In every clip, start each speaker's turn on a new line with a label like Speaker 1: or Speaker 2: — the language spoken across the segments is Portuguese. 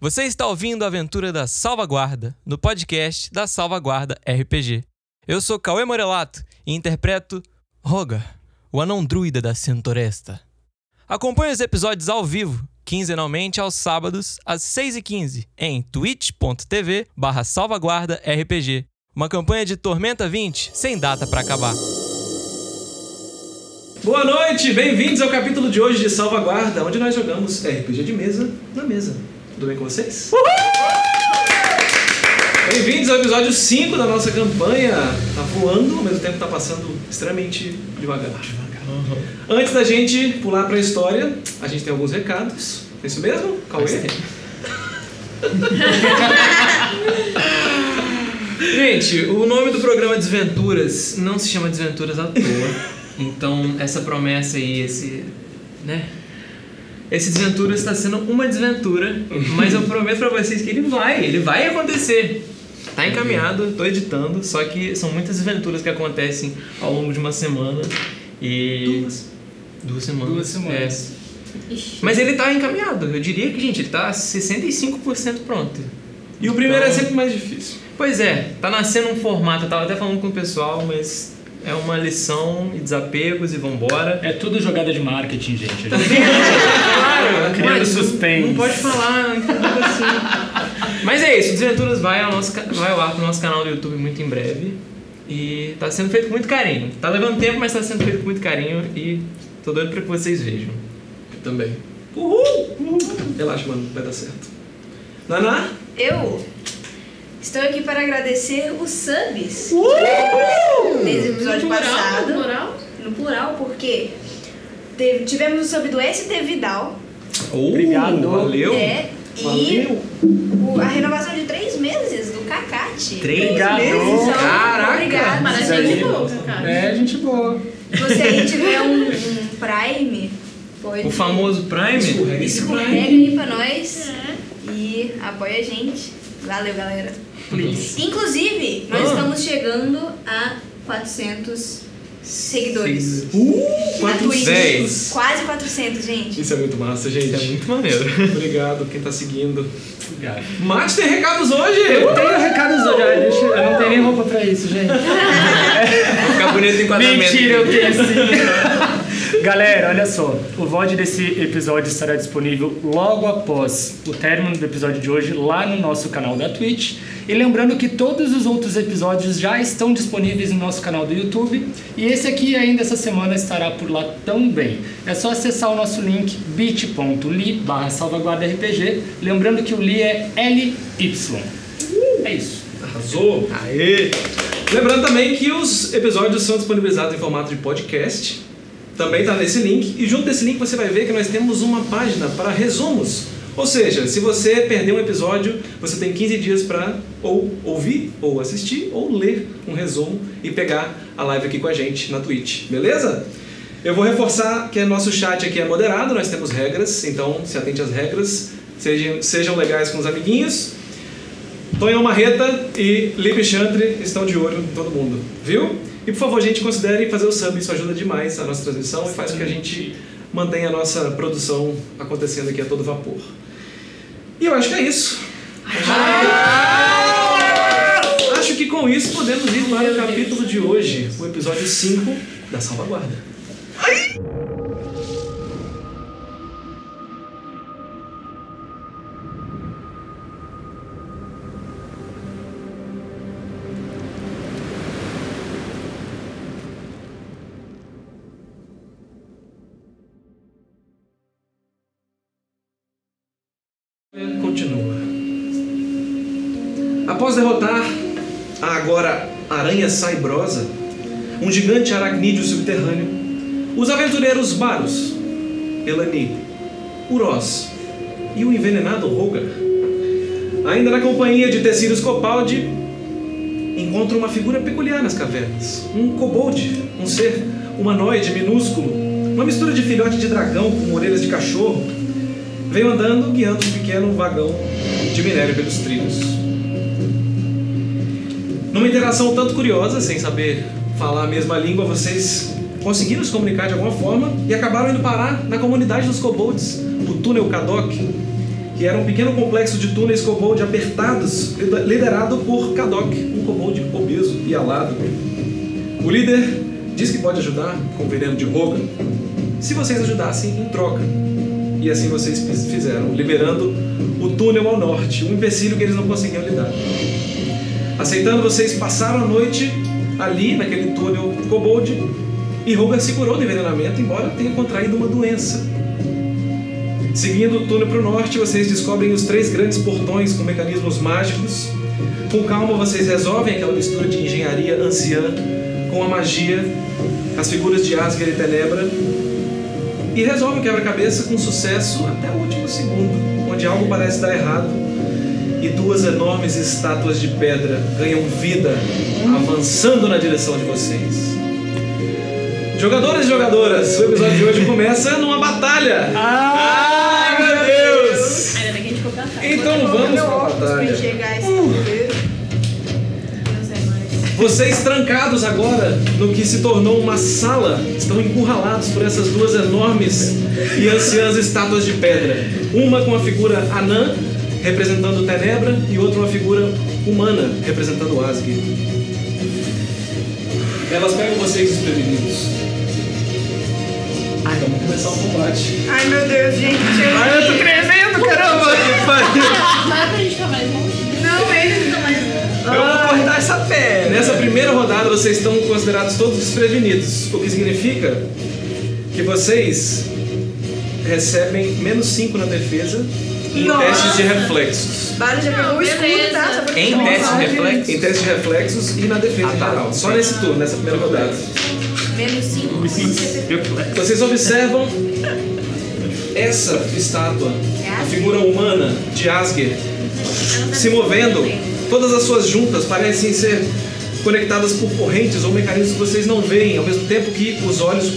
Speaker 1: Você está ouvindo a aventura da Salvaguarda, no podcast da Salvaguarda RPG. Eu sou Cauê Morelato e interpreto Rogar, o anão druida da Centoresta. Acompanhe os episódios ao vivo, quinzenalmente aos sábados, às 6h15, em twitch.tv barra salvaguarda RPG. Uma campanha de Tormenta 20, sem data para acabar.
Speaker 2: Boa noite, bem-vindos ao capítulo de hoje de Salvaguarda, onde nós jogamos RPG de mesa na mesa. Tudo bem com vocês? Bem-vindos ao episódio 5 da nossa campanha. Tá voando, ao mesmo tempo tá passando extremamente devagar. Uhum. Antes da gente pular pra história, a gente tem alguns recados. É isso mesmo? Cauê?
Speaker 3: Gente, o nome do programa Desventuras não se chama Desventuras à toa. Então, essa promessa aí, esse. né? Esse Desventuras está sendo uma desventura, mas eu prometo pra vocês que ele vai, ele vai acontecer. Tá encaminhado, tô editando, só que são muitas desventuras que acontecem ao longo de uma semana e. Duas. semanas.
Speaker 4: Duas semanas.
Speaker 3: É. Mas ele tá encaminhado, eu diria que, gente, ele tá 65% pronto.
Speaker 2: E o primeiro é sempre mais difícil.
Speaker 3: Pois é, tá nascendo um formato, eu tava até falando com o pessoal, mas é uma lição e desapegos e vambora.
Speaker 4: É tudo jogada de marketing, gente.
Speaker 3: Claro,
Speaker 4: Criando
Speaker 1: é
Speaker 3: mas
Speaker 4: suspense.
Speaker 1: um
Speaker 3: Não pode falar, entendeu? assim. Mas é isso, Desventuras vai ao, nosso, ca- vai ao ar pro nosso canal do YouTube muito em breve. E tá sendo feito com muito carinho. Tá levando tempo, mas tá sendo feito com muito carinho e tô doido pra que vocês vejam.
Speaker 2: Também. Uhul! Uhul! Relaxa, mano, vai dar certo.
Speaker 3: é
Speaker 2: Naná?
Speaker 5: Eu estou aqui para agradecer os subs desde o episódio passado. No plural? porque teve- tivemos o sub do ST Vidal.
Speaker 4: Obrigado.
Speaker 2: Uh, Valeu!
Speaker 5: É, e o- a renovação de três meses do Cacate.
Speaker 3: Três
Speaker 4: Obrigado.
Speaker 5: meses, então,
Speaker 3: Caraca.
Speaker 5: Obrigado.
Speaker 6: Mas
Speaker 4: Isso aí.
Speaker 6: gente boca, cara.
Speaker 4: É, gente boa.
Speaker 5: Se você aí tiver um, um Prime, pode
Speaker 3: O famoso Prime?
Speaker 5: escorrega aí pra nós
Speaker 6: É.
Speaker 5: e apoia a gente. Valeu, galera. Inclusive, nós
Speaker 3: Ah.
Speaker 5: estamos chegando a 400 seguidores. Na Twitch.
Speaker 3: 400.
Speaker 5: Quase 400, gente.
Speaker 2: Isso é muito massa,
Speaker 3: Isso
Speaker 2: gente.
Speaker 3: é muito maneiro.
Speaker 2: Obrigado quem tá seguindo.
Speaker 4: Obrigado.
Speaker 2: Mate tem recados hoje!
Speaker 4: Eu tenho recados hoje, olha, deixa- eu não tenho nem roupa pra isso, gente.
Speaker 3: Fica bonito o
Speaker 4: Tá
Speaker 3: enquadramento.
Speaker 4: Mentira, eu tenho sim. Galera, olha só, o VOD desse episódio estará disponível logo após o término do episódio de hoje lá no nosso canal da Twitch. E lembrando que todos os outros episódios já estão disponíveis no nosso canal do YouTube e esse aqui ainda essa semana estará por lá também. É só acessar o nosso link bit.ly barra salvaguarda RPG, lembrando que o li é LY. É isso.
Speaker 2: Arrasou! Aê! Lembrando também que os episódios são disponibilizados em formato de podcast. Também tá nesse link. E junto desse link você vai ver que nós temos uma página para resumos. Ou seja, se você perdeu um episódio, você tem 15 dias para ou ouvir, ou assistir, ou ler um resumo e pegar a live aqui com a gente na Twitch, beleza? Eu vou reforçar que nosso chat aqui é moderado, nós temos regras, então se atente às regras, sejam, sejam legais com os amiguinhos. Tonhão Marreta e Lipe Chantre estão de olho em todo mundo, viu? E por favor, gente, considerem fazer o sub, isso ajuda demais a nossa transmissão e faz com que a gente mantenha a nossa produção acontecendo aqui a todo vapor. E eu acho que é isso. Acho que com isso podemos ir para o capítulo de hoje, o episódio 5 da Salvaguarda. Continua. Após derrotar a agora aranha saibrosa, um gigante aracnídeo subterrâneo, os aventureiros Baros, Elani, Uroz e o envenenado Rogar, ainda na companhia de Tecílios Copaldi, encontram uma figura peculiar nas cavernas. Um kobold, um ser humanoide minúsculo, uma mistura de filhote de dragão com orelhas de cachorro, veio andando guiando um pequeno vagão de minério pelos trilhos. Numa interação tanto curiosa, sem saber falar a mesma língua, vocês conseguiram se comunicar de alguma forma e acabaram indo parar na comunidade dos kobolds, o túnel Kadok, que que era um pequeno complexo de túneis kobold apertados, liderado por Kadok, um kobold obeso e alado. O líder diz que pode ajudar com o veneno de Rogan, se vocês ajudassem em troca. E assim vocês fizeram, liberando o túnel ao norte, um empecilho que eles não conseguiam lidar. Aceitando, vocês passaram a noite ali, naquele túnel kobold, e Rogan se curou do envenenamento, embora tenha contraído uma doença. Seguindo o túnel para o norte, vocês descobrem os três grandes portões com mecanismos mágicos. Com calma, vocês resolvem aquela mistura de engenharia anciã com a magia, as figuras de Asger e Tenebra, e resolvem o quebra-cabeça com sucesso até o último segundo, onde algo parece dar errado e duas enormes estátuas de pedra ganham vida, avançando na direção de vocês. Jogadores e jogadoras, o episódio de hoje começa numa batalha!
Speaker 4: Ah,
Speaker 2: Ai, meu Deus!
Speaker 6: Ainda bem que a gente ficou pra trás.
Speaker 2: Então vamos pra
Speaker 5: Pra
Speaker 2: batalha.
Speaker 5: enxergar esse poder.
Speaker 6: Deus é mais.
Speaker 2: Vocês trancados agora no que se tornou uma sala, estão encurralados por essas duas enormes e anciãs estátuas de pedra. Uma com a figura anã, representando Tenebra, e outra uma figura humana, representando Asgir. Elas pegam vocês desprevenidos. Ai, vamos começar o combate.
Speaker 5: Ai meu Deus, gente. Eu...
Speaker 2: tremendo, caramba!
Speaker 6: Dá pra gente ficar mais longe?
Speaker 5: Não, eles
Speaker 6: tá
Speaker 5: não mais.
Speaker 2: Eu vou cortar essa pé. Nessa primeira rodada vocês estão considerados todos desprevenidos, o que significa que vocês recebem menos 5 na defesa em
Speaker 5: Nossa.
Speaker 2: testes de reflexos.
Speaker 5: Bárbara já pegou o escudo,
Speaker 6: beleza.
Speaker 5: tá? Só pra
Speaker 3: Em
Speaker 5: você
Speaker 3: teste
Speaker 5: falar,
Speaker 3: de
Speaker 5: gente.
Speaker 3: reflexo?
Speaker 2: Em testes de reflexos e na defesa em geral. Só nesse turno, nessa primeira rodada.
Speaker 6: Menos 5.
Speaker 2: Vocês observam essa estátua, a figura humana de Asger, se movendo, todas as suas juntas parecem ser conectadas por correntes ou mecanismos que vocês não veem, ao mesmo tempo que os olhos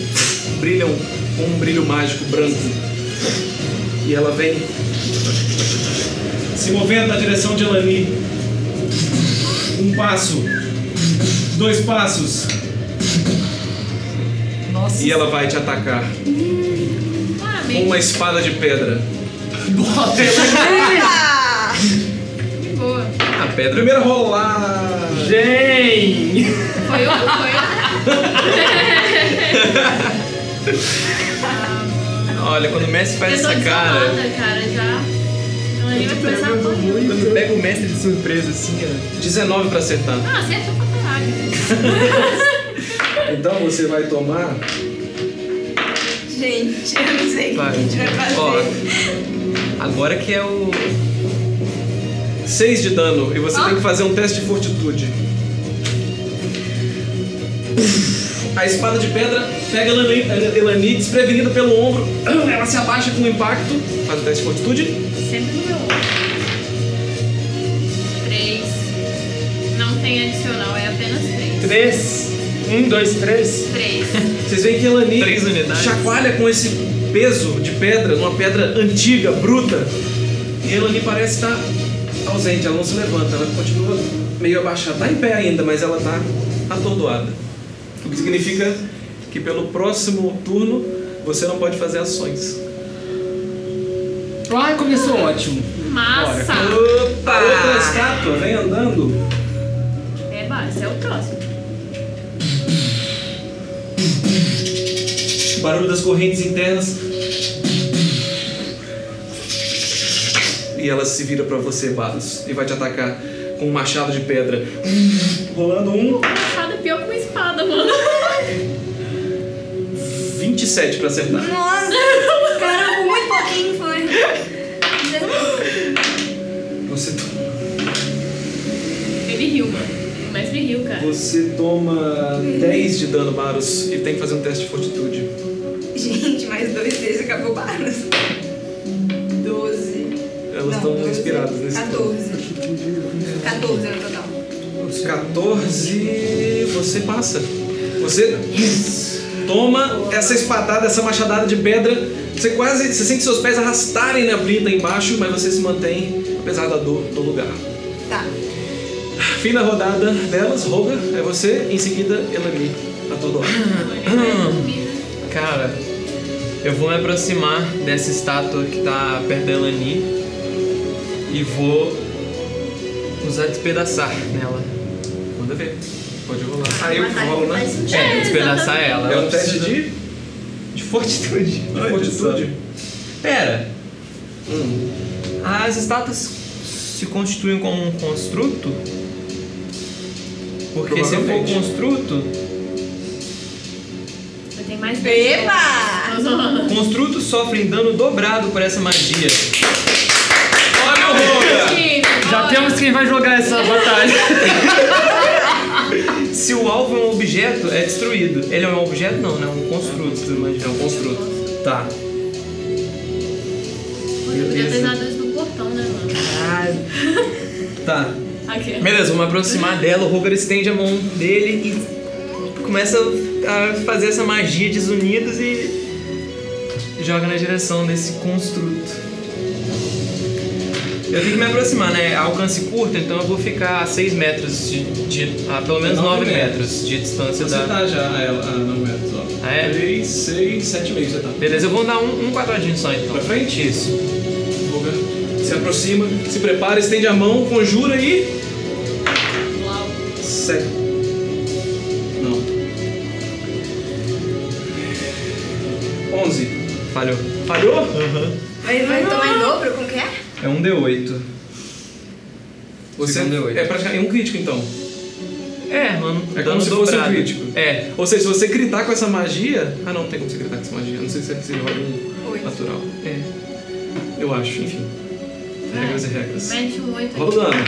Speaker 2: brilham com um brilho mágico branco. E ela vem se movendo na direção de Elani. Um passo, dois passos. E ela vai te atacar com
Speaker 6: Claramente.
Speaker 2: uma espada de pedra.
Speaker 5: Ah,
Speaker 6: Boa.
Speaker 2: A
Speaker 3: é
Speaker 2: pedra. Primeiro rolar.
Speaker 4: Gente!
Speaker 6: Foi eu? Foi eu?
Speaker 3: Olha, quando o Messi faz
Speaker 6: Eu tô
Speaker 3: essa cara.
Speaker 6: desolada, cara, já. Então ali vai começar a correr.
Speaker 3: Quando pega o mestre de surpresa assim, ó.
Speaker 2: 19 pra acertar.
Speaker 6: Ah, acerta pra caralho.
Speaker 2: Então você vai tomar.
Speaker 5: gente, eu não sei o que a
Speaker 3: Vai.
Speaker 5: gente vai fazer.
Speaker 3: Ó, agora que é o.
Speaker 2: 6 de dano e você
Speaker 6: Ah.
Speaker 2: tem que fazer um teste de fortitude. A espada de pedra pega Elani, Elani desprevenida pelo ombro. Ela se abaixa com o impacto. Faz o teste de fortitude.
Speaker 6: Sempre no meu olho. Três. Não tem adicional, é apenas três.
Speaker 4: 3, 1, 2, 3.
Speaker 6: Três.
Speaker 2: Vocês veem que Elani
Speaker 3: Três unidades.
Speaker 2: chacoalha com esse peso de pedra, uma pedra antiga, bruta. E Elani parece estar ausente, ela não se levanta, ela continua meio abaixada. Tá em pé ainda, mas ela tá atordoada. O que significa que pelo próximo turno você não pode fazer ações.
Speaker 4: Ah, começou ótimo.
Speaker 6: Massa.
Speaker 2: Opa! Outra estátua vem andando.
Speaker 6: É, vai, esse é o próximo.
Speaker 2: O barulho das correntes internas. E ela se vira pra você, Barros, e vai te atacar com um machado de pedra. Rolando um
Speaker 6: Uma machada é pior que uma espada, mano.
Speaker 2: 27 pra acertar.
Speaker 5: Nossa, caramba, muito pouquinho foi.
Speaker 2: Você, to-
Speaker 6: Ele riu, mano. O mestre riu, cara.
Speaker 2: você toma 10 de dano, Barros, e tem que fazer um teste de fortitude.
Speaker 5: Gente, mais dois vezes acabou Barros. Doze.
Speaker 2: Elas
Speaker 5: Não, é
Speaker 2: estão
Speaker 5: doze.
Speaker 2: inspiradas nesse turno.
Speaker 5: 14. 14 no total.
Speaker 2: Os 14, você passa. Você toma essa espadada, essa machadada de pedra. Você quase você sente seus pés arrastarem na brita embaixo, mas você se mantém, apesar da dor, no lugar.
Speaker 5: Tá.
Speaker 2: Fim da rodada delas, Roga, é você, em seguida, Elani, a todo hora.
Speaker 6: Ele
Speaker 4: Hum.
Speaker 6: vai dormir, né?
Speaker 3: Cara, eu vou me aproximar dessa estátua que tá perto da Elani. E vou usar despedaçar nela.
Speaker 2: Manda ver. Pode rolar.
Speaker 5: Ah,
Speaker 2: Aí eu
Speaker 5: matar
Speaker 2: rolo,
Speaker 5: não
Speaker 2: né?
Speaker 5: faz sentido.
Speaker 3: É, despedaçar ela.
Speaker 2: É
Speaker 3: Ela
Speaker 2: um teste
Speaker 3: precisa-
Speaker 2: de.
Speaker 3: de fortitude.
Speaker 1: é
Speaker 2: de fortitude.
Speaker 3: Pera.
Speaker 2: Hum.
Speaker 3: As estátuas se constituem como um construto? Porque se for
Speaker 2: Provavelmente.
Speaker 3: construto,
Speaker 6: Eu tenho mais dois.
Speaker 5: Eba!
Speaker 6: Tô zoando.
Speaker 3: construtos sofrem dano dobrado por essa magia. Olha o Roga!
Speaker 6: Mentira,
Speaker 4: Já
Speaker 6: olha.
Speaker 4: temos quem vai jogar essa batalha.
Speaker 3: Se o alvo é um objeto, é destruído. Ele é um objeto? Não, né? É um construto, imagina. É um construto. Tá.
Speaker 6: Eu já
Speaker 3: Beleza.
Speaker 6: tenho nada no portão, né, mano?
Speaker 3: Tá.
Speaker 6: Aqui.
Speaker 3: Beleza, vamos aproximar dela. O Roger estende a mão dele e começa a fazer essa magia desunidos e joga na direção desse construto. Eu tenho que me aproximar, né? Alcance curto, então eu vou ficar a 6 metros de. de- a pelo menos
Speaker 2: Nove
Speaker 3: 9
Speaker 2: metros.
Speaker 3: metros de distância
Speaker 2: Você
Speaker 3: da.
Speaker 2: tá já a ela, a nove metros, ó.
Speaker 3: Ah, é?
Speaker 2: 3, 6, 7 meio você tá.
Speaker 3: Beleza, eu vou dar um, um quadradinho só então.
Speaker 2: Pra frente?
Speaker 3: Isso.
Speaker 2: Roga se aproxima, se prepara, estende a mão, conjura e.
Speaker 6: Uau.
Speaker 2: Segue. Não. 11.
Speaker 3: Falhou.
Speaker 2: Falhou?
Speaker 5: Vai, vai tomar em dobro, como que é?
Speaker 3: É um D8.
Speaker 2: Você
Speaker 3: Segundo D8.
Speaker 2: é praticamente um crítico então.
Speaker 3: É, mano.
Speaker 2: É
Speaker 3: dano
Speaker 2: como se fosse um
Speaker 3: dobrado.
Speaker 2: crítico.
Speaker 3: É.
Speaker 2: Ou seja, se você gritar com essa magia. Ah, não, não tem como você gritar com essa magia. Não sei se é que você rola um
Speaker 5: Oito.
Speaker 2: natural.
Speaker 3: É.
Speaker 2: Eu acho, enfim.
Speaker 5: É.
Speaker 2: Regras e regras.
Speaker 6: Mete um oito
Speaker 2: Rola o dano.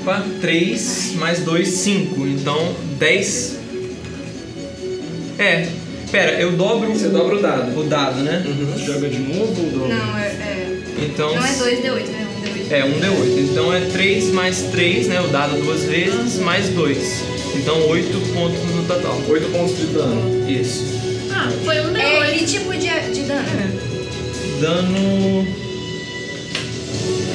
Speaker 3: Opa, 3 mais 2, 5. Então, 10. É. Pera, eu dobro
Speaker 2: Você dobra o dado. Uhum.
Speaker 3: o dado, né?
Speaker 4: Joga de novo, Dom?
Speaker 5: Não, é. é-
Speaker 3: Então.
Speaker 5: Não é 2 D8, né? 1 D8.
Speaker 3: É, 1 D8. Então é 3 mais 3, né? O dado duas vezes, mais 2. Então 8 pontos no total.
Speaker 2: 8 pontos de dano.
Speaker 3: Isso.
Speaker 6: Ah, foi um
Speaker 5: É,
Speaker 6: D8.
Speaker 5: que tipo de, de dano?
Speaker 3: Dano.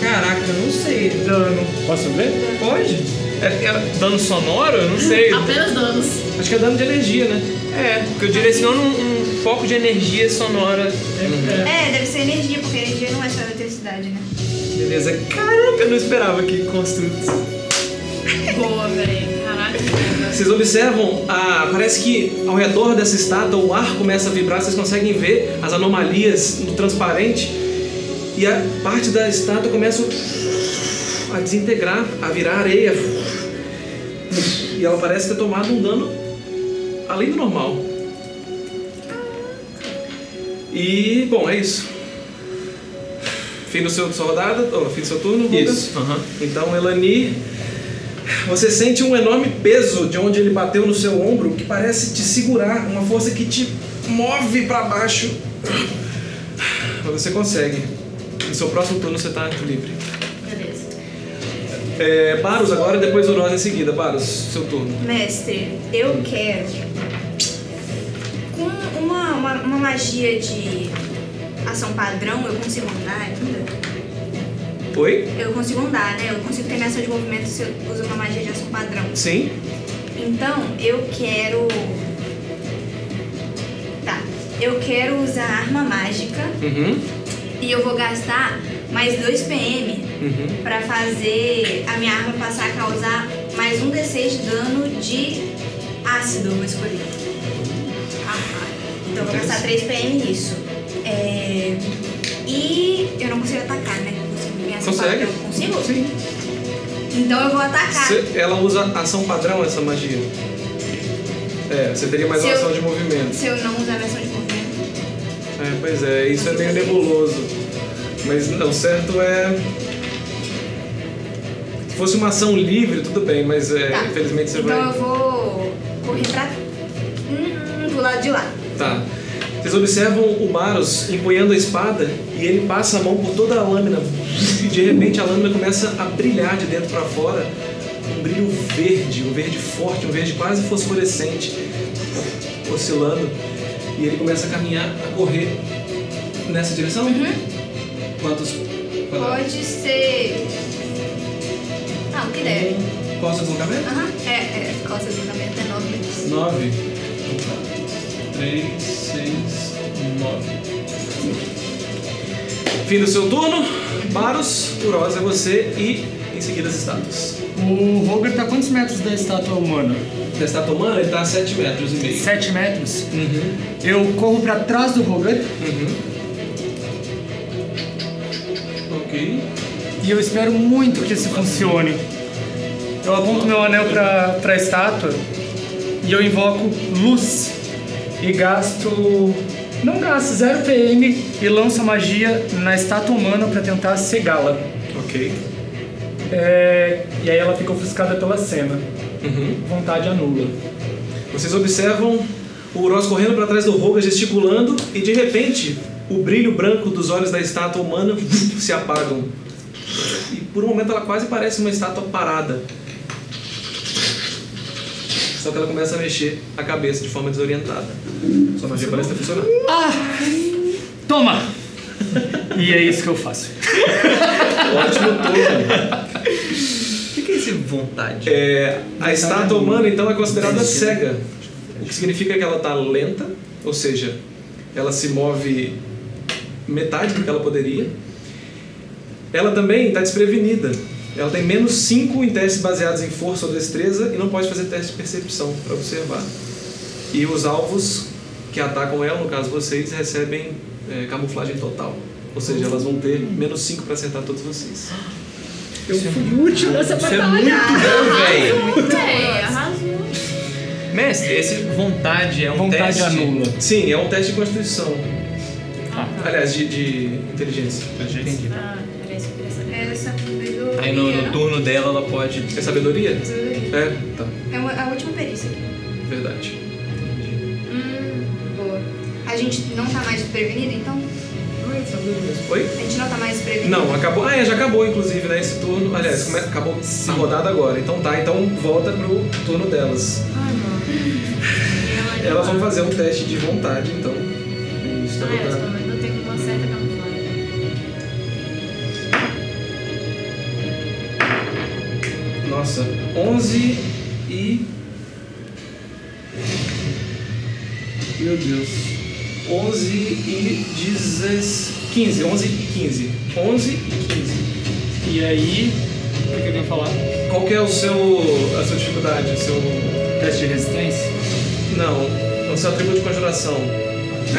Speaker 3: Caraca, eu não sei. Dano.
Speaker 4: Posso ver?
Speaker 3: Pode? É, é dano sonoro? Eu não sei.
Speaker 6: Apenas danos.
Speaker 2: Acho que é dano de energia, né?
Speaker 3: É, porque eu direciono um, um foco de energia sonora.
Speaker 5: É, deve ser energia, porque energia não é só eletricidade, né?
Speaker 3: Beleza. Caraca, eu não esperava que construtos.
Speaker 6: Boa, velho. Caraca. que
Speaker 2: Vocês observam, a- parece que ao redor dessa estátua o ar começa a vibrar, vocês conseguem ver as anomalias no transparente e a parte da estátua começa a desintegrar, a virar areia. E ela parece ter tomado um dano além do normal. E, bom, é isso. Fim do seu sua rodada, ou fim do seu turno, Lucas?
Speaker 3: Aham.
Speaker 2: Então, Elani, você sente um enorme peso de onde ele bateu no seu ombro que parece te segurar, uma força que te move pra baixo. Mas você consegue. No seu próximo turno você tá livre.
Speaker 6: Beleza.
Speaker 2: É, Baros agora, depois o Nós em seguida. Baros, seu turno.
Speaker 5: Mestre, eu quero. Com uma, uma, uma magia de ação padrão, eu consigo andar ainda?
Speaker 2: Oi?
Speaker 5: Eu consigo andar, né? Eu consigo ter minha ação de movimento se eu uso uma magia de ação padrão.
Speaker 2: Sim?
Speaker 5: Então, eu quero. Tá. Eu quero usar a arma mágica
Speaker 2: Uhum.
Speaker 5: e eu vou gastar mais 2 PM
Speaker 2: Uhum.
Speaker 5: pra fazer a minha arma passar a causar mais um D6 de dano de ácido, eu vou escolher. Ah, então eu vou gastar 3 PM nisso. É... E eu não consigo atacar, né? Eu consigo minha ação
Speaker 2: Consegue?
Speaker 5: padrão. Consigo?
Speaker 2: Sim.
Speaker 5: Então eu vou atacar.
Speaker 2: Você- ela usa ação padrão essa magia. É, você teria mais
Speaker 5: Se
Speaker 2: uma
Speaker 5: eu-
Speaker 2: ação de movimento.
Speaker 5: Se eu não usar minha ação de movimento.
Speaker 2: É, pois é, isso é meio nebuloso. Mas não, o certo é. Se fosse uma ação livre, tudo bem, mas é,
Speaker 5: Tá.
Speaker 2: infelizmente você
Speaker 5: então
Speaker 2: vai.
Speaker 5: eu vou correr pra. Hum, do lado de lá.
Speaker 2: Tá. Vocês observam o Baros empunhando a espada e ele passa a mão por toda a lâmina. E de repente a lâmina começa a brilhar de dentro pra fora. Um brilho verde, um verde forte, um verde quase fosforescente, oscilando. E ele começa a caminhar, a correr nessa direção. Quantos?
Speaker 5: Pode ser. Ah, o que der.
Speaker 2: Qual o seu deslocamento?
Speaker 5: Aham. É, é. Costas do cabelo até 9 minutos.
Speaker 2: 9. 3, 6, 9. Fim do seu turno? Baros, Uroz é você e em seguida as estátuas.
Speaker 4: O Roger tá a quantos metros da estátua humana?
Speaker 2: Da estátua humana ele tá a 7 metros e meio.
Speaker 4: 7 metros? Uhum. Eu corro pra trás do Roger.
Speaker 2: Uhum. Ok.
Speaker 4: E eu espero muito que isso funcione. Eu aponto meu anel pra, pra estátua e eu invoco luz. E gasto. Não gasto, 0 PM e lanço a magia na estátua humana pra tentar cegá-la.
Speaker 2: Ok.
Speaker 4: É, e aí ela fica ofuscada pela cena.
Speaker 2: Uhum.
Speaker 4: Vontade anula.
Speaker 2: Vocês observam o Uroz correndo pra trás do Roga, gesticulando, e de repente o brilho branco dos olhos da estátua humana se apagam. E por um momento ela quase parece uma estátua parada. Só que ela começa a mexer a cabeça de forma desorientada. Sua magia parece ter funcionado.
Speaker 4: Ah! Toma! e é isso que eu faço.
Speaker 2: Ótimo turno.
Speaker 3: O que que é esse vontade?
Speaker 2: É, a estátua humana então é considerada cega, o que significa que ela está lenta, ou seja, ela se move metade do que ela poderia. Ela também está desprevenida. Ela tem menos 5 em testes baseados em força ou destreza e não pode fazer teste de percepção para observar. E os alvos que atacam ela, no caso vocês, recebem é, camuflagem total. Ou seja, elas vão ter menos 5 para acertar todos vocês.
Speaker 4: Eu fui útil nessa
Speaker 3: Isso é muito bom, velho. Mestre, esse vontade é um
Speaker 4: Vontade
Speaker 3: teste.
Speaker 4: anula.
Speaker 2: Sim, é um teste de constituição.
Speaker 6: Ah, tá.
Speaker 2: Aliás, de, de inteligência.
Speaker 3: Entendi.
Speaker 6: Ah, era isso que eu queria saber.
Speaker 5: É essa sabedoria.
Speaker 3: Aí no, no turno dela ela pode.
Speaker 2: É sabedoria?
Speaker 5: Sabedoria.
Speaker 2: É, tá.
Speaker 5: É uma- a última perícia aqui.
Speaker 2: Verdade.
Speaker 5: Hum, boa. A gente não tá mais prevenido, então?
Speaker 2: Oi?
Speaker 5: A gente não tá mais prevenido?
Speaker 2: Não, acabou. Ah, é, já acabou, inclusive, né? Esse turno. Aliás, come- acabou a rodada agora. Então tá, então volta pro turno delas.
Speaker 6: Ai, mano.
Speaker 2: Elas vão fazer um teste de vontade, então. Isso, tá
Speaker 6: Ah, elas
Speaker 2: voltando.
Speaker 6: pelo menos eu tenho uma certa camuflagem.
Speaker 2: Nossa, 11 e. Meu Deus. 11 e 10... 15. 11 e 15. 11 e 15.
Speaker 4: E aí, o que que eu ia falar?
Speaker 2: Qual que é o seu. a sua dificuldade? O seu.
Speaker 4: Teste de resistência?
Speaker 2: Não. O seu atributo de conjuração.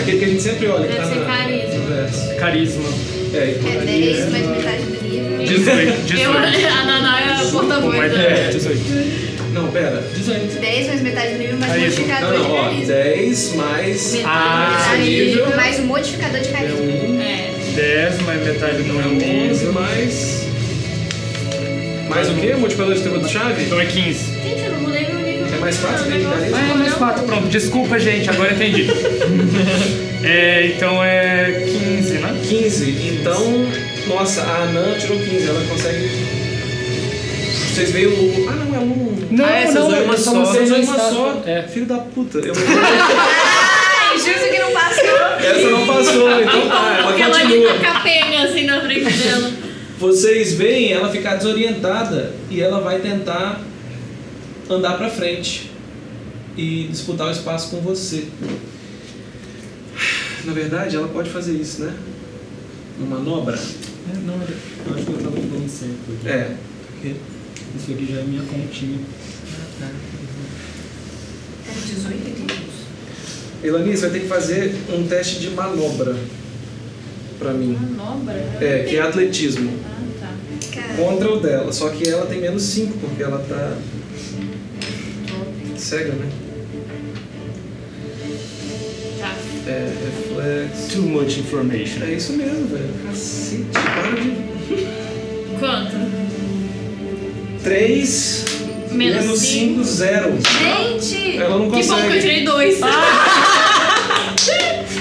Speaker 2: Aquele que a gente sempre olha, que tá
Speaker 6: Deve ser
Speaker 2: na.
Speaker 6: carisma.
Speaker 2: no verso.
Speaker 4: Carisma.
Speaker 2: É, e
Speaker 5: É
Speaker 2: porcaria.
Speaker 5: 10 mais metade do nível.
Speaker 4: 18,
Speaker 6: Eu,
Speaker 4: 18.
Speaker 6: a Naná é a porta-voz
Speaker 4: Mas
Speaker 6: da-
Speaker 4: é, 18.
Speaker 2: Não, pera.
Speaker 4: 18.
Speaker 5: 10 mais metade do nível mais
Speaker 4: Carisma.
Speaker 5: modificador
Speaker 2: Não, não,
Speaker 5: de
Speaker 2: ó.
Speaker 5: carisma.
Speaker 2: 10 mais.
Speaker 5: Metade
Speaker 4: Ah,
Speaker 5: do
Speaker 2: nível.
Speaker 5: nível mais o modificador de
Speaker 2: É
Speaker 5: carisma.
Speaker 2: 1.
Speaker 6: É.
Speaker 4: 10 mais metade do
Speaker 2: Então é
Speaker 4: meu
Speaker 2: 11
Speaker 4: nível.
Speaker 2: mais. Mais o quê? Multiplicador de atributo chave?
Speaker 4: Então é 15.
Speaker 6: Gente, eu não mudei meu nível.
Speaker 2: É mais fácil, né, de carisma?
Speaker 4: Ah, é mais 4, pronto. Desculpa, gente, agora entendi. é, então é 15, né?
Speaker 2: 15. Então, nossa, a Anã tirou 15. Ela consegue. Vocês veem o. Ah, não, é um.
Speaker 4: Não,
Speaker 3: Ah, essa
Speaker 4: não,
Speaker 3: usou uma
Speaker 4: eu só
Speaker 3: só.
Speaker 4: usei
Speaker 2: Vocês
Speaker 4: uma
Speaker 2: uma só.
Speaker 4: estátua. É.
Speaker 2: Filho da puta. Eu...
Speaker 5: Ai, justo que não passou.
Speaker 2: Essa não passou, então tá.
Speaker 3: Ah,
Speaker 2: Ela
Speaker 6: Porque ela ali
Speaker 2: continua.
Speaker 6: com a capenga assim na frente dela.
Speaker 2: Vocês veem ela ficar desorientada e ela vai tentar andar pra frente e disputar o espaço com você. Na verdade, ela pode fazer isso, né? Uma manobra.
Speaker 7: É, não, eu acho que eu tava falando certo. aqui.
Speaker 2: É.
Speaker 7: Isso aqui já é minha continha.
Speaker 5: Era 18 aqui.
Speaker 2: Elani, você vai ter que fazer um teste de manobra pra mim.
Speaker 6: Manobra?
Speaker 2: É, que é atletismo.
Speaker 6: Ah, tá.
Speaker 5: Cara,
Speaker 2: Contra o dela, só que ela tem menos 5, porque ela tá. cega, né?
Speaker 6: Tá.
Speaker 2: É, reflexo.
Speaker 4: Too much information.
Speaker 2: É isso mesmo, velho. Cacete, para de.
Speaker 6: Quanto?
Speaker 2: 3
Speaker 6: Menos
Speaker 2: menos 5,
Speaker 6: cinco.
Speaker 2: 0.
Speaker 5: gente!
Speaker 2: Ela não
Speaker 6: Que bom que eu
Speaker 2: consegue.
Speaker 6: tirei dois.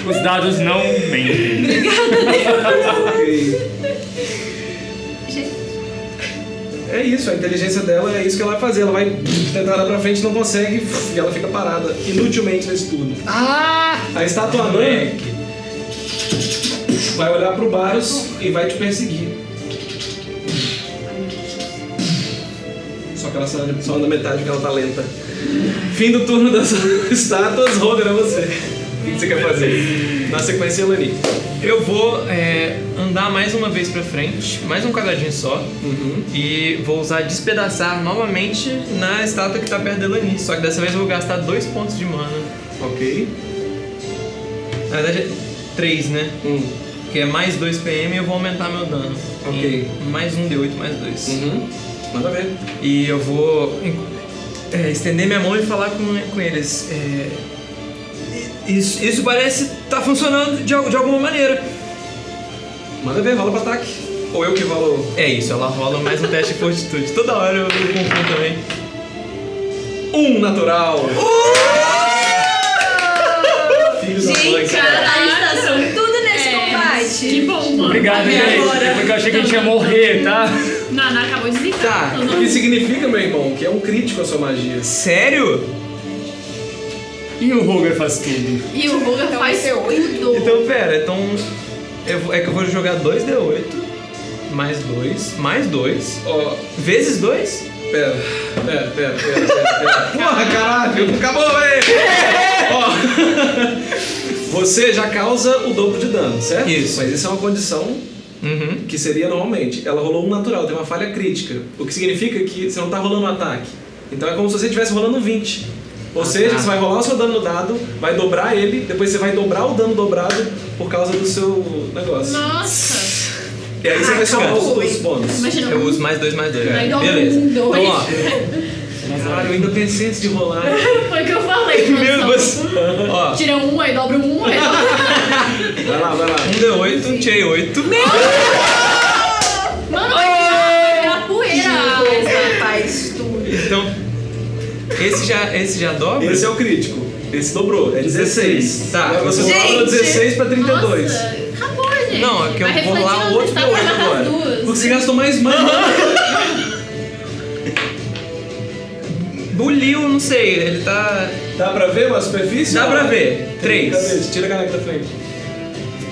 Speaker 4: Os dados não mentem.
Speaker 2: Ok.
Speaker 5: Gente,
Speaker 2: É isso, a inteligência dela é isso que ela vai fazer. Ela vai tentar andar pra frente, não consegue, e ela fica parada inutilmente nesse turno.
Speaker 4: Ah!
Speaker 2: A estátua anã vai olhar pro Baros e vai te perseguir. Só que ela só anda, só anda metade porque ela tá lenta. Fim do turno das estátuas, Roger, é você. O que você quer fazer? Na sequência, Elani.
Speaker 3: Eu vou é, andar mais uma vez pra frente, mais um quadradinho só,
Speaker 1: Uhum.
Speaker 3: e vou usar despedaçar novamente na estátua que tá perto da Elani. Só que dessa vez eu vou gastar dois pontos de mana.
Speaker 2: Ok.
Speaker 3: Na verdade é três, né?
Speaker 2: Hum.
Speaker 3: Que é mais 2 PM e eu vou aumentar meu dano.
Speaker 2: Ok.
Speaker 3: Em mais um D8, mais dois.
Speaker 2: Uhum. Manda ver.
Speaker 3: E eu vou é, estender minha mão e falar com, com eles. é, isso, isso parece estar
Speaker 2: Tá
Speaker 3: funcionando de, al- de alguma maneira.
Speaker 2: Manda ver, rola pro ataque. Ou eu que rolo.
Speaker 3: É isso, ela rola mais um teste de fortitude. Toda hora eu, eu confundo também.
Speaker 2: Um natural! Filhos da mãe,
Speaker 6: Gente,
Speaker 2: cara.
Speaker 5: A estação,
Speaker 6: caralho.
Speaker 5: tudo nesse
Speaker 6: tá É,
Speaker 5: combate.
Speaker 6: Que bom, mano.
Speaker 4: Obrigado,
Speaker 6: Até
Speaker 4: gente. É
Speaker 6: agora.
Speaker 4: Porque eu achei que a gente ia morrer, tá?
Speaker 6: Naná acabou de zicar.
Speaker 3: Tá,
Speaker 6: Então,
Speaker 2: O que significa, meu irmão, que é um crítico a sua magia.
Speaker 3: Sério?
Speaker 4: E o Roger faz tudo.
Speaker 6: E o Roger faz tudo.
Speaker 3: Então, pera, então. eu vou- é que eu vou jogar 2D8, mais 2, mais 2,
Speaker 2: Ó,
Speaker 3: vezes 2?
Speaker 2: pera, pera, pera, pera, pera, pera. Porra, caralho! Acabou, velho! Ó, você já causa o dobro de dano, certo?
Speaker 3: Isso.
Speaker 2: Mas isso é uma condição
Speaker 3: Uhum.
Speaker 2: que seria normalmente. Ela rolou um natural, tem uma falha crítica. O que significa que você não tá rolando um ataque. Então é como se você estivesse rolando um 20. Ou
Speaker 3: Ah,
Speaker 2: seja,
Speaker 3: tá.
Speaker 2: você vai rolar o seu dano no dado, vai dobrar ele, depois você vai dobrar o dano dobrado por causa do seu negócio.
Speaker 6: Nossa.
Speaker 2: E aí você vai somar os, os bônus.
Speaker 6: Imagina.
Speaker 3: Eu uso mais 2, mais 2.
Speaker 2: né?
Speaker 6: Aí dá um
Speaker 3: Beleza.
Speaker 6: um, dois.
Speaker 3: Então, ó.
Speaker 2: Caralho, eu ainda pensei antes de rolar.
Speaker 6: Foi o que eu falei.
Speaker 3: Meu
Speaker 6: mano.
Speaker 3: Deus. Ó,
Speaker 6: Tira um, aí dobra um, aí dobra...
Speaker 2: Vai lá, vai lá.
Speaker 3: um D8, tirei 8.
Speaker 6: Mano, é a
Speaker 5: Esse
Speaker 3: é,
Speaker 6: poeira.
Speaker 5: rapaz, tudo.
Speaker 3: Então, esse já, esse já dobra?
Speaker 2: Esse é o crítico. Esse dobrou, é 16.
Speaker 3: Tá.
Speaker 2: Agora você
Speaker 5: Gente!
Speaker 2: dobrou 16 pra 32.
Speaker 6: Nossa, acabou, gente.
Speaker 3: Não, é que eu
Speaker 6: Vai
Speaker 3: vou rolar
Speaker 6: refletindo,
Speaker 3: outro
Speaker 6: tá? Vai matar as duas.
Speaker 2: Porque você gastou mais
Speaker 3: né?
Speaker 2: mana.
Speaker 3: Buliu, não sei, ele tá.
Speaker 2: Dá pra ver uma superfície?
Speaker 3: Dá
Speaker 2: Não.
Speaker 3: pra ver.
Speaker 2: Três.
Speaker 3: 3.
Speaker 2: Tira a caneca da frente.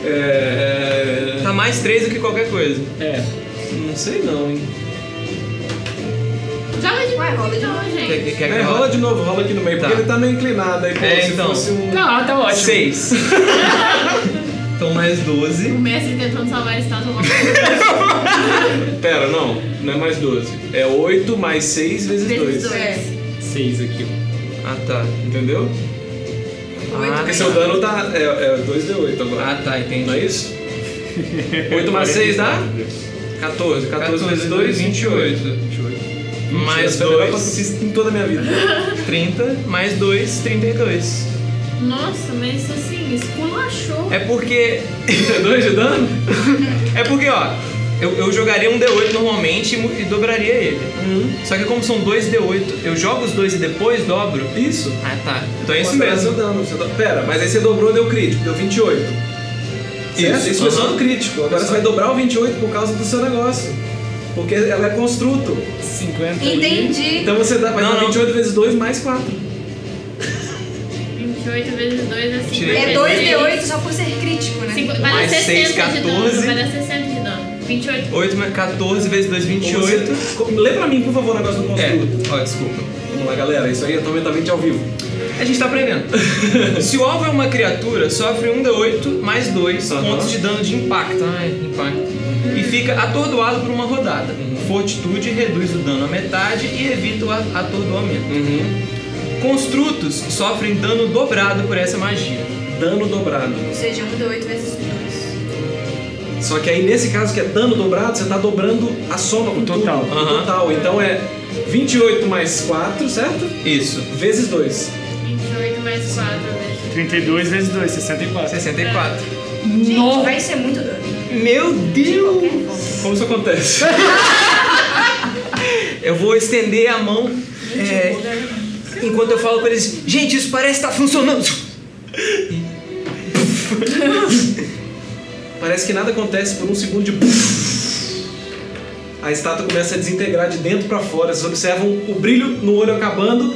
Speaker 2: É...
Speaker 3: Tá mais 3 do que qualquer coisa.
Speaker 4: É.
Speaker 2: Não sei não, hein.
Speaker 6: Joga de
Speaker 5: Vai, rola de
Speaker 6: novo,
Speaker 3: Quer,
Speaker 6: gente.
Speaker 3: quer, quer
Speaker 2: É,
Speaker 3: que eu-
Speaker 2: rola de novo, rola aqui no meio,
Speaker 3: Tá.
Speaker 2: porque ele tá meio inclinado aí, como
Speaker 3: É,
Speaker 2: se
Speaker 3: então.
Speaker 2: fosse um...
Speaker 4: Não, tá ótimo.
Speaker 3: Seis. então mais 12.
Speaker 6: O mestre tentando salvar tá a estátua.
Speaker 2: Pera, não, não é mais 12. É 8 mais 6 vezes
Speaker 6: Vezes
Speaker 2: 2.
Speaker 6: dois.
Speaker 5: É.
Speaker 7: Seis aqui, ó.
Speaker 3: Ah tá.
Speaker 2: Entendeu?
Speaker 3: Ah,
Speaker 2: Porque seu dano tá... é, é 2d8 agora.
Speaker 3: Ah tá, entendi.
Speaker 2: Não é isso? 8 mais 6 dá? 14. 14 vezes 2, 28.
Speaker 7: 28.
Speaker 3: Mais
Speaker 2: Essa é a melhor
Speaker 3: 2,
Speaker 2: paciência em toda a minha vida.
Speaker 3: 30. Mais 2, 32.
Speaker 6: Nossa, mas assim, esculachou.
Speaker 3: É porque.
Speaker 2: 32 de dano?
Speaker 3: É porque, ó. Eu, eu jogaria um D8 normalmente e mu- e dobraria ele.
Speaker 2: Uhum.
Speaker 3: Só que como são dois D8, eu jogo os dois e depois dobro.
Speaker 2: Isso.
Speaker 3: Ah tá. Então é isso
Speaker 2: Mostra
Speaker 3: mesmo.
Speaker 2: Seu dano. Seu dano. Pera, mas aí você dobrou, deu crítico, deu 28. Certo?
Speaker 3: Isso.
Speaker 2: Isso foi só
Speaker 3: Aham.
Speaker 2: no crítico. Agora você vai dobrar o 28 por causa do seu negócio. Porque ela é construto.
Speaker 4: 50 e-
Speaker 5: Entendi.
Speaker 2: Então você dá, vai
Speaker 3: Não,
Speaker 2: dar
Speaker 3: não.
Speaker 2: 28 vezes 2 mais 4.
Speaker 6: 28 vezes 2 é 50.
Speaker 3: Tirei.
Speaker 5: É 2d8 só por ser crítico, né?
Speaker 6: Cinqu- Vai
Speaker 3: Mais
Speaker 6: dar 60
Speaker 3: seis,
Speaker 6: de dano.
Speaker 3: 14.
Speaker 6: Vai dar 60 de dano. 28.
Speaker 3: 8, mais 14 vezes 2, 28.
Speaker 2: Você- co- Lê pra mim, por favor, o negócio do
Speaker 3: É,
Speaker 2: construto.
Speaker 3: ó, desculpa.
Speaker 2: Vamos lá, galera. Isso aí é totalmente ao vivo.
Speaker 3: A gente tá aprendendo. Se o alvo é uma criatura, sofre 1 D8 mais 2
Speaker 2: Aham.
Speaker 3: pontos de dano de impacto. Ah, é, impacto. E fica atordoado por uma rodada. Fortitude reduz o dano à metade e evita o a- atordoamento. Construtos sofrem dano dobrado por essa magia.
Speaker 2: Dano dobrado.
Speaker 5: Ou seja, 1d8 vezes 2.
Speaker 2: Só que aí nesse caso que é dano dobrado, você tá dobrando a soma com
Speaker 4: O total.
Speaker 2: tudo.
Speaker 3: Aham.
Speaker 2: O total. Então é 28 mais 4, certo?
Speaker 3: Isso.
Speaker 2: Vezes 2.
Speaker 6: 28 mais né? 4 vezes.
Speaker 4: 32 vezes 2, 64.
Speaker 3: 64.
Speaker 5: Gente, vai ser muito dano.
Speaker 3: Meu Deus!
Speaker 2: Como isso acontece?
Speaker 3: Eu vou estender a mão é, enquanto eu falo pra eles: Gente, isso parece
Speaker 2: tá
Speaker 3: estar funcionando!
Speaker 2: Parece que nada acontece por um segundo de. puff. A estátua começa a desintegrar de dentro pra fora. Vocês observam o brilho no olho acabando,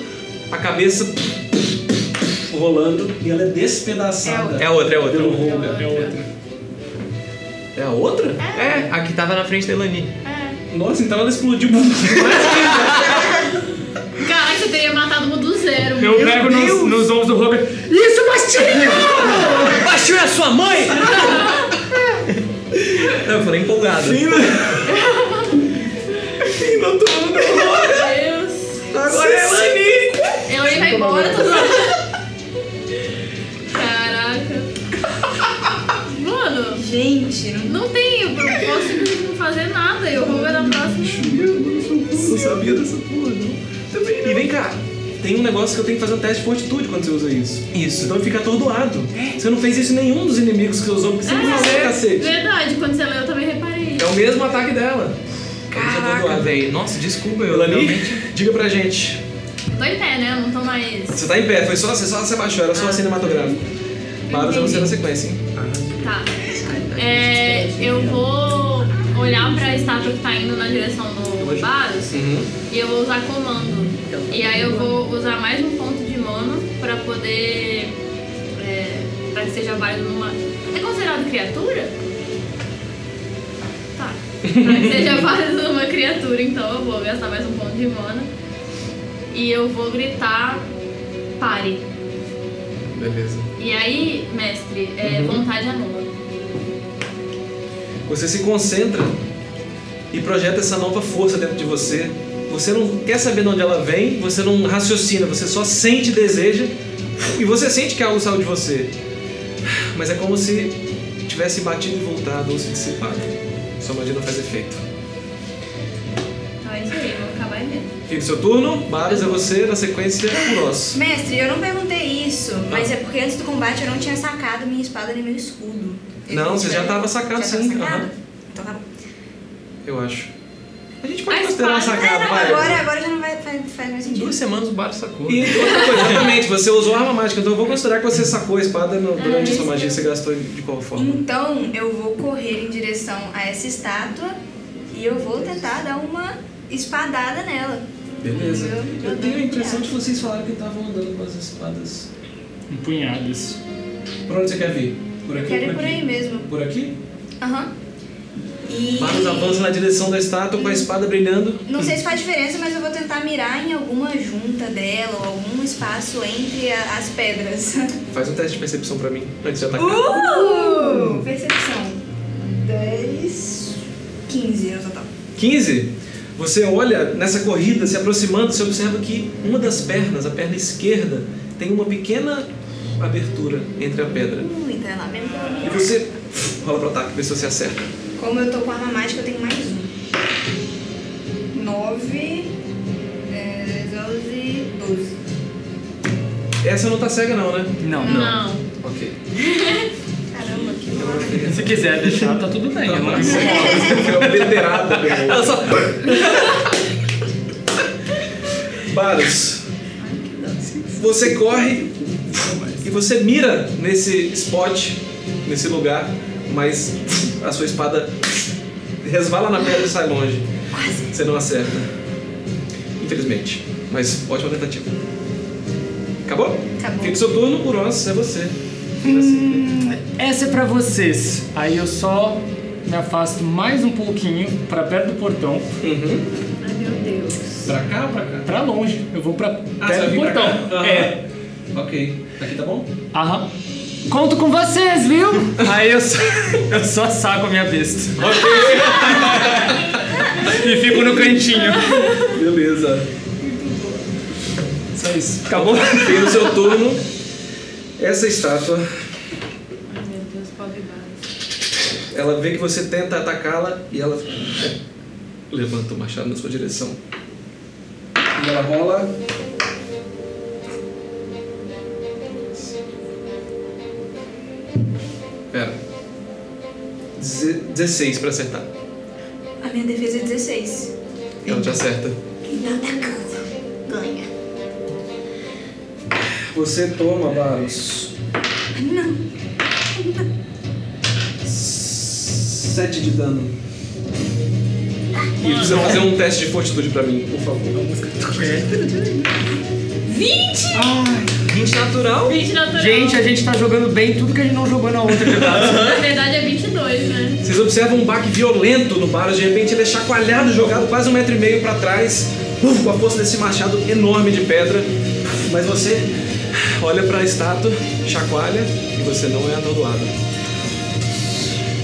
Speaker 2: a cabeça puff, puff, puff, rolando e ela é despedaçada.
Speaker 3: É a outra, é a outra.
Speaker 2: pelo Honda.
Speaker 6: É outra.
Speaker 2: É a outra?
Speaker 3: É, a que tava na frente da Elani.
Speaker 6: É.
Speaker 2: Nossa, então ela explodiu. Mas
Speaker 6: Caraca, eu teria matado uma do zero.
Speaker 4: Eu pego nos,
Speaker 3: Deus!
Speaker 4: nos ombros do Roger.
Speaker 3: Isso, Bastilha! Bastilha é sua mãe?
Speaker 2: Não, eu falei empolgado.
Speaker 6: Meu Deus.
Speaker 2: Agora é Lani!
Speaker 6: Eu ele vai embora, todo mundo. Caraca. Mano,
Speaker 5: Gente, não
Speaker 6: não tem, eu não consigo não fazer nada. Eu vou ver na próxima.
Speaker 2: Não sabia dessa porra, não. Também não. E vem cá, tem um negócio que eu tenho que fazer um teste de fortitude quando você usa isso. Isso. É. Então fica atordoado. Você não fez isso em nenhum dos inimigos que você usou, porque você não usou, cacete.
Speaker 6: verdade, quando você leu, eu também reparei.
Speaker 2: É o mesmo ataque dela.
Speaker 3: Caraca, velho. Nossa, desculpa, eu
Speaker 2: Lani,
Speaker 3: realmente...
Speaker 2: diga pra gente.
Speaker 6: Eu tô em pé, né? Eu não tô mais.
Speaker 2: Você tá em pé, foi só, você só se abaixou, era só cinematográfico. Para
Speaker 6: Entendi.
Speaker 2: você na sequência, hein?
Speaker 6: Tá. É, eu vou olhar pra estátua que tá indo na direção do Barus e eu vou usar comando. E aí eu vou usar mais um ponto de mono pra poder. É, pra que seja válido numa. É considerado criatura? Tá. Pra que seja válido numa criatura, então eu vou gastar mais um ponto de mono. E eu vou gritar. Pare.
Speaker 2: Beleza.
Speaker 6: E aí, mestre, é, vontade anula.
Speaker 2: Você se concentra e projeta essa nova força dentro de você. Você não quer saber de onde ela vem, você não raciocina, você só sente e deseja. E você sente que algo saiu de você. Mas é como se tivesse batido e voltado ou se dissipado. Sua magia não faz efeito.
Speaker 6: Então é isso aí, eu vou acabar aí mesmo.
Speaker 2: Fica o seu turno, Baros é você, na sequência, Kuros.
Speaker 5: Mestre, eu não perguntei isso, mas é porque antes do combate eu não tinha sacado minha espada nem meu escudo. Eu
Speaker 2: Não, você já tava sacado,
Speaker 5: já tava
Speaker 2: sim.
Speaker 5: sacado?
Speaker 2: Aham.
Speaker 5: Então tá bom.
Speaker 2: Eu acho. A gente pode
Speaker 6: Mas
Speaker 2: considerar
Speaker 6: faz, né?
Speaker 2: sacado, vai.
Speaker 5: Agora, agora já não vai, faz, faz mais
Speaker 3: Em
Speaker 5: sentido.
Speaker 3: duas semanas o Baro sacou.
Speaker 2: E outra coisa, exatamente, você usou arma mágica, então eu vou considerar que você sacou a espada no- durante a
Speaker 6: isso
Speaker 2: sua magia que você gastou de qual forma.
Speaker 5: Então eu vou correr em direção a essa estátua e eu vou tentar dar uma espadada nela.
Speaker 2: Beleza.
Speaker 5: Eu-
Speaker 2: Eu tenho a impressão de que vocês falaram que estavam andando com as espadas.
Speaker 4: Um Empunhadas.
Speaker 2: Por onde você quer vir? Por
Speaker 5: Eu
Speaker 2: aqui
Speaker 5: quero
Speaker 2: ou
Speaker 5: ir por
Speaker 2: por
Speaker 5: aí
Speaker 2: aqui?
Speaker 5: mesmo.
Speaker 2: Por aqui?
Speaker 5: Aham. E.
Speaker 2: Marcos avança na direção da estátua com a espada brilhando.
Speaker 5: Não sei se faz diferença, mas eu vou tentar mirar em alguma junta dela ou algum espaço entre a- as pedras.
Speaker 2: Faz um teste de percepção pra mim, antes de atacar.
Speaker 5: Uh! Percepção. 10. 15 no total.
Speaker 2: 15. Você olha nessa corrida, se aproximando, você observa que uma das pernas, a perna esquerda, tem uma pequena abertura entre a pedra.
Speaker 5: Uh, então é lá mesmo que eu vou
Speaker 2: E
Speaker 5: mirar.
Speaker 2: você rola pro ataque, vê se você acerta.
Speaker 5: Como eu tô com arma mágica, eu tenho mais um. 9. é, 12. 12.
Speaker 2: Essa não tá cega não, né?
Speaker 4: Não,
Speaker 6: Não.
Speaker 2: Ok.
Speaker 5: Caramba, que
Speaker 2: Eu
Speaker 5: mal.
Speaker 2: vou pegar essa
Speaker 4: Se quiser deixar, tá tudo bem. Eu não
Speaker 2: Foi obliterada, pegou. Ela só... Baros, você corre e você mira nesse spot, nesse lugar, mas a sua espada resvala na pedra e sai longe. Você não acerta. Infelizmente. Mas ótima tentativa. Acabou?
Speaker 5: Acabou.
Speaker 2: Fica o seu turno, Kuros, é você.
Speaker 4: Hum. Essa é pra vocês. Aí eu só me afasto mais um pouquinho pra perto do portão,
Speaker 2: Uhum.
Speaker 6: Ai, meu Deus.
Speaker 2: Pra cá ou pra cá?
Speaker 4: pra longe. Eu vou pra
Speaker 2: Ah, você
Speaker 4: perto
Speaker 2: vai
Speaker 4: do
Speaker 2: vir pra
Speaker 4: portão.
Speaker 2: cá? Aham.
Speaker 4: É.
Speaker 2: Ok. Aqui tá bom?
Speaker 4: Aham. Conto com vocês, viu? Aí eu só, eu só saco a minha besta. e fico no cantinho.
Speaker 2: Beleza.
Speaker 4: Só isso. Acabou?
Speaker 2: Fim do seu turno. Essa estátua,
Speaker 6: Ai, meu Deus, pobre Barus.
Speaker 2: ela vê que você tenta atacá-la e ela levanta o machado na sua direção. E ela rola. Pera. Deze- 16 pra acertar.
Speaker 5: A minha defesa é 16.
Speaker 2: Ela te acerta.
Speaker 5: Quem tá atacando ganha.
Speaker 2: Você toma, Varus.
Speaker 5: Não.
Speaker 2: 7 de dano. E precisa fazer um teste de fortitude pra mim, por favor.
Speaker 5: 20!
Speaker 2: 20 natural?
Speaker 6: Gente, natural.
Speaker 4: Gente, a gente tá jogando bem tudo que a gente não jogou na outra jogada.
Speaker 6: Na verdade é 22, né?
Speaker 2: Vocês observam um baque violento no Baros, de repente ele é chacoalhado, jogado quase um metro e meio pra trás, uf, com a força desse machado enorme de pedra. Mas você olha pra estátua, chacoalha e você não é atordoado.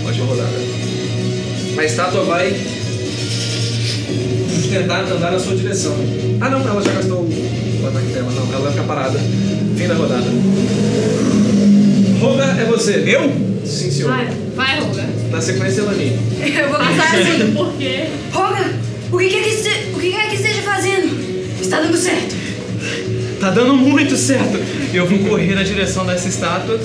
Speaker 2: Ótima rodada. A estátua vai tentar andar na sua direção. Ah não, ela já gastou o ataque dela, não. Ela vai ficar parada. Fim da rodada. Roga é você. Eu? Sim, senhor.
Speaker 6: Vai, vai, Ruga.
Speaker 2: Na sequência, Elani.
Speaker 5: Eu vou
Speaker 6: Passar
Speaker 5: passar
Speaker 6: assim,
Speaker 5: assim.
Speaker 6: porque.
Speaker 5: Roga, o que é que, este- o que, é que esteja fazendo? Está dando certo.
Speaker 2: Tá dando muito certo.
Speaker 3: Eu vou correr na direção dessa estátua.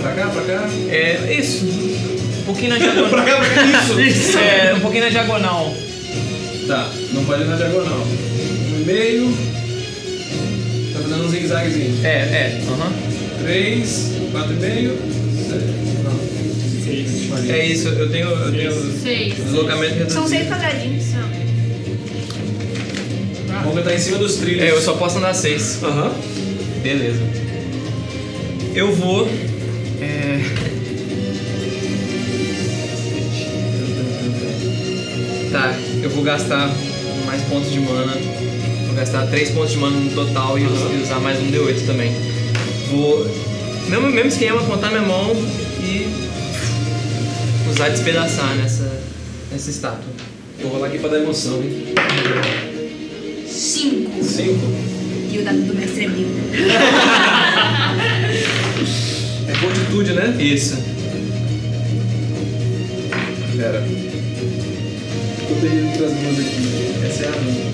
Speaker 2: Pra cá, pra cá.
Speaker 3: É isso. Um pouquinho na
Speaker 2: pra
Speaker 3: diagonal.
Speaker 2: cá, pra cá. Isso.
Speaker 3: É, um pouquinho na diagonal.
Speaker 2: Tá, não pode ir na diagonal. No meio. Tá fazendo um zigue-zaguezinho.
Speaker 3: É, é. Aham.
Speaker 2: 3, 4 e meio.
Speaker 3: É isso, eu tenho. Eu tenho
Speaker 6: Seis.
Speaker 3: deslocamento
Speaker 5: São
Speaker 3: reduzido.
Speaker 5: seis quadradinhos.
Speaker 2: Vamos tá em cima dos trilhos.
Speaker 3: É, eu só posso andar seis.
Speaker 2: Aham.
Speaker 3: Beleza. Eu vou. É. Tá, eu vou gastar mais pontos de mana. Vou gastar 3 pontos de mana no total e us- e usar mais um D8 também. Vou. Mesmo, mesmo esquema, contar minha mão e. usar despedaçar nessa, nessa estátua.
Speaker 2: Vou rolar aqui pra dar emoção, hein?
Speaker 5: Cinco.
Speaker 2: 5.
Speaker 5: E o dado do mestre é mil.
Speaker 2: É fortitude, né?
Speaker 3: Isso.
Speaker 2: Pera. Tô perdendo entre as mãos aqui. Essa é a minha.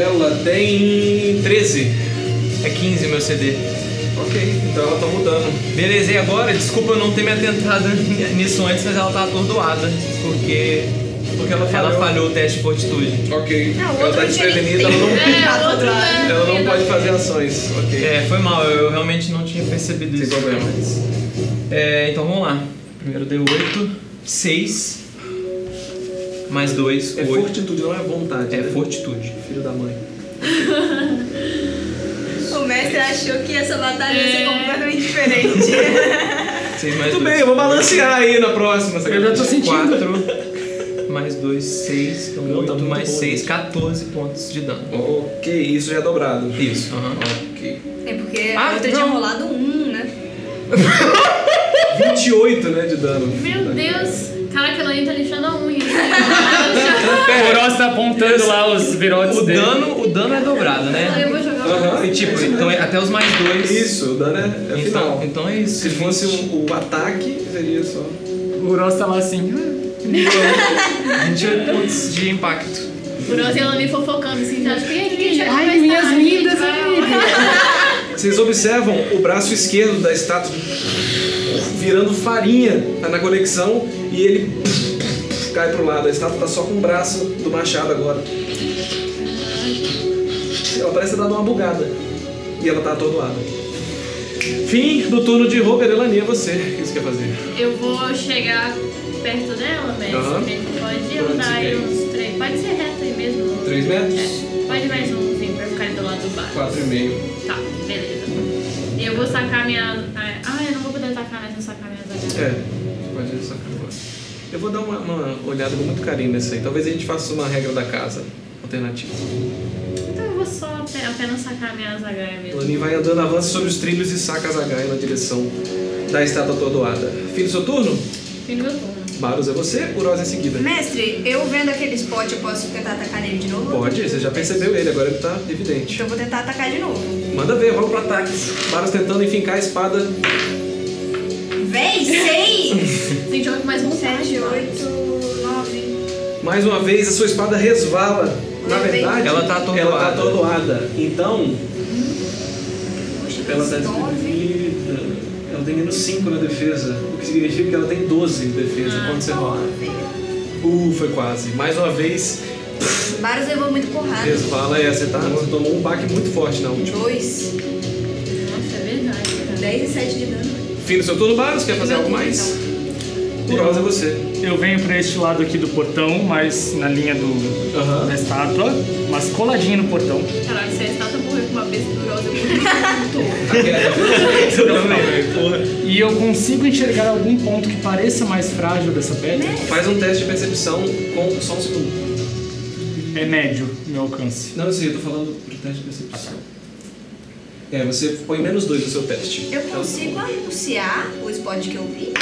Speaker 2: Ela tem 13.
Speaker 3: É 15 o meu CD.
Speaker 2: Ok, então ela tá mudando.
Speaker 3: Beleza, e agora, desculpa eu não ter me atentado nisso antes, mas ela tá atordoada, porque,
Speaker 2: Porque ela falhou.
Speaker 3: ela falhou o teste de fortitude.
Speaker 2: Ok.
Speaker 5: Não,
Speaker 2: ela
Speaker 5: outro
Speaker 2: tá
Speaker 5: dia ele
Speaker 2: desprevenida,
Speaker 5: tem. né?
Speaker 2: ela não,
Speaker 6: É, outro lado.
Speaker 2: Tá ela não pode fazer ações. Ok.
Speaker 3: É, foi mal, eu, eu realmente não tinha percebido
Speaker 2: Sem
Speaker 3: isso.
Speaker 2: problema.
Speaker 3: É, então vamos lá. Primeiro D8, 6, mais 2,
Speaker 2: É
Speaker 3: 8.
Speaker 2: fortitude, não é vontade.
Speaker 3: É
Speaker 2: né?
Speaker 3: fortitude.
Speaker 2: Filho da mãe.
Speaker 5: O mestre achou que essa batalha ia ser
Speaker 6: É.
Speaker 5: completamente diferente.
Speaker 3: 6 mais
Speaker 2: Muito
Speaker 3: 2.
Speaker 2: bem, eu vou balancear aí na próxima. saca?
Speaker 4: Eu já tô sentindo.
Speaker 3: 4, mais 2, 6, então
Speaker 2: Não, tá
Speaker 3: 8
Speaker 2: muito
Speaker 3: mais
Speaker 2: bom
Speaker 3: 6, 14 pontos de dano.
Speaker 2: Ok, isso já é dobrado.
Speaker 3: Isso, aham.
Speaker 2: Ok.
Speaker 5: É porque
Speaker 3: Ah,
Speaker 5: ah, eu tinha
Speaker 3: não.
Speaker 5: rolado um, né?
Speaker 2: 28, né, de dano.
Speaker 6: Meu Deus, caraca, ela ainda tá lixando a unha.
Speaker 4: O Ross tá apontando lá os virotes
Speaker 3: O
Speaker 4: dele.
Speaker 3: dano, o dano é dobrado, né?
Speaker 6: Eu vou jogar o
Speaker 2: Aham,
Speaker 3: E tipo, então é até os mais dois.
Speaker 2: Isso, o dano é, é final.
Speaker 3: Então, então é isso.
Speaker 2: Se fosse o, o ataque, seria só.
Speaker 4: O Ross tá lá assim. "Ah, é
Speaker 3: 28 pontos de impacto.
Speaker 6: Por ontem ela me fofocando assim, já acho que "E aí, gente, vai
Speaker 4: Ai,
Speaker 6: conversar,
Speaker 4: minhas
Speaker 6: gente,
Speaker 4: lindas
Speaker 6: vai lá."
Speaker 2: Vocês observam o braço esquerdo da estátua virando farinha tá na conexão e ele cai pro lado. A estátua tá só com o braço do machado agora. Ela parece ter dado uma bugada. E ela tá atordoada. Fim do turno de Roger Elani, é você. O que você quer fazer?
Speaker 6: Eu vou chegar perto dela, mestre.
Speaker 2: Aham.
Speaker 6: Pode
Speaker 2: Quantos
Speaker 6: andar aí
Speaker 2: que é?
Speaker 6: uns três. Pode ser reto aí mesmo.
Speaker 2: 3 metros?
Speaker 6: É, Pode mais um, sim, pra ficar do lado do bar.
Speaker 2: 4,5.
Speaker 6: Tá, beleza. Eu vou sacar minha. Ah, eu não vou poder atacar, mas eu sacar minhas agora.
Speaker 2: É, pode sacar agora. Eu vou dar uma, uma olhada com muito carinho nessa aí. Talvez a gente faça uma regra da casa alternativa.
Speaker 6: Então eu vou só ape- apenas sacar minhas HM mesmo.
Speaker 2: Lani vai andando, avança sobre os trilhos e saca as Gaia na direção da estátua atordoada. Fim do seu turno?
Speaker 6: Fim do meu turno.
Speaker 2: Barus é você, Uroz em seguida.
Speaker 5: Mestre, eu vendo aquele spot, eu posso tentar atacar nele de novo?
Speaker 2: Pode, você já percebeu ele, agora ele tá evidente.
Speaker 5: Então eu vou tentar atacar de novo.
Speaker 2: Manda ver, rola pro ataque. Barus tentando enfincar a espada.
Speaker 5: Véi, seis!
Speaker 6: Tem jogo mais vontade.
Speaker 5: Um, Sete,
Speaker 6: mano.
Speaker 5: oito, nove.
Speaker 2: Mais uma vez, a sua espada resvala. Na
Speaker 5: Levei.
Speaker 2: verdade,
Speaker 3: Ela tá atordoada.
Speaker 2: Ela tá atordoada. Então,
Speaker 5: Poxa,
Speaker 2: ela tá
Speaker 5: nove.
Speaker 2: desprevenida. Ela tem menos 5 na defesa, o que significa que ela tem 12 de defesa
Speaker 5: Ah,
Speaker 2: quando você rola. Uh, foi quase. Mais uma vez,
Speaker 5: Vários levou muito porrada.
Speaker 2: resvala é, você, tá, você tomou um baque muito forte na última.
Speaker 5: Dois.
Speaker 6: Nossa, é verdade, cara.
Speaker 5: Dez e sete de dano.
Speaker 2: Fim do seu turno, Baros, quer fazer
Speaker 5: Meu
Speaker 2: algo
Speaker 5: turno,
Speaker 2: mais? Curiosa é você.
Speaker 4: Eu venho pra este lado aqui do portão, mas na linha do, da estátua, mas coladinho no portão.
Speaker 6: Caralho, se a estátua morrer com uma peça durosa, eu morri.
Speaker 2: Tá quieto. Porra.
Speaker 4: E eu consigo enxergar algum ponto que pareça mais frágil dessa pedra.
Speaker 2: Faz um teste de percepção com só um segundo.
Speaker 4: É médio meu alcance.
Speaker 5: Ah,
Speaker 2: Não, eu sei, eu tô falando pro teste de percepção. É, você põe menos dois no seu teste.
Speaker 5: tá. Eu consigo anunciar o spot que eu vi?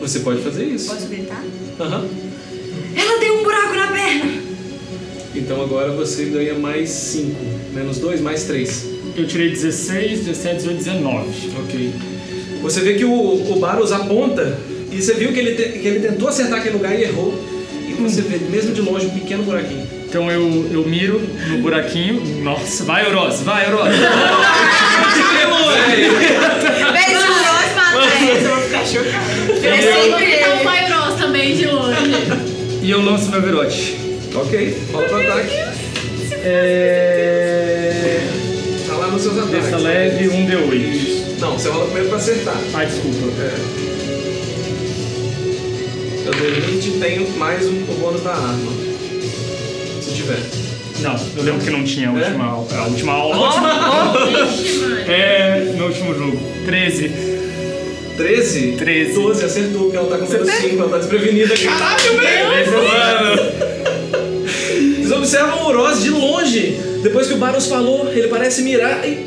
Speaker 2: Você pode fazer isso.
Speaker 5: Posso gritar?
Speaker 2: Aham.
Speaker 5: Ela tem um buraco na perna!
Speaker 2: Então agora você ganha mais 5. Menos 2, mais 3.
Speaker 4: Eu tirei 16, 17, 18, 19.
Speaker 2: Ok. Você vê que o, o Baros aponta e você viu que ele, te- que ele tentou acertar aquele lugar e errou. E você vê, mesmo de longe, um pequeno buraquinho.
Speaker 4: Então eu, eu miro no buraquinho. Nossa, vai, Oroz, vai, Oroz.
Speaker 5: Véi, se o Ross matar essa, eu vou ficar chocada. Eu
Speaker 6: Eu vou
Speaker 5: sempre
Speaker 6: gritar um
Speaker 5: eu.
Speaker 6: pai grosso também de longe.
Speaker 4: e eu lanço meu virote.
Speaker 2: Ok, rola pro ataque.
Speaker 4: É.
Speaker 2: Tá lá nos seus ataques.
Speaker 4: Testa leve, 1d8.
Speaker 2: Não, você rola primeiro pra acertar.
Speaker 4: Ah, desculpa.
Speaker 2: É. Eu dei 20 e tenho mais um o bônus da arma. Se tiver.
Speaker 4: Não, eu lembro que não tinha
Speaker 3: É?
Speaker 4: a última aula. É, A última aula.
Speaker 6: Ixi,
Speaker 3: Ah!
Speaker 6: mano.
Speaker 4: É, no último jogo. 13.
Speaker 2: 13?
Speaker 4: 13.
Speaker 2: 12, acertou, porque ela tá com menos 5, ela tá desprevenida. Caralho, velho! Vocês observam o Oroz de longe. Depois que o Baros falou, ele parece mirar e.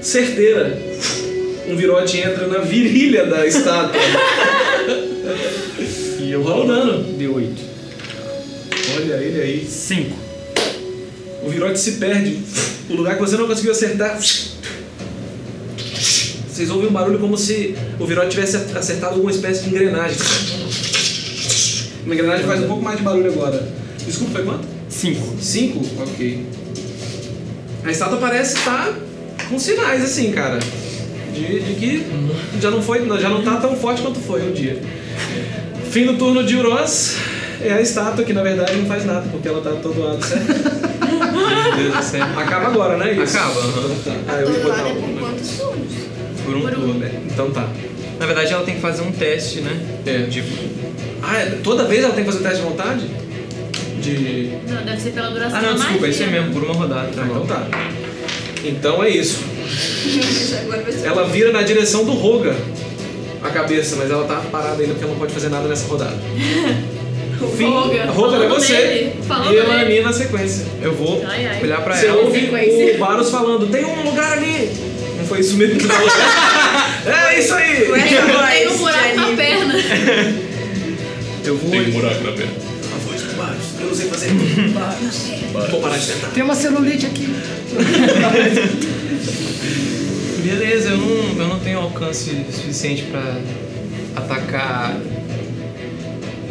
Speaker 2: Certeira. Um virote entra na virilha da estátua.
Speaker 4: E eu
Speaker 2: Rola o dano.
Speaker 4: D8.
Speaker 2: Olha ele aí.
Speaker 4: 5.
Speaker 2: O virote se perde. O lugar que você não conseguiu acertar. Vocês ouvem um barulho como se o virote tivesse acertado alguma espécie de engrenagem. Uma engrenagem faz um pouco mais de barulho agora. Desculpa, foi quanto?
Speaker 4: 5.
Speaker 2: Cinco? Ok. A estátua parece estar com sinais, assim, cara. De, de que já não, foi, já não tá tão forte quanto foi um dia. Fim do turno de Uros. É a estátua que, na verdade, não faz nada, porque ela tá atordoada, certo?
Speaker 3: Meu Deus do céu.
Speaker 2: Acaba agora, né? Isso?
Speaker 3: Acaba, aham.
Speaker 2: Tá. Ah, eu vou botar
Speaker 5: Atordoada
Speaker 2: um.
Speaker 5: por quantos turnos?
Speaker 3: Por um turno.
Speaker 2: né? Então tá.
Speaker 3: Na verdade, ela tem que fazer um teste, né?
Speaker 2: É.
Speaker 3: Tipo,
Speaker 2: Ah, é- toda vez ela tem que fazer teste de vontade? De...
Speaker 6: Não, deve ser pela duração
Speaker 3: ah, não,
Speaker 6: da
Speaker 3: desculpa,
Speaker 6: magia.
Speaker 3: é isso aí mesmo, por uma rodada.
Speaker 2: Ah, então tá. Então é isso.
Speaker 5: Agora vai ser.
Speaker 2: Ela vira na direção do Roga a cabeça, mas ela tá parada ainda porque ela não pode fazer nada nessa rodada. Fim.
Speaker 6: Roga.
Speaker 2: Roga é
Speaker 6: Falando
Speaker 2: você.
Speaker 6: nele. Falando
Speaker 2: E ela
Speaker 6: nele.
Speaker 2: na sequência.
Speaker 3: Eu vou
Speaker 6: Ai, ai.
Speaker 3: olhar pra
Speaker 2: Você
Speaker 3: ela.
Speaker 2: ouve
Speaker 6: sequência.
Speaker 2: o Baros falando, tem um lugar ali. Não foi isso mesmo que falou. é isso aí.
Speaker 5: Ué,
Speaker 6: Tem um
Speaker 5: voz de
Speaker 6: buraco na
Speaker 5: anime.
Speaker 6: perna.
Speaker 3: Eu vou.
Speaker 8: Tem um buraco na perna.
Speaker 2: A voz do Baros. Eu não sei fazer. Vou parar de tentar.
Speaker 4: Tem uma celulite aqui.
Speaker 3: Beleza, eu não, eu não tenho alcance suficiente pra atacar.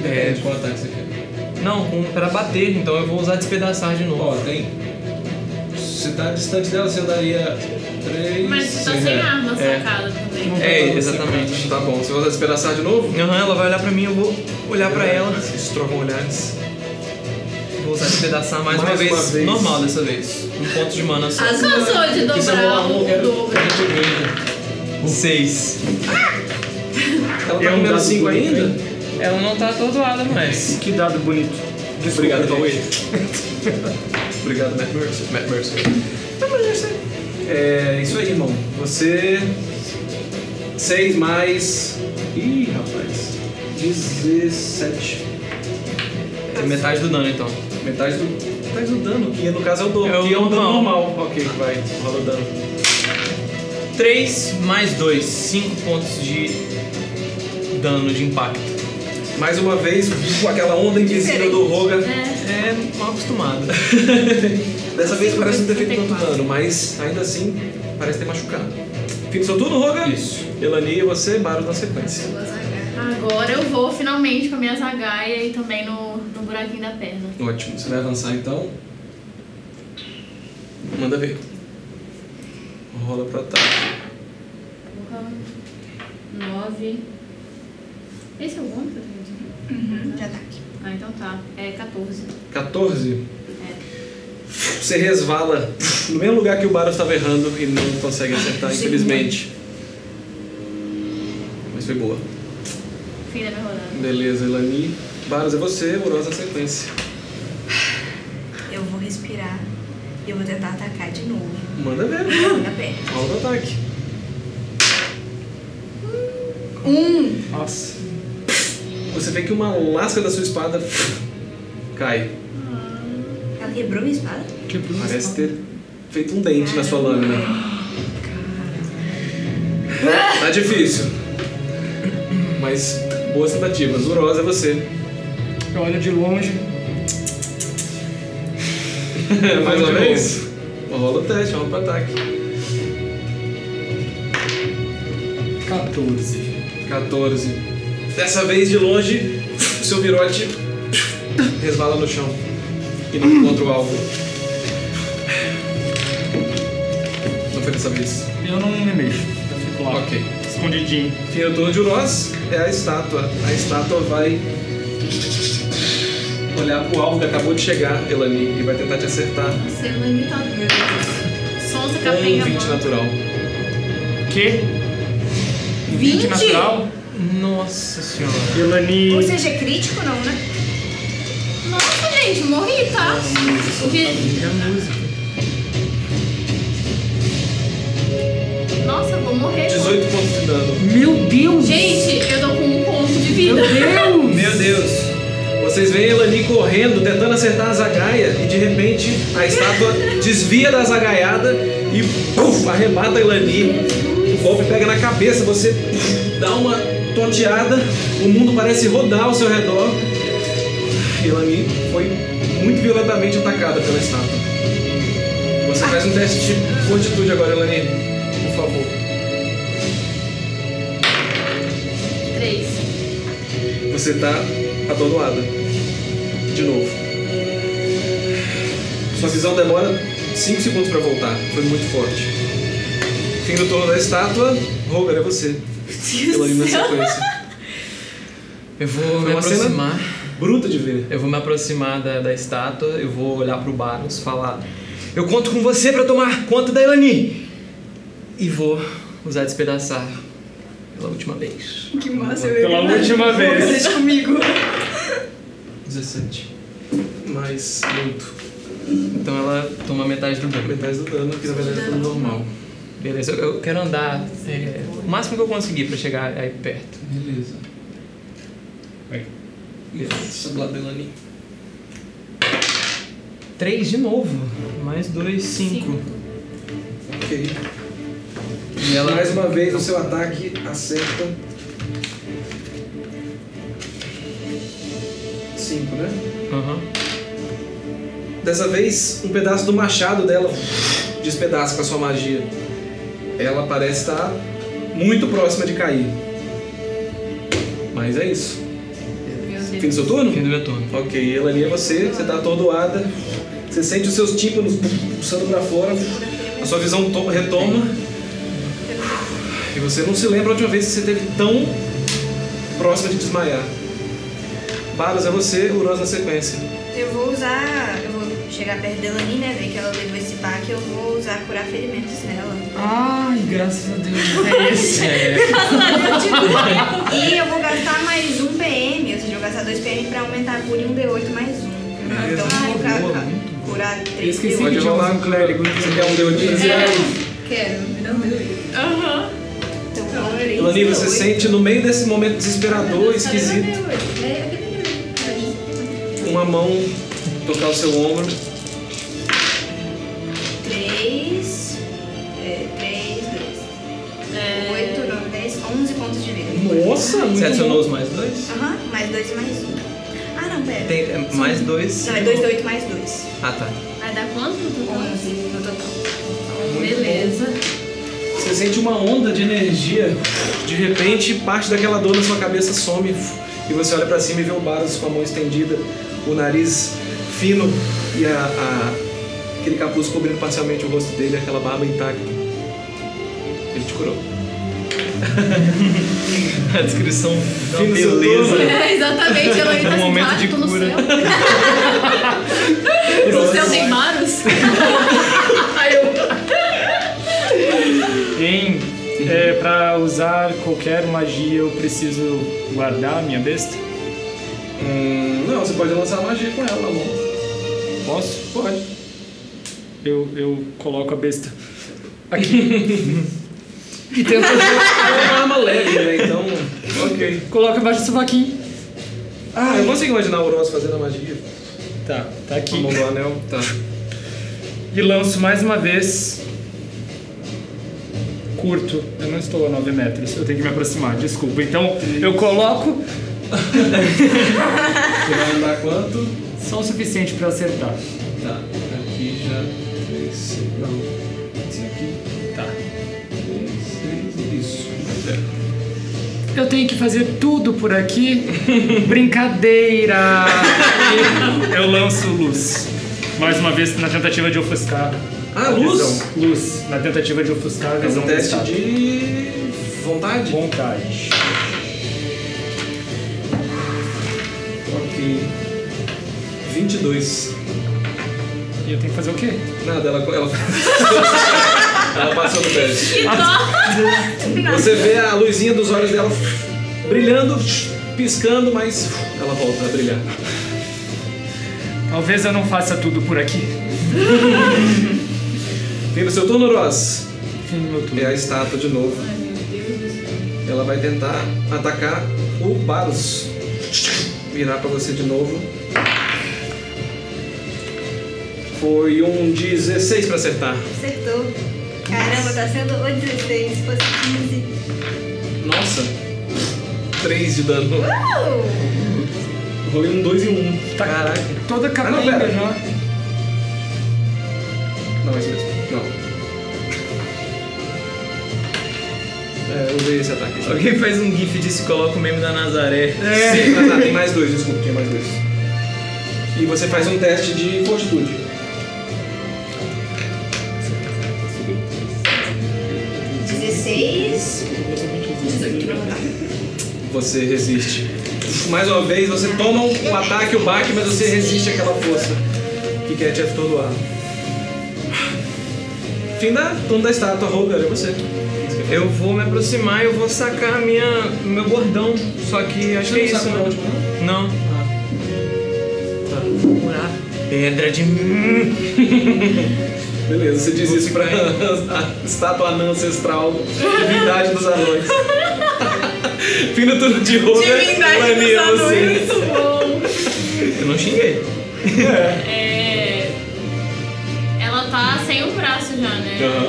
Speaker 3: É,
Speaker 2: qual ataque você quer?
Speaker 3: não, um, pra bater, então eu vou usar despedaçar de novo.
Speaker 2: tem. Você tá distante dela, você andaria 3.
Speaker 6: Mas você tá
Speaker 2: é.
Speaker 6: sem arma sacada também.
Speaker 3: É, exatamente.
Speaker 2: Tá bom, você vai despedaçar de novo?
Speaker 3: Aham, ela vai olhar pra mim, eu vou olhar pra ela.
Speaker 2: Vocês trocam olhares.
Speaker 3: Vou usar despedaçar mais,
Speaker 2: Mais
Speaker 3: uma, vez,
Speaker 2: uma vez.
Speaker 3: Normal dessa vez. Um ponto de mana só.
Speaker 5: As mãos.
Speaker 2: é
Speaker 6: Cansou de dobrar o dobro.
Speaker 3: Seis.
Speaker 2: Ela tá
Speaker 4: É
Speaker 2: com
Speaker 4: um
Speaker 2: menos
Speaker 4: dado
Speaker 2: 5
Speaker 4: todo,
Speaker 2: ainda?
Speaker 3: Ela não tá atordoada mais.
Speaker 4: Que dado bonito. Desculpa,
Speaker 2: Obrigado, Cauê.
Speaker 4: gente.
Speaker 2: Obrigado, Matt Mercer. Matt Mercer. Matt Mercer. É isso aí, irmão. Você. 6 mais. Ih, rapaz. 17.
Speaker 3: É metade do dano então.
Speaker 2: Metade do. Metade do dano, que no caso é o dobro.
Speaker 3: É o
Speaker 2: que é um dano
Speaker 3: normal.
Speaker 2: normal. Ok, vai. Rola o dano.
Speaker 3: 3 mais 2, 5 pontos de dano de impacto.
Speaker 2: Mais uma vez, com aquela onda invisível do Roga.
Speaker 3: É mal acostumado.
Speaker 2: Dessa vez parece não ter feito tanto dano, mas ainda assim parece ter machucado. Fim do seu turno, Roga? Isso. Elani e você, Baros na sequência.
Speaker 6: Agora eu vou finalmente com a minha zagaia e também no, no buraquinho da perna.
Speaker 2: Ótimo, você vai avançar então. Manda ver. Rola pro ataque.
Speaker 6: Porra. Nove. Esse é o bônus que eu tenho aqui?
Speaker 5: De ataque.
Speaker 6: Ah, então tá. É 14.
Speaker 2: 14. Você resvala no mesmo lugar que o Baros estava errando e não consegue acertar, infelizmente. Mas foi boa.
Speaker 6: Fim da minha rodada.
Speaker 2: Beleza, Elani. Baros é você, Urosa na sequência.
Speaker 5: Eu vou respirar. E eu vou tentar atacar de novo.
Speaker 2: Manda ver. né?
Speaker 5: Na perna.
Speaker 2: Rola pro ataque.
Speaker 5: Um.
Speaker 4: Nossa.
Speaker 2: Você vê que uma lasca da sua espada cai.
Speaker 5: Ela quebrou minha espada?
Speaker 2: Parece ter feito um dente na sua lâmina. Tá difícil. Mas boas tentativas. Urosa é você.
Speaker 4: Eu olho de longe.
Speaker 2: É, Mais uma
Speaker 4: de
Speaker 2: vez? Rola o teste, rola pro ataque.
Speaker 4: 14.
Speaker 2: 14. Dessa vez de longe, o seu virote resvala no chão e não encontra o alvo. Não foi dessa vez.
Speaker 4: Eu não me mexo. Eu fico lá.
Speaker 2: Ok.
Speaker 4: Escondidinho.
Speaker 2: Fim do turno de Uroz é a estátua. A estátua vai olhar pro alvo que acabou de chegar, Elani, e vai tentar te acertar
Speaker 6: Você não imita meu Deus. Sonsa
Speaker 2: com um
Speaker 6: capenga.
Speaker 2: 20
Speaker 6: mano.
Speaker 2: natural.
Speaker 4: Que?
Speaker 5: 20?
Speaker 4: natural?
Speaker 3: Nossa senhora.
Speaker 5: Ou
Speaker 4: Elani.
Speaker 5: seja, é crítico não, né?
Speaker 6: Nossa, gente, morri, tá? Gente,
Speaker 7: É a música.
Speaker 6: nossa, vou morrer.
Speaker 2: 18 pontos de dano.
Speaker 4: Meu Deus!
Speaker 6: Gente, eu tô com um ponto de
Speaker 4: Meu
Speaker 6: vida.
Speaker 4: Deus!
Speaker 2: Meu Deus! Vocês veem Elani correndo, tentando acertar a zagaia, e de repente a estátua desvia da zagaiada e puf, arrebata a Elani. O golpe pega na cabeça, você puf, dá uma tonteada, o mundo parece rodar ao seu redor. Elani foi muito violentamente atacada pela estátua. Você faz um teste de fortitude agora, Elani. Por favor.
Speaker 6: Três.
Speaker 2: Você tá atordoada. De novo. Sua visão demora 5 segundos pra voltar. Foi muito forte. Fim do turno da estátua. Roger, é você. Pela linda sequência.
Speaker 3: Eu vou
Speaker 2: Foi
Speaker 3: me
Speaker 2: uma cena-
Speaker 3: aproximar.
Speaker 2: Bruta de ver.
Speaker 3: Eu vou me aproximar da, da estátua, eu vou olhar pro Baros, falar: Eu conto com você pra tomar conta da Elani! E vou usar despedaçar pela última vez.
Speaker 5: Que massa, eu
Speaker 4: Pela última vez.
Speaker 5: Deixa comigo.
Speaker 3: 17.
Speaker 2: Mas muito.
Speaker 3: Então ela toma metade do dano.
Speaker 2: Metade do dano, que na verdade é tudo normal.
Speaker 3: Beleza, eu, eu quero andar é, o máximo que eu conseguir pra chegar aí perto.
Speaker 2: Beleza.
Speaker 7: Vai.
Speaker 2: Beleza. Do lado da Elani.
Speaker 3: 3 de novo, mais 2, 5.
Speaker 2: Ok.
Speaker 3: E ela.
Speaker 2: Mais uma vez o seu ataque acerta. 5, né?
Speaker 3: Aham.
Speaker 2: Dessa vez, um pedaço do machado dela despedaça com a sua magia. Ela parece estar muito próxima de cair. Mas é isso. Fim do seu turno?
Speaker 3: Fim do meu turno.
Speaker 2: Ok, ela ali é você, você tá atordoada. Você sente os seus tímpanos pulsando pra fora. A sua visão to- retoma. E você não se lembra a última vez que você esteve tão próxima de desmaiar. Baros é você, Uroz na sequência.
Speaker 5: Eu vou usar. Eu vou chegar perto dela ali, né? Ver que ela levou esse pack. Eu vou usar curar ferimentos nela.
Speaker 4: Ai, graças a Deus. É isso.
Speaker 5: tipo, E eu vou gastar mais um PM, ou seja, eu vou gastar dois PM pra aumentar por um D8 mais um.
Speaker 4: Ah,
Speaker 5: Então eu vou
Speaker 2: boa,
Speaker 5: ca- curar
Speaker 4: Eu
Speaker 5: 3
Speaker 4: esqueci
Speaker 2: Pode
Speaker 4: que
Speaker 5: D8.
Speaker 4: tinha
Speaker 2: rolar.
Speaker 4: um clérigo.
Speaker 2: Você quer um deu de
Speaker 5: Quero, me dá um D8.
Speaker 6: Aham.
Speaker 5: Então eu vou três
Speaker 2: Elani, você
Speaker 5: D8.
Speaker 2: sente no meio desse momento desesperador, esquisito,
Speaker 5: É, aquele
Speaker 2: uma mão tocar o seu ombro.
Speaker 5: 3, é, 3, 2, 8, 9, 10, 11 pontos de vida.
Speaker 2: Nossa,
Speaker 3: Você
Speaker 2: muito
Speaker 3: adicionou
Speaker 2: bom.
Speaker 3: os mais dois?
Speaker 5: Aham, mais 2 mais 1. Ah, não, pera.
Speaker 3: Tem é, mais dois.
Speaker 5: Não, é 2 D8 mais 2.
Speaker 3: Ah tá.
Speaker 6: Vai dar quanto? assim,
Speaker 5: 11 no total.
Speaker 6: Beleza.
Speaker 2: Você sente uma onda de energia. De repente, parte daquela dor na sua cabeça some e você olha pra cima e vê o Baros com a mão estendida, o nariz fino e a- a- aquele capuz cobrindo parcialmente o rosto dele, aquela barba intacta. Ele te curou.
Speaker 3: A descrição da
Speaker 2: Fim do seu
Speaker 3: beleza.
Speaker 2: turno.
Speaker 6: É, exatamente, ela ainda tá assim,
Speaker 3: momento
Speaker 6: claro,
Speaker 3: de
Speaker 6: tô no
Speaker 3: cura.
Speaker 6: céu. no céu tem Maros? Aí eu.
Speaker 4: Em, é, pra usar qualquer magia, eu preciso guardar a minha besta?
Speaker 2: Hum, não, você pode lançar magia com ela na mão.
Speaker 4: Posso?
Speaker 2: Pode.
Speaker 4: Eu, eu coloco a besta aqui. e tento.
Speaker 2: É uma arma leve, né? Então. Ok.
Speaker 4: Coloca abaixo do sovaquinho.
Speaker 2: Ah, eu consigo imaginar o Uros fazendo a magia.
Speaker 4: Tá, tá
Speaker 2: Com a mão
Speaker 4: aqui.
Speaker 2: do anel. Tá.
Speaker 4: E lanço mais uma vez. curto. Eu não estou a 9 metros, eu tenho que me aproximar, desculpa. Então eu coloco.
Speaker 2: Você vai andar quanto?
Speaker 4: Só o suficiente para acertar.
Speaker 2: Tá, aqui já. três, seis, Não, esse aqui. Tá. três, seis, Isso, certo.
Speaker 4: Eu tenho que fazer tudo por aqui. Brincadeira! eu lanço luz. Mais uma vez, na tentativa de ofuscar.
Speaker 2: Ah,
Speaker 4: a
Speaker 2: luz?
Speaker 4: visão. Luz. Na tentativa de ofuscar a
Speaker 2: É
Speaker 4: visão
Speaker 2: um
Speaker 4: do
Speaker 2: teste
Speaker 4: Estado.
Speaker 2: de. vontade?
Speaker 4: Vontade.
Speaker 2: Ok. 22.
Speaker 4: E eu tenho que fazer o quê?
Speaker 2: Nada, ela. Ela, ela passou no teste.
Speaker 6: Que dó!
Speaker 2: Você vê a luzinha dos olhos dela brilhando, piscando, mas ela volta a brilhar.
Speaker 4: Talvez eu não faça tudo por aqui.
Speaker 2: Vem pro seu turno, Ross.
Speaker 4: Fim do meu turno.
Speaker 2: É a estátua de novo. Ela vai tentar atacar o Baros. Virar pra você de novo. Foi um 16 pra acertar.
Speaker 5: Acertou. Caramba, tá sendo o 16, se fosse 15.
Speaker 2: Nossa! 3 de dano.
Speaker 5: Uh!
Speaker 2: Rolei um 2 e 1. Um.
Speaker 4: Tá
Speaker 2: Caraca.
Speaker 4: toda
Speaker 2: Ah, não,
Speaker 4: capenga
Speaker 2: pera.
Speaker 4: já.
Speaker 2: Não, é isso mesmo. Não. É, eu usei esse ataque. Esse
Speaker 3: Alguém faz um gif disso e coloca o meme da Nazaré.
Speaker 2: É. Sim, tá, tá, tem mais dois, desculpa, tem mais dois. E você faz um teste de fortitude.
Speaker 5: Uh! 16.
Speaker 2: Você resiste. Mais uma vez, você toma o ataque, o baque, mas você resiste àquela força que quer te atordoar. Fim da turno da estátua, Rogar, é você.
Speaker 3: Eu vou me aproximar e eu vou sacar a minha, meu bordão. Só que acho que é isso, né? Não. Tá. Pedra de mim.
Speaker 2: Beleza, você diz isso pra a estátua anã ancestral, divindade dos anões. Fim do turno de né? Rogar,
Speaker 6: Divindade dos
Speaker 2: Lania, você.
Speaker 6: anões. né? é Muito bom.
Speaker 3: Eu não xinguei.
Speaker 6: É... Ela tá sem o braço já, né?
Speaker 2: Aham.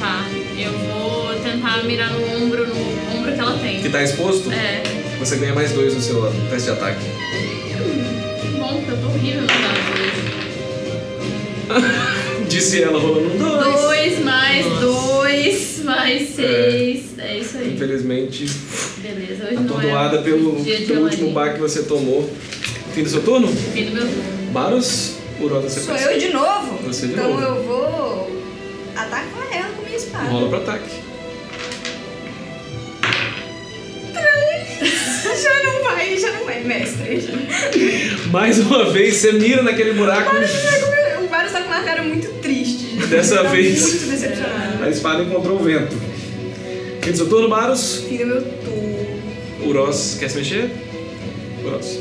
Speaker 6: Tá. Eu vou tentar mirar no ombro, no ombro que ela tem.
Speaker 2: Que tá exposto,
Speaker 6: É.
Speaker 2: você ganha mais dois no seu teste de ataque.
Speaker 6: Que bom, porque eu tô horrível no dado hoje.
Speaker 2: Disse ela rolando um dano.
Speaker 6: Dois mais dois mais seis. É, isso aí.
Speaker 2: Infelizmente,
Speaker 6: Beleza, hoje não é.
Speaker 2: Tá atordoada pelo,
Speaker 6: dia de
Speaker 2: pelo último
Speaker 6: Elaine.
Speaker 2: baque que você tomou. Fim do seu turno?
Speaker 6: Fim do meu turno.
Speaker 2: Baros, Urosa, você
Speaker 5: Sou
Speaker 2: passa.
Speaker 5: eu de novo?
Speaker 2: Você de
Speaker 5: então
Speaker 2: novo.
Speaker 5: eu vou atacar ela com minha espada.
Speaker 2: Rola pro ataque.
Speaker 5: já não vai, já não vai, mestre.
Speaker 2: Mais uma vez, você mira naquele buraco.
Speaker 5: O Varus tá com uma cara muito triste. gente.
Speaker 2: Dessa
Speaker 5: tá
Speaker 2: vez.
Speaker 5: muito decepcionado.
Speaker 2: A espada encontrou o vento. Fim do seu turno, Baros.
Speaker 5: Fim do meu turno.
Speaker 2: Uros, quer se mexer? Uros.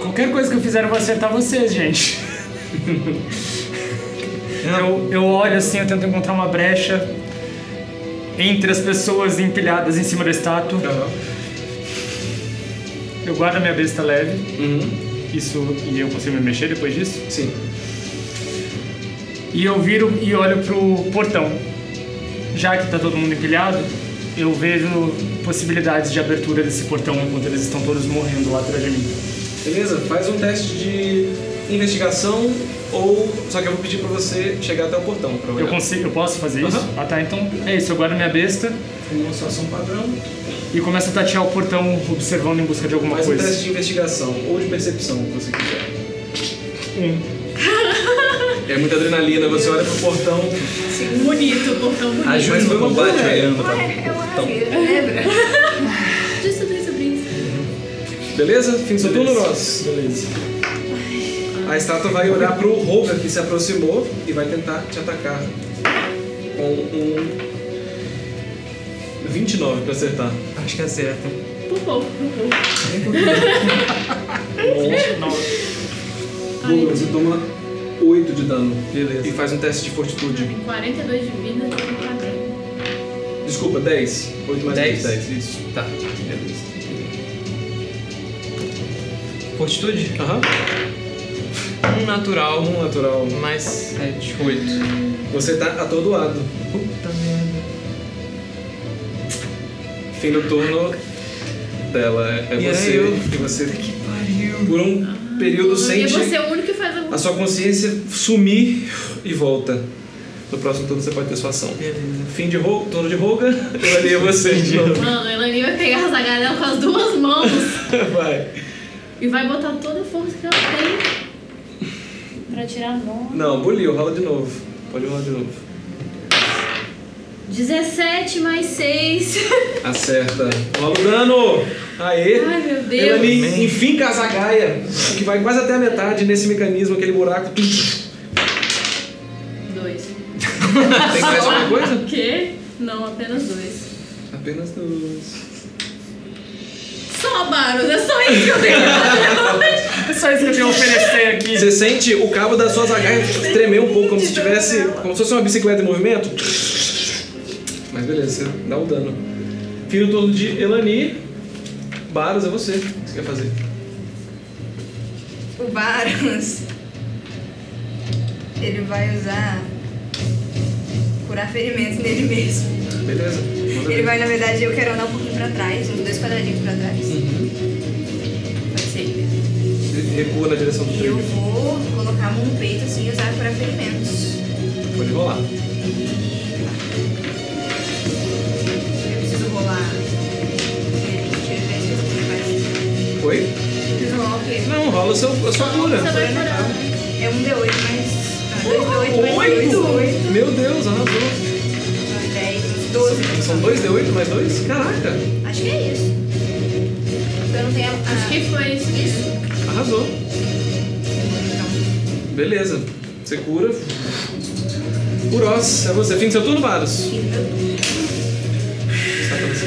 Speaker 4: Qualquer coisa que eu fizer eu vou acertar vocês, gente. Eu, eu olho assim, eu tento encontrar uma brecha entre as pessoas empilhadas em cima da estátua.
Speaker 2: Tá
Speaker 4: Eu guardo a minha besta leve.
Speaker 2: Uhum.
Speaker 4: Isso e eu consigo me mexer depois disso.
Speaker 2: Sim.
Speaker 4: E eu viro e olho pro portão. Já que tá todo mundo empilhado, eu vejo possibilidades de abertura desse portão enquanto eles estão todos morrendo lá atrás de mim.
Speaker 2: Beleza, faz um teste de investigação ou. Só que eu vou pedir pra você chegar até o portão pra olhar.
Speaker 4: Eu consigo, eu posso fazer
Speaker 2: Aham.
Speaker 4: isso? Ah tá, então é isso, eu guardo minha besta
Speaker 2: Demonstração padrão.
Speaker 4: e começo a tatear o portão observando em busca de alguma
Speaker 2: Faz um
Speaker 4: coisa.
Speaker 2: teste de investigação ou de percepção, o que você quiser.
Speaker 4: Um.
Speaker 2: É muita adrenalina, você olha pro portão.
Speaker 6: Bonito, o portão bonito.
Speaker 2: Mas foi uma boa ideia.
Speaker 5: Ué, é eu arrasei, lembra?
Speaker 6: Deixa eu subir sobre isso.
Speaker 2: Beleza? Fim do seu turno, Ross.
Speaker 4: Beleza.
Speaker 2: A estátua vai olhar pro Rover que se aproximou e vai tentar te atacar. Com um. 29 pra acertar.
Speaker 3: Acho que acerta.
Speaker 6: Por pouco, por pouco.
Speaker 2: Rover, você toma 8 de dano.
Speaker 3: Beleza.
Speaker 2: E faz um teste de fortitude.
Speaker 6: 42 de vida, tá eu vou ficar bem.
Speaker 2: Desculpa, 10. 8 mais 10,
Speaker 3: Dez?
Speaker 2: 10. Isso.
Speaker 3: Tá.
Speaker 2: Beleza.
Speaker 3: Fortitude?
Speaker 2: Aham.
Speaker 3: Um natural.
Speaker 2: Um natural.
Speaker 3: Mais sete, oito.
Speaker 2: Você tá atordoado.
Speaker 3: Puta merda.
Speaker 2: Fim do turno dela. É
Speaker 3: E era
Speaker 2: você.
Speaker 3: eu.
Speaker 2: E você,
Speaker 3: Que pariu. Ah,
Speaker 2: por um período,
Speaker 6: E
Speaker 2: sente
Speaker 6: você é o único que faz alguma
Speaker 2: a sua consciência sumir e volta. No próximo turno você pode ter sua ação.
Speaker 3: Beleza.
Speaker 2: Fim de Ro- turno de Roga, eu ali é você de novo.
Speaker 6: Mano, a Elani vai pegar essa galera com as duas mãos
Speaker 2: Vai.
Speaker 6: e vai botar toda a força que ela tem pra tirar a mão.
Speaker 2: Não, boliu, rola de novo. Pode rolar de novo.
Speaker 6: 17 mais 6.
Speaker 2: Acerta. Rola o dano. Aê.
Speaker 6: Ai, meu Deus.
Speaker 2: Ele ali enfinca a zagaia, que vai quase até a metade nesse mecanismo, aquele buraco. Tem
Speaker 6: 2.
Speaker 2: mais alguma coisa?
Speaker 6: O quê? Não, apenas dois.
Speaker 2: Apenas dois.
Speaker 6: Só, Baros, é só isso que eu tenho.
Speaker 4: É só isso que eu tenho a oferecer aqui.
Speaker 2: Você sente o cabo da sua zagaia tremer um pouco, como se tivesse. como se fosse uma bicicleta em movimento. Mas beleza, você dá o dano. Fim do turno de Elani. Baros, é você. O que você quer fazer?
Speaker 5: O Baros. Ele vai usar. curar ferimentos nele mesmo.
Speaker 2: Beleza. Manda
Speaker 5: Ele
Speaker 2: ver.
Speaker 5: vai, na verdade, eu quero andar um pouquinho pra trás, uns dois quadradinhos pra trás. Pode ser.
Speaker 2: Ele Recua na direção do
Speaker 5: E eu
Speaker 2: trio.
Speaker 5: vou colocar a mão no peito assim e usar curar ferimentos.
Speaker 2: Pode rolar.
Speaker 5: Eu preciso rolar.
Speaker 2: Foi?
Speaker 5: Preciso rolar o quê?
Speaker 2: Não, rola o seu, a sua cura.
Speaker 6: Você vai curar.
Speaker 5: É um D8, mas. Dois D8, mais dois
Speaker 2: Oito?
Speaker 5: D8.
Speaker 2: Meu Deus, arrasou.
Speaker 5: 10, 12.
Speaker 2: São dois D8 mais dois? Caraca,
Speaker 5: Acho que é isso. Eu não tenho a.
Speaker 6: Acho que foi isso. mesmo.
Speaker 2: arrasou.
Speaker 5: Então,
Speaker 2: Beleza. Você cura. Uros, é você. Fim do seu turno, Varus.
Speaker 5: então.
Speaker 2: Está pra você.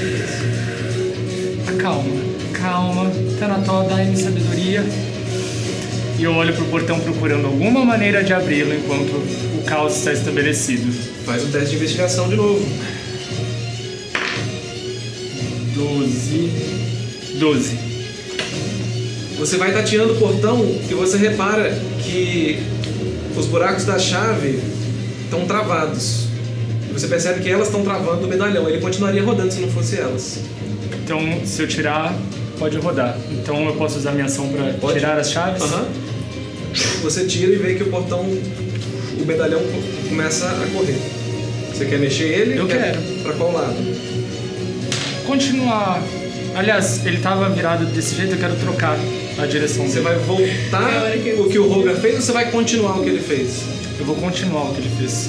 Speaker 4: Calma, calma. Tá Tanató, dá-me sabedoria. E eu olho pro portão procurando alguma maneira de abri-lo enquanto o caos está estabelecido.
Speaker 2: Faz um teste de investigação de novo.
Speaker 4: 12. 12.
Speaker 2: Você vai tateando o portão e você repara que os buracos da chave estão travados. E Você percebe que elas estão travando o medalhão. Ele continuaria rodando se não fosse elas.
Speaker 4: Então, se eu tirar, pode rodar. Então, eu posso usar minha ação pra
Speaker 2: Pode.
Speaker 4: tirar as chaves?
Speaker 2: Aham. Você tira e vê que o portão, o medalhão co- começa a correr. Você quer mexer ele?
Speaker 4: Eu
Speaker 2: Quer-
Speaker 4: quero.
Speaker 2: Pra qual lado?
Speaker 4: Continuar. Aliás, ele tava virado desse jeito, eu quero trocar a direção
Speaker 2: Você
Speaker 4: dele.
Speaker 2: vai voltar o que o Roger fez ou você vai continuar o que ele fez?
Speaker 4: Eu vou continuar o que ele fez.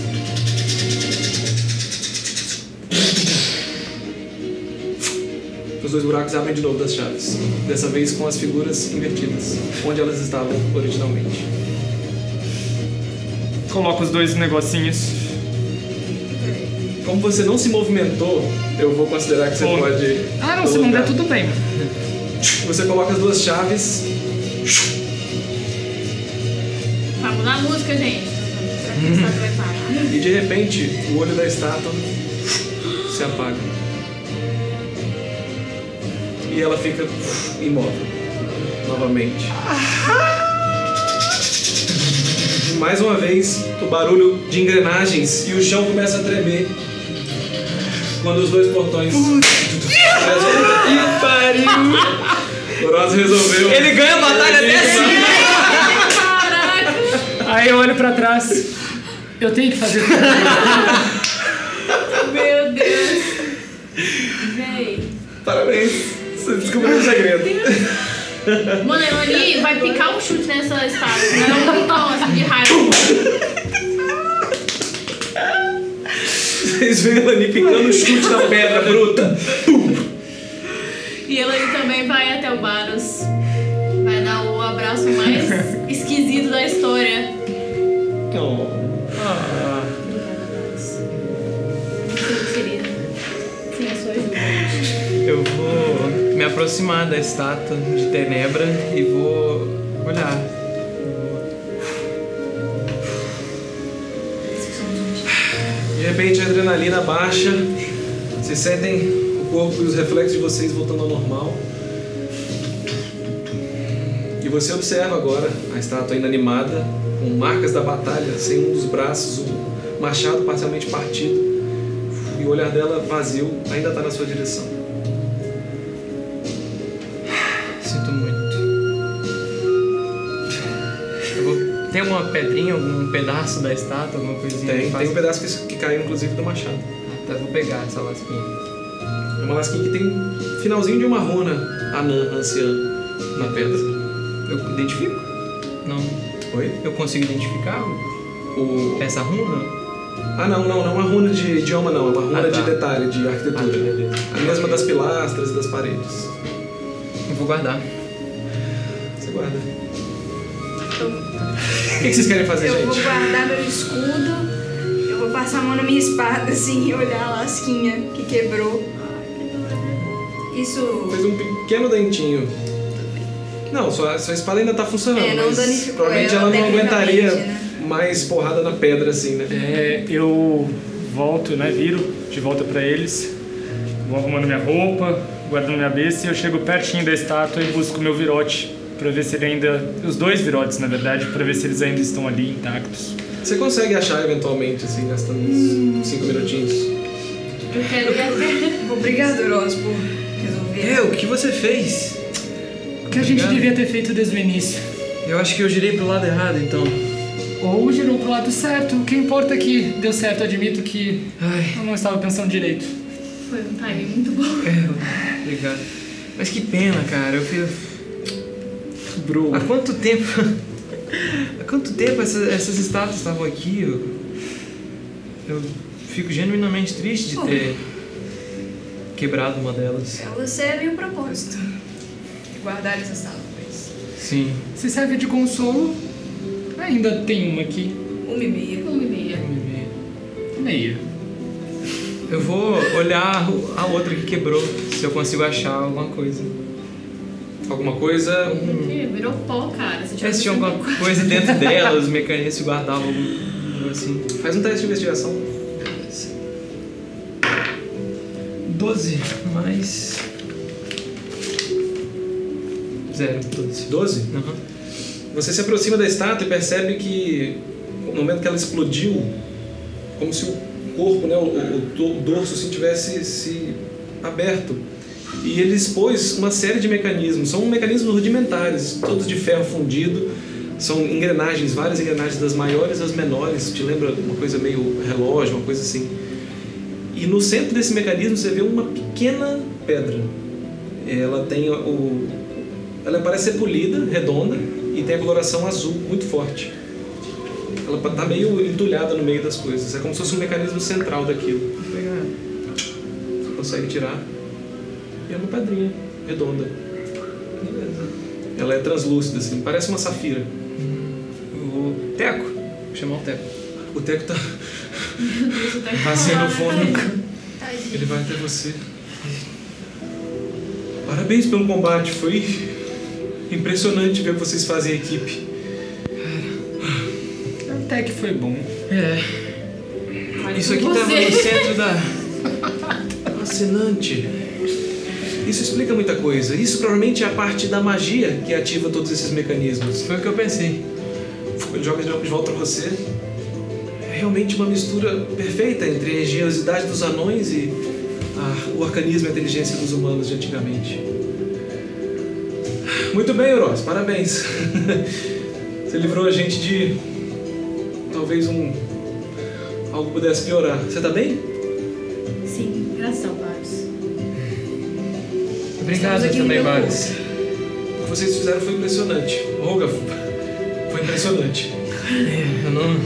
Speaker 2: Os dois buracos abrem de novo das chaves. Dessa vez com as figuras invertidas, onde elas estavam originalmente.
Speaker 4: Coloco os dois negocinhos.
Speaker 2: Como você não se movimentou, eu vou considerar que você
Speaker 4: Bom.
Speaker 2: pode.
Speaker 4: Ah, não, se não der,
Speaker 2: colocar.
Speaker 4: tudo bem.
Speaker 2: Você coloca as duas chaves.
Speaker 6: Tá, mudar a música, gente. Pra quem sabe vai parar.
Speaker 2: E de repente, o olho da estátua se apaga. E ela fica imóvel. Novamente. E mais uma vez, o barulho de engrenagens e o chão começa a tremer. Quando os dois portões. Que pariu! O Ross resolveu. Ele ganha a batalha dessa!
Speaker 6: Caraca!
Speaker 4: Aí eu olho pra trás. Eu tenho que fazer tudo.
Speaker 6: Meu Deus! Véi.
Speaker 2: Parabéns! Você descobriu o segredo.
Speaker 6: Mano, a Elani vai picar um chute nessa estátua. Vai dar um pintão assim de raiva.
Speaker 2: Vocês veem a Lani pingando o chute na pedra bruta.
Speaker 6: E a Elani também vai até o Baros. Vai dar o abraço mais esquisito da história. Querida. Sim, eu sou eu.
Speaker 3: Eu vou me aproximar da estátua de Tenebra e vou olhar.
Speaker 2: De repente a adrenalina baixa, vocês sentem o corpo e os reflexos de vocês voltando ao normal. E você observa agora a estátua inanimada, com marcas da batalha, sem um dos braços, um o machado parcialmente partido, e o olhar dela vazio ainda está na tá sua direção.
Speaker 3: Tem alguma pedrinha, algum pedaço da estátua, alguma coisinha?
Speaker 2: Tem,
Speaker 3: que
Speaker 2: tem
Speaker 3: faz-
Speaker 2: um pedaço que, que caiu, inclusive, do machado.
Speaker 3: Tá, vou pegar essa lasquinha.
Speaker 2: É uma lasquinha que tem um finalzinho de uma runa anã, anciã, na pedra.
Speaker 3: Eu identifico? Não.
Speaker 2: Oi?
Speaker 3: Eu consigo identificar o-
Speaker 2: O...
Speaker 3: essa runa?
Speaker 2: Ah, não, não, não é uma runa de idioma, não. É uma runa
Speaker 3: Ah, tá.
Speaker 2: de detalhe, de
Speaker 3: Ah,
Speaker 2: arquitetura. É
Speaker 3: beleza.
Speaker 2: A mesma das pilastras e das paredes.
Speaker 3: Eu vou guardar.
Speaker 2: Você guarda. O que que vocês querem fazer,
Speaker 5: Eu
Speaker 2: gente?
Speaker 5: vou guardar meu escudo, eu vou passar a mão na minha espada assim e olhar a lasquinha que quebrou. Isso
Speaker 2: Fez um pequeno dentinho. Não, sua, sua espada ainda tá funcionando.
Speaker 5: É, não
Speaker 2: mas
Speaker 5: danificou
Speaker 2: Provavelmente
Speaker 5: ela
Speaker 2: ela não aguentaria
Speaker 5: tecnicamente, né?
Speaker 2: mais porrada na pedra assim, né?
Speaker 4: É, eu volto, né? Viro de volta pra eles. Vou arrumando minha roupa, guardando minha besta e eu chego pertinho da estátua e busco meu virote pra ver se ele ainda. Os dois virotes, na verdade, pra ver se eles ainda estão ali intactos.
Speaker 2: Você consegue achar eventualmente, assim, gastando
Speaker 5: Hum.
Speaker 2: uns 5 minutinhos.
Speaker 6: Eu quero ver.
Speaker 5: Obrigado, Ross, por resolver.
Speaker 3: É, o que você fez?
Speaker 4: O que a gente devia ter feito desde o início?
Speaker 3: Eu acho que eu girei pro lado errado, então.
Speaker 4: Ou girou pro lado certo, o que importa é que deu certo, admito que
Speaker 3: Ai,
Speaker 4: eu não estava pensando direito.
Speaker 6: Foi um timing muito bom.
Speaker 3: é, obrigado. Mas que pena, cara. Eu fui...
Speaker 4: Bro.
Speaker 3: Há quanto tempo... Há quanto tempo essa- essas estátuas estavam aqui? Eu... eu fico genuinamente triste de ter quebrado uma delas.
Speaker 5: Ela serve o é propósito de guardar essa sala.
Speaker 3: Sim.
Speaker 4: Se serve de consolo, ainda tem uma aqui.
Speaker 5: Uma e meia.
Speaker 6: Uma um e meia.
Speaker 4: Meia.
Speaker 3: Eu vou olhar o- a outra que quebrou, se eu consigo achar alguma coisa.
Speaker 2: Alguma coisa? Um...
Speaker 6: Ih, Virou pó, cara. Se
Speaker 3: Se
Speaker 6: tivesse
Speaker 3: tinha alguma coisa dentro dela, os mecanismos guardavam algum- assim.
Speaker 2: Faz um teste de investigação.
Speaker 3: 12 mais. Zero, 12.
Speaker 2: 12.
Speaker 3: Uhum.
Speaker 2: Você se aproxima da estátua e percebe que no momento que ela explodiu, como se o corpo, né, o, o- o do- o dorso assim, tivesse se aberto. E ele expôs uma série de mecanismos. São mecanismos rudimentares, todos de ferro fundido. São engrenagens, várias engrenagens das maiores às menores. Te lembra uma coisa meio relógio, uma coisa assim. E no centro desse mecanismo você vê uma pequena pedra. Ela tem o. Ela parece ser polida, redonda, e tem a coloração azul muito forte. Ela tá meio entulhada no meio das coisas. É como se fosse um mecanismo central daquilo.
Speaker 3: Vou pegar.
Speaker 2: Você consegue tirar. E é uma pedrinha redonda. Ela é translúcida, assim, parece uma safira.
Speaker 3: Eu Vou. Teco! Vou chamar o Teco.
Speaker 2: O Teco tá,
Speaker 6: coisa dentro
Speaker 2: tá sendo fome.
Speaker 5: Tadinho.
Speaker 2: Ele vai até você. Parabéns pelo combate, foi impressionante ver vocês fazem equipe.
Speaker 4: Até que foi bom.
Speaker 3: É. Isso aqui
Speaker 6: Você.
Speaker 3: tava no centro da.
Speaker 2: Fascinante. Isso explica muita coisa. Isso provavelmente é a parte da magia que ativa todos esses mecanismos.
Speaker 3: Foi o que eu pensei.
Speaker 2: Ele joga de volta pra você. É realmente uma mistura perfeita entre a engenhosidade dos anões e a- o arcanismo e a inteligência dos humanos de antigamente. Muito bem, Euros, parabéns. Você livrou a gente de. talvez um. algo pudesse piorar. Você tá bem?
Speaker 6: Sim, graças ao Babs.
Speaker 3: Obrigado
Speaker 5: aqui no
Speaker 3: também,
Speaker 5: meu
Speaker 3: Babs.
Speaker 2: O que vocês fizeram foi impressionante. Roga, foi impressionante.
Speaker 3: É, eu não.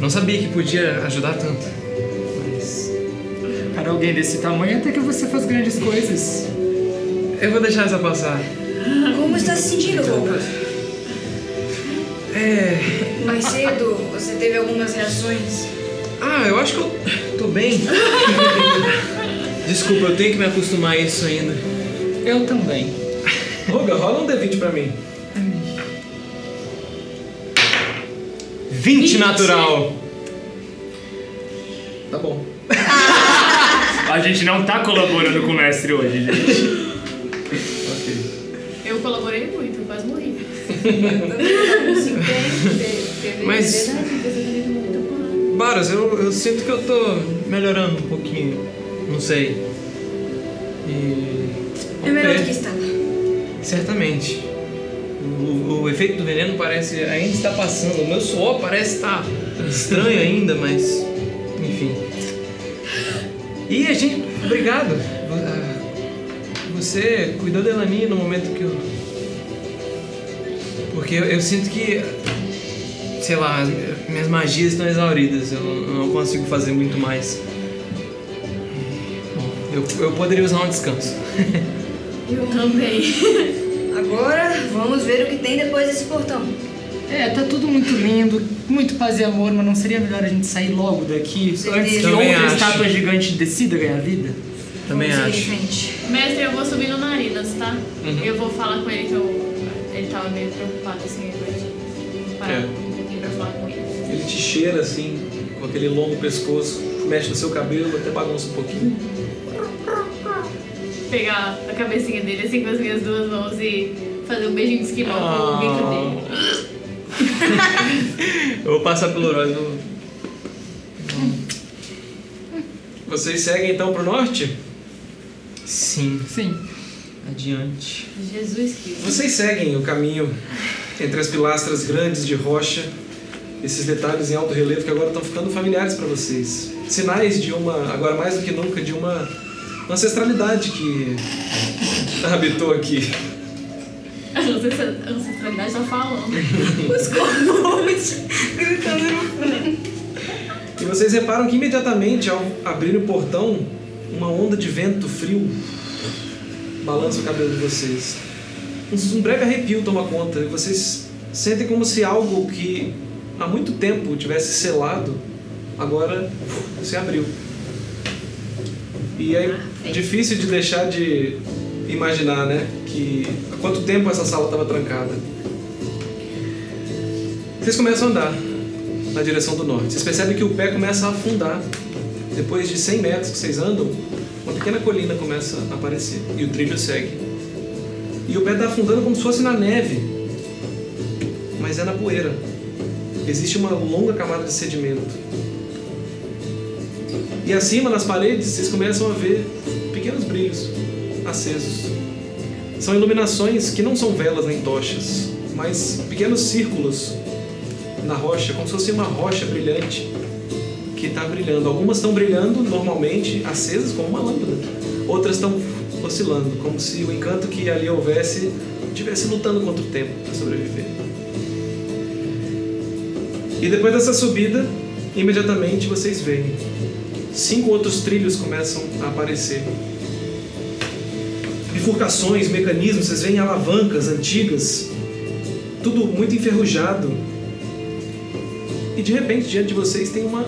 Speaker 3: Não sabia que podia ajudar tanto. Mas.
Speaker 4: Para alguém desse tamanho, até que você faz grandes coisas.
Speaker 3: Eu vou deixar essa passar.
Speaker 5: Como está se sentindo, Roca?
Speaker 3: É.
Speaker 5: Mais cedo, você teve algumas reações?
Speaker 3: Ah, eu acho que eu tô bem. Desculpa, eu tenho que me acostumar a isso ainda.
Speaker 4: Eu também.
Speaker 2: Roga, rola um D20 pra mim.
Speaker 3: 20, natural.
Speaker 2: Tá bom.
Speaker 4: A gente não tá colaborando com o mestre hoje, gente.
Speaker 2: Ok.
Speaker 6: Eu colaborei muito, eu quase morri.
Speaker 3: Mas, Baros, eu, eu sinto que eu tô melhorando um pouquinho. Não sei. E.
Speaker 5: É melhor do que
Speaker 3: vamos ver.
Speaker 5: estava.
Speaker 3: Certamente. O, o efeito do veneno parece ainda está passando. O meu suor parece estar estranho ainda, mas. Enfim. E a gente. Obrigado. ah, Você cuidou da Elani no momento que eu. Porque eu, eu sinto que. Sei lá, as minhas magias estão exauridas. Eu não, eu não consigo fazer muito mais. Bom, eu, eu poderia usar um descanso.
Speaker 6: Eu também.
Speaker 5: Agora vamos ver o que tem depois desse portão.
Speaker 4: É, tá tudo muito lindo, muito paz e amor, mas não seria melhor a gente sair logo daqui?
Speaker 5: Certeza.
Speaker 4: Antes que
Speaker 3: Também
Speaker 4: outra
Speaker 3: acho.
Speaker 4: estátua gigante decida ganhar vida?
Speaker 3: Também
Speaker 5: Vamos seguir
Speaker 3: acho.
Speaker 5: em frente.
Speaker 6: Mestre, eu vou subir no Narinas, tá? Eu vou falar com ele que eu. Ele tava meio preocupado assim, eu vou parar
Speaker 2: É.
Speaker 6: um pouquinho pra falar com ele.
Speaker 2: Ele te cheira assim, com aquele longo pescoço, mexe no seu cabelo, até bagunça um pouquinho.
Speaker 6: Pegar a cabecinha dele assim com as minhas duas mãos e fazer um beijinho de esquimó com o bico dele.
Speaker 2: Eu vou passar pelo Royce. eu- Vocês seguem então pro norte?
Speaker 3: Sim.
Speaker 4: Sim.
Speaker 3: Adiante.
Speaker 6: Jesus que.
Speaker 2: Vocês seguem o caminho entre as pilastras grandes de rocha, esses detalhes em alto relevo que agora estão ficando familiares para vocês. Sinais de uma, agora mais do que nunca, de uma ancestralidade que habitou aqui.
Speaker 6: A ancestra- ancestralidade tá falando.
Speaker 5: Os corvos gritando no fundo.
Speaker 2: E vocês reparam que imediatamente ao abrir o portão, uma onda de vento frio balança o cabelo de vocês. Um um breve arrepio toma conta e vocês sentem como se algo que há muito tempo tivesse selado agora se abriu. E é difícil de deixar de imaginar, né? Que há quanto tempo essa sala estava trancada. Vocês começam a andar na direção do norte. Vocês percebem que o pé começa a afundar. Depois de 100 metros que vocês andam, uma pequena colina começa a aparecer e o trilho segue. E o pé está afundando como se fosse na neve, mas é na poeira. Existe uma longa camada de sedimento. E acima, nas paredes, vocês começam a ver pequenos brilhos acesos. São iluminações que não são velas nem tochas, mas pequenos círculos na rocha, como se fosse uma rocha brilhante que está brilhando. Algumas estão brilhando normalmente, acesas como uma lâmpada. Outras estão oscilando, como se o encanto que ali houvesse estivesse lutando contra o tempo para sobreviver. E depois dessa subida, imediatamente vocês veem cinco outros trilhos começam a aparecer. Bifurcações, mecanismos, vocês veem alavancas antigas, tudo muito enferrujado, e de repente, diante de vocês tem uma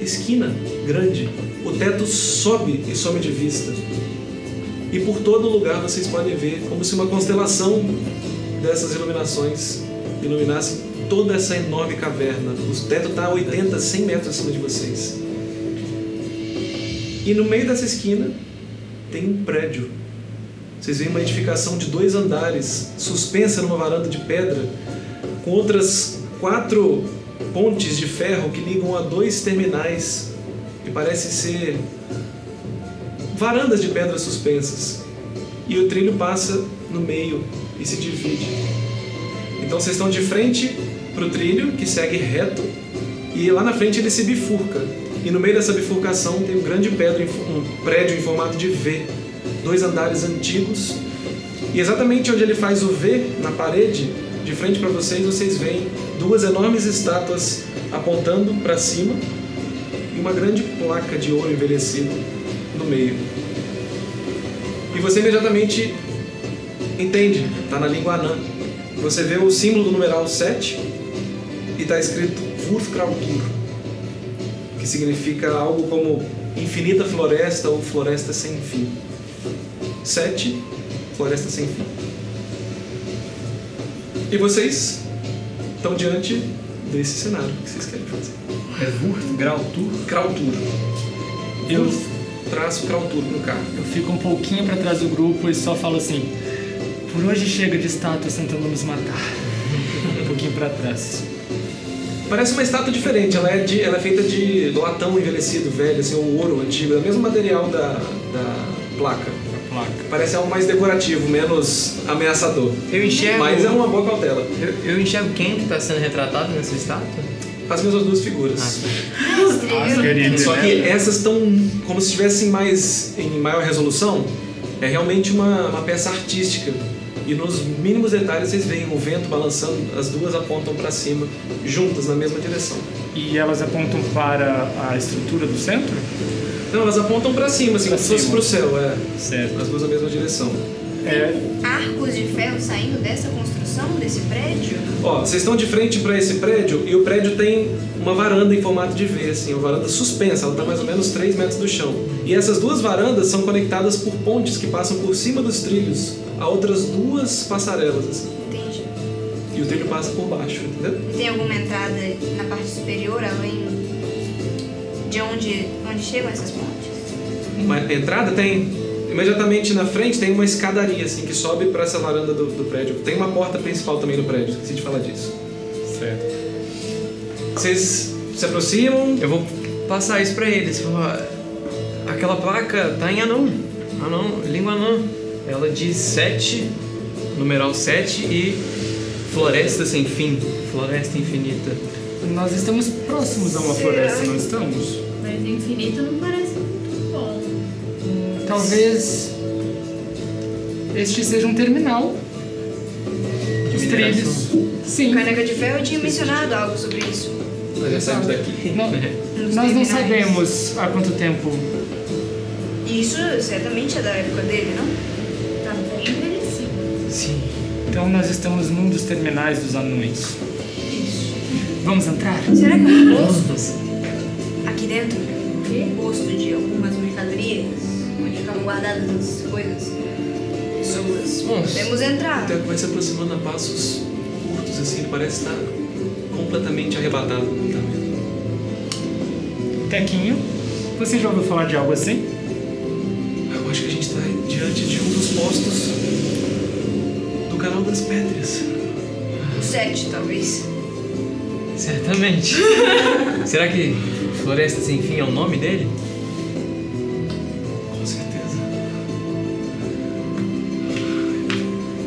Speaker 2: esquina grande. O teto sobe e some de vista. E por todo lugar vocês podem ver como se uma constelação dessas iluminações iluminasse toda essa enorme caverna. O teto está a 80, 100 metros acima de vocês. E no meio dessa esquina tem um prédio. Vocês veem uma edificação de dois andares, suspensa numa varanda de pedra, com outras quatro pontes de ferro que ligam a dois terminais que parecem ser varandas de pedra suspensas. E o trilho passa no meio e se divide. Então vocês estão de frente para o trilho, que segue reto, e lá na frente ele se bifurca. E no meio dessa bifurcação tem um grande pedra, em fo- um prédio em formato de V, dois andares antigos. E exatamente onde ele faz o V na parede, de frente para vocês, vocês veem duas enormes estátuas apontando para cima e uma grande placa de ouro envelhecido no meio. E você imediatamente entende, tá na língua anã. Você vê o símbolo do numeral 7 e tá escrito Wurfkrautur, que significa algo como infinita floresta ou floresta sem fim. 7, floresta sem fim. E vocês estão diante desse cenário O que vocês querem fazer.
Speaker 7: É Wurth Grau Tour?
Speaker 2: Krautur.
Speaker 4: Eu,
Speaker 2: Traço Krautur no carro.
Speaker 4: eu fico um pouquinho pra trás do grupo e só falo assim: por hoje chega de estátuas tentando nos matar. um pouquinho pra trás.
Speaker 2: Parece uma estátua diferente, ela é, de- ela é feita de latão envelhecido, velho, assim, um ouro antigo, é o mesmo material da, da placa.
Speaker 4: placa.
Speaker 2: Parece algo mais decorativo, menos ameaçador.
Speaker 3: Eu enxergo.
Speaker 2: Mas é uma boa cautela.
Speaker 3: eu, eu enxergo quem que tá sendo retratado nessa estátua?
Speaker 2: As mesmas duas figuras.
Speaker 4: As queridas,
Speaker 2: Só
Speaker 4: né?
Speaker 2: que essas estão como se estivessem mais em maior resolução. É realmente uma, uma peça artística. E nos mínimos detalhes vocês veem o vento balançando, as duas apontam para cima, juntas na mesma direção.
Speaker 4: E elas apontam para a estrutura do centro?
Speaker 2: Não, elas apontam para cima, assim,
Speaker 4: Pra
Speaker 2: como se fosse
Speaker 4: cima.
Speaker 2: pro céu, é.
Speaker 4: Certo.
Speaker 2: As duas na mesma direção.
Speaker 4: É,
Speaker 5: Arcos de ferro saindo dessa construção, desse prédio?
Speaker 2: Ó, vocês estão de frente para esse prédio e o prédio tem uma varanda em formato de V, assim, uma varanda suspensa, ela tá mais ou menos 3 metros do chão. E essas duas varandas são conectadas por pontes que passam por cima dos trilhos a outras duas passarelas, assim.
Speaker 5: Entendi.
Speaker 2: E o trilho passa por baixo, entendeu?
Speaker 5: Tem alguma entrada na parte superior, além de onde, onde chegam essas pontes?
Speaker 2: Uma entrada tem. Imediatamente na frente tem uma escadaria, assim, que sobe para essa varanda do, do prédio. Tem uma porta principal também no prédio, esqueci de falar disso.
Speaker 4: certo.
Speaker 2: Vocês se aproximam,
Speaker 3: Eu vou passar isso pra eles. Falar, aquela placa tá em anão. Anão, língua anã. Ela diz 7, numeral 7 e floresta sem fim, floresta infinita.
Speaker 4: Nós estamos próximos a uma floresta, não estamos?
Speaker 6: Mas infinito não parece muito bom.
Speaker 4: Talvez este seja um terminal. Os trilhos. Sim.
Speaker 5: Caneca de ferro eu tinha mencionado algo sobre isso.
Speaker 2: nós já saímos daqui.
Speaker 4: Não- nós
Speaker 5: Nos
Speaker 4: não
Speaker 5: terminais.
Speaker 4: sabemos há quanto tempo.
Speaker 5: E isso certamente é da época dele, não?
Speaker 6: Tá bem envelhecido.
Speaker 3: Sim.
Speaker 4: Então nós estamos num dos terminais dos anões. Vamos entrar?
Speaker 5: Será que é um posto? Aqui dentro? Um posto de algumas mercadorias, onde ficavam guardadas as coisas. Pessoas.
Speaker 2: Bom,
Speaker 5: Podemos entrar.
Speaker 2: Então vai se aproximando a passos curtos, assim, ele parece estar completamente arrebatado tá? no montamento.
Speaker 4: Tequinho, você já ouviu falar de algo assim?
Speaker 2: Eu acho que a gente está diante de um dos postos do canal das pedras.
Speaker 5: Sete, talvez.
Speaker 3: Certamente. Será que floresta sem fim é o nome dele?
Speaker 2: Com certeza.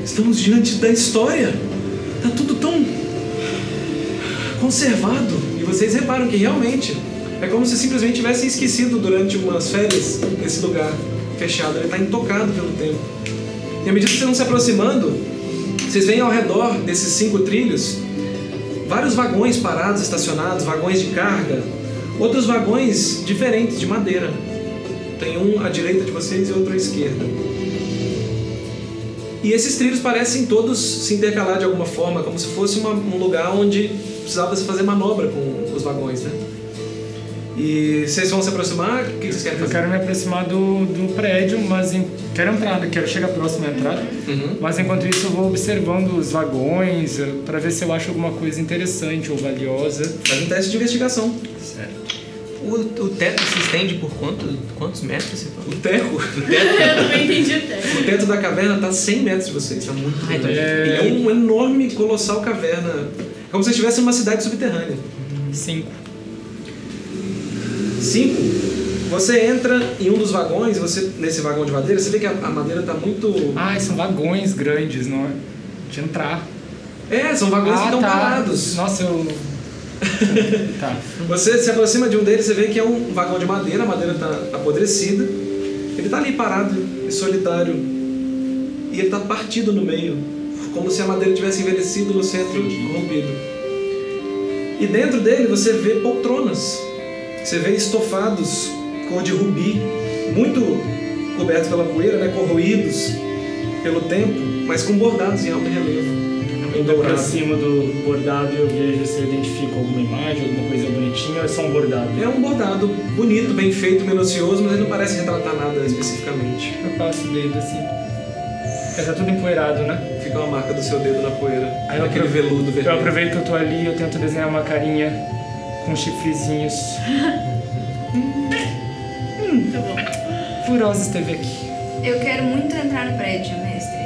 Speaker 2: Estamos diante da história. Tá tudo tão conservado. E vocês reparam que realmente é como se simplesmente tivessem esquecido durante umas férias esse lugar fechado. Ele tá intocado pelo tempo. E à medida que vocês vão se aproximando, vocês veem ao redor desses cinco trilhos vários vagões parados, estacionados, vagões de carga, outros vagões diferentes de madeira. Tem um à direita de vocês e outro à esquerda. E esses trilhos parecem todos se intercalar de alguma forma, como se fosse uma- um lugar onde precisava se fazer manobra com os vagões, né? E vocês vão se aproximar? O que vocês querem
Speaker 4: Eu
Speaker 2: fazer?
Speaker 4: quero me aproximar do, do prédio, mas em- quero entrar, né? quero chegar próximo à entrada.
Speaker 2: Uhum.
Speaker 4: Mas enquanto isso eu vou observando os vagões para ver se eu acho alguma coisa interessante ou valiosa.
Speaker 2: Faz um teste de investigação.
Speaker 4: Certo.
Speaker 3: O, o teto se estende por quanto, quantos metros? Você falou?
Speaker 2: O teto,
Speaker 6: Eu também entendi até.
Speaker 2: o teto da caverna está 100 metros de vocês, está muito
Speaker 3: Ah, então
Speaker 2: grande.
Speaker 4: é-
Speaker 2: Ele é uma enorme, colossal caverna. É como se estivesse numa cidade subterrânea.
Speaker 4: Cinco.
Speaker 2: 5. Você entra em um dos vagões, você nesse vagão de madeira, você vê que a, a madeira tá muito.
Speaker 4: Ah, são vagões grandes, não é? De entrar.
Speaker 2: É, são vagões que estão
Speaker 4: tá.
Speaker 2: parados.
Speaker 4: Nossa, eu. tá.
Speaker 2: Você se aproxima de um deles, você vê que é um vagão de madeira, a madeira tá apodrecida. Ele tá ali parado e solitário. E ele tá partido no meio, como se a madeira tivesse envelhecido no centro rompido. E dentro dele você vê poltronas. Você vê estofados cor de rubi, muito cobertos pela poeira, né, corroídos pelo tempo, mas com bordados em alto relevo, em
Speaker 4: Eu vou pra
Speaker 2: dourado.
Speaker 4: cima do bordado e eu vejo se eu identifico alguma imagem, alguma coisa bonitinha ou é só um bordado?
Speaker 2: É um bordado bonito, bem feito, minucioso, mas ele não parece retratar nada especificamente.
Speaker 4: Eu passo o dedo assim. Porque tá tudo empoeirado, né?
Speaker 2: Fica uma marca do seu dedo na poeira.
Speaker 4: eu
Speaker 2: aquele
Speaker 4: aprove-
Speaker 2: veludo
Speaker 4: Eu
Speaker 2: vermelho.
Speaker 4: aproveito que eu tô ali eu tento desenhar uma carinha com chifrezinhos. Hum. Furosa esteve aqui.
Speaker 5: Eu quero muito entrar no prédio, mestre.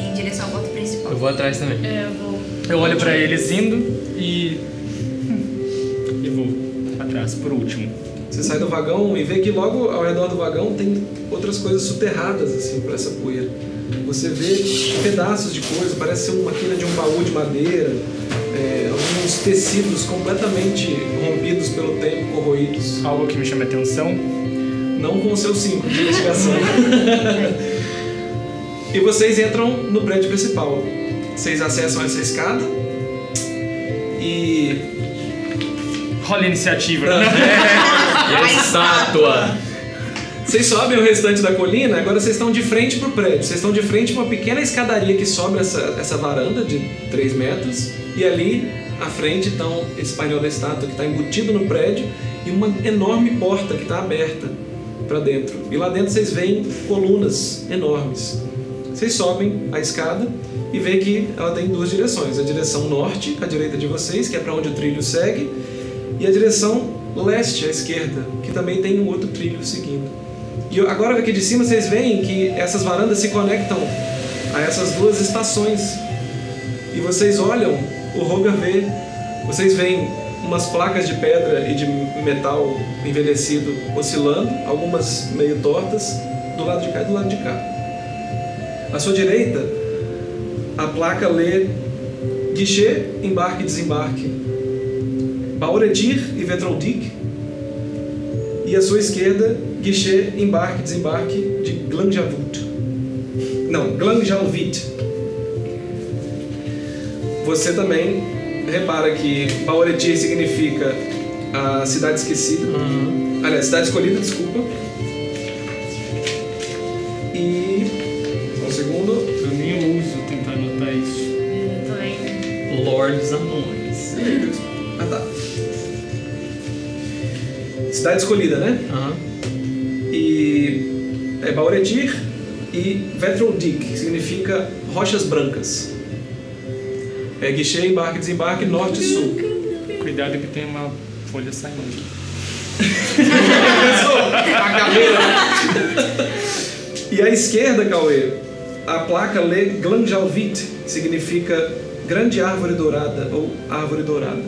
Speaker 5: Em direção ao porta principal.
Speaker 3: Eu vou atrás também.
Speaker 6: É, eu vou.
Speaker 4: Eu olho pra eles indo e. hum, E vou atrás, por último.
Speaker 2: Você sai do vagão e vê que logo ao redor do vagão tem outras coisas soterradas, assim, por essa poeira. Você vê pedaços de coisa, parece ser uma quina de um baú de madeira, é, alguns tecidos completamente rompidos pelo tempo, corroídos.
Speaker 4: Algo que me chama a atenção.
Speaker 2: Não com o seu 5 de investigação. e vocês entram no prédio principal. Vocês acessam essa escada e.
Speaker 4: Rola a iniciativa.
Speaker 3: Ah. E a estátua.
Speaker 2: Vocês sobem o restante da colina, agora vocês estão de frente pro prédio. Vocês estão de frente pra uma pequena escadaria que sobe essa, essa varanda de 3 metros. E ali, à frente, estão esse painel da estátua que está embutido no prédio e uma enorme porta que está aberta para dentro. E lá dentro vocês veem colunas enormes. Vocês sobem a escada e veem que ela tem duas direções. A direção norte, à direita de vocês, que é para onde o trilho segue, e a direção leste, à esquerda, que também tem um outro trilho seguindo. E agora aqui de cima vocês veem que essas varandas se conectam a essas duas estações. E vocês olham, o Roga vê, vocês veem umas placas de pedra e de metal envelhecido oscilando, algumas meio tortas, do lado de cá e do lado de cá. À sua direita, a placa lê guichê, embarque e desembarque. Bauredir e Vetrondik, e à sua esquerda, guichê, embarque, desembarque de Glanjavut. Não, Glanjalvit. Você também repara que Bauretir significa a cidade esquecida. Aliás, cidade escolhida, desculpa. E. Só um segundo.
Speaker 4: Eu nem uso tentar anotar isso.
Speaker 6: Eu é, também.
Speaker 3: Lords Anões.
Speaker 2: Ah, tá. Cidade escolhida, né?
Speaker 3: Aham.
Speaker 2: e é Bauretir e Vetrondik, que significa rochas brancas. É guichê, embarque, desembarque, norte e sul.
Speaker 4: Cuidado que tem uma folha saindo.
Speaker 2: E à esquerda, Cauê, a placa lê Glanjalvit, que significa grande árvore dourada ou árvore dourada,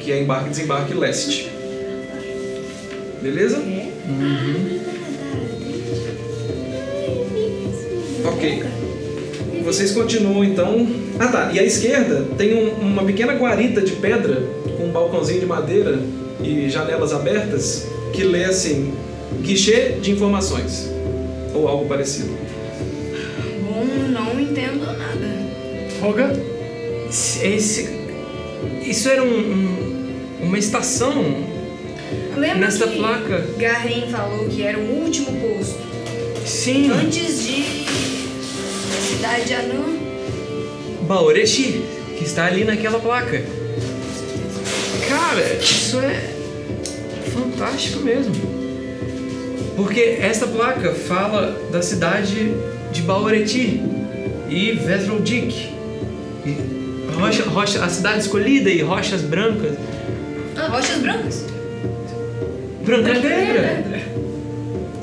Speaker 2: que é embarque, desembarque leste. Beleza? Ok. Vocês continuam então. Ah tá, e à esquerda tem um- uma pequena guarita de pedra com um balcãozinho de madeira e janelas abertas que lê assim: guichê de informações. Ou algo parecido.
Speaker 5: Bom, não entendo nada.
Speaker 4: Roga?
Speaker 3: Esse, isso era um, um- uma estação
Speaker 5: Lembra
Speaker 3: nesta
Speaker 5: que
Speaker 3: placa.
Speaker 5: Garren falou que era o último posto.
Speaker 3: Sim,
Speaker 5: Antes de... da cidade anã.
Speaker 3: Baoreshi, que está ali naquela placa. Cara, isso é fantástico mesmo. Porque esta placa fala da cidade de Baoreti e Vesroldik. E Rocha, rocha, a cidade escolhida e rochas brancas.
Speaker 5: Rochas brancas.
Speaker 3: Branca é pedra.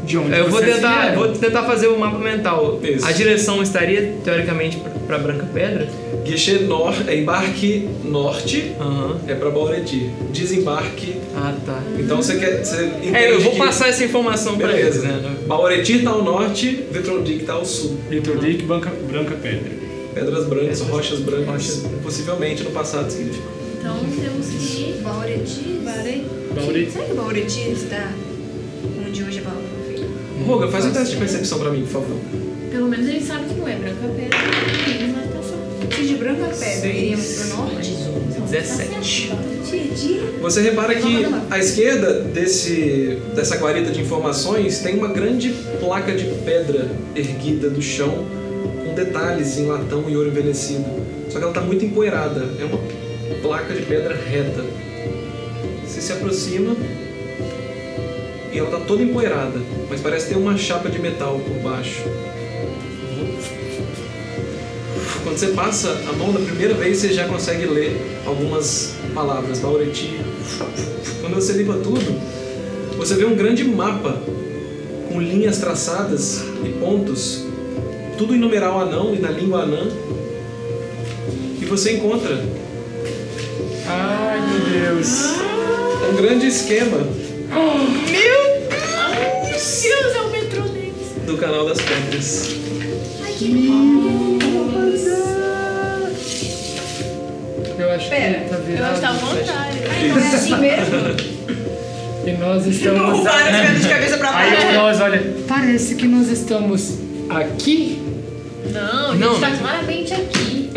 Speaker 4: De onde
Speaker 3: Eu vou
Speaker 4: vocês
Speaker 3: tentar,
Speaker 4: vieram?
Speaker 3: vou tentar fazer o mapa mental.
Speaker 2: Isso.
Speaker 3: A direção estaria, teoricamente, pra- pra Branca Pedra.
Speaker 2: Guichê nor é embarque norte,
Speaker 3: Aham.
Speaker 2: é pra Baureti. Desembarque.
Speaker 3: Ah, tá.
Speaker 2: Então você quer. Você
Speaker 3: É, eu
Speaker 2: entende
Speaker 3: vou
Speaker 2: que-
Speaker 3: passar essa informação pra eles,
Speaker 2: Beleza.
Speaker 3: né?
Speaker 2: Baureti tá ao norte, Vetrondic tá ao sul.
Speaker 4: Vitor Dick, Branca, Branca Pedra.
Speaker 2: Pedras brancas, rochas brancas, possivelmente no passado significa.
Speaker 6: Então temos que ir.
Speaker 5: Baureti.
Speaker 4: Baureti.
Speaker 5: Será que Baureti está onde hoje é Baureti?
Speaker 2: Roga, faz um teste de percepção pra mim, por favor.
Speaker 6: Pelo menos ele sabe que não é branca pedra. tá Tem uma estação.
Speaker 5: Se de branca pedra iríamos pro norte?
Speaker 6: tá
Speaker 3: 17.
Speaker 5: Perdi.
Speaker 2: Você repara que à esquerda desse, dessa guarita de informações tem uma grande placa de pedra erguida do chão, com detalhes em latão e ouro envelhecido. Só que ela está muito empoeirada. É uma placa de pedra reta. Você se aproxima e ela está toda empoeirada, mas parece ter uma chapa de metal por baixo. Quando você passa a mão da primeira vez, você já consegue ler algumas palavras, Baureti. Quando você limpa tudo, você vê um grande mapa com linhas traçadas e pontos, tudo em numeral anão e na língua anã. E você encontra
Speaker 4: Ai, meu Deus.
Speaker 2: um grande esquema
Speaker 6: Meu Deus, é o metrô deles.
Speaker 2: do canal das pedras.
Speaker 4: Eu acho
Speaker 5: Pera,
Speaker 4: que tá
Speaker 6: Eu
Speaker 4: virado.
Speaker 6: acho que tá ao contrário.
Speaker 5: Ai, não é assim mesmo?
Speaker 4: E nós estamos.
Speaker 5: Roubaram as pedras de cabeça pra
Speaker 4: Aí
Speaker 5: baixo.
Speaker 4: nós, olha, parece que nós estamos aqui.
Speaker 6: Não, a gente
Speaker 3: Não,
Speaker 6: tá
Speaker 3: mas-
Speaker 6: claramente aqui.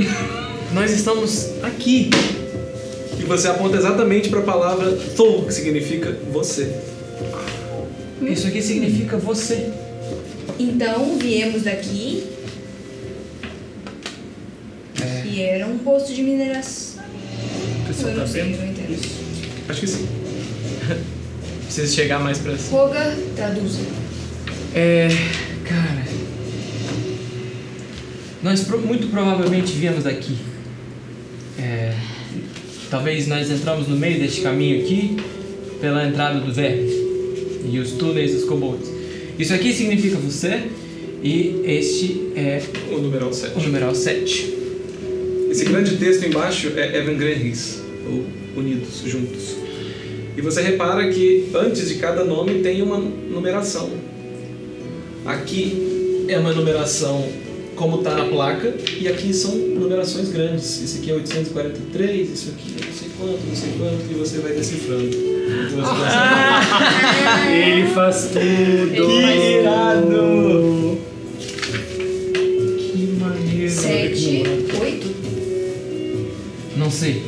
Speaker 3: Nós estamos aqui.
Speaker 2: E você aponta exatamente para a palavra Thor, que significa você.
Speaker 3: Isso aqui significa você.
Speaker 5: Então, viemos daqui. E era um posto de mineração. Eu não sei, não entendo.
Speaker 2: Acho que sim.
Speaker 3: Preciso chegar mais pra cima.
Speaker 5: Roga, traduza.
Speaker 3: É. Cara. Nós pro- muito provavelmente viemos daqui. É. Talvez nós entramos no meio deste caminho aqui pela entrada do verme e os túneis dos kobolds. Isso aqui significa você e este é
Speaker 2: O numeral 7.
Speaker 3: o numeral 7.
Speaker 2: Esse grande texto embaixo é Evangrenis, ou Unidos, Juntos. E você repara que antes de cada nome tem uma numeração. Aqui é uma numeração como está na placa, e aqui são numerações grandes. Esse aqui é 843, isso aqui é não sei quanto, não sei quanto, e você vai decifrando. Então, você consegue-
Speaker 4: Ele faz tudo.
Speaker 2: Que irado!
Speaker 3: Que maneiro.
Speaker 5: Sete, oito.
Speaker 3: Não sei.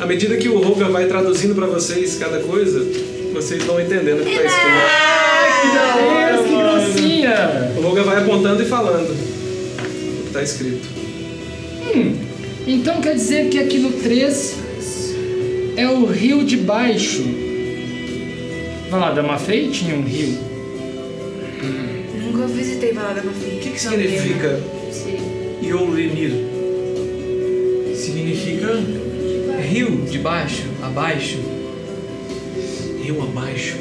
Speaker 2: À medida que o Roga vai traduzindo para vocês cada coisa, vocês vão entendendo o que está escrito.
Speaker 4: Deus, que gracinha!
Speaker 2: O Roga vai apontando e falando o que está escrito.
Speaker 4: Então quer dizer que aqui no 3 é o rio de baixo. Vai lá, dá uma feitinha um rio.
Speaker 5: Nunca visitei balada pra frente.
Speaker 2: O que, que significa
Speaker 6: Sim.
Speaker 2: Yolinir?
Speaker 3: Significa rio de baixo, abaixo,
Speaker 2: Rio abaixo.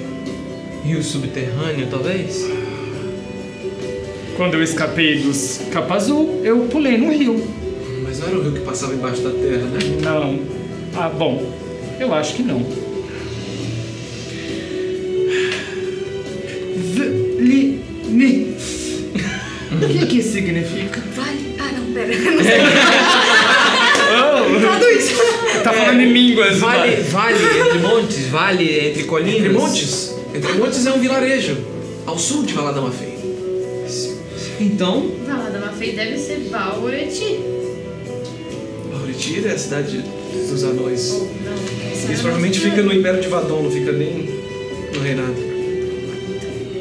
Speaker 3: rio subterrâneo, talvez?
Speaker 4: Quando eu escapei dos capa azul, eu pulei no rio.
Speaker 2: Mas não era o rio que passava embaixo da terra, né?
Speaker 4: Não. Ah, bom. Eu acho que não. Vlini. O que que significa?
Speaker 5: Vale? Ah, não, pera. Não sei. Traduz.
Speaker 4: Tá falando em línguas.
Speaker 3: Vale, vale entre montes, vale entre colinas.
Speaker 2: Entre Montes. Entre Montes é um vilarejo. Ao sul de Valadama Fei.
Speaker 3: Então,
Speaker 6: Valada Mafei deve ser Valorant.
Speaker 2: Auritir é a cidade dos anões.
Speaker 6: Não, essa
Speaker 2: Isso
Speaker 6: é
Speaker 2: provavelmente
Speaker 6: nossa-
Speaker 2: fica no Império de Vadon, não fica nem no Reinado.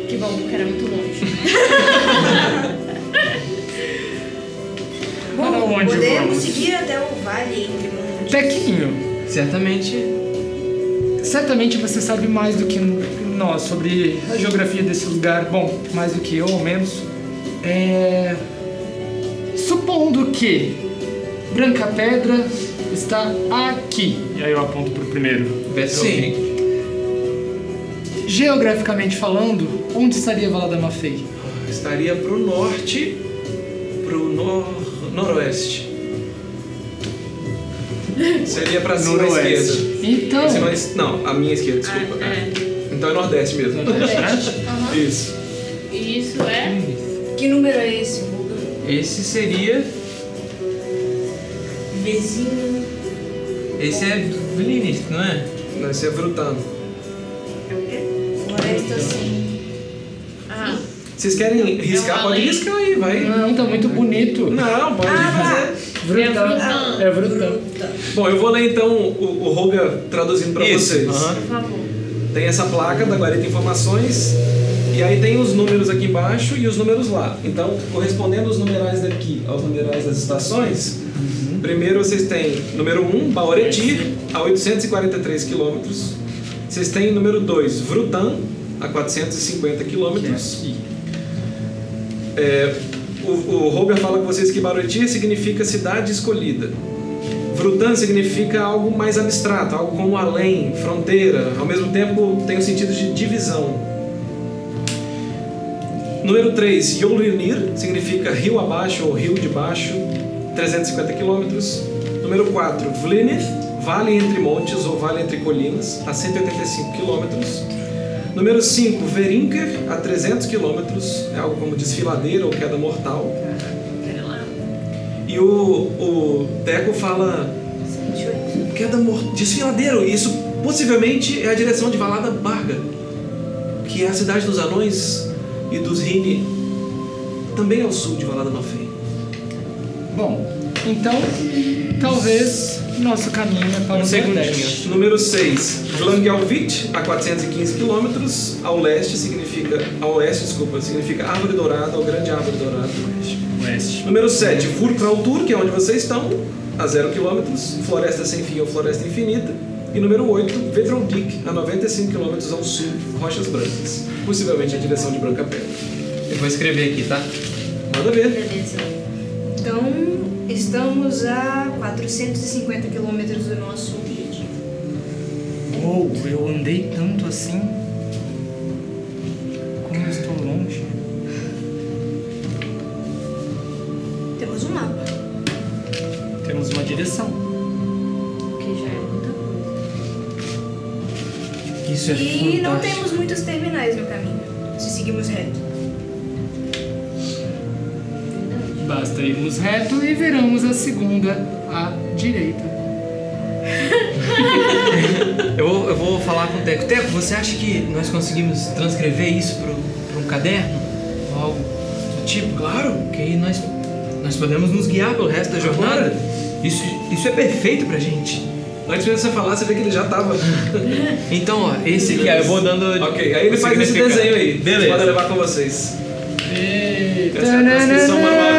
Speaker 6: Que bom, porque era muito longe.
Speaker 4: Para
Speaker 5: Bom,
Speaker 4: onde
Speaker 5: podemos
Speaker 4: vamos?
Speaker 5: seguir até o vale entre montes.
Speaker 4: Tequinho,
Speaker 3: certamente,
Speaker 4: certamente você sabe mais do que nós sobre a geografia desse lugar. Bom, mais do que eu, ao menos. É... Supondo que Branca Pedra está aqui. E aí eu aponto pro primeiro.
Speaker 3: Sim.
Speaker 4: Geograficamente falando, onde estaria Valadama Fei?
Speaker 2: Estaria pro norte, pro nor... noroeste. Seria pra cima à esquerda.
Speaker 4: Então,
Speaker 2: Pra cima à es- Não, a minha esquerda, desculpa.
Speaker 6: É.
Speaker 2: Então é nordeste mesmo. Isso.
Speaker 6: E isso é.
Speaker 5: Que número é esse, Roga?
Speaker 3: Esse seria.
Speaker 5: Vizinho.
Speaker 3: Esse é Vlinith, não é?
Speaker 2: Não, esse é Vrutano.
Speaker 5: É o quê? Floresta sem.
Speaker 6: Ah,
Speaker 2: Vocês querem riscar?
Speaker 6: Eu
Speaker 2: Pode
Speaker 6: falei.
Speaker 2: riscar aí, vai.
Speaker 4: não, tá muito bonito.
Speaker 2: Não, pode
Speaker 5: Ah,
Speaker 2: fazer.
Speaker 6: Vrutã.
Speaker 4: É Vrutã.
Speaker 2: Bom, eu vou ler então o, o Roga traduzindo pra
Speaker 3: Isso,
Speaker 2: vocês.
Speaker 3: aham.
Speaker 6: por favor.
Speaker 2: Tem essa placa da Guarita Informações e aí tem os números aqui embaixo e os números lá. Então, correspondendo os numerais daqui aos numerais das estações, primeiro vocês têm número 1, Bauretir, a 843 quilômetros. Vocês têm número 2, Vrutan, a 450 quilômetros. É, o, o Robert fala com vocês que Barotia significa cidade escolhida. Vrutan significa algo mais abstrato, algo como além, fronteira. Ao mesmo tempo, tem o sentido de divisão. Número 3, Yolinir, significa rio abaixo ou rio de baixo, 350 quilômetros. Número 4, Vlinith, Vale Entre Montes ou Vale Entre Colinas, a 185 quilômetros. Número 5, Verinker, a 300 quilômetros, é algo como desfiladeira ou queda mortal. E o, o Teco fala queda mor- desfiladeiro, e isso possivelmente é a direção de Valada Barga, que é a cidade dos anões e dos Rini, também ao sul de Valada Mafei.
Speaker 4: Bom, então talvez nosso caminho é para o Nordeste.
Speaker 2: Número 6, Vlangelvit, a 415 quilômetros ao leste, significa, ao oeste, desculpa, significa Árvore Dourada, ou Grande Árvore Dourada do Oeste.
Speaker 4: Oeste.
Speaker 2: Número 7, Vurkrautur, que é onde vocês estão, a 0 km, Floresta Sem Fim ou Floresta Infinita. E número 8, Vetrondik, a 95 km ao sul, Rochas Brancas, possivelmente a direção de Branca Pedra.
Speaker 3: Eu vou escrever aqui, tá?
Speaker 2: Manda ver.
Speaker 5: Beleza. Então, estamos a 450 quilômetros do nosso objetivo.
Speaker 4: Uou, eu andei tanto assim. Como eu estou longe.
Speaker 5: Temos um mapa,
Speaker 4: Temos uma direção.
Speaker 6: que já é muita coisa.
Speaker 7: Isso é
Speaker 5: e não
Speaker 7: fantástico.
Speaker 5: temos muitos terminais no caminho, se seguimos reto.
Speaker 4: Basta irmos reto e viramos a segunda à direita.
Speaker 3: Eu vou, eu vou falar com o Teco. Teco, você acha que nós conseguimos transcrever isso para um caderno? Ou algo do tipo? Claro, que aí nós, nós podemos nos guiar pelo resto da jornada. Isso, isso é perfeito pra gente.
Speaker 2: Antes mesmo de você falar, você vê que ele já estava.
Speaker 3: Então, ó, esse aqui, ó, eu vou dando.
Speaker 2: ok, aí ele
Speaker 3: o
Speaker 2: faz esse
Speaker 3: significado.
Speaker 2: desenho aí. Vocês podem
Speaker 3: Beleza.
Speaker 2: levar com vocês. Essa é a né? transcrição manual de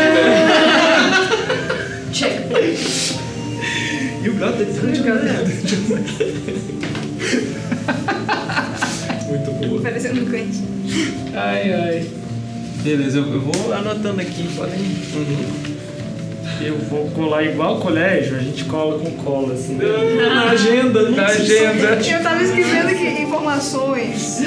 Speaker 2: velho.
Speaker 5: Checkpoint.
Speaker 2: You got the Muito boa.
Speaker 5: Parecendo um cante.
Speaker 4: Ai, ai.
Speaker 3: Beleza, eu, eu vou anotando aqui, podem.
Speaker 4: Eu vou colar igual colégio, a gente cola com cola, assim.
Speaker 2: Na agenda, na agenda.
Speaker 5: Eu tava escrevendo aqui informações.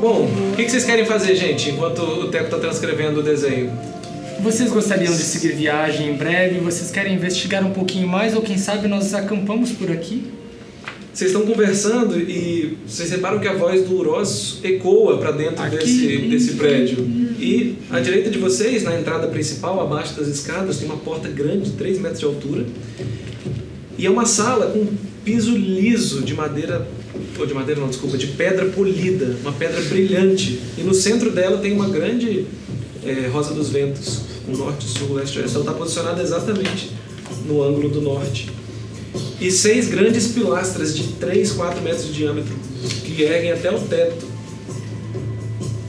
Speaker 2: Bom, o que que vocês querem fazer, gente, enquanto o Teco tá transcrevendo o desenho?
Speaker 4: Vocês gostariam de seguir viagem em breve? Vocês querem investigar um pouquinho mais? Ou quem sabe nós acampamos por aqui?
Speaker 2: Vocês estão conversando e vocês reparam que a voz do Uroz ecoa para dentro desse, desse prédio. E à direita de vocês, na entrada principal, abaixo das escadas, tem uma porta grande, 3 metros de altura. E é uma sala com piso liso de madeira. Ou de madeira, não, desculpa, de pedra polida, uma pedra brilhante. E no centro dela tem uma grande eh, rosa dos ventos, com norte, sul, leste, oeste. Ela está posicionada exatamente no ângulo do norte e seis grandes pilastras de 3, 4 metros de diâmetro que erguem até o teto.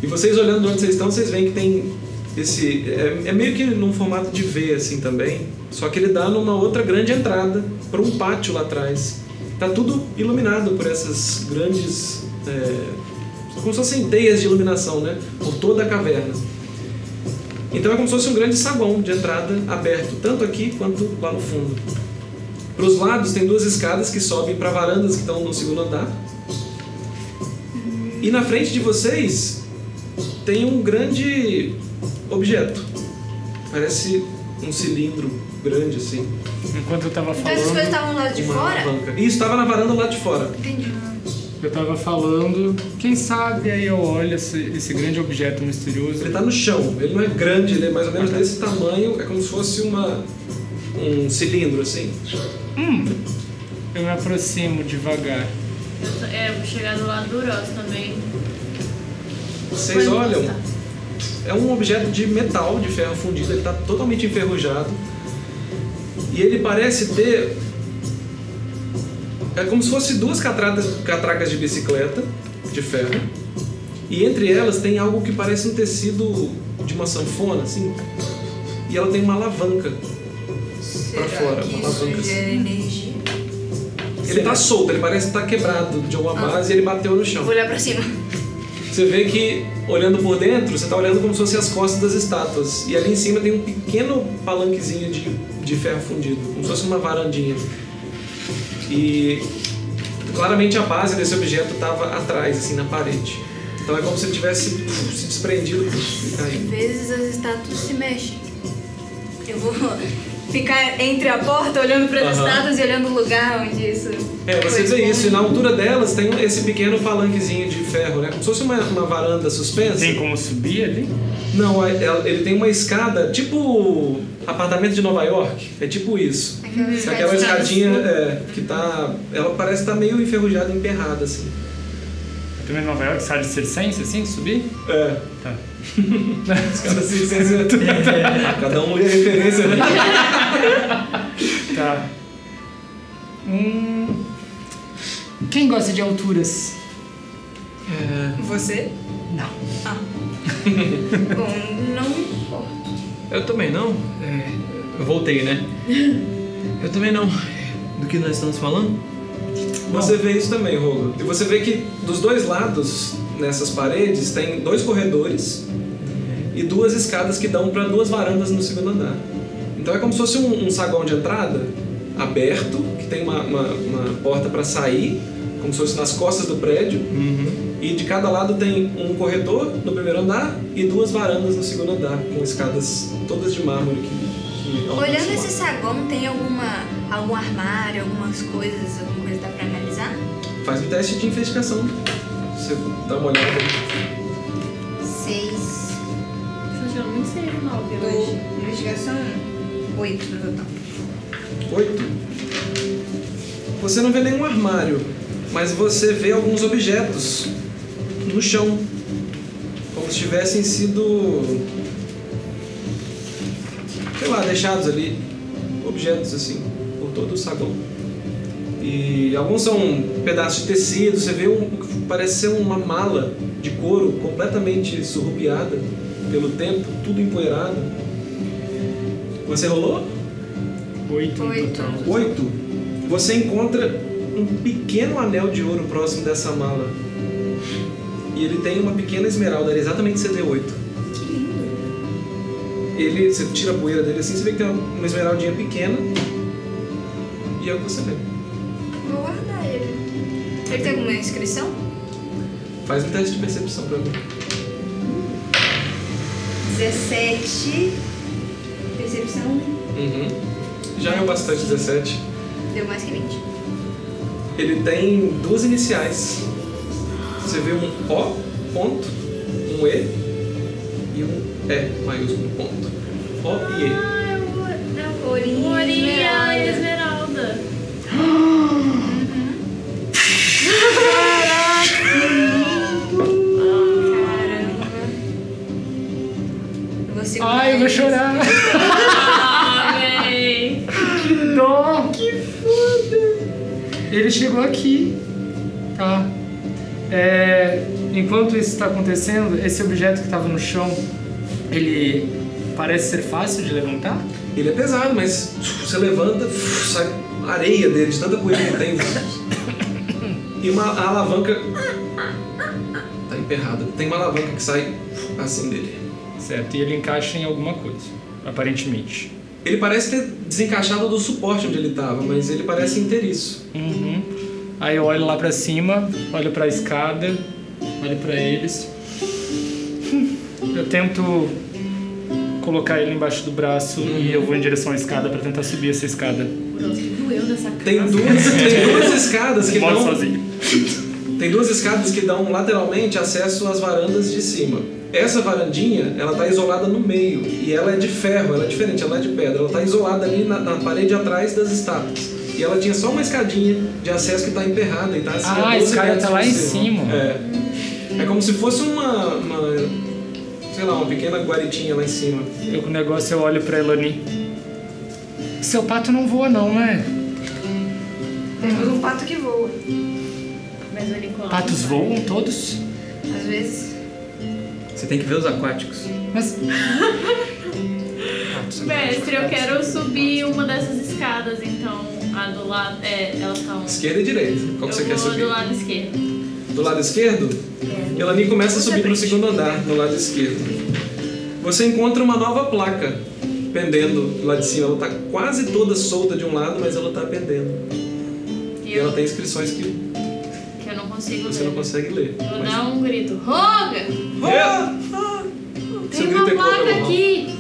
Speaker 2: E vocês olhando de onde vocês estão, vocês veem que tem esse. É, é meio que num formato de V assim também, só que ele dá numa outra grande entrada para um pátio lá atrás. Tá tudo iluminado por essas grandes. É, como se fossem teias de iluminação, né? Por toda a caverna. Então é como se fosse um grande saguão de entrada aberto, tanto aqui quanto lá no fundo. Para os lados tem duas escadas que sobem para varandas que estão no segundo andar. E na frente de vocês tem um grande objeto. Parece um cilindro grande assim.
Speaker 4: Enquanto eu tava
Speaker 5: Então essas
Speaker 4: falando,
Speaker 5: coisas estavam do lado de
Speaker 2: uma
Speaker 5: fora?
Speaker 2: alavanca. E estava na varanda lá de fora.
Speaker 5: Entendi.
Speaker 4: eu tava falando, quem sabe aí eu olho esse, esse grande objeto misterioso.
Speaker 2: Ele está no chão. Ele não é grande, ele é mais ou
Speaker 5: Ah,
Speaker 2: menos
Speaker 5: tá.
Speaker 2: desse tamanho. É como se fosse uma um cilindro assim.
Speaker 4: Eu me aproximo devagar.
Speaker 6: Eu tô- É, eu vou chegar do lado do Ross também.
Speaker 2: Vocês
Speaker 6: Vai
Speaker 2: olham.
Speaker 6: encostar.
Speaker 2: É um objeto de metal, de ferro fundido, ele está totalmente enferrujado. E ele parece ter. É como se fosse duas catradas, catracas de bicicleta de ferro. E entre elas tem algo que parece um tecido de uma sanfona, assim. E ela tem uma alavanca.
Speaker 5: Será
Speaker 2: fora,
Speaker 5: que
Speaker 2: uma
Speaker 5: isso
Speaker 2: alavanca. assim.
Speaker 5: gera energia?
Speaker 2: Ele tá solto, ele parece estar quebrado de alguma base e ele bateu no chão.
Speaker 5: Vou olhar pra cima.
Speaker 2: Você vê que, olhando por dentro, você tá olhando como se fossem as costas das estátuas. E ali em cima tem um pequeno palanquezinho de, de ferro fundido, como se fosse uma varandinha. E claramente a base desse objeto estava atrás, assim, na parede. Então é como se ele tivesse puf, se desprendido puf, e caído.
Speaker 5: Às vezes as estátuas se mexem. Eu vou ficar entre a porta, olhando para as
Speaker 2: Aham.
Speaker 5: estátuas e olhando o lugar onde isso.
Speaker 2: É, você vê
Speaker 5: corresponde.
Speaker 2: isso, e na altura delas tem esse pequeno palanquezinho de ferro, né? Como se fosse uma, uma varanda suspensa.
Speaker 4: Tem como subir ali?
Speaker 2: Não, é- é- ele tem uma escada, tipo apartamento de Nova York. É tipo isso.
Speaker 5: Aquela escada
Speaker 2: Aquela
Speaker 5: de
Speaker 2: escadinha é, que tá. Ela parece estar meio enferrujada, emperrada, assim.
Speaker 4: Também Nova York, sabe de circense, assim, subir?
Speaker 2: É.
Speaker 4: Tá.
Speaker 2: Os caras se licenciam. Cada um lê a referência, né?
Speaker 4: Tá. Hum... Quem gosta de alturas?
Speaker 2: né?
Speaker 5: Você? Ah.
Speaker 4: Não.
Speaker 5: Bom, não me importa.
Speaker 3: Eu também não. É, eu voltei, né? Eu também não. Do que nós estamos falando?
Speaker 2: Você vê isso também, Rogo. E você vê que dos dois lados, nessas paredes, tem dois corredores e duas escadas que dão para duas varandas no segundo andar. Então é como se fosse um, um saguão de entrada aberto, que tem uma, uma- uma porta para sair, como se fosse nas costas do prédio. E de cada lado tem um corredor no primeiro andar e duas varandas no segundo andar, com escadas todas de mármore que, que
Speaker 5: Olhando
Speaker 2: alcançam
Speaker 5: esse saguão, tem alguma. algum armário, algumas coisas, alguma coisa que dá pra analisar?
Speaker 2: lá. Faz um teste de investigação. Você dá uma olhada.
Speaker 5: Seis.
Speaker 6: Você tirou muito cedo, nove hoje.
Speaker 5: Do... Investigação oito no total.
Speaker 2: Oito. Você não vê nenhum armário, mas você vê alguns objetos no chão, como se tivessem sido, sei lá, deixados ali, objetos assim, por todo o saguão. E alguns são pedaços de tecido, você vê um, o que parece ser uma mala de couro completamente surrupiada pelo tempo, tudo empoeirado. Você rolou?
Speaker 4: Oito no
Speaker 5: Oito.
Speaker 4: total.
Speaker 2: 8, você encontra um pequeno anel de ouro próximo dessa mala. E ele tem uma pequena esmeralda, era exatamente CD8. Ele, você tira a poeira dele assim, você vê que tem uma esmeraldinha pequena. E é o que você vê.
Speaker 5: Vou guardar ele. Ele tem alguma inscrição?
Speaker 2: Faz um teste de percepção pra mim.
Speaker 5: 17. Percepção
Speaker 2: Já é o bastante 17.
Speaker 5: deu mais que 20.
Speaker 2: Ele tem duas iniciais. Você vê um O, ponto, um E e um E maiúsculo, ponto. O e E.
Speaker 5: Orinha.
Speaker 6: Moria e Esmeralda.
Speaker 5: Você
Speaker 4: Ai, eu vou chorar.
Speaker 6: Amei.
Speaker 4: Que dó. Que foda. Ele chegou aqui. Tá. É, enquanto isso está tá acontecendo, esse objeto que estava no chão, ele parece ser fácil de levantar?
Speaker 2: Ele é pesado, mas você levanta, sai areia dele, de tanta poeira que tem. E uma a alavanca. Tá emperrada. Tem uma alavanca que sai assim dele.
Speaker 4: Certo, e ele encaixa em alguma coisa, aparentemente.
Speaker 2: Ele parece ter desencaixado do suporte onde ele tava, mas ele parece inteiriço.
Speaker 4: Uhum. Aí eu olho lá pra cima, olho pra escada, olho pra eles. Eu tento colocar ele embaixo do braço e eu vou em direção à escada pra tentar subir essa escada.
Speaker 6: Doeu nessa cara.
Speaker 2: Tem duas, tem duas escadas que
Speaker 4: Moro
Speaker 2: dão.
Speaker 4: sozinho.
Speaker 2: Tem duas escadas que dão lateralmente acesso às varandas de cima. Essa varandinha, ela tá isolada no meio e ela é de ferro, ela é diferente, ela é de pedra. Ela tá isolada ali na, na parede atrás das estátuas. E ela tinha só uma escadinha de acesso que tá emperrada e tá assim.
Speaker 4: Ah,
Speaker 2: a
Speaker 4: a
Speaker 2: 12
Speaker 4: escada
Speaker 2: metros
Speaker 4: tá lá
Speaker 2: de
Speaker 4: em
Speaker 2: cima.
Speaker 4: cima.
Speaker 2: É. É como se fosse uma, uma, sei lá, uma pequena guaritinha lá em cima.
Speaker 4: Eu com o negócio eu olho pra Elani. Seu pato não voa não, né?
Speaker 5: Temos um pato que voa.
Speaker 6: Mas o unicórnio.
Speaker 4: Patos voam todos?
Speaker 5: Às vezes.
Speaker 3: Você tem que ver os aquáticos.
Speaker 4: Mas
Speaker 6: Mestre, eu quero subir uma dessas escadas, então. A do lado. É, elas estão.
Speaker 2: Esquerda e direita. Qual que você
Speaker 6: eu
Speaker 2: quer
Speaker 6: vou
Speaker 2: subir?
Speaker 6: do lado esquerdo.
Speaker 2: Do lado esquerdo, Elani começa É. a subir para o segundo andar, no lado esquerdo. Você encontra uma nova placa pendendo lá de cima. Ela está quase toda solta de um lado, mas ela está pendendo.
Speaker 6: E
Speaker 2: E
Speaker 6: eu,
Speaker 2: ela tem inscrições que
Speaker 6: que eu não consigo
Speaker 2: você
Speaker 6: ler.
Speaker 2: não consegue ler.
Speaker 6: Vou
Speaker 2: Mas-
Speaker 6: dar um grito. Roga!
Speaker 2: Ah! Seu
Speaker 6: Tem
Speaker 2: grito
Speaker 6: uma
Speaker 2: ecoa
Speaker 6: placa
Speaker 2: pelo
Speaker 6: aqui!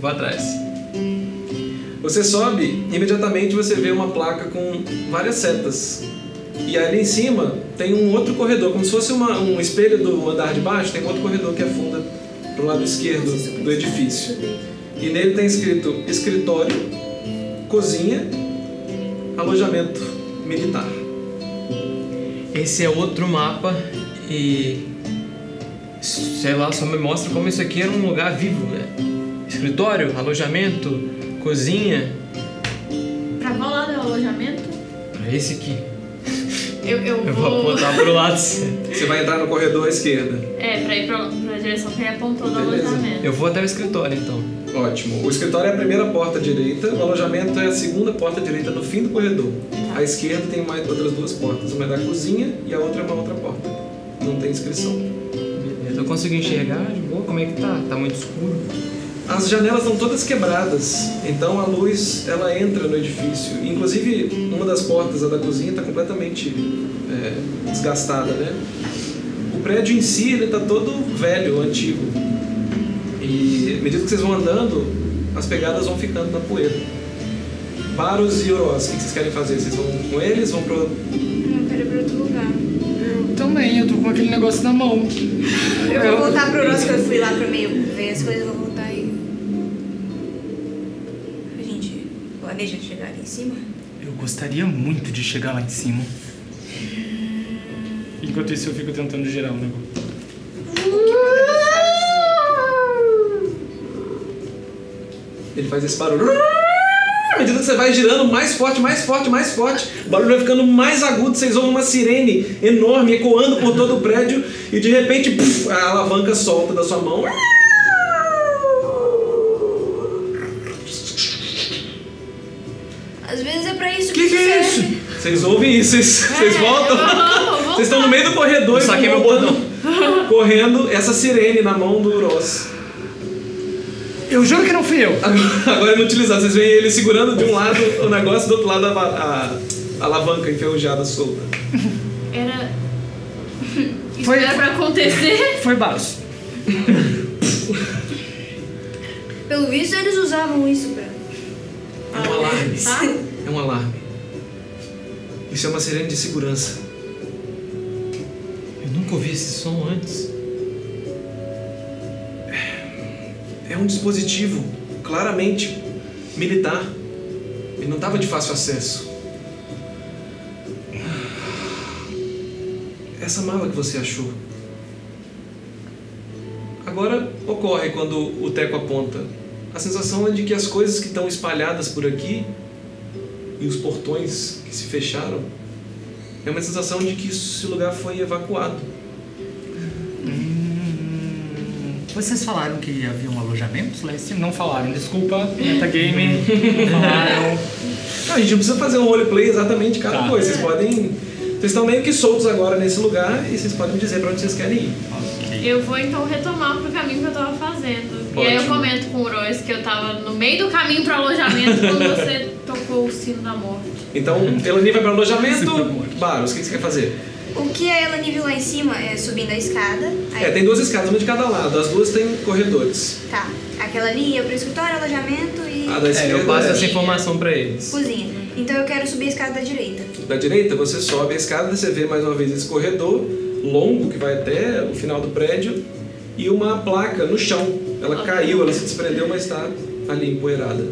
Speaker 3: Vou atrás.
Speaker 2: Você sobe, imediatamente você vê uma placa com várias setas. E ali em cima tem um outro corredor, como se fosse uma- um espelho do andar de baixo, tem um outro corredor que afunda pro lado esquerdo do edifício. E nele tem escrito escritório, cozinha, alojamento militar.
Speaker 3: Esse é outro mapa e. Sei lá, só me mostra como isso aqui era um lugar vivo, né? Escritório, alojamento, cozinha.
Speaker 6: Pra qual lado é o alojamento?
Speaker 3: Pra É esse aqui.
Speaker 6: Eu, eu,
Speaker 3: Eu vou
Speaker 6: vou.
Speaker 3: apontar pro lado. certo.
Speaker 2: Você vai entrar no corredor à esquerda.
Speaker 6: É, pra ir pra, pra direção que ele apontou do
Speaker 2: Beleza.
Speaker 6: alojamento.
Speaker 3: Eu vou até o escritório então.
Speaker 2: Ótimo. O escritório é a primeira porta à direita, o alojamento é a segunda porta à direita no fim do corredor. À esquerda tem mais outras duas portas, uma é da cozinha e a outra é uma outra porta. Não tem inscrição.
Speaker 3: Eu consigo enxergar de boa como é que tá? Tá muito escuro.
Speaker 2: As janelas estão todas quebradas, então a luz ela entra no edifício. Inclusive uma das portas, a da cozinha, está completamente é, desgastada, né? O prédio em si ele está todo velho, antigo. E à medida que vocês vão andando, as pegadas vão ficando na poeira. Baros e Oroz, o que vocês querem fazer? Vocês vão com eles? Vão pro...
Speaker 5: Eu quero ir pra outro lugar.
Speaker 4: Eu também, eu tô com aquele negócio na mão.
Speaker 5: Eu vou voltar pro nosso que eu fui lá pra meio ver as coisas, eu vou voltar e. A gente planeja chegar ali em cima?
Speaker 4: Eu gostaria muito de chegar lá em cima. Enquanto isso, eu fico tentando gerar um negócio.
Speaker 2: Ele faz esse barulho. À medida que você vai girando, mais forte, mais forte, mais forte. O barulho vai ficando mais agudo. Vocês ouvem uma sirene enorme ecoando por todo o prédio. E de repente, puf, a alavanca solta da sua mão.
Speaker 5: Às vezes é pra isso
Speaker 2: Que que é isso?
Speaker 5: serve.
Speaker 2: Vocês ouvem isso? Vocês, vocês voltam? Vocês estão no meio do corredor
Speaker 3: Eu
Speaker 4: é
Speaker 3: saquei meu
Speaker 2: voltando,
Speaker 3: botão.
Speaker 2: Correndo, essa sirene na mão do Ross.
Speaker 4: Eu juro que não fui eu!
Speaker 2: Agora é inutilizado. Vocês veem ele segurando de um lado o negócio, do outro lado a, a- a alavanca enferrujada solta.
Speaker 6: Era. Isso
Speaker 4: Foi-
Speaker 6: era pra acontecer?
Speaker 4: Foi Baros.
Speaker 5: Pelo visto, eles usavam isso pra.
Speaker 2: É um alarme.
Speaker 6: Tá?
Speaker 2: É um alarme. Isso é uma sirene de segurança.
Speaker 3: Eu nunca ouvi esse som antes.
Speaker 2: É um dispositivo claramente militar. Ele não estava de fácil acesso. Essa mala que você achou. Agora ocorre quando o Teco aponta. A sensação é de que as coisas que estão espalhadas por aqui e os portões que se fecharam é uma sensação de que esse lugar foi evacuado.
Speaker 3: Hum,
Speaker 4: Vocês falaram que havia um alojamento lá em cima? Não falaram, desculpa. Metagame. Não falaram.
Speaker 2: Não, a gente não precisa fazer um roleplay exatamente de cada
Speaker 4: Tá.
Speaker 2: coisa. Vocês podem. Vocês estão meio que soltos agora nesse lugar e vocês podem me dizer pra onde vocês querem ir.
Speaker 4: Ok.
Speaker 6: Eu vou então retomar pro caminho que eu tava fazendo. E aí eu
Speaker 2: Ótimo.
Speaker 6: comento com o Royce que eu tava no meio do caminho pro alojamento quando você tocou o sino da morte.
Speaker 2: Então, Elani vai pra alojamento.
Speaker 4: Sim, amor.
Speaker 2: Baros, o que que você quer fazer?
Speaker 5: O que a Elani viu lá em cima é subindo a escada. Aí,
Speaker 2: É, tem duas escadas, uma de cada lado. As duas têm corredores.
Speaker 5: Tá. Aquela ali ia pro escritório, alojamento e.
Speaker 2: A da
Speaker 3: É,
Speaker 2: esquerda.
Speaker 3: eu passo
Speaker 2: é.
Speaker 3: essa informação pra eles.
Speaker 5: Cozinha. Então eu quero subir a escada da direita.
Speaker 2: Da direita, você sobe a escada, você vê mais uma vez esse corredor longo que vai até o final do prédio e uma placa no chão. Ela caiu, ela se desprendeu, mas está ali empoeirada.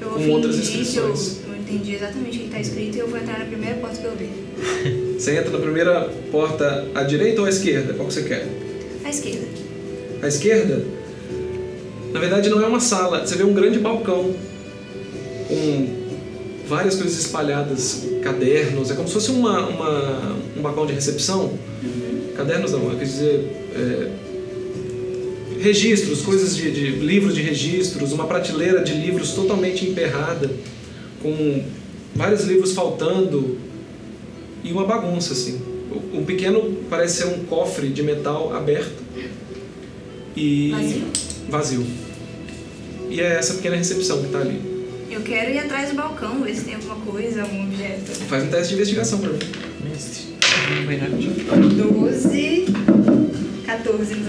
Speaker 5: Eu vou
Speaker 2: Com outras
Speaker 5: fingir que
Speaker 2: inscrições.
Speaker 5: Eu, eu entendi exatamente o que tá escrito e eu vou entrar na primeira porta que eu ver.
Speaker 2: Você entra na primeira porta à direita ou à esquerda? Qual que você quer?
Speaker 5: À esquerda.
Speaker 2: À esquerda, na verdade não é uma sala, você vê um grande balcão com várias coisas espalhadas, cadernos, é como se fosse uma, uma- um balcão de recepção. Cadernos não, eu quis dizer. é, registros, coisas de, de livros de registros, uma prateleira de livros totalmente emperrada, com vários livros faltando e uma bagunça assim. O- Um pequeno parece ser um cofre de metal aberto e
Speaker 5: Vazio?
Speaker 2: vazio. E é essa pequena recepção que tá ali.
Speaker 5: Eu quero ir atrás do balcão, ver se tem alguma coisa, algum objeto.
Speaker 2: Faz um teste de investigação pra mim.
Speaker 3: Mestre, não vai nada de-
Speaker 5: 12. 14 no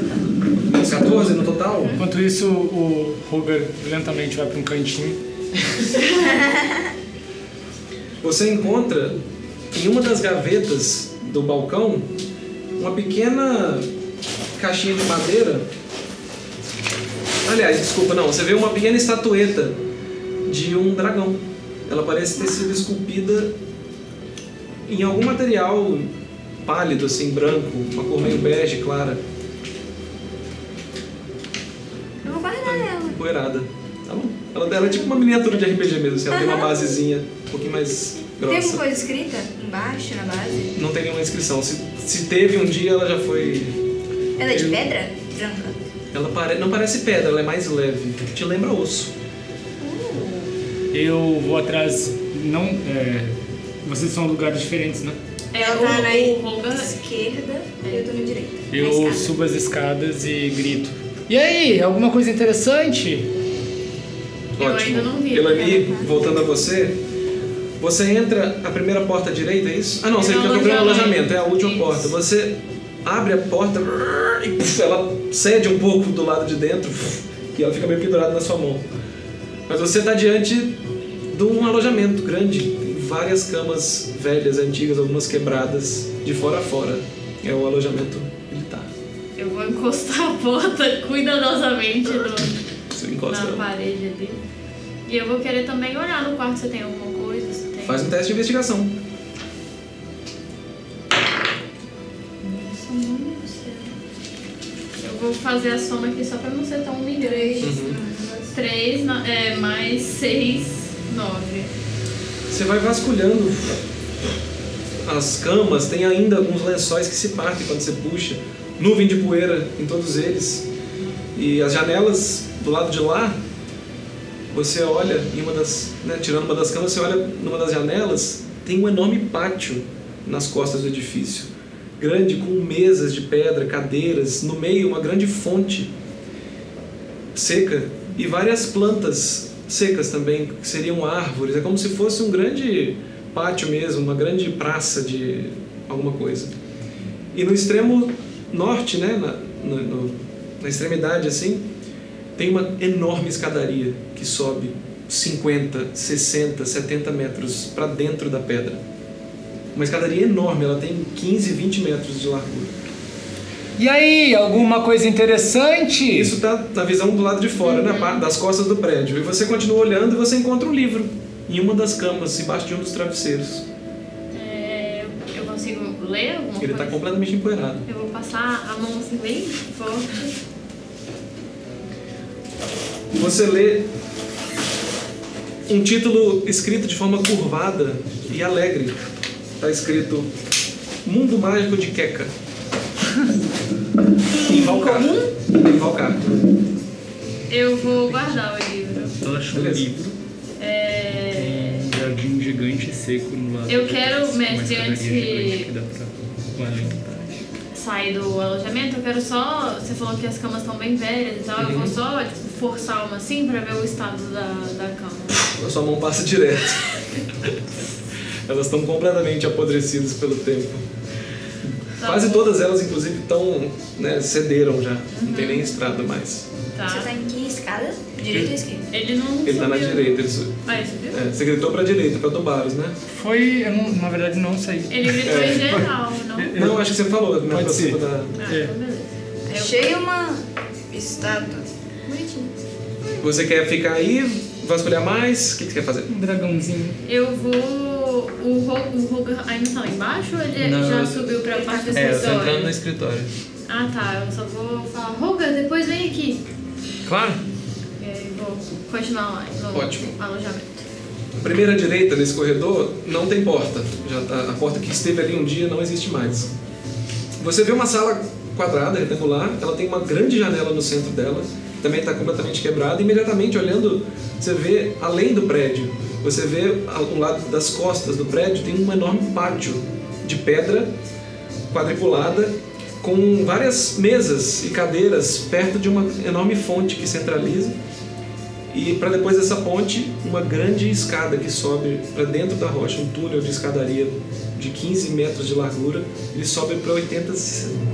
Speaker 5: total.
Speaker 2: 14 no total?
Speaker 4: Enquanto isso, o Roger lentamente vai pra um cantinho.
Speaker 2: Você encontra em uma das gavetas do balcão uma pequena caixinha de madeira. Aliás, desculpa, não. Você vê uma pequena estatueta de um dragão. Ela parece ter sido esculpida em algum material pálido, assim, branco, uma cor meio bege, clara,
Speaker 5: Eu vou guardar ela.
Speaker 2: poeirada. Tá bom? Ela, ela é tipo uma miniatura de RPG mesmo, assim, ela tem uma basezinha um pouquinho mais
Speaker 5: Tem
Speaker 2: grossa.
Speaker 5: alguma coisa escrita embaixo, na base?
Speaker 2: Não tem nenhuma inscrição. Se, se teve um dia, ela já foi.
Speaker 5: Ela é de pedra? Branca.
Speaker 2: Ela pare- não parece pedra, ela é mais leve. Te lembra osso.
Speaker 4: Eu vou atrás. Não. É, vocês são lugares diferentes, né?
Speaker 6: É,
Speaker 5: Ela
Speaker 6: o,
Speaker 5: tá na
Speaker 6: o Rogan
Speaker 5: esquerda e eu tô na direita. na
Speaker 4: Eu
Speaker 5: escada.
Speaker 4: subo as escadas e grito. E aí, alguma coisa interessante?
Speaker 6: Eu ainda não vi.
Speaker 2: Elani, voltando a você, você entra a primeira porta à direita, é isso? Ah, não, você
Speaker 6: É um
Speaker 2: entra no primeiro
Speaker 6: alojamento.
Speaker 2: alojamento, é a última
Speaker 6: Isso.
Speaker 2: porta. Você abre a porta e puf, ela cede um pouco do lado de dentro puf, e ela fica meio pendurada na sua mão. Mas você está diante de um alojamento grande, tem várias camas velhas, antigas, algumas quebradas, de fora a fora. É o alojamento militar.
Speaker 6: Eu vou encostar a porta cuidadosamente no,
Speaker 2: Você encosta
Speaker 6: na
Speaker 2: ela.
Speaker 6: parede ali. E eu vou querer também olhar no quarto se tem alguma coisa, se tem.
Speaker 2: Faz um teste de investigação.
Speaker 6: Nossa, mãe do céu. Eu vou fazer a soma aqui só pra não ser tão humilhante.
Speaker 2: Uhum.
Speaker 6: Três, no- é, mais seis, nove.
Speaker 2: Você vai vasculhando as camas, tem ainda alguns lençóis que se partem quando você puxa, nuvem de poeira em todos eles. E as janelas do lado de lá, você olha em uma das, né, tirando uma das camas, você olha numa das janelas, tem um enorme pátio nas costas do edifício. Grande, com mesas de pedra, cadeiras, no meio uma grande fonte seca e várias plantas secas também, que seriam árvores. É como se fosse um grande pátio mesmo, uma grande praça de alguma coisa. E no extremo norte, né, na, na- no- na extremidade assim, tem uma enorme escadaria que sobe 50, 60, 70 metros para dentro da pedra. Uma escadaria enorme, ela tem 15, 20 metros de largura.
Speaker 4: E aí, alguma coisa interessante?
Speaker 2: Isso tá na visão do lado de fora, né? pa- Das costas do prédio. E você continua olhando e você encontra um livro em uma das camas, embaixo de um dos travesseiros.
Speaker 6: É, eu consigo ler alguma
Speaker 2: Ele tá
Speaker 6: coisa?
Speaker 2: completamente empoeirado.
Speaker 6: Eu vou passar a mão assim bem forte.
Speaker 2: Você lê um título escrito de forma curvada e alegre. Tá escrito Mundo Mágico de Keka. em Valcar. Em Valcar.
Speaker 6: Eu vou guardar o livro.
Speaker 7: Ela achou um
Speaker 2: Beleza.
Speaker 7: livro,
Speaker 6: É,
Speaker 7: um jardim gigante e seco no lado.
Speaker 6: Eu
Speaker 7: de
Speaker 6: quero,
Speaker 7: trás, uma
Speaker 6: mestre,
Speaker 7: escadaria
Speaker 6: antes
Speaker 7: gigante
Speaker 6: que-
Speaker 7: que dá pra uma jantar.
Speaker 6: sair do alojamento, eu quero só. Você falou que as camas estão bem velhas e tal. Eu
Speaker 2: Uhum.
Speaker 6: vou só tipo, forçar uma assim pra ver o estado da, da cama.
Speaker 2: A sua mão passa direto. Elas estão completamente apodrecidas pelo tempo.
Speaker 6: Tá
Speaker 2: Quase
Speaker 6: bom.
Speaker 2: todas elas, inclusive, estão. Né, cederam já. Não tem nem estrada mais.
Speaker 5: Você tá
Speaker 6: Tá.
Speaker 5: em que escada? Direita ou esquerda?
Speaker 6: Ele não.
Speaker 2: Ele tá na
Speaker 6: subiu.
Speaker 2: direita. Ele su-
Speaker 6: Ah, ele subiu?
Speaker 2: é, você gritou pra direita, pra Tobaros, né?
Speaker 4: Foi. Eu não, na verdade, não sei.
Speaker 6: Ele gritou
Speaker 2: É.
Speaker 6: em geral, não? Ah,
Speaker 2: Não, acho que você falou, né?
Speaker 4: Pode
Speaker 2: pra
Speaker 4: ser.
Speaker 2: cima da-
Speaker 6: então beleza. Eu-
Speaker 5: Achei uma estátua.
Speaker 6: Bonitinho.
Speaker 2: Você quer ficar aí, vasculhar mais? O que, que você quer fazer?
Speaker 4: Um dragãozinho.
Speaker 6: Eu vou. O Ro- o Rogan ainda tá lá embaixo ou ele
Speaker 3: Não,
Speaker 6: já
Speaker 3: eu-
Speaker 6: subiu pra parte do
Speaker 3: É, eu tô entrando no
Speaker 6: escritório?
Speaker 3: escritório.
Speaker 6: Ah tá, eu só vou falar, Rogan, depois vem aqui.
Speaker 3: Claro.
Speaker 6: E aí vou continuar lá no
Speaker 2: Ótimo.
Speaker 6: alojamento.
Speaker 2: A primeira direita nesse corredor não tem porta. Já tá- a porta que esteve ali um dia não existe mais. Você vê uma sala quadrada, retangular, ela tem uma grande janela no centro dela, também está completamente quebrada. Imediatamente olhando, você vê além do prédio, você vê ao lado das costas do prédio tem um enorme pátio de pedra quadriculada com várias mesas e cadeiras perto de uma enorme fonte que centraliza. E para depois dessa ponte, uma grande escada que sobe para dentro da rocha, um túnel de escadaria de 15 metros de largura, ele sobe para 80,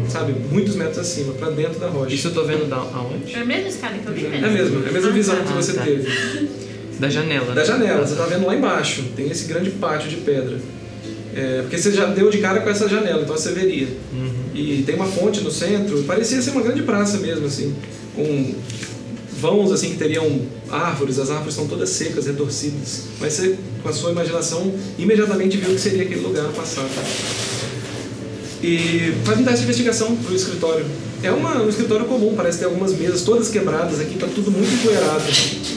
Speaker 2: sabe, muitos metros acima, para dentro da rocha.
Speaker 3: Isso eu tô vendo da, aonde?
Speaker 6: É a mesma escada que eu vi,
Speaker 2: é
Speaker 6: né?
Speaker 2: mesmo, é a mesma visão que
Speaker 3: Ah,
Speaker 2: você
Speaker 3: tá.
Speaker 2: teve.
Speaker 3: Da janela.
Speaker 2: Da
Speaker 3: né?
Speaker 2: janela, você tá vendo lá embaixo, tem esse grande pátio de pedra. É, porque você já deu de cara com essa janela, então você veria. E tem uma fonte no centro, parecia ser uma grande praça mesmo, assim, com vãos assim que teriam árvores, as árvores são todas secas, retorcidas. Mas você, com a sua imaginação, imediatamente viu o que seria aquele lugar no passado. E faz um teste de investigação pro escritório. É uma- um escritório comum, parece ter algumas mesas todas quebradas aqui, tá tudo muito empoeirado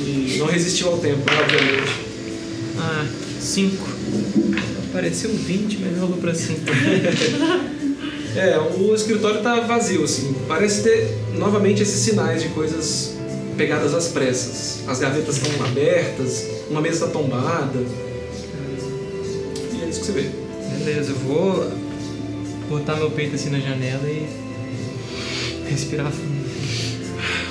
Speaker 2: e não resistiu ao tempo, obviamente.
Speaker 3: Ah, 5. Pareceu 20, mas rolou pra 5.
Speaker 2: É, o escritório tá vazio, assim. Parece ter novamente esses sinais de coisas pegadas às pressas. As gavetas estão abertas, uma mesa está tombada. E é isso que você vê.
Speaker 3: Beleza, eu vou botar meu peito assim na janela e respirar fundo.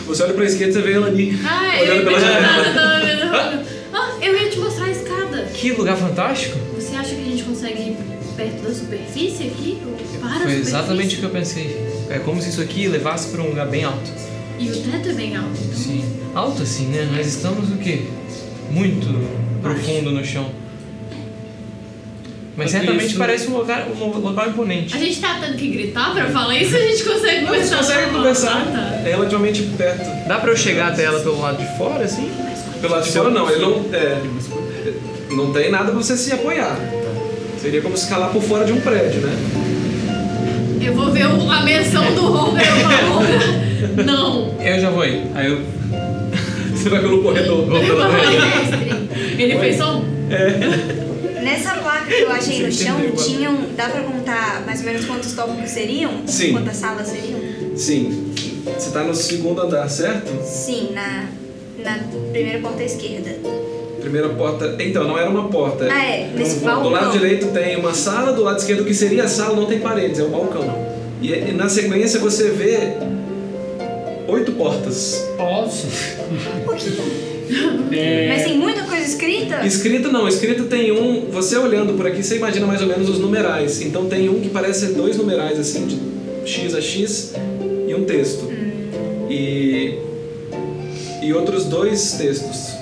Speaker 2: Você olha pra esquerda e você vê a Elani.
Speaker 6: Ah,
Speaker 2: Olhando
Speaker 6: eu ia
Speaker 2: pela
Speaker 6: perguntar,
Speaker 2: janela.
Speaker 6: eu tava vendo. Ah, eu ia te mostrar a escada.
Speaker 3: Que lugar fantástico!
Speaker 6: Você acha que a gente consegue ir perto da superfície aqui? Ou para a
Speaker 3: Foi
Speaker 6: superfície?
Speaker 3: exatamente o que eu pensei. É como se isso aqui levasse pra um lugar bem alto.
Speaker 6: E o teto é bem alto. então-
Speaker 3: Sim. Alto assim, né? Nós estamos o quê? Muito profundo no chão. Mas
Speaker 7: Enquanto
Speaker 3: certamente
Speaker 7: isso-
Speaker 3: parece um local, um local imponente.
Speaker 6: A gente tá tendo que gritar pra falar isso, a gente consegue
Speaker 2: Não,
Speaker 6: conversar.
Speaker 2: Vocês conseguem
Speaker 6: normal.
Speaker 2: conversar.
Speaker 6: tá Ah,
Speaker 2: É relativamente perto.
Speaker 3: Dá pra eu chegar até ela pelo lado de fora, assim?
Speaker 2: Pelo lado de fora, não. Ele não. É, não tem nada pra você se apoiar. Seria como escalar por fora de um prédio, né?
Speaker 6: tá. Eu vou ver o- a menção do Robert uma Não.
Speaker 3: Eu já vou aí. Aí eu
Speaker 2: Você vai pelo corredor.
Speaker 6: Ele fez só um.
Speaker 5: Nessa placa que eu achei no
Speaker 2: Você
Speaker 5: chão,
Speaker 2: entendeu, Ana?
Speaker 5: tinham. Dá pra contar mais ou menos quantos tópicos seriam?
Speaker 2: Sim.
Speaker 5: Quantas salas seriam?
Speaker 2: Sim. Você tá no segundo andar, certo?
Speaker 5: Sim, na, na primeira porta à esquerda.
Speaker 2: Primeira porta. Então, não era uma porta.
Speaker 5: Ah, é, nesse
Speaker 2: Bom, Do
Speaker 5: balcão.
Speaker 2: lado direito tem uma sala, do lado esquerdo o que seria a sala não tem paredes, é um balcão. E, e na sequência você vê oito portas.
Speaker 4: Posso?
Speaker 5: Um pouquinho.
Speaker 4: É,
Speaker 5: Mas tem muita coisa escrita?
Speaker 2: Escrita não, escrita tem um. Você olhando por aqui, você imagina mais ou menos os numerais. Então tem um que parece ser dois numerais assim, de X a X e um texto.
Speaker 5: Hum.
Speaker 2: E. E outros dois textos.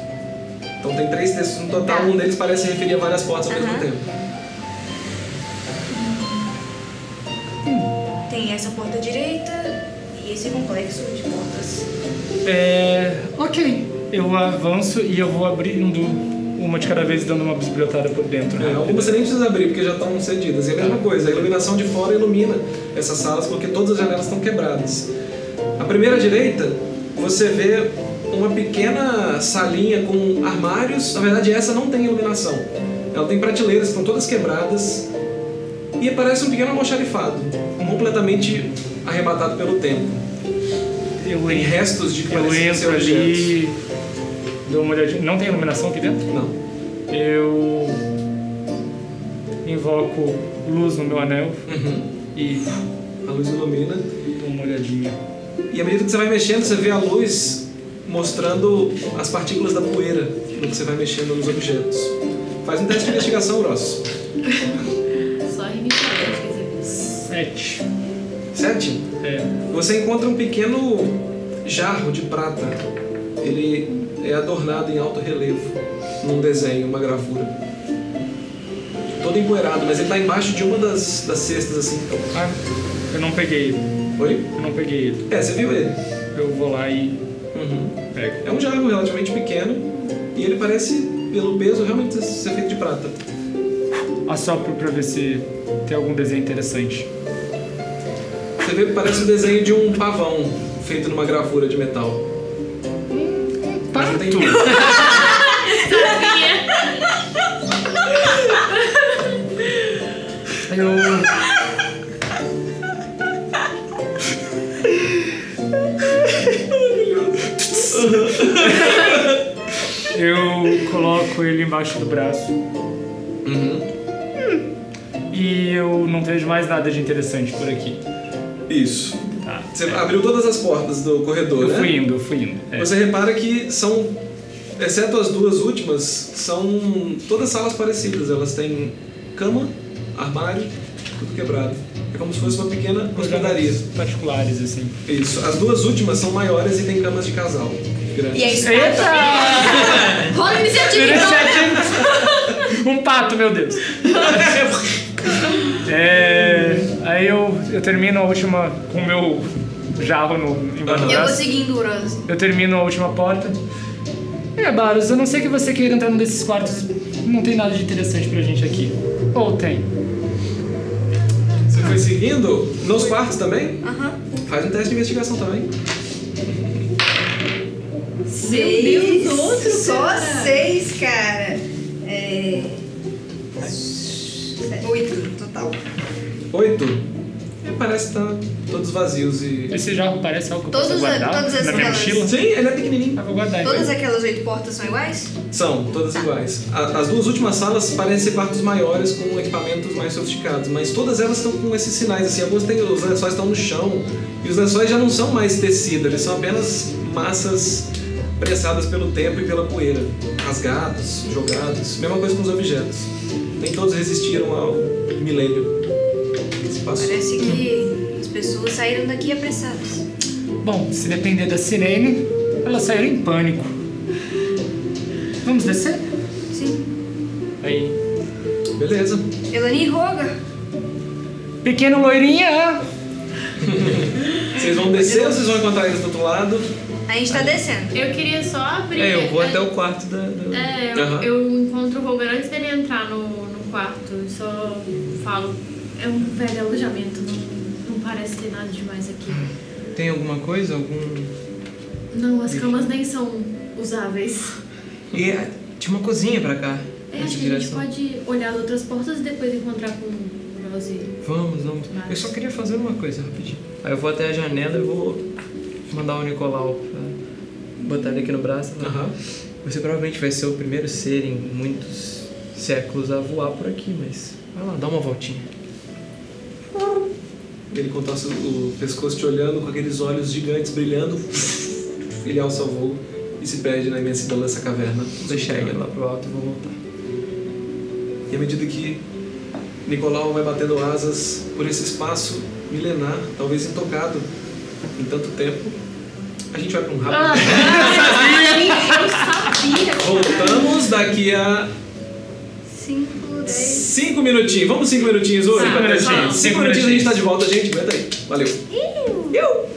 Speaker 2: Então tem três textos no total,
Speaker 5: Tá.
Speaker 2: um deles parece referir a várias portas ao mesmo
Speaker 5: Aham.
Speaker 2: tempo.
Speaker 5: Tem essa porta à direita e esse complexo de portas.
Speaker 4: é, ok. Eu avanço e eu vou abrindo uma de cada vez, dando uma bisbilhotada por dentro. né?
Speaker 2: É, algumas você nem precisa abrir, porque já estão cedidas. E é a mesma coisa, a iluminação de fora ilumina essas salas, porque todas as janelas estão quebradas. A primeira direita, você vê uma pequena salinha com armários. Na verdade, essa não tem iluminação. Ela tem prateleiras, que estão todas quebradas. E parece um pequeno almoxarifado, completamente arrebatado pelo tempo.
Speaker 4: Eu,
Speaker 2: Tem
Speaker 4: en-
Speaker 2: restos de que
Speaker 4: eu
Speaker 2: parecem ser
Speaker 4: entro ali, dou uma olhadinha. Não tem iluminação aqui dentro?
Speaker 2: Não.
Speaker 4: Eu invoco luz no meu anel
Speaker 2: Uhum.
Speaker 4: e
Speaker 2: A luz ilumina.
Speaker 4: dou uma olhadinha.
Speaker 2: E à medida que você vai mexendo, você vê a luz mostrando as partículas da poeira no que você vai mexendo nos objetos. Faz um teste de investigação, Ross.
Speaker 6: Só rinite
Speaker 4: Sete.
Speaker 2: Sete.
Speaker 4: É.
Speaker 2: Você encontra um pequeno jarro de prata. Ele é adornado em alto relevo, num desenho, uma gravura. Todo empoeirado, mas ele tá embaixo de uma das, das cestas, assim.
Speaker 4: Ah, eu não peguei ele.
Speaker 2: Oi?
Speaker 4: Eu não peguei ele.
Speaker 2: É, você viu ele.
Speaker 4: Eu vou lá e
Speaker 2: Uhum.
Speaker 4: pego.
Speaker 2: É um jarro relativamente pequeno, e ele parece, pelo peso, realmente ser feito de prata.
Speaker 4: Assopro Ah, pra ver se tem algum desenho interessante.
Speaker 2: Você vê que parece o desenho de um pavão feito numa gravura de metal. Mas não tem nada.
Speaker 4: Eu. Eu coloco ele embaixo do braço
Speaker 2: Uhum.
Speaker 4: e eu não vejo mais nada de interessante por aqui.
Speaker 2: Isso.
Speaker 4: Tá.
Speaker 2: Você abriu todas as portas do corredor,
Speaker 4: Eu
Speaker 2: né?
Speaker 4: fui indo, eu fui indo. É.
Speaker 2: Você repara que são exceto as duas últimas, são todas salas parecidas. Elas têm cama, armário, tudo quebrado. É como se fosse uma pequena hospedaria.
Speaker 4: Particulares, assim.
Speaker 2: Isso. As duas últimas são maiores e têm camas de casal. Grandes.
Speaker 5: E é isso. Rola a iniciativa então.
Speaker 4: Iniciativa. Um pato, meu Deus. É, aí eu, eu termino a última com o meu jarro no, embaixo do
Speaker 5: E eu vou
Speaker 4: braço.
Speaker 5: seguir em Duras.
Speaker 4: Eu termino a última porta. É, Baros, eu não sei que você queira entrar num desses quartos. Não tem nada de interessante pra gente aqui. Ou tem.
Speaker 2: Você foi seguindo? Nos quartos também? Faz um teste de investigação também.
Speaker 5: Seis.
Speaker 6: Deus, outro,
Speaker 5: Só
Speaker 6: cara.
Speaker 5: seis, cara. É. sete, Oito no total.
Speaker 2: Oito. É, parece estar todos vazios e.
Speaker 4: Esse jarro parece algo que eu
Speaker 5: Todos
Speaker 4: posso
Speaker 5: os-
Speaker 4: guardar
Speaker 5: todas as
Speaker 4: na minha
Speaker 5: velas.
Speaker 4: mochila.
Speaker 2: Sim, ele é pequenininho.
Speaker 4: Ah, vou guardar então.
Speaker 5: Todas aquelas oito portas são iguais?
Speaker 2: São, todas iguais. A- As duas últimas salas parecem ser quartos maiores com equipamentos mais sofisticados, mas todas elas estão com esses sinais, assim, alguns têm, os lençóis estão no chão, e os lençóis já não são mais tecido, eles são apenas massas pressadas pelo tempo e pela poeira, rasgados, jogados, mesma coisa com os objetos. Nem todos resistiram ao milênio. que se passou.
Speaker 5: Parece que as pessoas saíram daqui apressadas.
Speaker 4: Bom, se depender da sirene, elas saíram em pânico. Vamos descer?
Speaker 5: Sim.
Speaker 4: Aí.
Speaker 2: Beleza.
Speaker 5: Elani Roga.
Speaker 4: Pequeno loirinha!
Speaker 2: Vocês vão descer ou vocês vão encontrar eles do outro lado?
Speaker 5: A gente tá descendo.
Speaker 6: Eu queria só abrir.
Speaker 2: É, eu vou
Speaker 6: a-
Speaker 2: até o quarto da. da-
Speaker 6: É, eu,
Speaker 2: Aham.
Speaker 6: eu encontro o Rogan antes dele entrar no, no quarto. Eu só falo. É um velho alojamento, não, não parece ter nada demais aqui.
Speaker 3: Tem alguma coisa? Algum.
Speaker 6: Não, as camas nem são usáveis.
Speaker 3: E é, tinha uma cozinha pra cá.
Speaker 6: É, acho que a gente pode olhar outras portas e depois encontrar com o Rosie.
Speaker 3: Vamos, vamos. Eu só queria fazer uma coisa rapidinho. Aí eu vou até a janela e vou mandar o Nicolau pra botar ele aqui no braço. Né?
Speaker 2: Aham.
Speaker 3: Você provavelmente vai ser o primeiro ser em muitos séculos a voar por aqui, mas vai lá, dá uma voltinha.
Speaker 2: Ele contorce o pescoço te olhando com aqueles olhos gigantes brilhando. Ele alça o voo e se perde na imensidão dessa caverna.
Speaker 3: Vou deixar ele lá pro alto e vou voltar.
Speaker 2: E à medida que Nicolau vai batendo asas por esse espaço milenar, talvez intocado em tanto tempo, a gente vai para um rápido.
Speaker 6: Eu sabia!
Speaker 2: Voltamos daqui a
Speaker 5: Cinco, dez.
Speaker 2: cinco minutinhos. Vamos cinco minutinhos hoje?
Speaker 6: Cinco
Speaker 2: Patrícia?
Speaker 6: minutinhos,
Speaker 2: Cinco
Speaker 4: cinco
Speaker 2: minutinhos a gente
Speaker 4: minutinhos.
Speaker 2: tá de volta, gente. Aguenta aí. Valeu. Eu.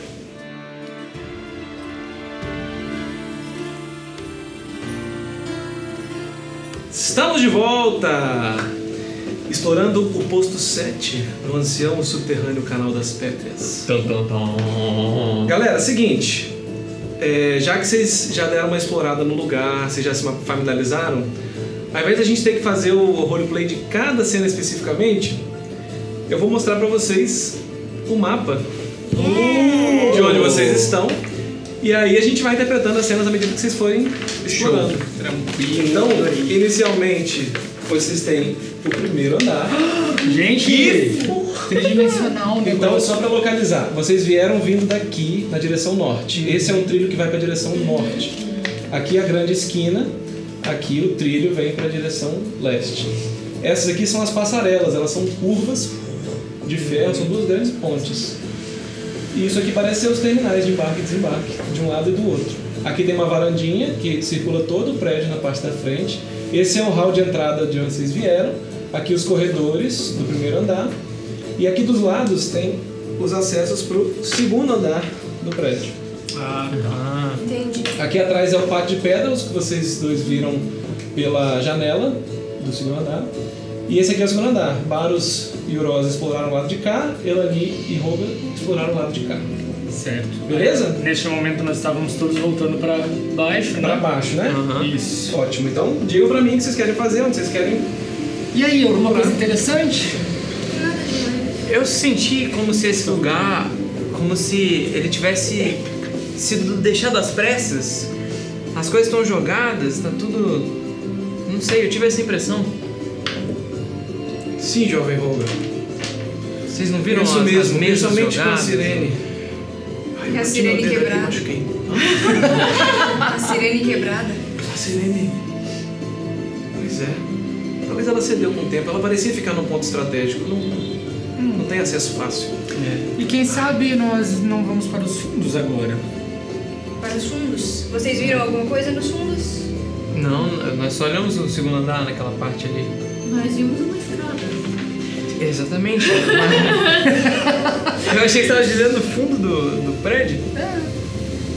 Speaker 2: Estamos de volta! Explorando o posto 7 no ancião subterrâneo Canal das Pétreas. Galera, seguinte. é, já que vocês já deram uma explorada no lugar, vocês já se familiarizaram, ao invés da gente ter que fazer o roleplay de cada cena especificamente, eu vou mostrar pra vocês o mapa de onde vocês estão. E aí a gente vai interpretando as cenas à medida que vocês forem explorando.
Speaker 7: Tranquilo.
Speaker 2: Então, inicialmente, vocês têm o primeiro andar.
Speaker 4: Gente! Tridimensional, né?
Speaker 2: Então, só pra localizar, vocês vieram vindo daqui na direção norte. Esse é um trilho que vai pra direção norte. Aqui é a grande esquina, aqui o trilho vem pra direção leste. Essas aqui são as passarelas, elas são curvas de ferro, são duas grandes pontes. E isso aqui parece ser os terminais de embarque e desembarque, de um lado e do outro. Aqui tem uma varandinha que circula todo o prédio na parte da frente. Esse é o hall de entrada de onde vocês vieram. Aqui os corredores do primeiro andar. E aqui dos lados tem os acessos para o segundo andar do prédio.
Speaker 5: Entendi.
Speaker 2: Aqui atrás é o pátio de pedras que vocês dois viram pela janela do segundo andar. E esse aqui é o segundo andar. Baros e Uroz exploraram o lado de cá, Elani e Roga exploraram o lado de cá.
Speaker 4: Certo.
Speaker 2: Beleza?
Speaker 4: Neste momento nós estávamos todos voltando pra baixo,
Speaker 2: Pra
Speaker 4: né?
Speaker 2: baixo, né?
Speaker 4: Isso.
Speaker 2: Ótimo. Então, digam pra mim o que vocês querem fazer, onde vocês querem.
Speaker 4: E aí, alguma coisa interessante?
Speaker 3: Eu senti como se esse lugar, como se ele tivesse sido deixado às pressas. As coisas estão jogadas, tá tudo. Não sei, eu tive essa impressão.
Speaker 2: Sim, jovem Roga.
Speaker 3: Vocês não viram as,
Speaker 2: isso
Speaker 3: as
Speaker 2: mesmo,
Speaker 3: mesas
Speaker 2: principalmente com a
Speaker 3: jogadas?
Speaker 2: sirene.
Speaker 5: E a
Speaker 2: bati
Speaker 5: sirene
Speaker 2: meu dedo aqui,
Speaker 5: quebrada.
Speaker 2: machuquei.
Speaker 5: A sirene quebrada.
Speaker 2: A Sirene. Pois é. Talvez ela cedeu com o tempo. Ela parecia ficar num ponto estratégico. Não, não tem acesso fácil.
Speaker 4: E quem sabe nós não vamos para os fundos agora.
Speaker 5: Para os fundos. Vocês viram alguma coisa nos fundos?
Speaker 3: Não, nós só olhamos o segundo andar naquela parte ali.
Speaker 6: Nós vimos uma escada.
Speaker 3: Exatamente. Eu achei que você estava dizendo no fundo do, do prédio.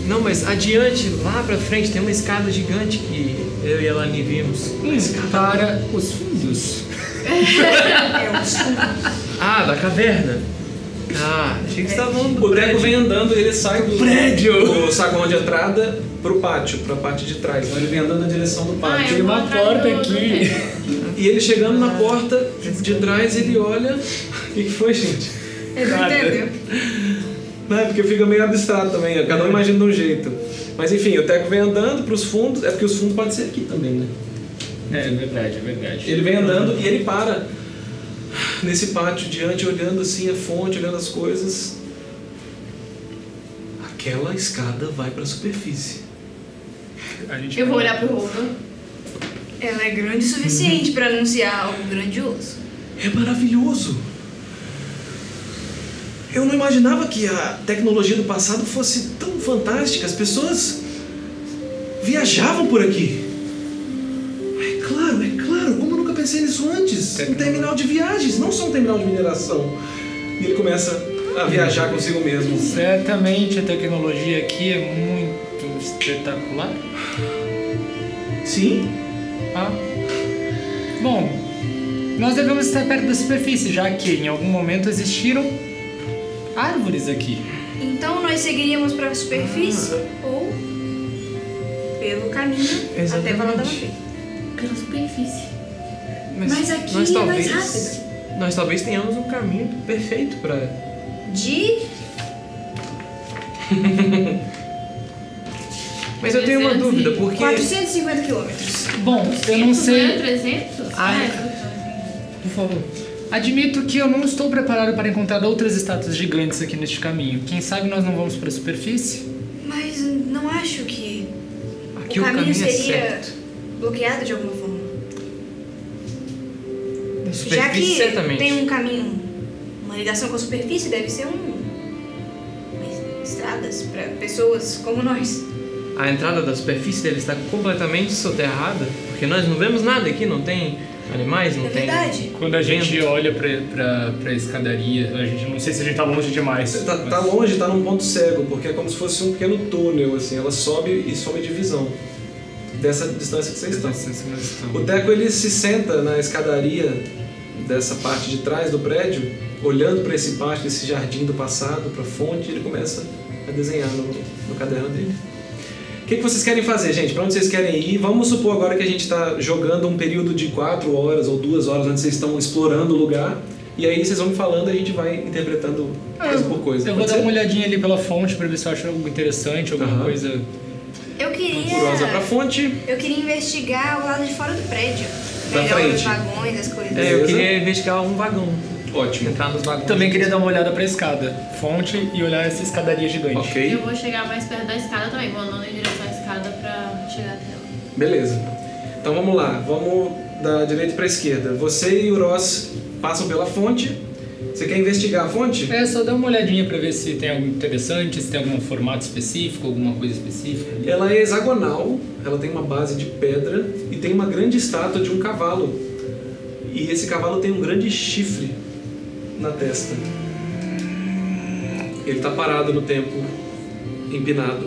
Speaker 3: Não, mas adiante, lá pra frente, tem uma escada gigante que eu e a Lani vimos.
Speaker 4: Para os fundos.
Speaker 5: É,
Speaker 3: Ah, da caverna. Ah, achei
Speaker 6: É.
Speaker 3: que você estava falando do
Speaker 2: O Deco
Speaker 3: prédio.
Speaker 2: vem andando, ele sai do
Speaker 3: Prédio!
Speaker 2: do saguão de entrada pro pátio, pra parte de trás. Então ele vem andando na direção do
Speaker 6: Ah,
Speaker 2: pátio.
Speaker 6: eu vou Ah.
Speaker 4: uma
Speaker 6: atrás
Speaker 4: porta
Speaker 6: do- do
Speaker 4: aqui.
Speaker 6: prédio.
Speaker 2: E ele chegando na porta de trás, ele olha. O que, que foi, gente?
Speaker 5: Ele não
Speaker 2: Nada.
Speaker 5: entendeu.
Speaker 2: Não, é porque fica meio abstrato também, né? cada um imagina de um jeito. Mas enfim, o Teco vem andando pros fundos, é porque os fundos podem ser aqui também, né?
Speaker 7: É, é verdade, é verdade.
Speaker 2: Ele vem andando e ele para nesse pátio diante, olhando assim a fonte, olhando as coisas. Aquela escada vai pra superfície.
Speaker 7: A gente
Speaker 6: Eu vou
Speaker 7: vai-
Speaker 6: olhar pro Rogan.
Speaker 5: Ela é grande o suficiente pra anunciar algo grandioso.
Speaker 2: É maravilhoso! Eu não imaginava que a tecnologia do passado fosse tão fantástica. As pessoas viajavam por aqui. É claro, é claro. Como eu nunca pensei nisso antes? Um terminal de viagens, não só um terminal de mineração. E ele começa a viajar consigo mesmo.
Speaker 7: Certamente a tecnologia aqui é muito espetacular.
Speaker 2: Sim,
Speaker 4: Ah. Bom, nós devemos estar perto da superfície, já que em algum momento existiram árvores aqui.
Speaker 5: Então nós seguiríamos pra superfície ou pelo caminho até Valadaman Fim.
Speaker 6: Pela superfície.
Speaker 3: Mas,
Speaker 6: Mas aqui
Speaker 3: nós
Speaker 6: é
Speaker 3: talvez,
Speaker 6: mais rápido.
Speaker 3: Nós talvez tenhamos um caminho perfeito pra.
Speaker 5: De
Speaker 3: Mas eu tenho uma
Speaker 6: 300 e-
Speaker 3: dúvida, porque.
Speaker 5: 450 quilômetros.
Speaker 4: Bom, eu não
Speaker 6: Isso não é
Speaker 4: sei.
Speaker 6: 300?
Speaker 4: Ah,
Speaker 6: é.
Speaker 4: Por favor. Admito que eu não estou preparado para encontrar outras estátuas gigantes aqui neste caminho. Quem sabe nós não vamos para a superfície?
Speaker 5: Mas não acho que
Speaker 3: Aqui
Speaker 5: o
Speaker 3: o
Speaker 5: caminho,
Speaker 3: caminho é
Speaker 5: seria
Speaker 3: certo.
Speaker 5: bloqueado de alguma forma.
Speaker 3: Na
Speaker 5: Já que
Speaker 3: superfície, certamente.
Speaker 5: tem um caminho, uma ligação com a superfície, deve ser um. umas estradas pra pessoas como nós.
Speaker 3: A entrada da superfície dele está completamente soterrada, porque nós não vemos nada aqui, não tem animais, não
Speaker 5: É
Speaker 3: tem.
Speaker 5: verdade.
Speaker 7: Quando a gente olha pra, pra, pra escadaria, a gente não sei se a gente tá longe demais.
Speaker 2: Tá, tá longe, tá num ponto cego, porque é como se fosse um pequeno túnel, assim, ela sobe e sobe de visão. Dessa distância que vocês estão. O Teco ele se senta na escadaria dessa parte de trás do prédio, olhando para esse pátio, esse jardim do passado, para a fonte, e ele começa a desenhar no, no caderno dele. O que, que vocês querem fazer, gente? Para onde vocês querem ir? Vamos supor agora que a gente está jogando um período de quatro horas ou duas horas onde vocês estão explorando o lugar. E aí vocês vão me falando e a gente vai interpretando coisa por coisa.
Speaker 4: Ah, Eu vou
Speaker 2: Pode
Speaker 4: dar
Speaker 2: ser?
Speaker 4: uma olhadinha ali pela fonte para ver se eu acho algo interessante, alguma
Speaker 2: Aham.
Speaker 4: coisa.
Speaker 5: Eu queria.
Speaker 2: Curiosa pra fonte.
Speaker 5: Eu queria investigar o lado de fora do prédio.
Speaker 2: Da
Speaker 5: Pegar
Speaker 2: frente.
Speaker 5: os vagões, as coisas.
Speaker 3: É, eu
Speaker 2: Beleza.
Speaker 3: queria investigar um vagão,
Speaker 2: Ótimo.
Speaker 3: entrar nos vagões.
Speaker 4: Também queria dar uma olhada para a escada, fonte e olhar essa escadaria gigante.
Speaker 2: Ok.
Speaker 6: Eu vou chegar mais perto da escada também. Vou andando em direção à escada pra chegar até ela.
Speaker 2: Beleza. Então vamos lá. Vamos da direita pra esquerda. Você e o Ross passam pela fonte. Você quer investigar a fonte?
Speaker 7: É, só dá uma olhadinha pra ver se tem algo interessante, se tem algum formato específico, alguma coisa específica.
Speaker 2: Ela é hexagonal, ela tem uma base de pedra e tem uma grande estátua de um cavalo. E esse cavalo tem um grande chifre na testa. Ele tá parado no tempo, empinado.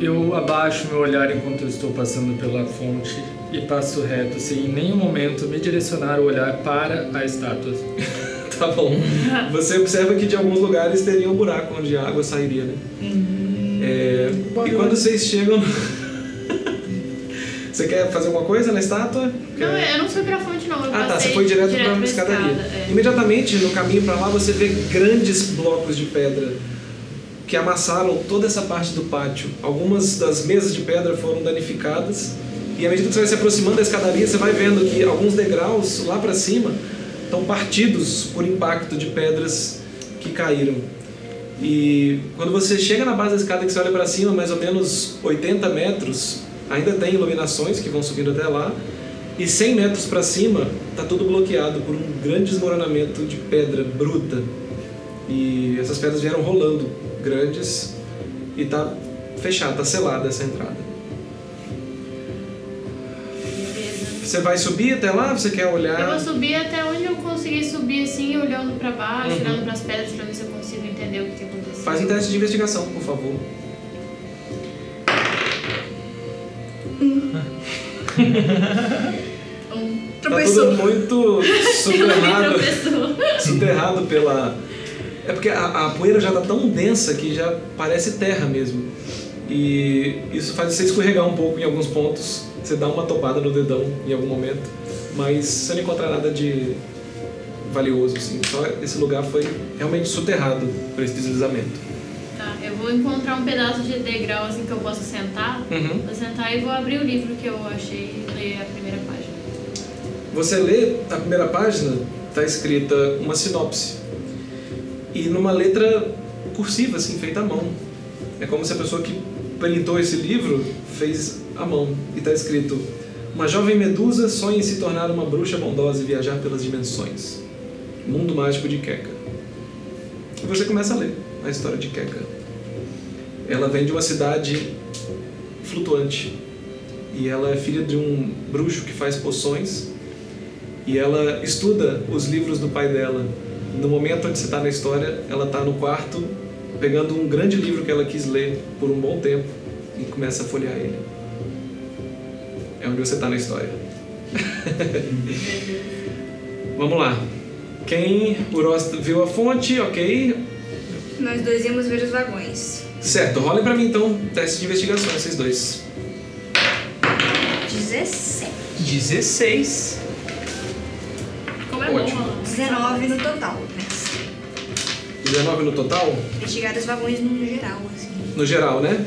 Speaker 4: Eu abaixo meu olhar enquanto eu estou passando pela fonte e passo reto, sem em nenhum momento me direcionar o olhar para a estátua.
Speaker 2: Tá bom. Você observa que de alguns lugares teria um buraco onde a água sairia, né? É, e quando vocês chegam. você quer fazer alguma coisa na estátua?
Speaker 6: Não, é,
Speaker 2: Quer-
Speaker 6: eu não fui pra fonte, não. Eu
Speaker 2: Ah tá,
Speaker 6: passei
Speaker 2: você foi direto, pra, escadaria.
Speaker 6: é.
Speaker 2: Imediatamente no caminho pra lá você vê grandes blocos de pedra que amassaram toda essa parte do pátio. Algumas das mesas de pedra foram danificadas e à medida que você vai se aproximando da escadaria você vai vendo que alguns degraus lá pra cima estão partidos por impacto de pedras que caíram. E quando você chega na base da escada que você olha pra cima, mais ou menos 80 metros, Ainda tem iluminações que vão subindo até lá. E 100 metros para cima, tá tudo bloqueado por um grande desmoronamento de pedra bruta. E essas pedras vieram rolando, grandes, e tá fechado, tá selada essa entrada.
Speaker 6: Beleza.
Speaker 2: Você vai subir até lá? Você quer
Speaker 6: Eu vou
Speaker 2: olhar?
Speaker 6: subir até onde eu conseguir subir, assim, olhando pra baixo, olhando pras pedras pra ver se eu consigo entender o que tem acontecendo.
Speaker 2: Uhum. Faz um teste de investigação, por favor.
Speaker 6: Um
Speaker 2: Tá tudo
Speaker 5: Tropeçou.
Speaker 2: muito
Speaker 6: outra
Speaker 2: sublimado.
Speaker 6: pessoa.
Speaker 2: soterrado pela. É porque a, a poeira já tá tão densa que já parece terra mesmo. E isso faz você escorregar um pouco em alguns pontos. Você dá uma topada no dedão em algum momento. Mas você não encontra nada de valioso, assim. Só esse lugar foi realmente soterrado por esse deslizamento.
Speaker 6: Tá, eu vou encontrar um pedaço de degrau, assim, que eu possa sentar.
Speaker 2: Uhum.
Speaker 6: Vou sentar e vou abrir o livro que eu achei e ler a primeira página.
Speaker 2: Você lê a primeira página, está escrita uma sinopse. E numa letra cursiva, assim, feita à mão. É como se a pessoa que printou esse livro fez à mão. E está escrito: Uma jovem medusa sonha em se tornar uma bruxa bondosa e viajar pelas dimensões. Mundo mágico de Keka. E você começa a ler a história de Keka. Ela vem de uma cidade flutuante. E ela é filha de um bruxo que faz poções e ela estuda os livros do pai dela. No momento onde você está na história, ela está no quarto pegando um grande livro que ela quis ler por um bom tempo e começa a folhear ele. É onde você está na história. Vamos lá. Quem Urosta viu a fonte, ok.
Speaker 5: Nós dois íamos ver os vagões.
Speaker 2: Certo, rolem pra mim então teste de investigação, vocês dois.
Speaker 5: 17.
Speaker 3: 16.
Speaker 6: Como é
Speaker 2: Ótimo.
Speaker 6: bom, ó.
Speaker 5: 19 no total, né?
Speaker 2: 19 no total?
Speaker 5: Investigar os vagões no geral, assim.
Speaker 2: No geral, né?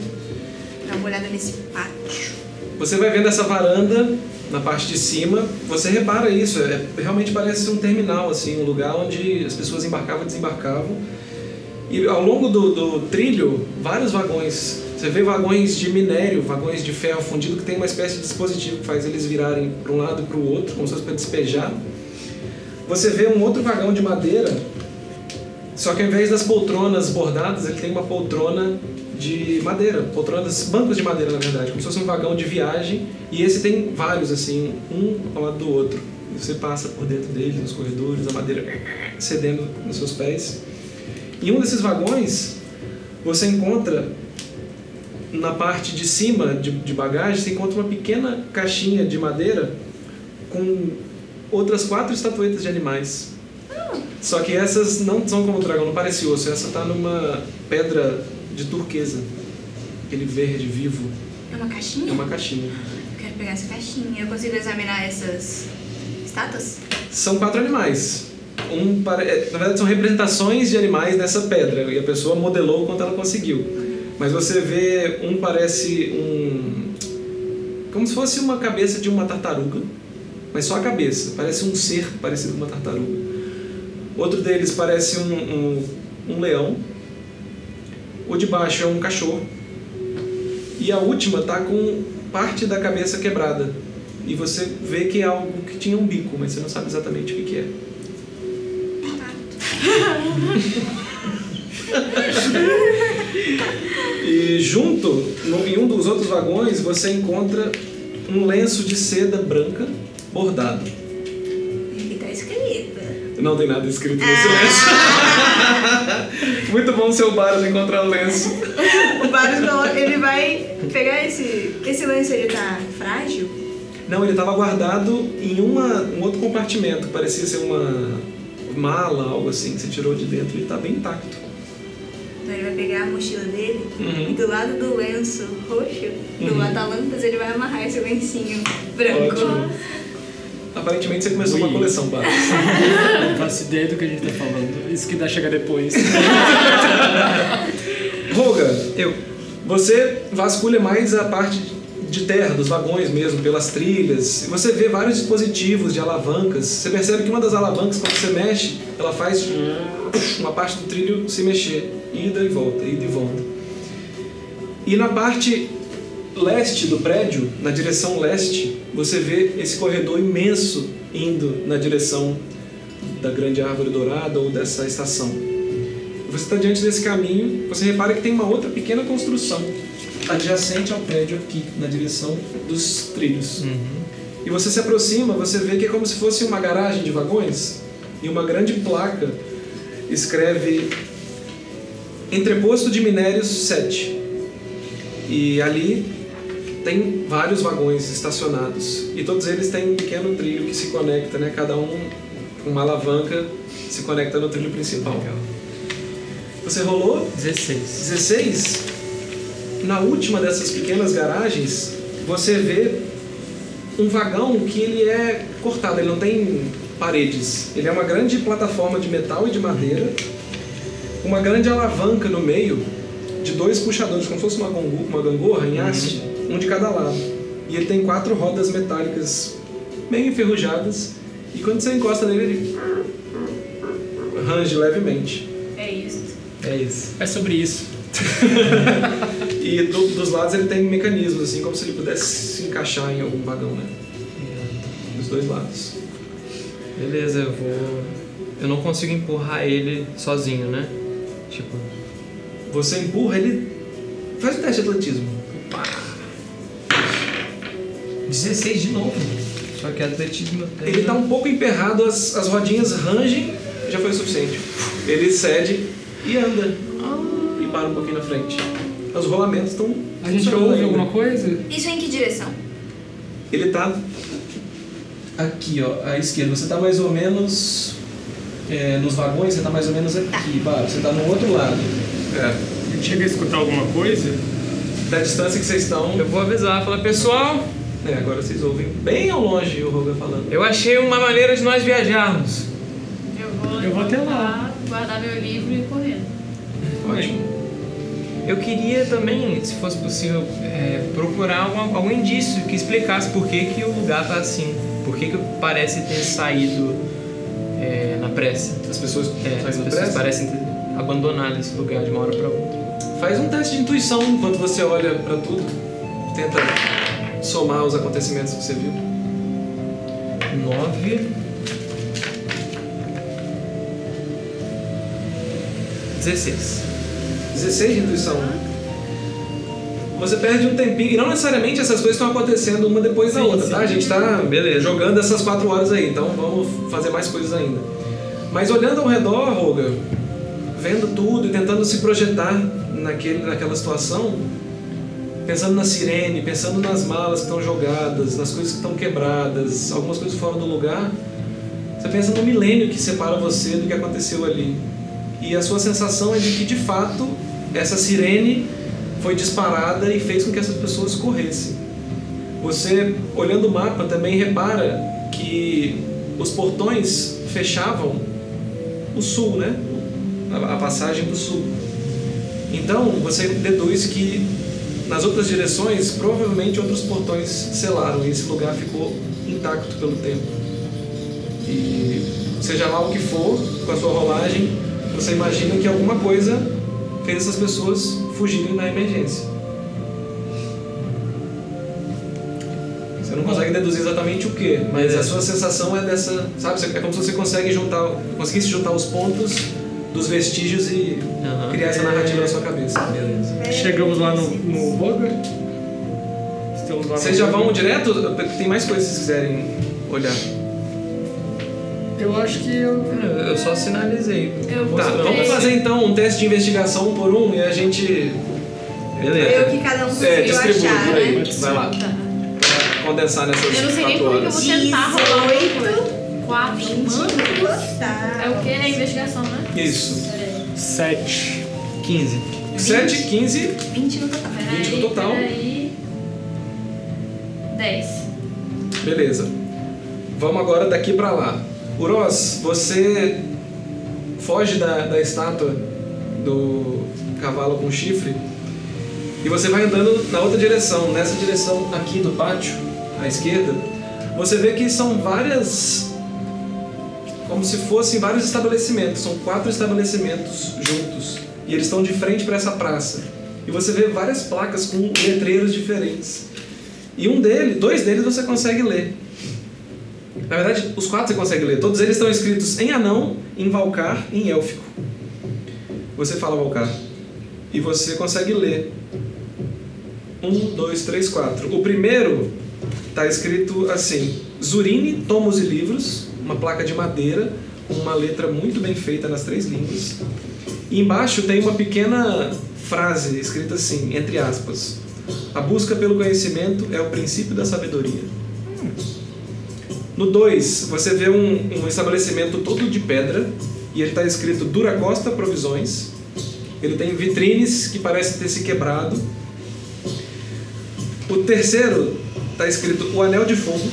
Speaker 5: Dar uma olhada nesse pátio.
Speaker 2: Você vai vendo essa varanda na parte de cima, você repara isso, é, realmente parece um terminal, assim, um lugar onde as pessoas embarcavam e desembarcavam. E ao longo do, do trilho, vários vagões. Você vê vagões de minério, vagões de ferro fundido, que tem uma espécie de dispositivo que faz eles virarem para um lado e para o outro, como se fosse para despejar. Você vê um outro vagão de madeira, só que ao invés das poltronas bordadas, ele tem uma poltrona de madeira, poltronas, bancos de madeira na verdade, como se fosse um vagão de viagem. E esse tem vários, assim, um ao lado do outro. E você passa por dentro dele, nos corredores, a madeira cedendo nos seus pés. Em um desses vagões, você encontra na parte de cima de, de bagagem, você encontra uma pequena caixinha de madeira com outras quatro estatuetas de animais. Só que essas não são como o dragão, não parece osso. Essa tá numa pedra de turquesa. Aquele verde vivo.
Speaker 5: É uma
Speaker 2: É
Speaker 5: caixinha?
Speaker 2: uma caixinha.
Speaker 5: Eu quero pegar essa caixinha. Eu consigo examinar essas estátuas?
Speaker 2: São quatro animais. Um pare- é, Na verdade, são representações de animais nessa pedra. E a pessoa modelou quanto ela conseguiu. Mas você vê, um parece um... Como se fosse uma cabeça de uma tartaruga. Mas só a cabeça. Parece um ser parecido com uma tartaruga. Outro deles parece um, um, um leão. O de baixo é um cachorro. E a última tá com parte da cabeça quebrada. E você vê que é algo que tinha um bico, mas você não sabe exatamente o que, que é. e junto, no- em um dos outros vagões, você encontra um lenço de seda branca bordado.
Speaker 5: E tá escrita.
Speaker 2: Não tem nada escrito nesse lenço. Muito bom seu Baros encontrar o lenço.
Speaker 5: O Baros coloca- ele vai pegar esse. Esse lenço ele tá frágil?
Speaker 2: Não, ele estava guardado em uma, um outro compartimento, parecia ser uma mala, algo assim, que você tirou de dentro. Ele está bem intacto.
Speaker 5: Então ele vai pegar a mochila dele
Speaker 2: Uhum.
Speaker 5: e do lado do lenço roxo, do lado da lâmpada, ele vai amarrar esse lencinho branco.
Speaker 2: Ótimo. Aparentemente você começou uma
Speaker 4: Ui.
Speaker 2: coleção, Baros.
Speaker 4: Não faço ideia do que a gente tá falando. Isso que dá chega depois.
Speaker 2: Roga, eu. Você vasculha mais a parte de terra, dos vagões mesmo, pelas trilhas. E Você vê vários dispositivos de alavancas. Você percebe que uma das alavancas, quando você mexe, ela faz um, uma parte do trilho se mexer. Ida e volta, ida e volta. E na parte leste do prédio, na direção leste, você vê esse corredor imenso indo na direção da grande árvore dourada ou dessa estação. Você está diante desse caminho, você repara que tem uma outra pequena construção adjacente ao prédio aqui, na direção dos trilhos. E você se aproxima, você vê que é como se fosse uma garagem de vagões e uma grande placa escreve Entreposto de Minérios 7. E ali tem vários vagões estacionados. E todos eles têm um pequeno trilho que se conecta, né? Cada um com uma alavanca se conecta no trilho principal. Você rolou
Speaker 3: 16.
Speaker 2: 16. Na última dessas pequenas garagens, você vê um vagão que ele é cortado, ele não tem paredes. Ele é uma grande plataforma de metal e de madeira, uma grande alavanca no meio de dois puxadores, como se fosse uma, gongu, uma gangorra em haste, um de cada lado. E ele tem quatro rodas metálicas meio enferrujadas, e quando você encosta nele, ele range levemente.
Speaker 6: É isso.
Speaker 2: É isso.
Speaker 7: É sobre isso.
Speaker 2: E do- dos lados ele tem mecanismos, assim, como se ele pudesse se encaixar em algum vagão, né? Dos dois lados.
Speaker 3: Beleza, eu vou. Eu não consigo empurrar ele sozinho, né? Tipo.
Speaker 2: Você empurra, ele faz um teste de atletismo.
Speaker 3: 16 de novo. Só que atletismo. eu tenho-
Speaker 2: Ele tá um pouco emperrado, as, as rodinhas rangem, já foi o suficiente. Ele cede e anda.
Speaker 3: Ah.
Speaker 2: E para um pouquinho na frente. Os rolamentos estão.
Speaker 7: A gente ouve alguma coisa?
Speaker 5: Isso em que direção?
Speaker 2: Ele tá. Aqui, ó, à esquerda. Você tá mais ou menos. é, nos vagões, você tá mais ou menos aqui, Bárbara. Você tá no outro lado. É.
Speaker 4: A gente chega a escutar alguma coisa?
Speaker 2: Da distância que vocês estão.
Speaker 3: Eu vou avisar, falar, pessoal,
Speaker 2: É, agora vocês ouvem bem ao longe o Rogan falando.
Speaker 3: eu achei uma maneira de nós viajarmos.
Speaker 6: Eu vou,
Speaker 4: Eu vou até lá.
Speaker 6: levantar, guardar meu livro e ir correndo.
Speaker 2: Ótimo.
Speaker 3: Eu queria também, se fosse possível, é, procurar algum, algum indício que explicasse por que, que o lugar tá assim. Por que, que parece ter saído é, na pressa.
Speaker 2: As pessoas
Speaker 3: É, as
Speaker 2: fazem
Speaker 3: pessoas
Speaker 2: pressa.
Speaker 3: parecem ter abandonado esse lugar de uma hora pra outra.
Speaker 2: Faz um teste de intuição enquanto você olha pra tudo. Tenta somar os acontecimentos que você viu.
Speaker 3: Nove. 16.
Speaker 2: 16 de intuição. Você perde um tempinho. E não necessariamente essas coisas estão acontecendo uma depois da
Speaker 3: Sim,
Speaker 2: outra,
Speaker 3: sim.
Speaker 2: tá? A gente tá
Speaker 3: Beleza.
Speaker 2: jogando essas quatro horas aí, então vamos fazer mais coisas ainda. Mas olhando ao redor, Roga, vendo tudo e tentando se projetar naquele, naquela situação, pensando na sirene, pensando nas malas que estão jogadas, nas coisas que estão quebradas, algumas coisas fora do lugar, você pensa no milênio que separa você do que aconteceu ali. E a sua sensação é de que, de fato, essa sirene foi disparada e fez com que essas pessoas corressem. Você, olhando o mapa, também repara que os portões fechavam o sul, né? A a passagem do sul. Então, você deduz que nas outras direções, provavelmente outros portões selaram e esse lugar ficou intacto pelo tempo. E seja lá o que for, com a sua rolagem, você imagina que alguma coisa fez essas pessoas fugirem na emergência. Você não consegue deduzir exatamente o que, mas a sua sensação é dessa, sabe? É como se você consegue juntar, conseguisse juntar os pontos dos vestígios e
Speaker 3: Aham.
Speaker 2: criar essa narrativa na sua cabeça. É. Beleza.
Speaker 4: Chegamos lá no, no Hogar? Estamos lá no
Speaker 2: Vocês já
Speaker 4: Hogar?
Speaker 2: vão direto? Tem mais coisas se vocês quiserem olhar. Tá,
Speaker 4: Eu acho que eu...
Speaker 3: Eu só sinalizei.
Speaker 6: Eu vou.
Speaker 2: Tá, vamos fazer então um teste de investigação um por um e a gente.
Speaker 5: Foi
Speaker 2: Beleza.
Speaker 5: o que cada um
Speaker 2: É,
Speaker 5: conseguiu
Speaker 2: distribui
Speaker 5: achar,
Speaker 2: por aí.
Speaker 5: né?
Speaker 2: Vai lá. Pra Condensar nessas
Speaker 6: Tá. Eu não sei nem
Speaker 2: quatro
Speaker 6: como é que eu
Speaker 2: horas.
Speaker 6: vou tentar rolar oito. Quatro. Mano. É o
Speaker 5: Gostava.
Speaker 6: que? É investigação, né?
Speaker 2: Isso.
Speaker 4: Sete.
Speaker 3: 15.
Speaker 2: 7, 15.
Speaker 5: 20 no total.
Speaker 6: Peraí,
Speaker 2: 20 no total.
Speaker 6: Peraí. 10.
Speaker 2: Beleza. Vamos agora daqui pra lá. Uros, você foge da, da estátua do cavalo com chifre e você vai andando na outra direção, nessa direção aqui do pátio, à esquerda. Você vê que são várias. como se fossem vários estabelecimentos, são quatro estabelecimentos juntos e eles estão de frente para essa praça. e você vê várias placas com letreiros diferentes. E um deles, dois deles você consegue ler. Na verdade, os quatro você consegue ler. Todos eles estão escritos em anão, em valcar e em élfico. Você fala valcar. E você consegue ler. Um, dois, três, quatro. O primeiro está escrito assim: Zurine, tomos e livros. Uma placa de madeira, uma letra muito bem feita nas três línguas. E embaixo tem uma pequena frase escrita assim, entre aspas: A busca pelo conhecimento é o princípio da sabedoria. No 2, você vê um, um estabelecimento todo de pedra e ele está escrito Dura Costa Provisões. Ele tem vitrines que parecem ter se quebrado. O terceiro está escrito O Anel de Fogo,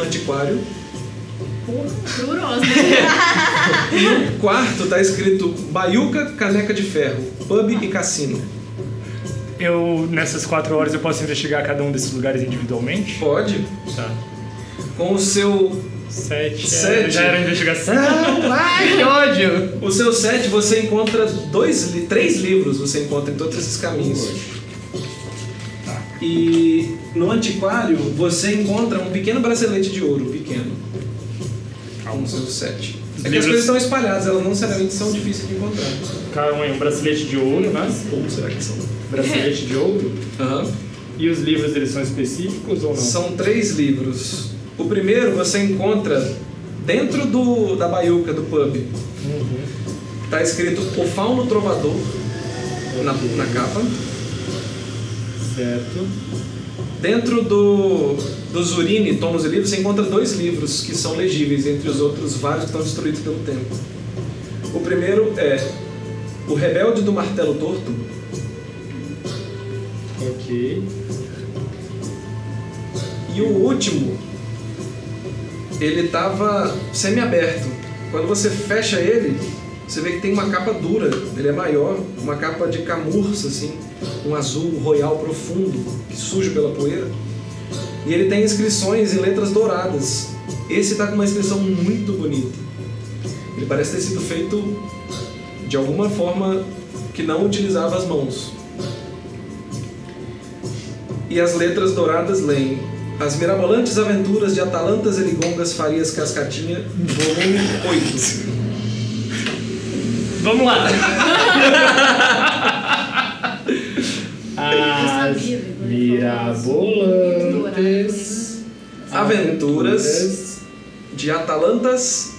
Speaker 2: Antiquário.
Speaker 6: Jurosa.
Speaker 2: E o quarto está escrito Baiuca, Caneca de Ferro, Pub e Cassino.
Speaker 4: Eu, nessas quatro horas, eu posso investigar cada um desses lugares individualmente?
Speaker 2: Pode,
Speaker 4: Tá.
Speaker 2: com o seu
Speaker 4: Sete.
Speaker 2: Sete.
Speaker 4: É, já era investigação.
Speaker 3: Ai, que ódio!
Speaker 2: O seu set você encontra dois, li- três livros você encontra em todos esses caminhos. E no antiquário você encontra um pequeno bracelete de ouro, pequeno. Com o seu set. É que as
Speaker 4: Livros-
Speaker 2: coisas estão espalhadas, elas não necessariamente são difíceis de encontrar.
Speaker 4: Calma aí, um bracelete de ouro, né? Um
Speaker 2: Ou será que são?
Speaker 4: Bracelete de ouro.
Speaker 2: Aham.
Speaker 4: E os livros, eles são específicos ou não?
Speaker 2: São três livros. O primeiro você encontra dentro do, da baiuca do pub. Tá escrito O Fauno Trovador na, na capa.
Speaker 4: Certo.
Speaker 2: Dentro do, do Zurine, Tomos e Livros, você encontra dois livros que são legíveis, entre os outros vários que estão destruídos pelo tempo. O primeiro é O Rebelde do Martelo Torto.
Speaker 4: Ok.
Speaker 2: E o último, ele estava semi-aberto. Quando você fecha ele, você vê que tem uma capa dura, ele é maior, uma capa de camurça, assim, um azul royal profundo, que sujo pela poeira. E ele tem inscrições em letras douradas. Esse tá com uma inscrição muito bonita. Ele parece ter sido feito de alguma forma que não utilizava as mãos. E as letras douradas leem As Mirabolantes Aventuras de Atalanta Zeligongas Farias Cascatinha, volume 8.
Speaker 4: Vamos lá.
Speaker 6: Eu
Speaker 4: As
Speaker 6: sabia, Igor, ele falou isso.
Speaker 7: Mirabolantes.
Speaker 2: Aventuras de Atalantas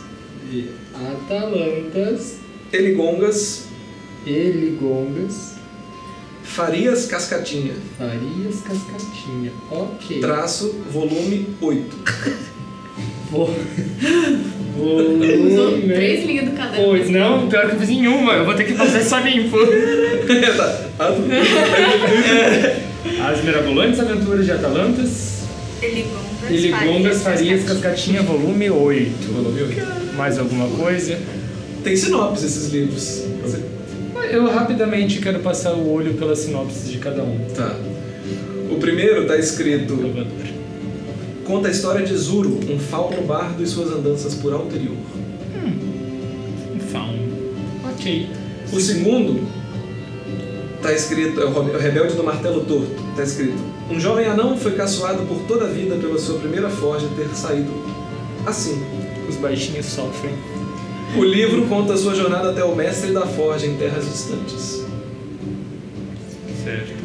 Speaker 7: de Atalantas,
Speaker 2: Eligongas
Speaker 7: Eligongas,
Speaker 2: Farias Cascatinha,
Speaker 7: Farias Cascatinha. Ok.
Speaker 2: traço, volume 8.
Speaker 6: Usou
Speaker 4: né?
Speaker 7: Volume.
Speaker 6: três linhas do caderno.
Speaker 4: Pois não, pior que eu fiz nenhuma. Eu vou ter que fazer só limpo.
Speaker 2: Tá, ah,
Speaker 4: As Mirabolantes Aventuras de Atalantas.
Speaker 5: Eligongas,
Speaker 4: E Ligongas Farias
Speaker 5: Cascatinha.
Speaker 4: Cascatinha, volume 8.
Speaker 2: Volume 8.
Speaker 4: Mais alguma coisa?
Speaker 2: Tem sinopse esses livros.
Speaker 4: Eu rapidamente quero passar o olho pelas sinopses de cada um.
Speaker 2: Tá. O primeiro tá escrito
Speaker 4: Provador.
Speaker 2: Conta a história de Zuro, um fauno bardo e suas andanças por Alterior.
Speaker 4: Faun. Ok.
Speaker 2: O segundo tá escrito, é o Robe- o Rebelde do Martelo Torto, tá escrito. Um jovem anão foi caçoado por toda a vida pela sua primeira forja ter saído assim.
Speaker 4: Os baixinhos sofrem.
Speaker 2: O livro conta sua jornada até o mestre da forja em terras distantes.
Speaker 4: Certo.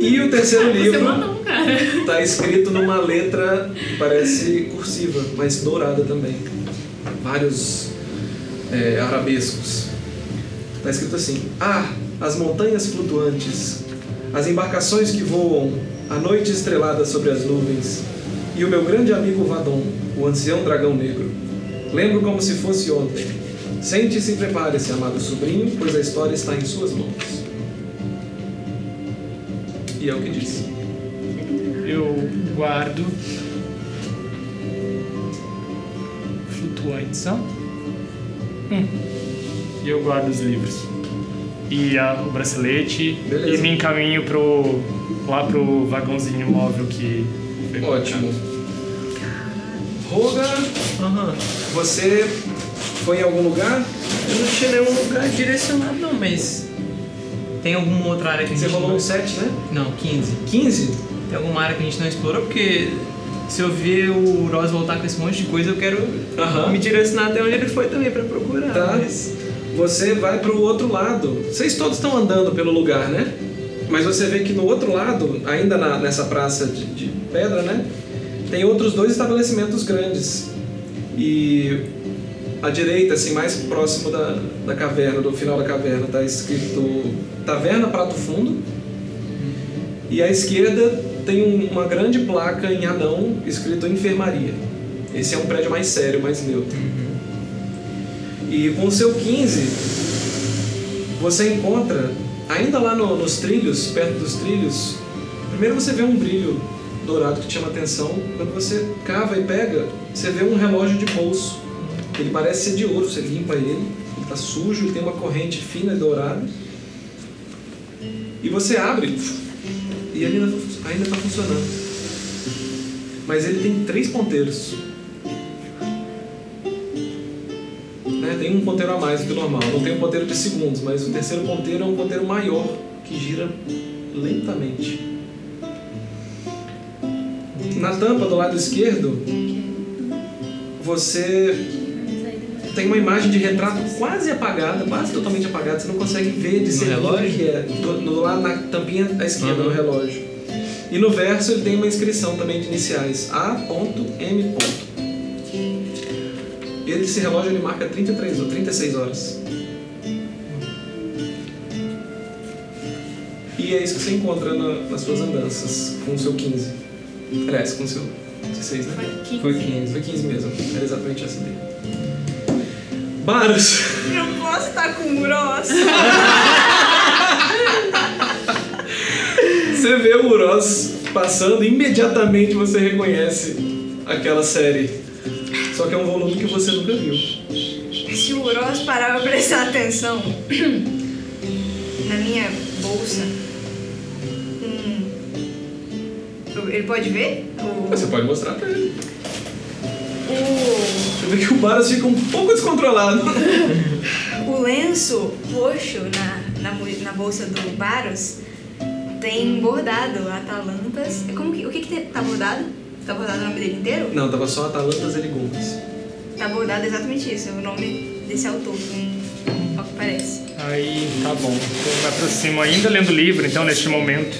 Speaker 2: E o terceiro
Speaker 6: Você
Speaker 2: livro
Speaker 6: mandou um cara.
Speaker 2: tá escrito numa letra que parece cursiva, mas dourada também. Vários é, arabescos. Tá escrito assim: Ah, as montanhas flutuantes, as embarcações que voam, a noite estrelada sobre as nuvens, e o meu grande amigo Vadon, o ancião dragão negro. Lembro como se fosse ontem. Sente-se e prepare-se, amado sobrinho, pois a história está em suas mãos. E é o que diz.
Speaker 4: Eu guardo. Flutuantes, ó. Hum. E eu guardo os livros. E a- o bracelete.
Speaker 2: Beleza.
Speaker 4: E me encaminho pro. lá pro vagãozinho móvel que. foi
Speaker 2: Ótimo. Roga, você foi em algum lugar?
Speaker 3: Tá Eu não tinha nenhum lugar direcionado, não, mas. Tem alguma outra área que a gente
Speaker 2: Você rolou
Speaker 3: não...
Speaker 2: um 7, né?
Speaker 3: Não, 15.
Speaker 2: 15?
Speaker 3: Tem alguma área que a gente não explorou, porque se eu ver o Ross voltar com esse monte de coisa, eu quero
Speaker 2: Aham.
Speaker 3: me direcionar até onde ele foi também pra procurar.
Speaker 2: Tá.
Speaker 3: mas-
Speaker 2: Você vai pro outro lado. Vocês todos estão andando pelo lugar, né? Mas você vê que no outro lado, ainda na- nessa praça de, de pedra, né? Tem outros dois estabelecimentos grandes. E à direita, assim, mais próximo da, da caverna, do final da caverna, tá escrito Taverna Prato Fundo. E à esquerda tem um- uma grande placa em anão escrito Enfermaria. Esse é um prédio mais sério, mais neutro. E com o seu 15, você encontra, ainda lá no- nos trilhos, perto dos trilhos, primeiro você vê um brilho dourado que chama atenção. Quando você cava e pega, você vê um relógio de bolso. Ele parece ser de ouro, você limpa ele, ele tá sujo e tem uma corrente fina e dourada. E você abre e ele ainda, ainda tá funcionando. Mas ele tem três ponteiros. né? Tem um ponteiro a mais do que o normal. Não tem um ponteiro de segundos, mas o terceiro ponteiro é um ponteiro maior que gira lentamente. Na tampa do lado esquerdo, você tem uma imagem de retrato quase apagada, quase totalmente apagada. Você não consegue ver de certeza o
Speaker 3: relógio?
Speaker 2: que é. Do, do lado na tampinha à esquerda
Speaker 3: Aham.
Speaker 2: do relógio. E no verso ele tem uma inscrição também de iniciais: A.M. Ele, esse relógio ele marca 33 ou 36 horas. E é isso que você encontra na- nas suas andanças com o seu 15. Aliás, com o seu 16, né?
Speaker 3: Foi 15.
Speaker 2: Foi 15 mesmo, era exatamente assim essa dele. Baros!
Speaker 5: Eu posso estar com um grosso.
Speaker 2: Você vê o Uros passando, imediatamente você reconhece aquela série. Só que é um volume que você nunca viu.
Speaker 5: Se o Uros parar pra prestar atenção na minha bolsa. hum, Ele pode ver? O.
Speaker 2: Você pode mostrar pra ele.
Speaker 5: o...
Speaker 2: Você vê que o Baros fica um pouco descontrolado.
Speaker 5: O lenço roxo na, na, mu- na bolsa do Baros tem bordado Atalantas. É Como que, o que, que tem- tá bordado? Tá bordado o nome dele inteiro?
Speaker 2: Não, tava só Atalantas e Ligundas.
Speaker 5: Tá bordado exatamente isso, o nome desse autor. hum, Ao que parece.
Speaker 4: Aí, tá bom. Eu me aproximo ainda lendo o livro, então, neste momento.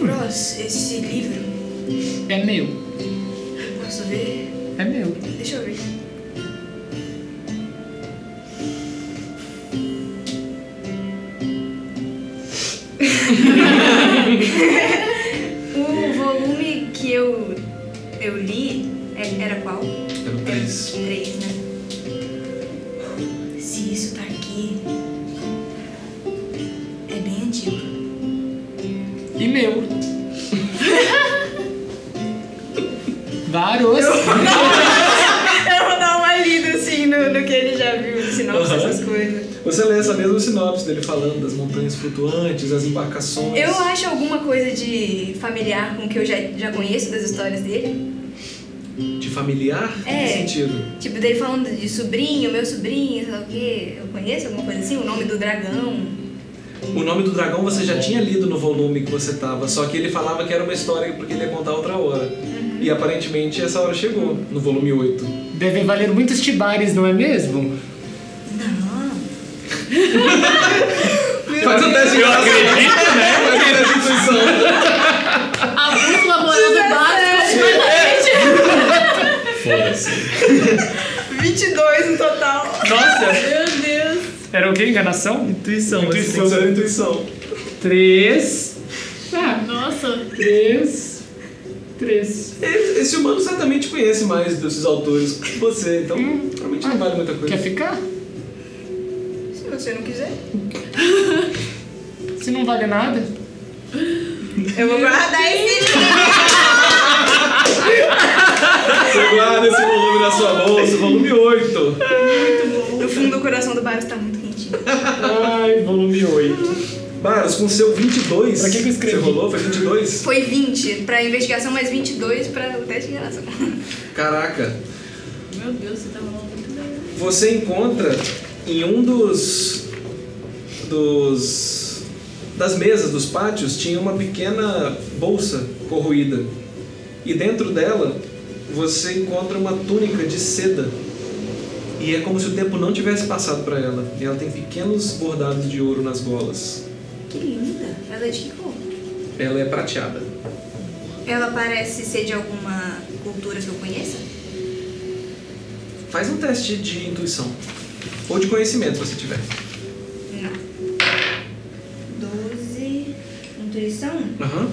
Speaker 5: Bros, esse livro,
Speaker 7: É meu.
Speaker 5: posso ver?
Speaker 7: É meu.
Speaker 5: Deixa eu ver. o volume que eu, eu li é- era qual?
Speaker 2: Eram três.
Speaker 5: Três, né? Se isso tá aqui. É bem antigo.
Speaker 7: E meu. Vários.
Speaker 5: Eu vou dar uma lida assim no, no que ele já viu, sinal
Speaker 2: Aham.
Speaker 5: essas coisas.
Speaker 2: Você lê essa mesma sinopse dele falando das montanhas flutuantes, as embarcações.
Speaker 5: Eu acho alguma coisa de familiar com o que eu já, já conheço das histórias dele.
Speaker 2: De familiar?
Speaker 5: É.
Speaker 2: Que sentido?
Speaker 5: Tipo, dele falando de sobrinho, meu sobrinho, sei lá o quê. Eu conheço alguma coisa assim, o nome do dragão.
Speaker 2: O nome do dragão você
Speaker 4: Uhum.
Speaker 2: já tinha lido no volume que você tava, só que ele falava que era uma história porque ele ia contar outra hora. E aparentemente essa hora chegou, no volume 8.
Speaker 4: Devem valer muitos tibares, não é mesmo?
Speaker 5: Não.
Speaker 2: Faz um teste de graça. Acredita, né? Faz um teste de intuição.
Speaker 6: A bússola morando básico.
Speaker 7: Foda-se.
Speaker 5: 22 no total.
Speaker 3: Nossa!
Speaker 6: Meu Deus.
Speaker 4: Era o quê? Enganação?
Speaker 3: Intuição,
Speaker 4: assim.
Speaker 3: mas
Speaker 2: Tem que ser uma intuição.
Speaker 4: Três.
Speaker 6: Nossa.
Speaker 4: Três. Três.
Speaker 2: Ele- Esse humano certamente conhece mais desses autores que você, então realmente não vale muita
Speaker 4: Quer
Speaker 2: coisa.
Speaker 4: ficar?
Speaker 5: Se você não quiser.
Speaker 4: Se não vale nada.
Speaker 5: Eu vou guardar esse livro.
Speaker 2: Você guarda esse volume na sua bolsa, volume 8.
Speaker 5: No fundo do coração do Baros tá muito quentinho.
Speaker 4: Ai, volume 8.
Speaker 2: Baros, com seu 22.
Speaker 4: Pra que que eu escrevi?
Speaker 2: Você rolou? Foi 22?
Speaker 5: Foi 20 pra investigação, mais 22 pra o teste de relação.
Speaker 2: Caraca.
Speaker 6: Meu Deus, você tá rolando muito bem.
Speaker 2: Você encontra em um dos dos das mesas, dos pátios, tinha uma pequena bolsa corroída. E dentro dela você encontra uma túnica de seda. E é como se o tempo não tivesse passado para ela. E ela tem pequenos bordados de ouro nas golas.
Speaker 5: Que linda. Ela é de que cor?
Speaker 2: Ela é prateada.
Speaker 5: Ela parece ser de alguma cultura que eu conheça?
Speaker 2: Faz um teste de intuição. Ou de conhecimento, se você tiver.
Speaker 5: Não. 12. Intuição?
Speaker 2: Aham.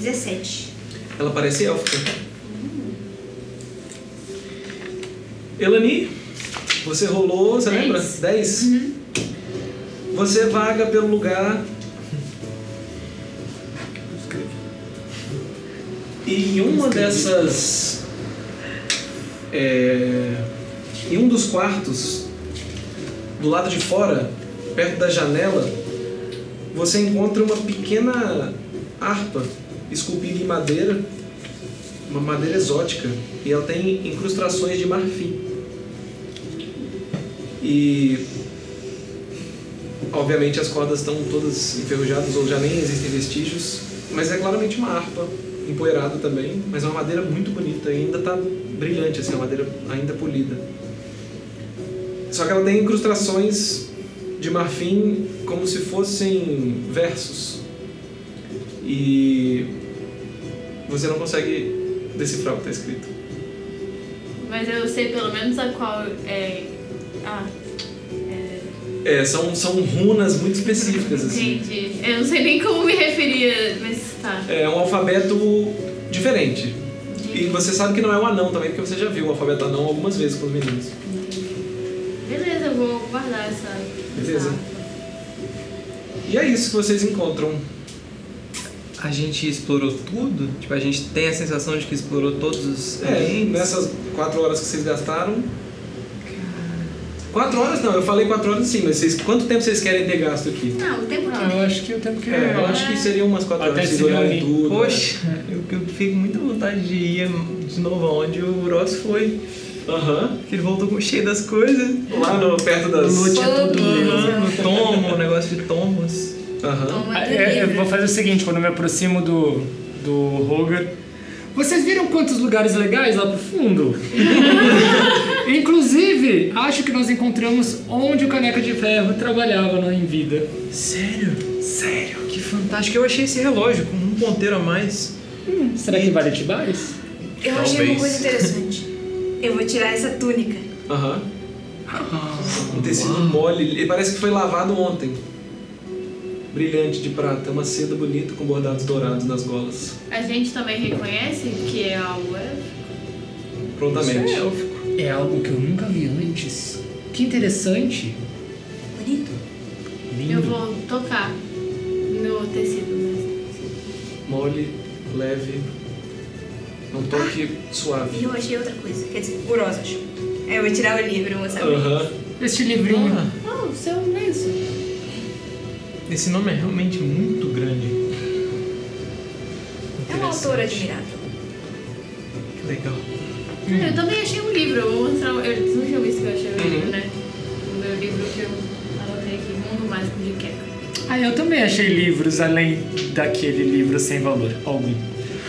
Speaker 5: 17.
Speaker 2: Ela parece élfica. Elani, você rolou, você
Speaker 6: Dez.
Speaker 2: lembra? 10? Você vaga pelo lugar. E em uma dessas. é, em um dos quartos, do lado de fora, perto da janela, você encontra uma pequena harpa esculpida em madeira, uma madeira exótica, e ela tem incrustações de marfim. E obviamente as cordas estão todas enferrujadas ou já nem existem vestígios, mas é claramente uma harpa empoeirada também, mas é uma madeira muito bonita e ainda está brilhante assim, é uma madeira ainda polida. Só que ela tem incrustações de marfim como se fossem versos e você não consegue decifrar o que está escrito.
Speaker 6: Mas eu sei pelo menos a qual é. Ah. é,
Speaker 2: É, são, são runas muito específicas, assim.
Speaker 6: Entendi. Eu não sei nem como me referia, mas tá.
Speaker 2: É um alfabeto diferente. E você sabe que não é um anão também, porque você já viu o alfabeto anão algumas vezes com os meninos.
Speaker 6: Beleza, eu vou guardar essa.
Speaker 2: Beleza.
Speaker 6: essa-
Speaker 2: E é isso que vocês encontram.
Speaker 3: A gente explorou tudo? Tipo, a gente tem a sensação de que explorou todos os
Speaker 2: É,
Speaker 3: ambientes?
Speaker 2: nessas quatro horas que vocês gastaram. Quatro horas não, eu falei quatro horas sim, mas vocês, quanto tempo vocês querem ter gasto aqui?
Speaker 5: Não, o tempo
Speaker 4: Ah, eu acho que o tempo que
Speaker 2: É, eu acho que seriam umas quatro
Speaker 4: Até
Speaker 2: horas, vocês
Speaker 4: se
Speaker 2: olharem
Speaker 4: reunir.
Speaker 2: tudo. né?
Speaker 3: Poxa, eu, eu fico com muita vontade de ir de novo aonde o Ross foi.
Speaker 2: Aham.
Speaker 3: Que ele voltou com cheio das coisas.
Speaker 2: Lá no, perto das...
Speaker 3: Lute é todo
Speaker 5: Beleza.
Speaker 3: ano, tomo, o negócio de tomos.
Speaker 2: Aham.
Speaker 5: toma
Speaker 4: Ah,
Speaker 5: outro
Speaker 4: né? é, eu
Speaker 5: livro.
Speaker 4: vou fazer o seguinte, quando eu me aproximo do, do Roger. Vocês viram quantos lugares legais lá pro fundo? Inclusive, acho que nós encontramos onde o Caneca de Ferro trabalhava na em vida.
Speaker 3: Sério? Sério? Então, tá, Que fantástico. Eu achei esse relógio com um ponteiro a mais.
Speaker 4: Será que vale Tibais?
Speaker 5: Eu achei uma
Speaker 7: Talvez.
Speaker 5: coisa interessante. Eu vou tirar essa túnica.
Speaker 2: Aham. Um tecido mole, ele parece que foi lavado ontem. Brilhante de prata, uma seda bonita com bordados dourados nas golas.
Speaker 6: A gente também reconhece que é algo. é?
Speaker 2: Prontamente.
Speaker 4: É algo que eu nunca vi antes. Que interessante.
Speaker 5: Bonito.
Speaker 6: Eu vou tocar no tecido mesmo.
Speaker 2: Mole, leve. Um toque
Speaker 5: E
Speaker 2: suave.
Speaker 5: eu achei outra coisa. Quer dizer, o Rosa achou. Aí eu vou tirar o livro e vou saber.
Speaker 2: Aham.
Speaker 4: Este livrinho.
Speaker 6: Ah, o seu lenço.
Speaker 3: Esse nome é realmente muito grande.
Speaker 5: É uma autora admirável.
Speaker 3: Que legal.
Speaker 6: Ah, Eu também achei um livro, eu vou mostrar. Eu, vocês não tinham visto que eu achei o livro, né? O meu livro que eu anotei aqui, Mundo Mágico de Keka.
Speaker 4: Ah, eu também achei livros além daquele livro sem valor algum.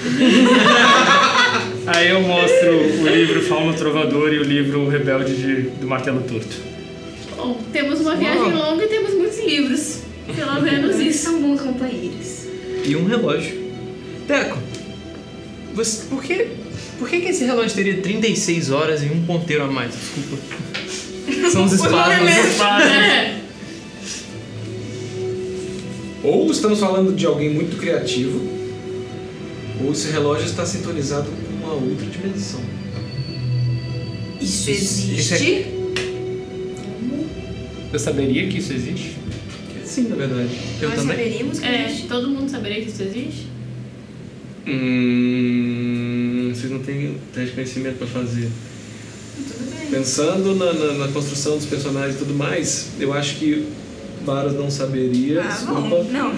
Speaker 4: Aí eu mostro o livro Fauno Trovador e o livro Rebelde de- do Martelo Torto.
Speaker 6: Bom, temos uma viagem longa e temos muitos livros. Pelo menos
Speaker 5: Vocês
Speaker 6: isso.
Speaker 5: são bons companheiros.
Speaker 3: E um relógio. Teco, você, por, que, por que, que esse relógio teria 36 horas e um ponteiro a mais? Desculpa. São os espasmos.
Speaker 6: É.
Speaker 2: Ou estamos falando de alguém muito criativo, ou esse relógio está sintonizado com uma outra dimensão.
Speaker 5: Isso
Speaker 3: isso é-
Speaker 5: existe?
Speaker 4: Eu saberia que isso existe?
Speaker 2: é Sim, na verdade.
Speaker 3: Eu
Speaker 5: Nós
Speaker 3: também.
Speaker 5: saberíamos que existe.
Speaker 6: É, todo mundo saberia que isso existe?
Speaker 2: Hum, vocês não têm teste de conhecimento para fazer. Pensando na, na- na construção dos personagens e tudo mais, eu acho que Varas não saberia.
Speaker 5: Ah,
Speaker 2: desculpa.
Speaker 5: bom. Não.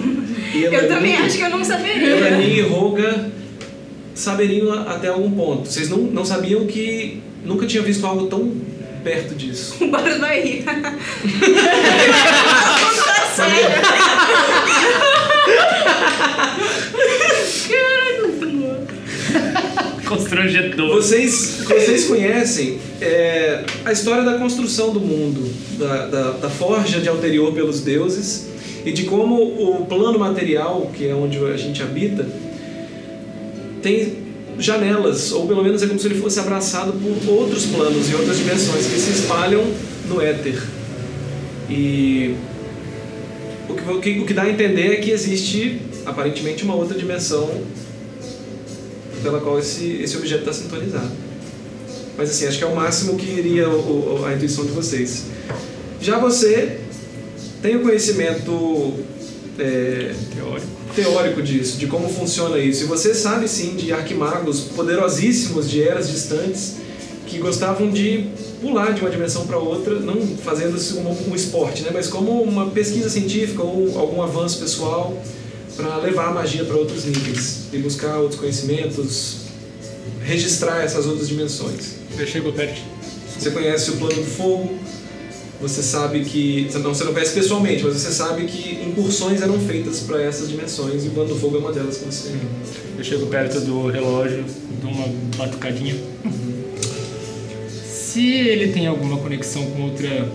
Speaker 2: E
Speaker 5: Eu também acho que eu não saberia.
Speaker 2: Elani e Roga saberiam a- até algum ponto. Vocês não, não sabiam que nunca tinha visto algo tão perto disso.
Speaker 5: O Boros vai rir.
Speaker 4: Constrangedor.
Speaker 2: Vocês, vocês conhecem é, a história da construção do mundo, da, da, da forja de Alterior pelos deuses e de como o plano material, que é onde a gente habita, tem janelas, ou pelo menos é como se ele fosse abraçado por outros planos e outras dimensões que se espalham no éter. E o que, o que, o que dá a entender é que existe aparentemente uma outra dimensão pela qual esse, esse objeto está sintonizado. Mas assim, acho que é o máximo que iria o- o- a intuição de vocês. Já você tem o conhecimento é,
Speaker 7: Teórico.
Speaker 2: teórico disso, de como funciona isso. E você sabe sim de arquimagos poderosíssimos de eras distantes que gostavam de pular de uma dimensão para outra, não fazendo isso como um esporte, né? mas como uma pesquisa científica ou algum avanço pessoal para levar a magia para outros níveis e buscar outros conhecimentos, registrar essas outras dimensões.
Speaker 7: Eu chego perto.
Speaker 2: Você conhece o plano do fogo, você sabe que. Não, você não conhece pessoalmente, mas você sabe que incursões eram feitas para essas dimensões e o plano do fogo é uma delas que você.
Speaker 3: Uhum.
Speaker 4: Eu chego perto do relógio.
Speaker 7: Dou uma batucadinha. Se ele tem alguma conexão com outra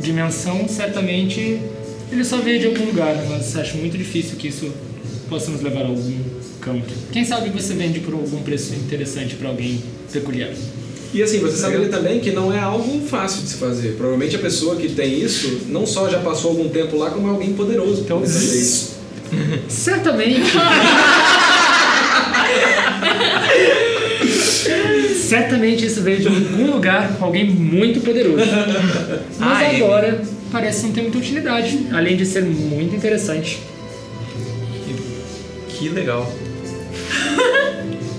Speaker 7: dimensão, certamente ele só veio de algum lugar, mas acho muito difícil que isso possa nos levar a algum campo. Quem sabe você vende por algum preço interessante para alguém peculiar.
Speaker 2: E assim, você sabe também que não é algo fácil de se fazer. Provavelmente a pessoa que tem isso não só já passou algum tempo lá, como é alguém poderoso. Então, fazer isso.
Speaker 7: Certamente. Certamente isso veio de algum lugar com alguém muito poderoso. Mas
Speaker 3: Ah, ele.
Speaker 7: agora parece não ter muita utilidade, além de ser muito interessante.
Speaker 3: Que legal.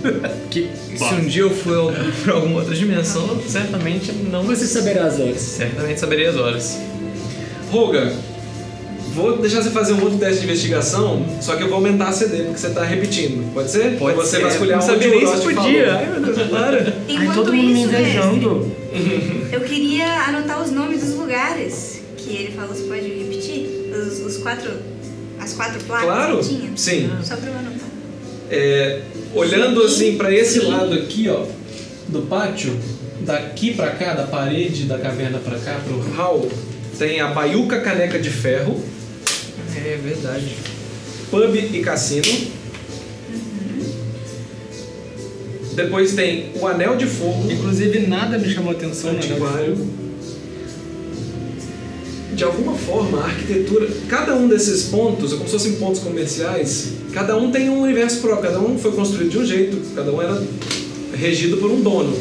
Speaker 4: Que
Speaker 3: Se um dia eu for al- pra alguma outra dimensão, certamente não.
Speaker 7: Você saberá as horas.
Speaker 3: Certamente saberia as horas.
Speaker 2: Roga, vou deixar você fazer um outro teste de investigação, só que eu vou aumentar a CD, porque você tá repetindo. Pode ser? Pode você
Speaker 3: ser.
Speaker 2: vasculhar
Speaker 3: É, Não
Speaker 2: um
Speaker 3: sabia nem se podia.
Speaker 2: Ai, meu Deus, para.
Speaker 4: Ai,
Speaker 5: Enquanto
Speaker 4: todo mundo me
Speaker 5: isso, mestre,
Speaker 4: invejando.
Speaker 5: eu queria anotar os nomes dos lugares que ele falou, você pode repetir? Os, os quatro. As quatro placas
Speaker 2: Claro,
Speaker 5: que tinha?
Speaker 2: sim.
Speaker 5: Só pra eu anotar.
Speaker 2: É, olhando assim para esse lado aqui, ó, do pátio, daqui para cá, da parede da caverna para cá, pro hall, tem a Baiuca Caneca de Ferro,
Speaker 3: É verdade.
Speaker 2: pub e cassino. Depois tem o Anel de Fogo,
Speaker 7: Inclusive, nada me chamou
Speaker 3: né?
Speaker 7: atenção na
Speaker 2: antiquário. De alguma forma, a arquitetura, cada um desses pontos, é como se fossem pontos comerciais, cada um tem um universo próprio, cada um foi construído de um jeito, cada um era regido por um dono.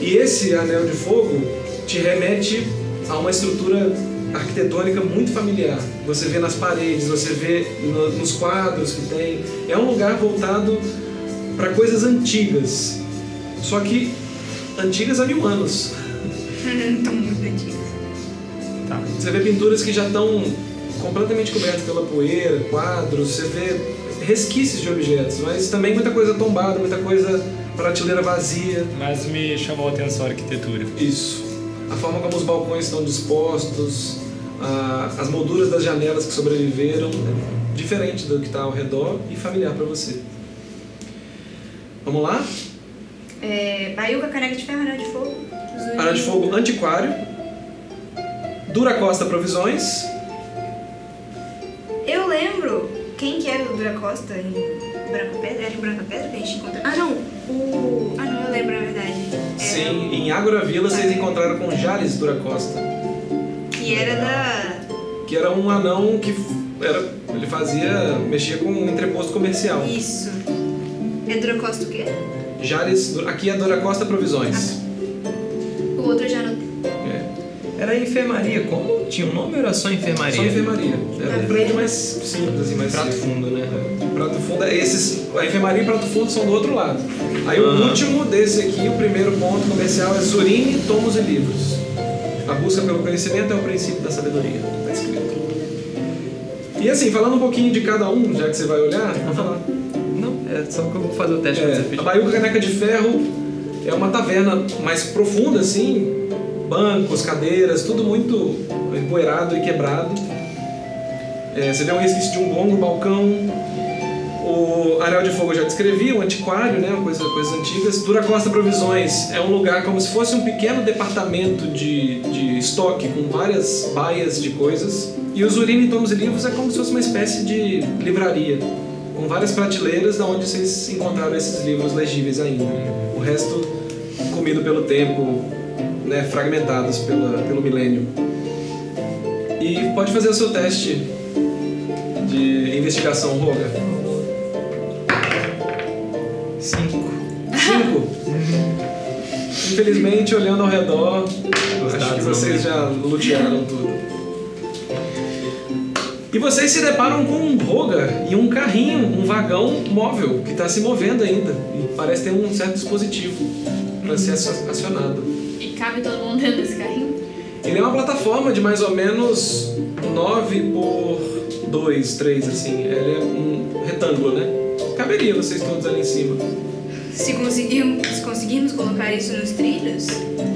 Speaker 2: E esse anel de fogo te remete a uma estrutura arquitetônica muito familiar. Você vê nas paredes, você vê no- nos quadros que tem. É um lugar voltado para coisas antigas. Só que antigas há mil anos.
Speaker 5: Estão muito antigos.
Speaker 2: Você vê pinturas que já estão completamente cobertas pela poeira, quadros, você vê resquícios de objetos, mas também muita coisa tombada, muita coisa prateleira vazia.
Speaker 4: Mas me chamou a atenção a arquitetura.
Speaker 2: Isso. A forma como os balcões estão dispostos, a- as molduras das janelas que sobreviveram, é diferente do que está ao redor e familiar para você. Vamos lá?
Speaker 5: É, Baiuca, caneca de ferro, anel de fogo. os dois.
Speaker 2: Anel de Fogo Antiquário, Dura Costa Provisões,
Speaker 5: Eu lembro quem que era o Dura Costa em Branca Pedra. Era em Branca Pedra que a gente encontrou. Ah, não. O... Ah, não, eu lembro, na verdade. Era
Speaker 2: sim,
Speaker 5: o-
Speaker 2: em Ágora Vila vocês encontraram com Jales Dura Costa.
Speaker 5: Que era da...
Speaker 2: que era um anão que f- era, ele fazia, mexia com um entreposto comercial.
Speaker 5: Isso. É Dura Costa o quê?
Speaker 2: Jales, aqui é Dora Costa Provisões.
Speaker 5: O outro eu já anotei.
Speaker 2: É.
Speaker 3: Era enfermaria. Como? Tinha um nome ou era só enfermaria?
Speaker 2: Só enfermaria. Era um
Speaker 5: Tá
Speaker 2: prédio
Speaker 5: vendo?
Speaker 2: mais simples, assim, mais
Speaker 3: Prato
Speaker 2: seco.
Speaker 3: fundo, né?
Speaker 2: É. Prato fundo, é esses, a enfermaria e prato fundo são do outro lado. Aí o
Speaker 3: Aham.
Speaker 2: último desse aqui, o primeiro ponto comercial é Surine, Tomos e Livros. A busca pelo conhecimento é o princípio da sabedoria. Tá escrito. E assim, falando um pouquinho de cada um, já que você vai olhar, vou falar.
Speaker 3: Não, é só que eu vou fazer o teste pra você
Speaker 2: É, a
Speaker 3: pedir.
Speaker 2: Baiuca Caneca de Ferro é uma taverna mais profunda, assim, bancos, cadeiras, tudo muito empoeirado e quebrado. É, você vê um resquício de um longo balcão. O Areal de Fogo eu já descrevi, o antiquário, né, uma coisa, coisas antigas. Dura Costa Provisões é um lugar como se fosse um pequeno departamento de, de estoque com várias baias de coisas. E o Zurine Tomos e Livros é como se fosse uma espécie de livraria, com várias prateleiras da onde vocês encontraram esses livros legíveis ainda. O resto comido pelo tempo, né, fragmentados pela, pelo milênio. E pode fazer o seu teste de investigação, Roga. Cinco. Cinco? Infelizmente, olhando ao redor, acho que vocês já lutearam tudo. E vocês se deparam com um Roga e um carrinho, um vagão móvel que está se movendo ainda. E parece ter um certo dispositivo para ser acio- acionado.
Speaker 6: E cabe todo mundo dentro desse carrinho?
Speaker 2: Ele é uma plataforma de mais ou menos 9 por 2, 3, assim. Ele é um retângulo, né? Caberia vocês todos ali em cima.
Speaker 5: Se conseguirmos, se conseguirmos colocar isso nos trilhos,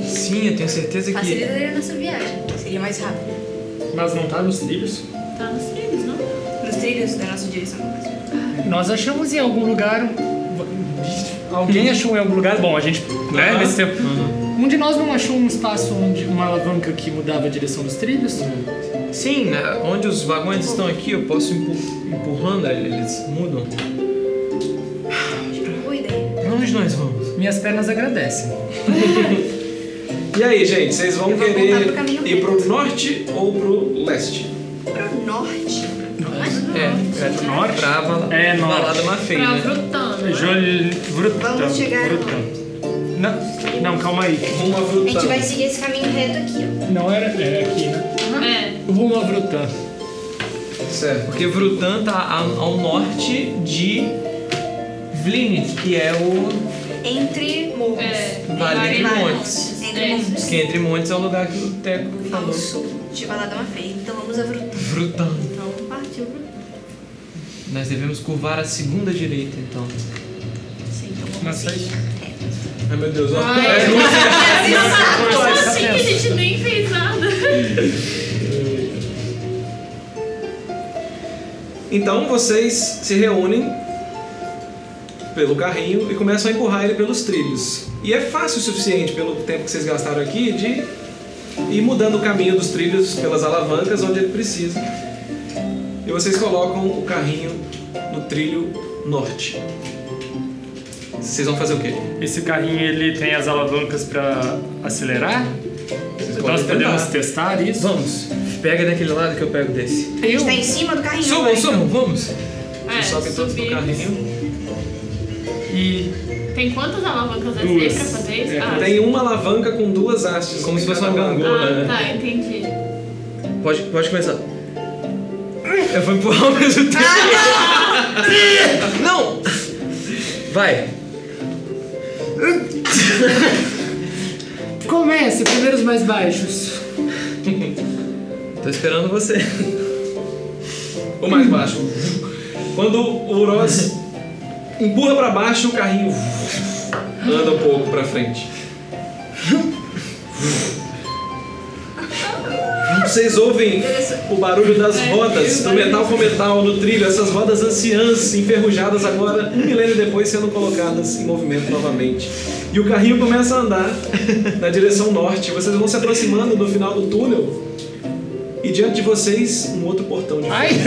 Speaker 3: Sim, eu tenho certeza que.
Speaker 5: facilitaria a nossa viagem. Seria mais rápido.
Speaker 7: Mas não tá nos livros?
Speaker 6: Tá nos trilhos, não?
Speaker 5: Nos trilhos da nossa direção.
Speaker 4: Nós achamos em algum lugar. Alguém achou em algum lugar? Bom, a gente.
Speaker 3: é?
Speaker 4: Né,
Speaker 2: Aham.
Speaker 4: nesse tempo. Um de nós não achou um espaço onde uma alavanca que mudava a direção dos trilhos?
Speaker 3: Sim, né, onde os vagões estão aqui, eu posso empu- empurrando, eles mudam.
Speaker 5: é Boa ideia.
Speaker 3: Pra onde nós vamos?
Speaker 4: Minhas pernas agradecem.
Speaker 2: E aí, gente, vocês vão
Speaker 5: Eu vou
Speaker 2: querer
Speaker 5: voltar pro caminho
Speaker 2: ir pro norte ou pro leste?
Speaker 5: Pro norte.
Speaker 3: É, é pro norte. Pra balada,
Speaker 4: É, norte.
Speaker 3: balada Mafei,
Speaker 6: Pra
Speaker 3: né?
Speaker 6: Brutano. né?
Speaker 4: Jol... Vrutam.
Speaker 5: Vamos chegar no-
Speaker 4: Vrutam. Não, não, calma aí.
Speaker 2: Rumo a
Speaker 5: A gente
Speaker 2: Vrutan.
Speaker 5: vai seguir esse caminho reto aqui,
Speaker 4: Não era, era aqui, né?
Speaker 6: É.
Speaker 4: Rumo a Vrutam.
Speaker 2: Certo.
Speaker 3: Porque Vrutan tá a- ao norte de Vlin, que é o.
Speaker 5: ó. Entre morros.
Speaker 6: É.
Speaker 3: Vale entre
Speaker 5: Vale.
Speaker 3: Montes.
Speaker 5: Entre
Speaker 6: É.
Speaker 5: montes.
Speaker 3: Que entre Montes é o lugar que o Teco
Speaker 5: Ao
Speaker 3: falou.
Speaker 5: sul de Valadão Feia. Então vamos a Vrutan.
Speaker 3: Vrutan.
Speaker 5: Então partiu Vrutan.
Speaker 3: Nós devemos curvar a segunda direita, então.
Speaker 5: Sim, então vamos
Speaker 4: Mas aí-
Speaker 5: seguir.
Speaker 2: Ai, meu Deus, ó.
Speaker 6: Ai,
Speaker 4: Não,
Speaker 6: Como
Speaker 4: essa
Speaker 6: assim? A
Speaker 4: pensa.
Speaker 6: gente nem fez nada.
Speaker 2: Então vocês se reúnem pelo carrinho e começam a empurrar ele pelos trilhos. E é fácil o suficiente, pelo tempo que vocês gastaram aqui, de ir mudando o caminho dos trilhos pelas alavancas onde ele precisa. E vocês colocam o carrinho no trilho norte. Vocês vão fazer o quê?
Speaker 4: Esse carrinho ele tem as alavancas pra acelerar?
Speaker 2: Vocês
Speaker 4: Nós
Speaker 2: podem
Speaker 4: podemos
Speaker 2: tentar.
Speaker 4: testar isso?
Speaker 3: Vamos. Pega daquele lado que eu pego desse.
Speaker 5: A gente tá em cima do carrinho.
Speaker 3: Subam,
Speaker 5: agora,
Speaker 3: subam, vamos.
Speaker 6: É,
Speaker 2: Vocês sobem todos no
Speaker 6: subimos.
Speaker 2: carrinho.
Speaker 4: E
Speaker 6: Tem quantas alavancas assim
Speaker 4: Duas.
Speaker 6: pra fazer isso?
Speaker 4: É,
Speaker 6: ah,
Speaker 2: Tem uma alavanca com duas hastes.
Speaker 3: Como se fosse uma
Speaker 2: Cada alavanca.
Speaker 3: gangorra.
Speaker 6: ah, tá, entendi.
Speaker 3: Pode, pode começar. Eu vou empurrar ao mesmo tempo. não! Vai.
Speaker 7: Comece, primeiros mais baixos.
Speaker 3: Tô esperando você.
Speaker 2: ou mais baixo. Quando o Oroz empurra pra baixo, o carrinho anda um pouco pra frente. Vocês ouvem o barulho das rodas, do metal com metal no trilho, essas rodas anciãs, enferrujadas agora, um milênio depois sendo colocadas em movimento novamente. E o carrinho começa a andar na direção norte. Vocês vão se aproximando do final do túnel e diante de vocês um outro portão de
Speaker 4: Ai!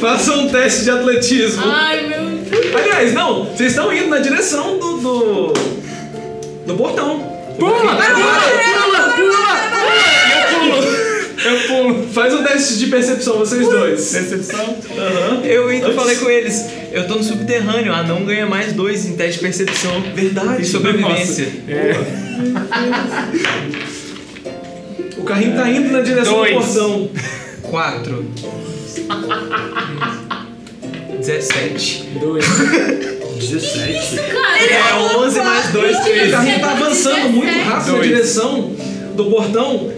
Speaker 2: Faça um teste de atletismo.
Speaker 6: Ai, meu Deus.
Speaker 2: Aliás, não, vocês estão indo na direção do. do. do portão.
Speaker 4: Pula! Pula! Pula! Pula! Eu pulo! Eu pulo!
Speaker 2: Faz um teste de percepção, vocês dois.
Speaker 4: Decepção?
Speaker 2: Aham.
Speaker 3: Eu entro e falei com eles. Eu tô no subterrâneo, ah, não ganha mais dois em teste de percepção.
Speaker 2: Verdade.
Speaker 3: E sobrevivência. É.
Speaker 2: O carrinho tá indo na direção
Speaker 4: Dois.
Speaker 2: do portão.
Speaker 3: Quatro. Dezessete.
Speaker 7: Dois.
Speaker 4: 17.
Speaker 3: É, onze mais dois,
Speaker 2: O
Speaker 3: três.
Speaker 2: carrinho tá avançando muito rápido na
Speaker 4: Dois.
Speaker 2: direção do portão.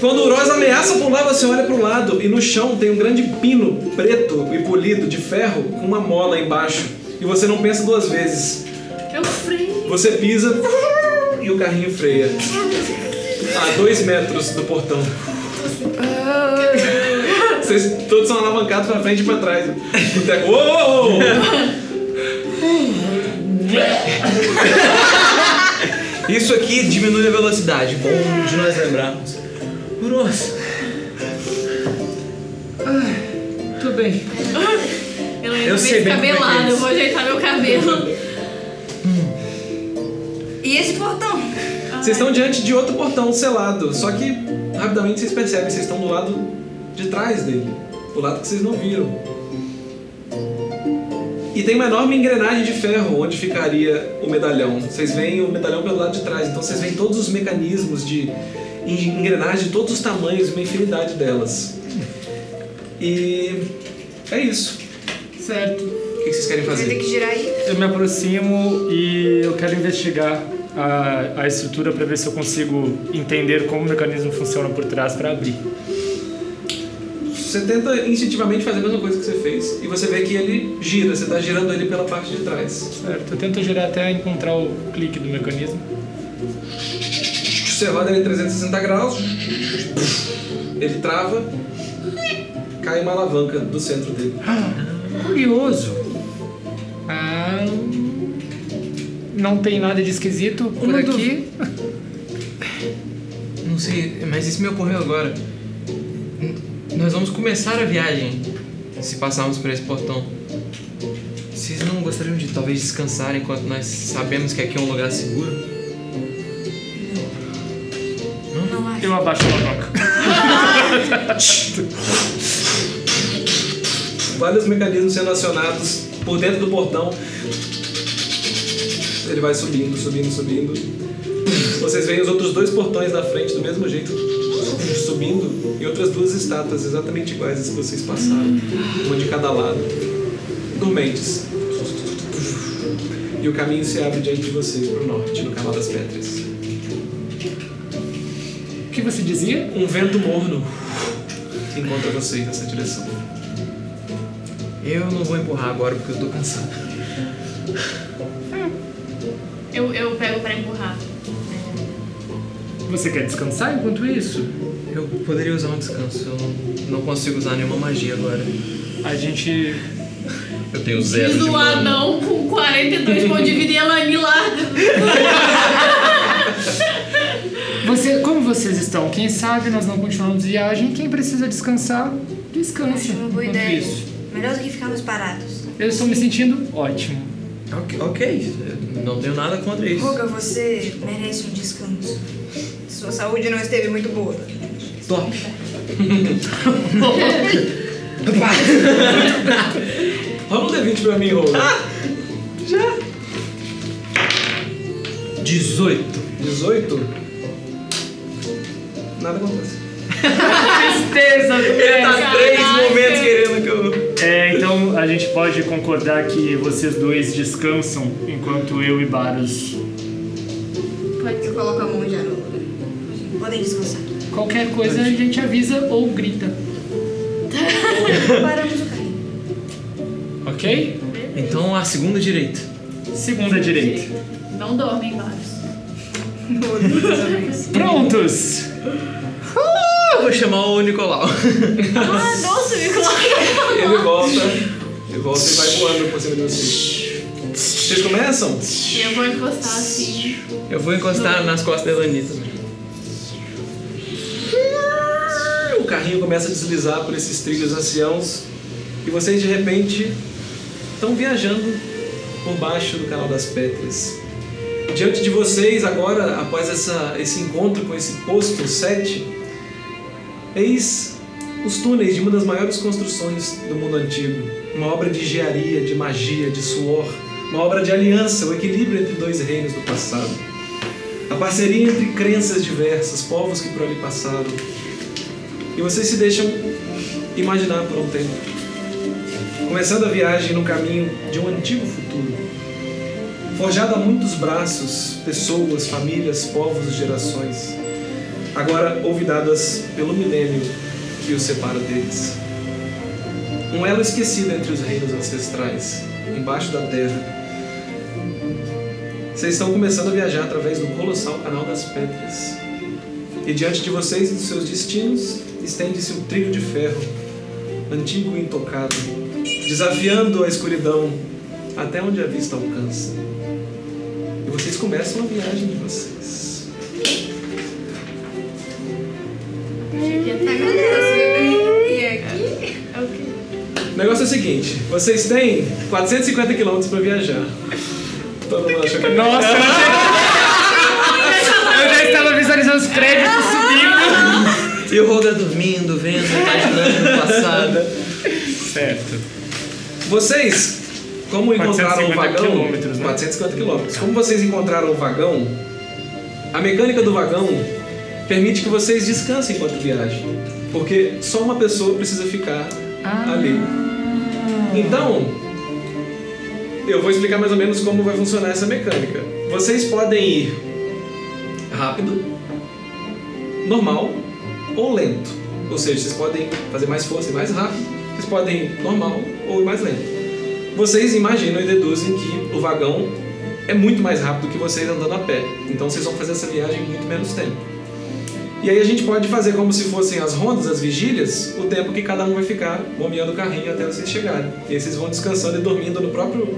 Speaker 2: Quando o Rosa ameaça pular, você olha pro lado e no chão tem um grande pino preto e polido de ferro com uma mola embaixo. E você não pensa duas vezes.
Speaker 6: Eu freio.
Speaker 2: Você pisa e o carrinho freia. A dois metros do portão. Vocês todos são alavancados pra frente e pra trás. O Teco. Uou!
Speaker 3: Isso aqui diminui a velocidade, bom de nós lembrarmos. Nossa. Ai, Tô bem.
Speaker 6: Eu
Speaker 3: Eu
Speaker 6: lembro
Speaker 3: sei
Speaker 6: bem
Speaker 3: bem como é que
Speaker 6: descabelado,
Speaker 3: é
Speaker 6: eu
Speaker 3: isso.
Speaker 6: vou ajeitar meu cabelo.
Speaker 5: E esse portão?
Speaker 2: Vocês estão diante de outro portão selado, só que rapidamente vocês percebem, vocês estão do lado de trás dele, do lado que vocês não viram. E tem uma enorme engrenagem de ferro onde ficaria o medalhão. Vocês veem o medalhão pelo lado de trás, então vocês veem todos os mecanismos de en- engrenagem de todos os tamanhos, uma infinidade delas. E é isso.
Speaker 4: Certo.
Speaker 2: O que que vocês querem
Speaker 5: Você tem
Speaker 2: fazer?
Speaker 5: que girar aí.
Speaker 4: Eu me aproximo e eu quero investigar a, a estrutura para ver se eu consigo entender como o mecanismo funciona por trás para abrir.
Speaker 2: Você tenta instintivamente fazer a mesma coisa que você fez e você vê que ele gira, você está girando ele pela parte de trás.
Speaker 4: Certo. Eu tento girar até encontrar o clique do mecanismo.
Speaker 2: Você roda ele 360 graus, ele trava, cai uma alavanca do centro dele.
Speaker 4: Curioso. Ah, não tem nada de esquisito por
Speaker 3: Uma
Speaker 4: aqui.
Speaker 3: Não sei, mas isso me ocorreu agora. N- Nós vamos começar a viagem se passarmos por esse portão. Vocês não gostariam de talvez descansar enquanto nós sabemos que aqui é um lugar seguro?
Speaker 4: Eu abaixo a alavanca.
Speaker 2: Vários mecanismos sendo acionados por dentro do portão. Ele vai subindo, subindo, subindo. Vocês veem os outros dois portões na frente do mesmo jeito subindo e outras duas estátuas exatamente iguais às que vocês passaram, uma de cada lado, dormentes. E o caminho se abre diante de vocês para o norte, no Canal das Pedras.
Speaker 4: O que você dizia?
Speaker 2: Um vento morno encontra vocês nessa direção.
Speaker 3: Eu não vou empurrar agora porque eu tô cansado.
Speaker 6: Eu, eu pego pra empurrar.
Speaker 4: Você quer descansar enquanto isso?
Speaker 3: Eu poderia usar um descanso, eu não, não consigo usar nenhuma magia agora.
Speaker 4: A gente.
Speaker 8: Eu tenho zero
Speaker 6: Diz
Speaker 8: de
Speaker 6: o
Speaker 8: mana.
Speaker 6: um anão com 42 pontos de vida e ela lá.
Speaker 4: Você, como vocês estão? Quem sabe nós não continuamos viagem. Quem precisa descansar, descansa.
Speaker 5: Acho uma boa
Speaker 4: enquanto
Speaker 5: ideia.
Speaker 4: Isso.
Speaker 5: Melhor do que ficarmos parados.
Speaker 4: Eu estou me sentindo ótimo.
Speaker 3: Ok, ok, eu não tenho nada contra isso.
Speaker 5: Roga, você merece um descanso. Sua saúde não esteve muito boa.
Speaker 3: Top.
Speaker 2: Rola um D20 pra mim, Rola.
Speaker 3: 18.
Speaker 2: 18? Nada acontece.
Speaker 4: né?
Speaker 3: Ele tá três
Speaker 6: Caraca.
Speaker 3: momentos querendo que eu.
Speaker 4: É, então a gente pode concordar que vocês dois descansam enquanto eu e Baros.
Speaker 5: Eu coloco a mão já no. Podem descansar.
Speaker 4: Qualquer coisa a gente avisa ou grita.
Speaker 5: Paramos o carrinho.
Speaker 4: Ok?
Speaker 3: Então a segunda direita.
Speaker 4: Segunda direita.
Speaker 6: Não dormem, vários.
Speaker 4: Prontos!
Speaker 3: Eu vou chamar o Nicolau.
Speaker 6: Ah, nossa, me coloca.
Speaker 2: Ele volta, ele volta e vai voando por cima de vocês. Vocês começam?
Speaker 6: Eu vou encostar assim.
Speaker 3: Eu vou encostar nas costas da Anitta.
Speaker 2: O carrinho começa a deslizar por esses trilhos anciãos e vocês de repente estão viajando por baixo do canal das pedras. Diante de vocês agora, após essa- esse encontro com esse posto 7, eis os túneis de uma das maiores construções do mundo antigo. Uma obra de engenharia, de magia, de suor, uma obra de aliança, o equilíbrio entre dois reinos do passado. A parceria entre crenças diversas, povos que por ali passaram, e vocês se deixam imaginar por um tempo. Começando a viagem no caminho de um antigo futuro. Forjado a muitos braços, pessoas, famílias, povos, gerações. Agora olvidadas pelo milênio que os separa deles. Um elo esquecido entre os reinos ancestrais, embaixo da terra. Vocês estão começando a viajar através do colossal Canal das Pedras. E diante de vocês e dos seus destinos, estende-se o trilho de ferro, antigo e intocado, desafiando a escuridão até onde a vista alcança. E vocês começam a viagem de vocês.
Speaker 5: Tá, E aqui?
Speaker 2: O negócio é o seguinte, vocês têm 450 quilômetros para viajar. Todo mundo achou que é
Speaker 4: Nossa, eu já, eu já estava visualizando os créditos subindo.
Speaker 3: E o Roga dormindo, vendo, imaginando o passado.
Speaker 4: Certo.
Speaker 2: Vocês, como encontraram o
Speaker 4: 450
Speaker 2: vagão.
Speaker 4: quilômetros, né?
Speaker 2: 450 quilômetros. Como vocês encontraram o vagão, a mecânica do vagão permite que vocês descansem enquanto viajam. Porque só uma pessoa precisa ficar ali. Então, eu vou explicar mais ou menos como vai funcionar essa mecânica. Vocês podem ir rápido, normal ou lento. Ou seja, vocês podem fazer mais força e mais rápido, vocês podem ir normal ou ir mais lento. Vocês imaginam e deduzem que o vagão é muito mais rápido que vocês andando a pé. Então vocês vão fazer essa viagem em muito menos tempo. E aí a gente pode fazer como se fossem as rondas, as vigílias, o tempo que cada um vai ficar bombeando o carrinho até vocês chegarem. E aí vocês vão descansando e dormindo no próprio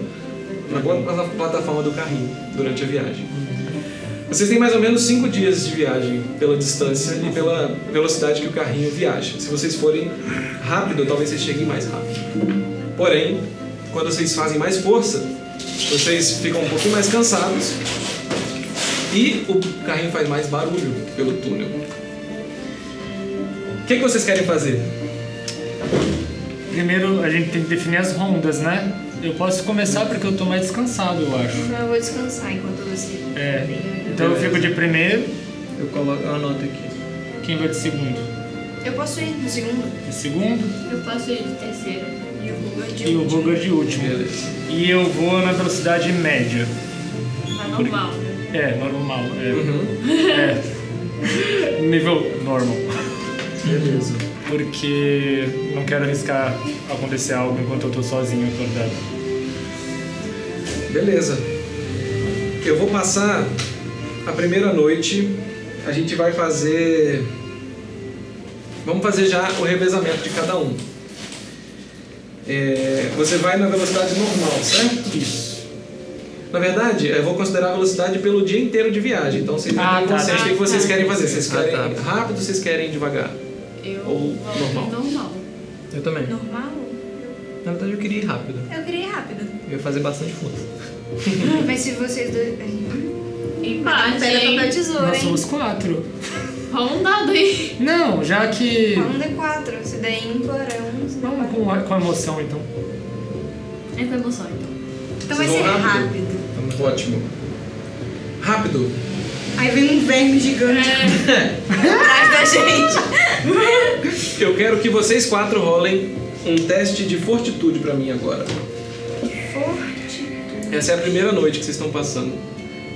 Speaker 2: na própria plataforma do carrinho durante a viagem. Vocês têm mais ou menos 5 dias de viagem pela distância e pela velocidade que o carrinho viaja. Se vocês forem rápido, talvez vocês cheguem mais rápido. Porém, quando vocês fazem mais força, vocês ficam um pouquinho mais cansados e o carrinho faz mais barulho pelo túnel. O que, que vocês querem fazer?
Speaker 4: Primeiro a gente tem que definir as rondas, né? Eu posso começar porque eu tô mais descansado, eu acho.
Speaker 5: Então eu vou descansar enquanto você.
Speaker 4: É. Então eu fico de primeiro,
Speaker 3: Eu coloco, eu anoto aqui.
Speaker 4: quem vai de segundo?
Speaker 5: Eu posso ir no segundo?
Speaker 4: De segundo
Speaker 6: Eu posso ir de terceiro.
Speaker 5: E o Google é de
Speaker 4: e o Roger de
Speaker 5: último.
Speaker 4: último.
Speaker 2: Beleza.
Speaker 4: E eu vou na velocidade média.
Speaker 6: Mas normal.
Speaker 4: É, normal. É. É. Nível normal.
Speaker 2: Beleza.
Speaker 4: Porque não quero arriscar acontecer algo enquanto eu tô sozinho acordado.
Speaker 2: Beleza. Eu vou passar a primeira noite. A gente vai fazer. Vamos fazer já o revezamento de cada um. É, Você vai na velocidade normal, certo? Isso. Na verdade, eu vou considerar a velocidade pelo dia inteiro de viagem. Então vocês
Speaker 4: Ah,
Speaker 2: têm
Speaker 4: tá,
Speaker 2: consciência
Speaker 6: tá.
Speaker 2: do que vocês querem fazer. Vocês
Speaker 3: Ah,
Speaker 2: querem
Speaker 3: tá.
Speaker 2: rápido, vocês querem devagar.
Speaker 6: Eu
Speaker 2: Ou
Speaker 6: vou ir
Speaker 2: normal.
Speaker 6: normal.
Speaker 3: Eu também.
Speaker 5: Normal?
Speaker 3: Na verdade, eu queria ir rápido.
Speaker 5: Eu queria ir rápido.
Speaker 3: Eu ia fazer bastante força.
Speaker 5: Mas se vocês dois.
Speaker 6: Empate,
Speaker 5: um Pega papel
Speaker 6: hein?
Speaker 5: tesoura,
Speaker 4: Nós
Speaker 5: tá hein?
Speaker 4: somos quatro.
Speaker 6: Rola um dado aí.
Speaker 4: Não, já que.
Speaker 5: Um D4. Se der ímpar, é um. se der
Speaker 4: Vamos
Speaker 5: par.
Speaker 4: com, a- com a emoção então.
Speaker 6: É com emoção, então.
Speaker 5: Então vai ser
Speaker 2: Vocês vão rápido? Então,
Speaker 5: rápido.
Speaker 2: Ótimo. Rápido.
Speaker 5: Aí vem um verme gigante
Speaker 6: É,
Speaker 5: atrás da gente.
Speaker 2: Eu quero que vocês quatro rolem um teste de fortitude pra mim agora.
Speaker 5: Forte.
Speaker 2: Essa é a primeira noite que vocês estão passando.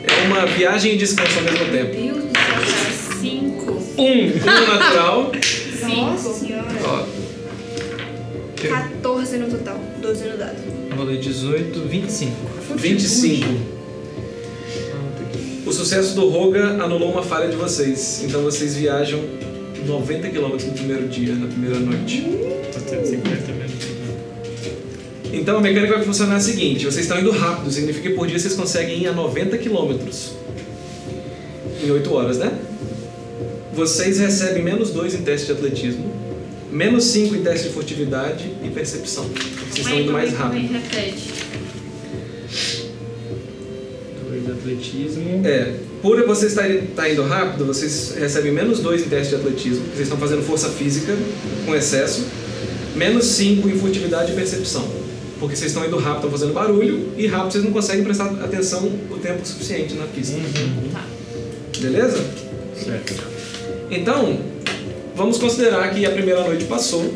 Speaker 2: É uma viagem e descanso ao mesmo tempo.
Speaker 5: Deus do céu.
Speaker 6: cinco.
Speaker 2: Um natural,
Speaker 5: cara. Nossa senhora.
Speaker 2: ó,
Speaker 5: 14 no total. 12 no dado.
Speaker 3: Eu Rolei 18, 25.
Speaker 2: 25. O sucesso do Roga anulou uma falha de vocês, então vocês viajam 90 km no primeiro dia, na primeira noite. Então a mecânica vai funcionar a seguinte: vocês estão indo rápido, significa que por dia vocês conseguem ir a 90 km em 8 horas, né? Vocês recebem menos 2 em teste de atletismo, menos 5 em teste de furtividade e percepção. porque Vocês estão
Speaker 6: Aí,
Speaker 2: indo mais rápido.
Speaker 6: também, também, Repete.
Speaker 4: Dois atletismo.
Speaker 2: É, por você estar tá indo rápido, vocês recebem menos 2 em teste de atletismo, vocês estão fazendo força física com excesso, menos 5 em furtividade e percepção. Porque vocês estão indo rápido, estão fazendo barulho, e rápido vocês não conseguem prestar atenção o tempo suficiente na pista.
Speaker 6: Tá.
Speaker 2: Beleza?
Speaker 4: Certo.
Speaker 2: Então, vamos considerar que a primeira noite passou,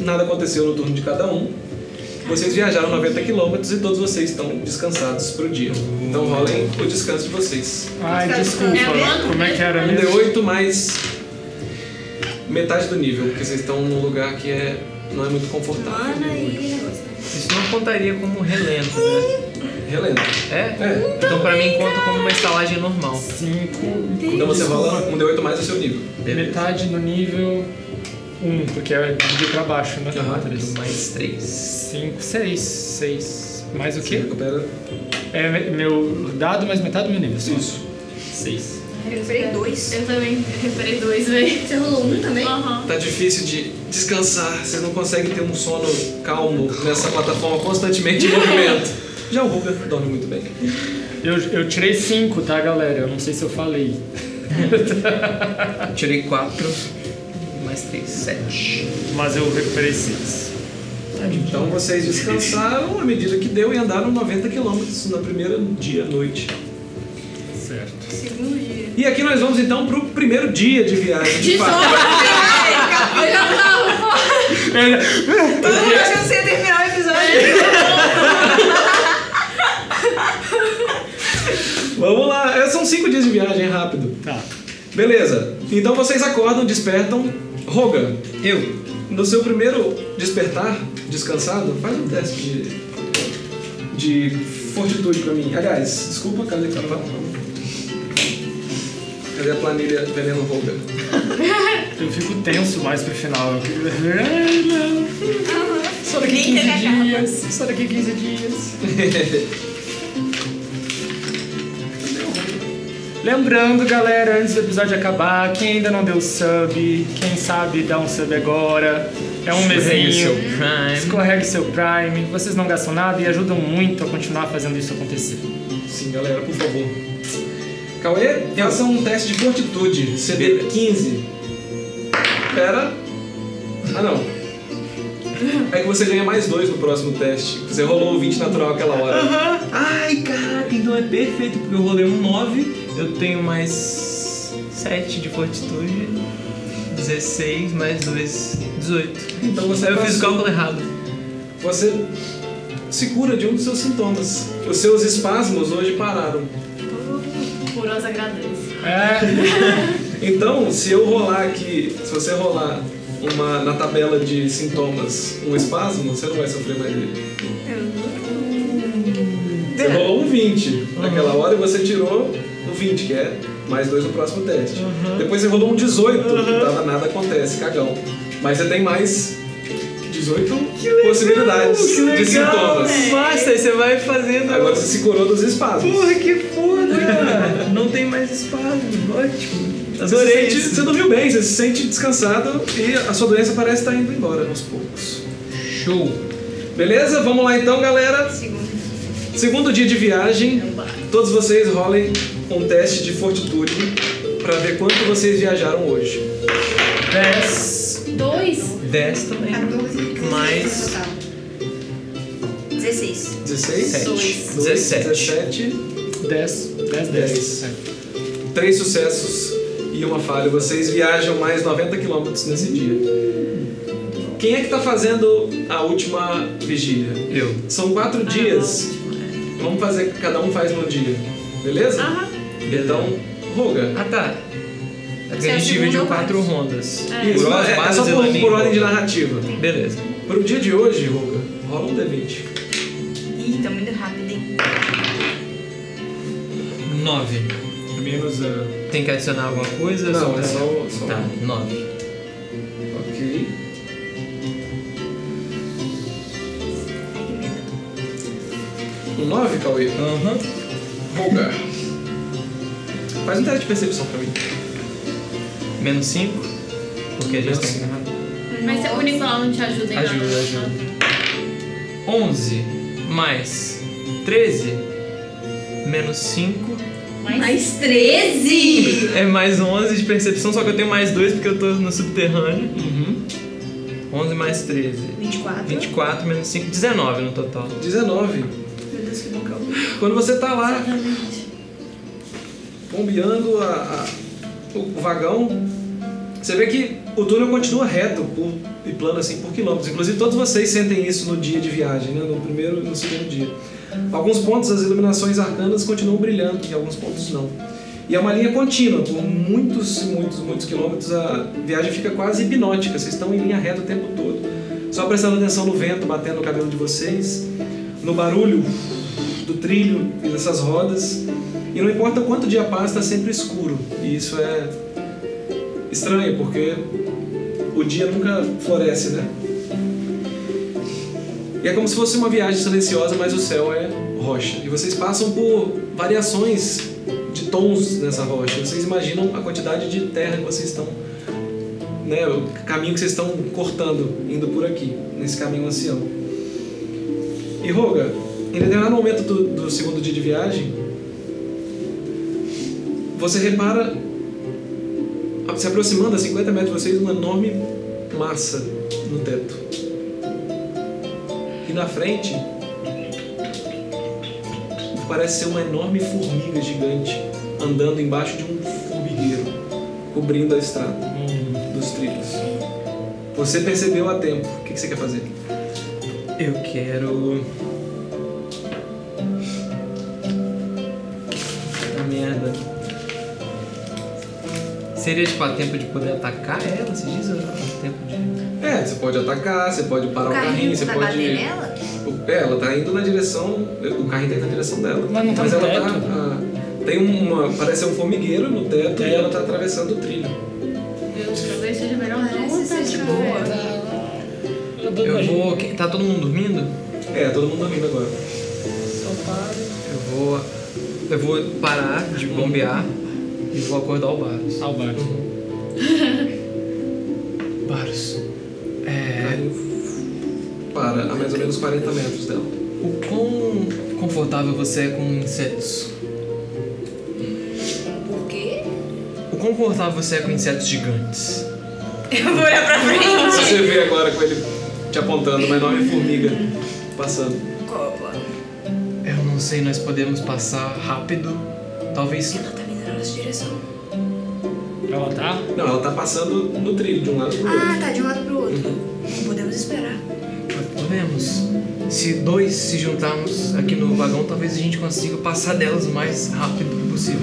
Speaker 2: nada aconteceu no turno de cada um. Vocês viajaram 90 km e todos vocês estão descansados pro dia. Então rolem o descanso de vocês.
Speaker 4: Ai,
Speaker 5: Tá
Speaker 4: desculpa.
Speaker 6: descansando.
Speaker 4: Como é que era
Speaker 2: Um
Speaker 4: mesmo?
Speaker 2: D8 mais metade do nível, porque vocês estão num lugar que é, não é muito confortável.
Speaker 5: Ana e negócio.
Speaker 3: Isso não contaria como relento, né?
Speaker 2: relento.
Speaker 3: É?
Speaker 2: É.
Speaker 3: Então pra mim conta como uma estalagem normal.
Speaker 4: Cinco.
Speaker 2: Então você rola um D8 mais o seu nível.
Speaker 8: Beleza.
Speaker 4: Metade no nível 1, porque é de pra baixo, né?
Speaker 2: Aham.
Speaker 3: Mais três.
Speaker 4: 5, 6, 6. Mais o
Speaker 2: Você
Speaker 4: quê?
Speaker 2: recupera.
Speaker 4: É me- meu dado mais metade do meu nível. só.
Speaker 2: Isso.
Speaker 8: Seis.
Speaker 5: Eu recuperei dois.
Speaker 6: Eu também recuperei dois, velho.
Speaker 5: Você rolou um também?
Speaker 6: Aham.
Speaker 2: Tá difícil de descansar, vocês não conseguem ter um sono calmo nessa plataforma constantemente em movimento. Já o Ruga dorme muito bem.
Speaker 4: Eu, eu tirei 5, tá, galera? Eu não sei se eu falei.
Speaker 3: Eu tirei quatro. Mais três. Sete.
Speaker 4: Mas eu recuperei 6.
Speaker 2: Então vocês descansaram à medida que deu e andaram 90 quilômetros na primeira dia, noite.
Speaker 4: Certo.
Speaker 6: Segundo dia.
Speaker 2: E aqui nós vamos então pro primeiro dia de viagem. De fato.
Speaker 6: Eu já tava fora.
Speaker 5: Todo mundo achando que você ia terminar o episódio.
Speaker 2: Vamos lá, é, são cinco dias de viagem, é rápido.
Speaker 4: Tá.
Speaker 2: Beleza, então vocês acordam, despertam. Roga,
Speaker 3: Eu.
Speaker 2: no seu primeiro despertar descansado, faz um teste de, de fortitude pra mim. Aliás, desculpa, cadê, cadê, cadê a planilha Veneno Roga?
Speaker 4: Eu fico tenso mais pro final. Ai, não. Só daqui
Speaker 5: Nem
Speaker 4: 15
Speaker 5: teve a carta.
Speaker 4: dias. Só daqui 15 dias. Lembrando, galera, antes do episódio acabar, quem ainda não deu sub, quem sabe dá um sub agora. É um
Speaker 3: seu
Speaker 4: mesinho.
Speaker 3: prime.
Speaker 4: Escorregue seu Prime, vocês não gastam nada e ajudam muito a continuar fazendo isso acontecer.
Speaker 2: Sim, galera, por favor. Cauê, faça um teste de fortitude. CD 15. Pera. Ah, não. É que você ganha mais dois no próximo teste. Você rolou o 20 natural aquela hora.
Speaker 3: Aham. Ai, caraca, então é perfeito, porque eu rolei um nove. Eu tenho mais sete de fortitude. 16 mais 2, 18.
Speaker 2: Então você
Speaker 3: Eu fiz
Speaker 2: passou.
Speaker 3: o cálculo errado.
Speaker 2: Você se cura de um dos seus sintomas. Os seus espasmos hoje pararam.
Speaker 6: Por nós agradece.
Speaker 4: É,
Speaker 2: Então, se eu rolar aqui, se você rolar uma, na tabela de sintomas um espasmo, você não vai sofrer mais dele. Você rolou um 20
Speaker 3: Uhum.
Speaker 2: naquela hora e você tirou o 20, que é mais dois no próximo teste.
Speaker 3: Uhum.
Speaker 2: Depois você rolou um 18, que tava nada acontece, cagão. Mas você tem mais 18 possibilidades de sintomas.
Speaker 3: Massa, aí você vai fazendo.
Speaker 2: Agora você se curou dos espasmos.
Speaker 3: Porra, que foda! Não tem mais espasmo, ótimo.
Speaker 2: Você se
Speaker 3: Adorei
Speaker 2: sente-
Speaker 3: é isso.
Speaker 2: Você dormiu bem, você se sente descansado e a sua doença parece estar indo embora aos poucos.
Speaker 3: Show.
Speaker 2: Beleza? Vamos lá então, galera.
Speaker 5: Segundo.
Speaker 2: Segundo dia de viagem, todos vocês rolem um teste de fortitude pra ver quanto vocês viajaram hoje.
Speaker 4: 10.
Speaker 6: Dois?
Speaker 3: 10 também.
Speaker 5: 14.
Speaker 3: Mais-
Speaker 5: 16.
Speaker 2: 16?
Speaker 6: Dois.
Speaker 3: 17.
Speaker 2: 17.
Speaker 4: 10. 10, 10.
Speaker 2: Três sucessos e uma falha. Vocês viajam mais 90 quilômetros nesse dia. Quem é que tá fazendo a última vigília?
Speaker 3: Eu.
Speaker 2: São quatro dias. Vamos fazer, cada um faz no dia. Beleza?
Speaker 6: Aham.
Speaker 2: Então, ruga.
Speaker 3: Ah tá. É porque
Speaker 5: é
Speaker 3: a
Speaker 5: a
Speaker 3: gente dividiu
Speaker 5: segunda
Speaker 3: quatro rondas.
Speaker 2: Isso,
Speaker 3: Por
Speaker 2: é, é
Speaker 3: bases
Speaker 2: só
Speaker 3: eu
Speaker 2: por,
Speaker 3: também
Speaker 2: por ordem de
Speaker 3: vou.
Speaker 2: narrativa.
Speaker 3: Beleza.
Speaker 2: Pro dia de hoje, ruga, rola um D20.
Speaker 5: Ih, tá muito rápido, hein?
Speaker 3: 9.
Speaker 2: Menos a...
Speaker 3: Tem que adicionar alguma coisa?
Speaker 2: Não,
Speaker 3: ah, Só
Speaker 2: é
Speaker 3: pra-
Speaker 2: só, o- só
Speaker 3: Tá,
Speaker 2: o-
Speaker 3: 9.
Speaker 2: Ok. Um 9, Cauê?
Speaker 3: Aham.
Speaker 2: Ruga. Faz um teste de percepção pra mim.
Speaker 3: Menos 5. Porque a gente
Speaker 2: Menos
Speaker 3: tem
Speaker 2: cinco.
Speaker 3: que.
Speaker 6: Mas o Nicolau não um te ajuda em nada.
Speaker 3: Ajuda, ajuda. 11 mais 13 menos 5
Speaker 5: Mais 13!
Speaker 3: É mais 11 de percepção, só que eu tenho mais 2 porque eu tô no subterrâneo. 11 mais 13.
Speaker 5: 24.
Speaker 3: 24 menos 5, 19 no total.
Speaker 2: 19.
Speaker 5: Meu Deus, que bom que eu
Speaker 2: Quando você tá lá bombeando a, a- o vagão, você vê que o túnel continua reto por- e plano assim por quilômetros. Inclusive todos vocês sentem isso no dia de viagem, né? no primeiro e no segundo dia. Alguns pontos as iluminações arcanas continuam brilhando, em alguns pontos não. E é uma linha contínua, por muitos e muitos, muitos quilômetros a viagem fica quase hipnótica, vocês estão em linha reta o tempo todo. Só prestando atenção no vento batendo no cabelo de vocês, no barulho do trilho e dessas rodas. E não importa quanto dia passa, está sempre escuro. E isso é estranho, porque o dia nunca floresce, né? E é como se fosse uma viagem silenciosa, mas o céu é rocha. E vocês passam por variações de tons nessa rocha. Vocês imaginam a quantidade de terra que vocês estão. Né, o caminho que vocês estão cortando, indo por aqui, nesse caminho ancião. E Roga, em determinado momento do, do segundo dia de viagem, você repara, se aproximando a 50 metros de vocês, uma enorme massa no teto. E na frente, parece ser uma enorme formiga gigante andando embaixo de um formigueiro, cobrindo a estrada dos trilhos. Você percebeu a tempo. O que que você quer fazer?
Speaker 3: Eu quero. Puta merda. Seria tipo a tempo de poder atacar ela, se diz? Ou a tempo de.
Speaker 2: É, você pode atacar, você pode parar o
Speaker 5: O
Speaker 2: carrinho,
Speaker 5: carrinho
Speaker 2: você
Speaker 5: vai
Speaker 2: pode.
Speaker 5: bater nela?
Speaker 2: O- É, ela tá indo na direção. O carrinho tá indo na direção dela.
Speaker 7: Mas não tá no
Speaker 2: ela tá.
Speaker 7: teto.
Speaker 2: ah, tem uma. Parece um formigueiro no teto
Speaker 7: É.
Speaker 2: e ela tá atravessando o trilho.
Speaker 6: Deus, talvez seja melhor tá
Speaker 5: Parece ser de boa.
Speaker 3: Eu vou. que- Tá todo mundo dormindo?
Speaker 2: É, todo mundo dormindo agora.
Speaker 3: Eu vou. Eu vou parar de bombear e vou acordar o Baros.
Speaker 7: Albaros.
Speaker 3: Baros. Uhum. É.
Speaker 2: Para a mais ou menos 40 metros dela.
Speaker 3: O quão confortável você é com insetos?
Speaker 5: Por quê?
Speaker 3: O quão confortável você é com insetos gigantes?
Speaker 5: Eu vou olhar pra frente.
Speaker 2: Você vê agora com ele te apontando, uma enorme formiga passando.
Speaker 5: Copa.
Speaker 3: Eu não sei, nós podemos passar rápido. Talvez.
Speaker 5: Ela tá vindo na nossa direção.
Speaker 7: Ela tá?
Speaker 2: Não, ela tá passando no trilho de um lado pro outro.
Speaker 5: Ah, tá de um lado pro outro. Não podemos esperar.
Speaker 3: Podemos. Se dois se juntarmos aqui no vagão, talvez a gente consiga passar delas o mais rápido possível.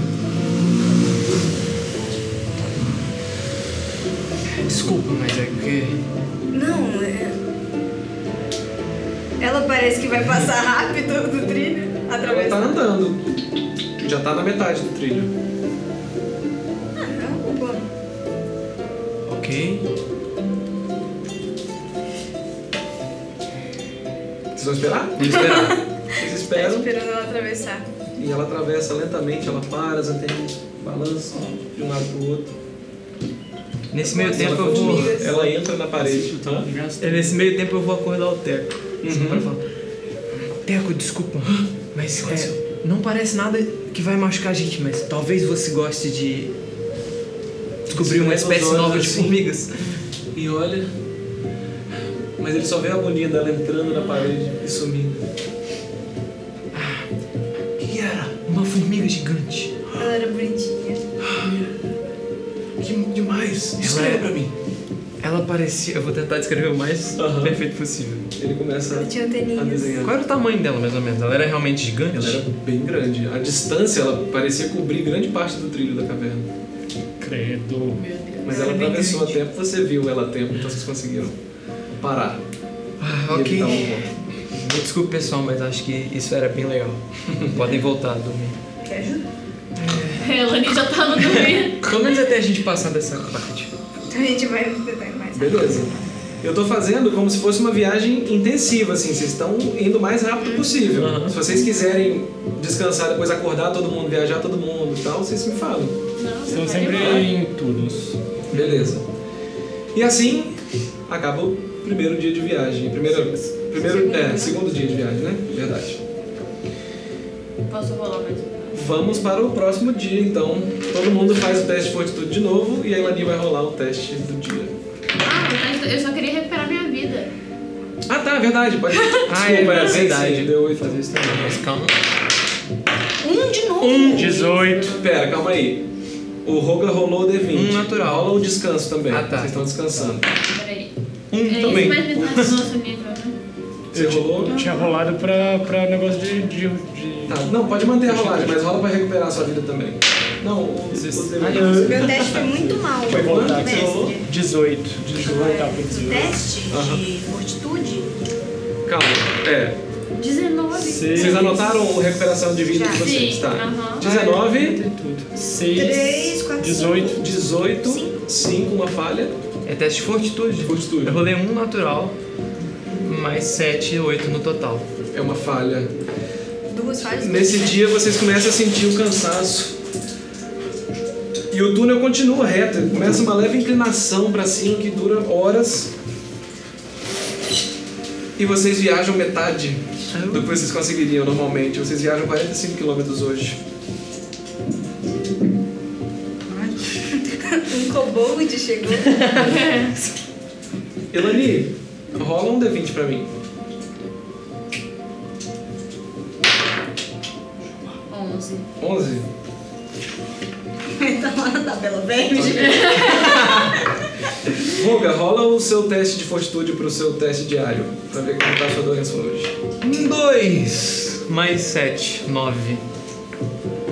Speaker 3: Desculpa, mas é porque.
Speaker 5: Não, é. Ela parece que vai passar rápido do trilho
Speaker 2: Ela
Speaker 5: através
Speaker 2: tá
Speaker 5: da.
Speaker 2: andando. Já tá na metade do trilho.
Speaker 5: Ah, não, bom.
Speaker 3: Ok.
Speaker 2: Vocês vão esperar?
Speaker 3: Vamos esperar.
Speaker 2: Vocês
Speaker 5: Tá
Speaker 2: esperam
Speaker 5: esperando ela atravessar.
Speaker 2: e ela atravessa lentamente, ela para, as antenas balançam de um lado pro outro.
Speaker 3: Nesse meio tempo
Speaker 2: Ela,
Speaker 3: eu vou.
Speaker 2: continua, ela entra na parede. Tá?
Speaker 3: É, Nesse meio tempo eu vou acordar o Teco. Só pra falar. Teco, desculpa, mas é, não parece nada que vai machucar a gente, mas talvez você goste de descobrir uma
Speaker 2: Esfrega os
Speaker 3: espécie
Speaker 2: olhos
Speaker 3: nova de
Speaker 2: assim.
Speaker 3: formigas.
Speaker 2: E olha. Mas ele só vê a agonia dela entrando na parede e sumindo.
Speaker 3: O que era? Uma formiga gigante.
Speaker 5: Ela era bonitinha.
Speaker 2: Que demais!
Speaker 3: Ela
Speaker 2: Escreva
Speaker 3: é-
Speaker 2: pra mim.
Speaker 3: Ela parecia. Eu vou tentar descrever o mais
Speaker 2: Aham.
Speaker 3: perfeito possível.
Speaker 2: Ele começa
Speaker 5: Ela tinha
Speaker 2: a
Speaker 5: anteninhas.
Speaker 2: desenhar.
Speaker 3: Qual é era o tamanho dela, mais ou menos? Ela era realmente gigante?
Speaker 2: Ela era bem grande. A distância, ela parecia cobrir grande parte do trilho da caverna.
Speaker 7: Credo.
Speaker 2: Mas ela atravessou a tempo, você viu ela a tempo, então vocês conseguiram parar.
Speaker 3: Ah,
Speaker 2: e
Speaker 3: ok.
Speaker 2: evitar um golpe.
Speaker 3: Me desculpe, pessoal, mas acho que isso era bem legal. Podem voltar a dormir.
Speaker 5: Quer ajuda?
Speaker 6: Elani já tava dormindo.
Speaker 3: Pelo menos até a gente passar dessa parte.
Speaker 5: Então a gente vai vai mais rápido.
Speaker 2: Beleza. Eu tô fazendo como se fosse uma viagem intensiva, assim, vocês estão indo o mais rápido possível. Se vocês quiserem descansar, depois acordar todo mundo, viajar todo mundo e tal, vocês me falam.
Speaker 6: Não,
Speaker 7: Estão
Speaker 6: vai
Speaker 7: sempre
Speaker 6: demorar.
Speaker 7: em turnos.
Speaker 2: Beleza. E assim acaba o primeiro dia de viagem. Primeiro, primeiro, é, segundo dia de viagem, né? Verdade.
Speaker 6: Posso rolar mais um?
Speaker 2: Vamos para o próximo dia, então. Todo mundo faz o teste de fortitude de novo e a Elani vai rolar o teste do dia.
Speaker 6: Ah, mas eu só queria recuperar minha vida.
Speaker 2: Ah, tá, verdade, pode.
Speaker 3: Ah, é
Speaker 2: Desculpa, é verdade. Deu oito.
Speaker 3: Fazer isso também, mas calma.
Speaker 5: Um de novo.
Speaker 4: 18.
Speaker 2: Pera, calma aí. O Roga rolou o D20.
Speaker 3: Um natural.
Speaker 2: Rola o descanso também.
Speaker 3: Ah, tá.
Speaker 2: Vocês estão descansando.
Speaker 6: Peraí.
Speaker 2: Um
Speaker 6: É isso mais metade do nosso nível, né?
Speaker 2: Você rolou?
Speaker 4: Eu tinha rolado pra, pra negócio de. de, de-
Speaker 2: Tá, não, pode manter a rolagem, mas rola pra recuperar a sua vida também. Não, o, o D20.
Speaker 5: Meu teste foi muito mal.
Speaker 2: Foi quanto
Speaker 7: tá?
Speaker 2: que você
Speaker 5: mestre?
Speaker 2: rolou?
Speaker 4: 18. 18
Speaker 5: O teste de fortitude
Speaker 2: Calma, é.
Speaker 6: 19.
Speaker 7: Seis.
Speaker 2: Vocês anotaram a recuperação de vida
Speaker 6: Já.
Speaker 2: de vocês,
Speaker 6: Sim,
Speaker 2: tá?
Speaker 6: aham.
Speaker 2: 19,
Speaker 7: Tudo. Seis.
Speaker 5: 3, 4,
Speaker 7: 18.
Speaker 2: 18, 5, uma falha,
Speaker 3: É teste de fortitude.
Speaker 2: fortitude.
Speaker 3: Eu rolei um natural, mais 7, 8 no total.
Speaker 2: É uma falha.
Speaker 5: 5. Duas falhas.
Speaker 2: Nesse dia vocês começam a sentir o cansaço. E o túnel continua reto, ele começa uma leve inclinação para cima que dura horas. E vocês viajam metade do que vocês conseguiriam normalmente. Vocês viajam 45 km hoje.
Speaker 5: Um kobold chegou.
Speaker 2: Elani, rola um D20 pra mim.
Speaker 6: 11.
Speaker 2: 11.
Speaker 5: tá lá na tabela verde.
Speaker 2: Ruga, rola o seu teste de fortitude pro seu teste diário. Pra ver como tá a sua doença hoje.
Speaker 3: Um, dois, mais 7, 9.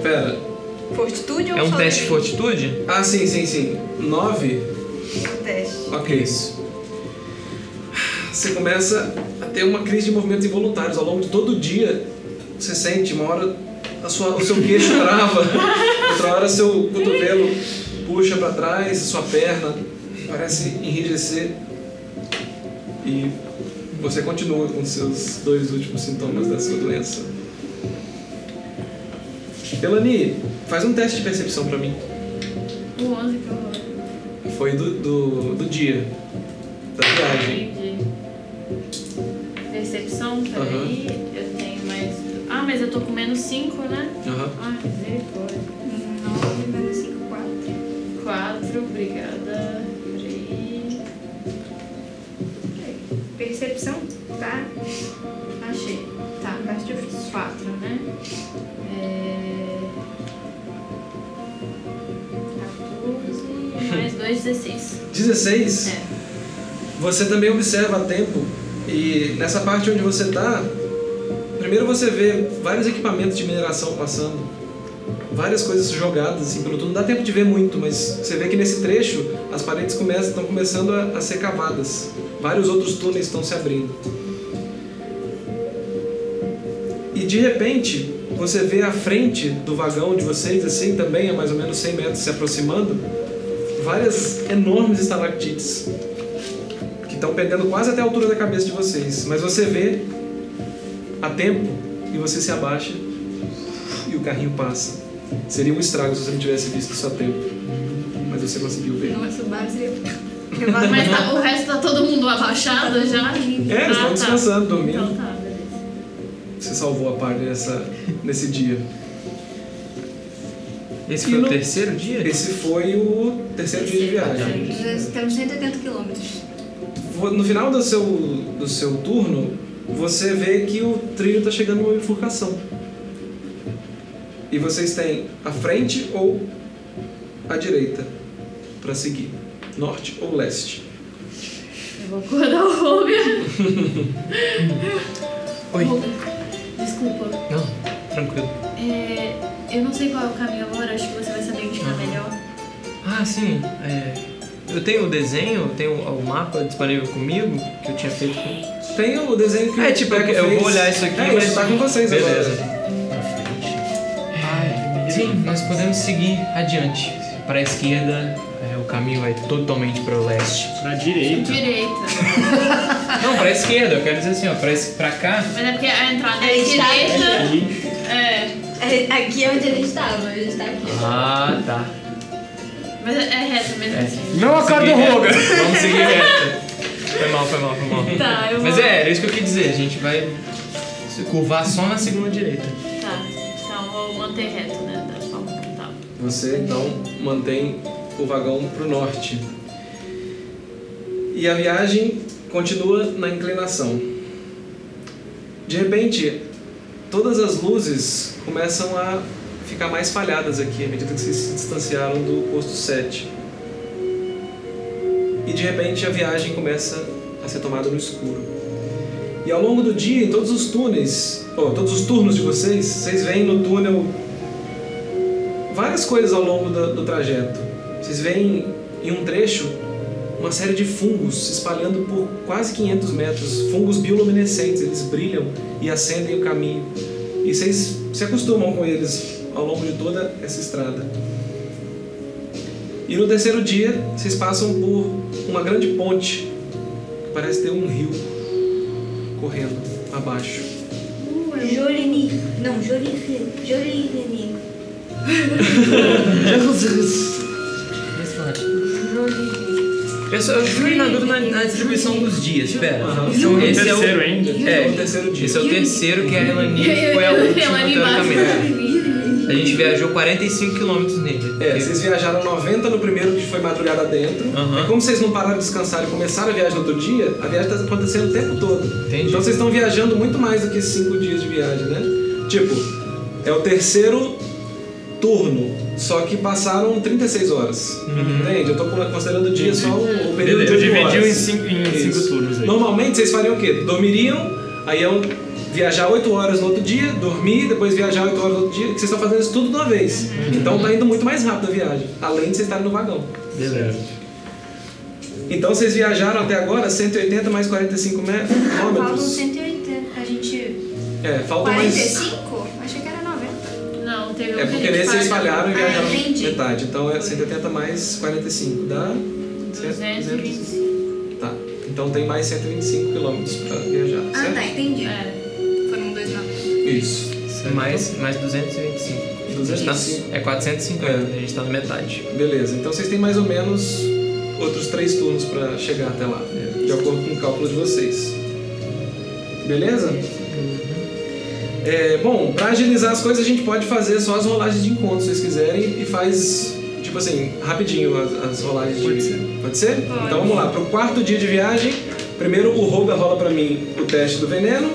Speaker 2: Pera.
Speaker 5: Fortitude ou
Speaker 3: É um
Speaker 5: só
Speaker 3: teste de
Speaker 5: D20?
Speaker 3: fortitude?
Speaker 2: Ah, sim, sim, sim. 9.
Speaker 5: É um Teste.
Speaker 2: Ok. Você começa a ter uma crise de movimentos involuntários. Ao longo de todo o dia, você sente, uma hora a sua- o seu queixo trava, outra hora seu cotovelo puxa para trás, sua perna parece enrijecer. E você continua com seus dois últimos sintomas da sua doença. Elani, faz um teste de percepção para mim.
Speaker 6: O 11 que eu rolei.
Speaker 2: Foi do, do, do dia, da viagem.
Speaker 6: Entendi. Percepção, peraí. Eu tenho mais. Ah, mas eu tô com menos 5, né?
Speaker 2: Aham.
Speaker 6: Ah, misericórdia.
Speaker 5: 9 menos 5, 4.
Speaker 6: 4, obrigada. Peraí.
Speaker 5: Percepção, tá?
Speaker 6: Achei. Tá, mais difícil. 4, né? É. 14, mais 2, 16.
Speaker 2: 16.
Speaker 6: É.
Speaker 2: Você também observa a tempo e nessa parte onde você está, primeiro você vê vários equipamentos de mineração passando, várias coisas jogadas assim pelo túnel. Não dá tempo de ver muito, mas você vê que nesse trecho as paredes começam, estão começando a, a ser cavadas. Vários outros túneis estão se abrindo. E de repente você vê à frente do vagão de vocês, assim também a mais ou menos 100 metros se aproximando, várias enormes estalactites que estão pendendo quase até a altura da cabeça de vocês. Mas você vê a tempo e você se abaixa e o carrinho passa. Seria um estrago se você não tivesse visto isso a tempo. Mas você conseguiu ver.
Speaker 5: Não é Subaru, seria.
Speaker 6: Mas tá- o resto tá todo mundo abaixado já?
Speaker 2: É, eles estão
Speaker 6: Ah, tá.
Speaker 2: descansando, dormindo.
Speaker 6: Então tá, beleza.
Speaker 2: Você salvou a parte nessa, nesse dia.
Speaker 3: Esse
Speaker 2: E
Speaker 3: foi
Speaker 2: não-
Speaker 3: o terceiro dia?
Speaker 2: Esse foi o terceiro dia de viagem.
Speaker 5: Nós temos 180 quilômetros.
Speaker 2: Vo- No final do seu, do seu turno, você vê que o trilho está chegando a uma bifurcação. E vocês têm a frente ou a direita para seguir, norte ou leste.
Speaker 6: Eu vou acordar o Robert.
Speaker 3: Oi.
Speaker 6: Robert, Desculpa.
Speaker 3: Não, tranquilo.
Speaker 6: É, eu não sei qual é o caminho agora, acho que você vai saber indicar
Speaker 3: Aham.
Speaker 6: melhor.
Speaker 3: Ah, sim. é, eu tenho o desenho, eu tenho o mapa disponível comigo, que eu tinha feito com...
Speaker 2: Tem o desenho que
Speaker 3: É,
Speaker 2: o
Speaker 3: tipo,
Speaker 2: Peco
Speaker 3: eu
Speaker 2: fez.
Speaker 3: vou olhar isso aqui,
Speaker 2: É,
Speaker 3: mas-
Speaker 2: ele tá com vocês
Speaker 3: Beleza.
Speaker 2: agora.
Speaker 3: Sim, nós podemos seguir adiante. Para a esquerda, é, o caminho vai totalmente para o leste.
Speaker 7: Pra direita.
Speaker 6: Direita.
Speaker 3: Não, para a esquerda, eu quero dizer assim, ó, para cá.
Speaker 6: Mas é porque a entrada é
Speaker 5: É
Speaker 6: direita.
Speaker 7: Aí.
Speaker 6: É.
Speaker 5: É, Aqui é onde a gente tava, a gente tá aqui.
Speaker 3: Ah, tá.
Speaker 6: Mas é, é reto mesmo
Speaker 3: É.
Speaker 6: assim.
Speaker 4: Não acorda
Speaker 3: Seguir
Speaker 4: o Roga.
Speaker 3: reto. Vamos seguir reto. Foi mal, foi mal, foi mal.
Speaker 6: Tá, eu vou.
Speaker 3: Mas é, era isso que eu queria dizer, a gente vai se curvar só na segunda direita.
Speaker 6: Tá. Então eu vou manter reto, né? Da forma que tá. eu tava.
Speaker 2: Você então mantém o vagão pro norte. E a viagem continua na inclinação. De repente, todas as luzes começam a ficar mais falhadas aqui à medida que vocês se distanciaram do posto 7. E de repente a viagem começa a ser tomada no escuro. E ao longo do dia, em todos os túneis, ou todos os turnos de vocês, vocês veem no túnel várias coisas ao longo do, do trajeto. Vocês veem em um trecho uma série de fungos se espalhando por quase 500 metros. Fungos bioluminescentes, eles brilham e acendem o caminho. E vocês se acostumam com eles ao longo de toda essa estrada. E no terceiro dia, vocês passam por uma grande ponte que parece ter um rio correndo abaixo.
Speaker 5: Jolini. Não, Jolini. Jolini.
Speaker 3: Eu, só, eu fiquei na dúvida na, na distribuição dos dias, pera.
Speaker 2: Aham.
Speaker 4: São
Speaker 3: Esse é o-
Speaker 4: terceiro ainda.
Speaker 3: É,
Speaker 2: No terceiro dia.
Speaker 3: esse é o terceiro que a Elani foi a última, teoricamente. A gente viajou 45 km nele.
Speaker 2: É, vocês viajaram 90 no primeiro, que foi madrugada dentro.
Speaker 3: Aham.
Speaker 2: E como vocês não pararam de descansar e começaram a viagem no outro dia, a viagem está acontecendo o tempo todo.
Speaker 3: Entendi.
Speaker 2: Então vocês estão viajando muito mais do que 5 dias de viagem, né? Tipo, é o terceiro turno, só que passaram 36 horas. Entende? Eu tô considerando o dia só o, o período
Speaker 4: Uhum. Beleza. Então
Speaker 2: de oito
Speaker 4: Dividiu
Speaker 2: horas.
Speaker 4: em cinco- em cinco
Speaker 2: Isso.
Speaker 4: turnos aí.
Speaker 2: Normalmente vocês fariam o quê? Dormiriam, aí iam viajar 8 horas no outro dia, dormir, depois viajar 8 horas no outro dia. Vocês estão fazendo isso tudo de uma vez.
Speaker 4: Uhum.
Speaker 2: Então tá indo muito mais rápido a viagem, além de vocês estarem no vagão. Então vocês viajaram até agora 180 mais 45 me-
Speaker 5: Faltam
Speaker 2: quilômetros.
Speaker 5: 180. A gente.
Speaker 2: É, falta mais.
Speaker 5: 45? Achei que era 90.
Speaker 6: Não, teve um
Speaker 5: Então,
Speaker 2: É
Speaker 6: que
Speaker 2: porque
Speaker 6: a gente
Speaker 2: nesse vocês
Speaker 6: faz-
Speaker 2: falharam e
Speaker 5: Ah,
Speaker 2: viajaram
Speaker 5: entendi.
Speaker 2: metade. Então é 180 mais 45, dá.
Speaker 6: 225.
Speaker 2: Tá. Então tem mais 125 quilômetros pra viajar,
Speaker 5: Ah,
Speaker 2: certo?
Speaker 5: tá, entendi.
Speaker 6: É.
Speaker 5: Foi um, dois, nove.
Speaker 2: Isso.
Speaker 3: Mais, mais 225.
Speaker 2: 225.
Speaker 3: Tá- É 450, a gente tá na metade.
Speaker 2: Beleza, então vocês têm mais ou menos outros três turnos pra chegar até lá, de acordo com o cálculo de vocês. Beleza? Uhum. É, bom, pra agilizar as coisas, a gente pode fazer só as rolagens de encontro, se vocês quiserem, e faz, tipo assim, rapidinho as, as rolagens de... Pode ser? Então vamos lá, pro quarto dia de viagem, primeiro o Roga rola pra mim o teste do veneno,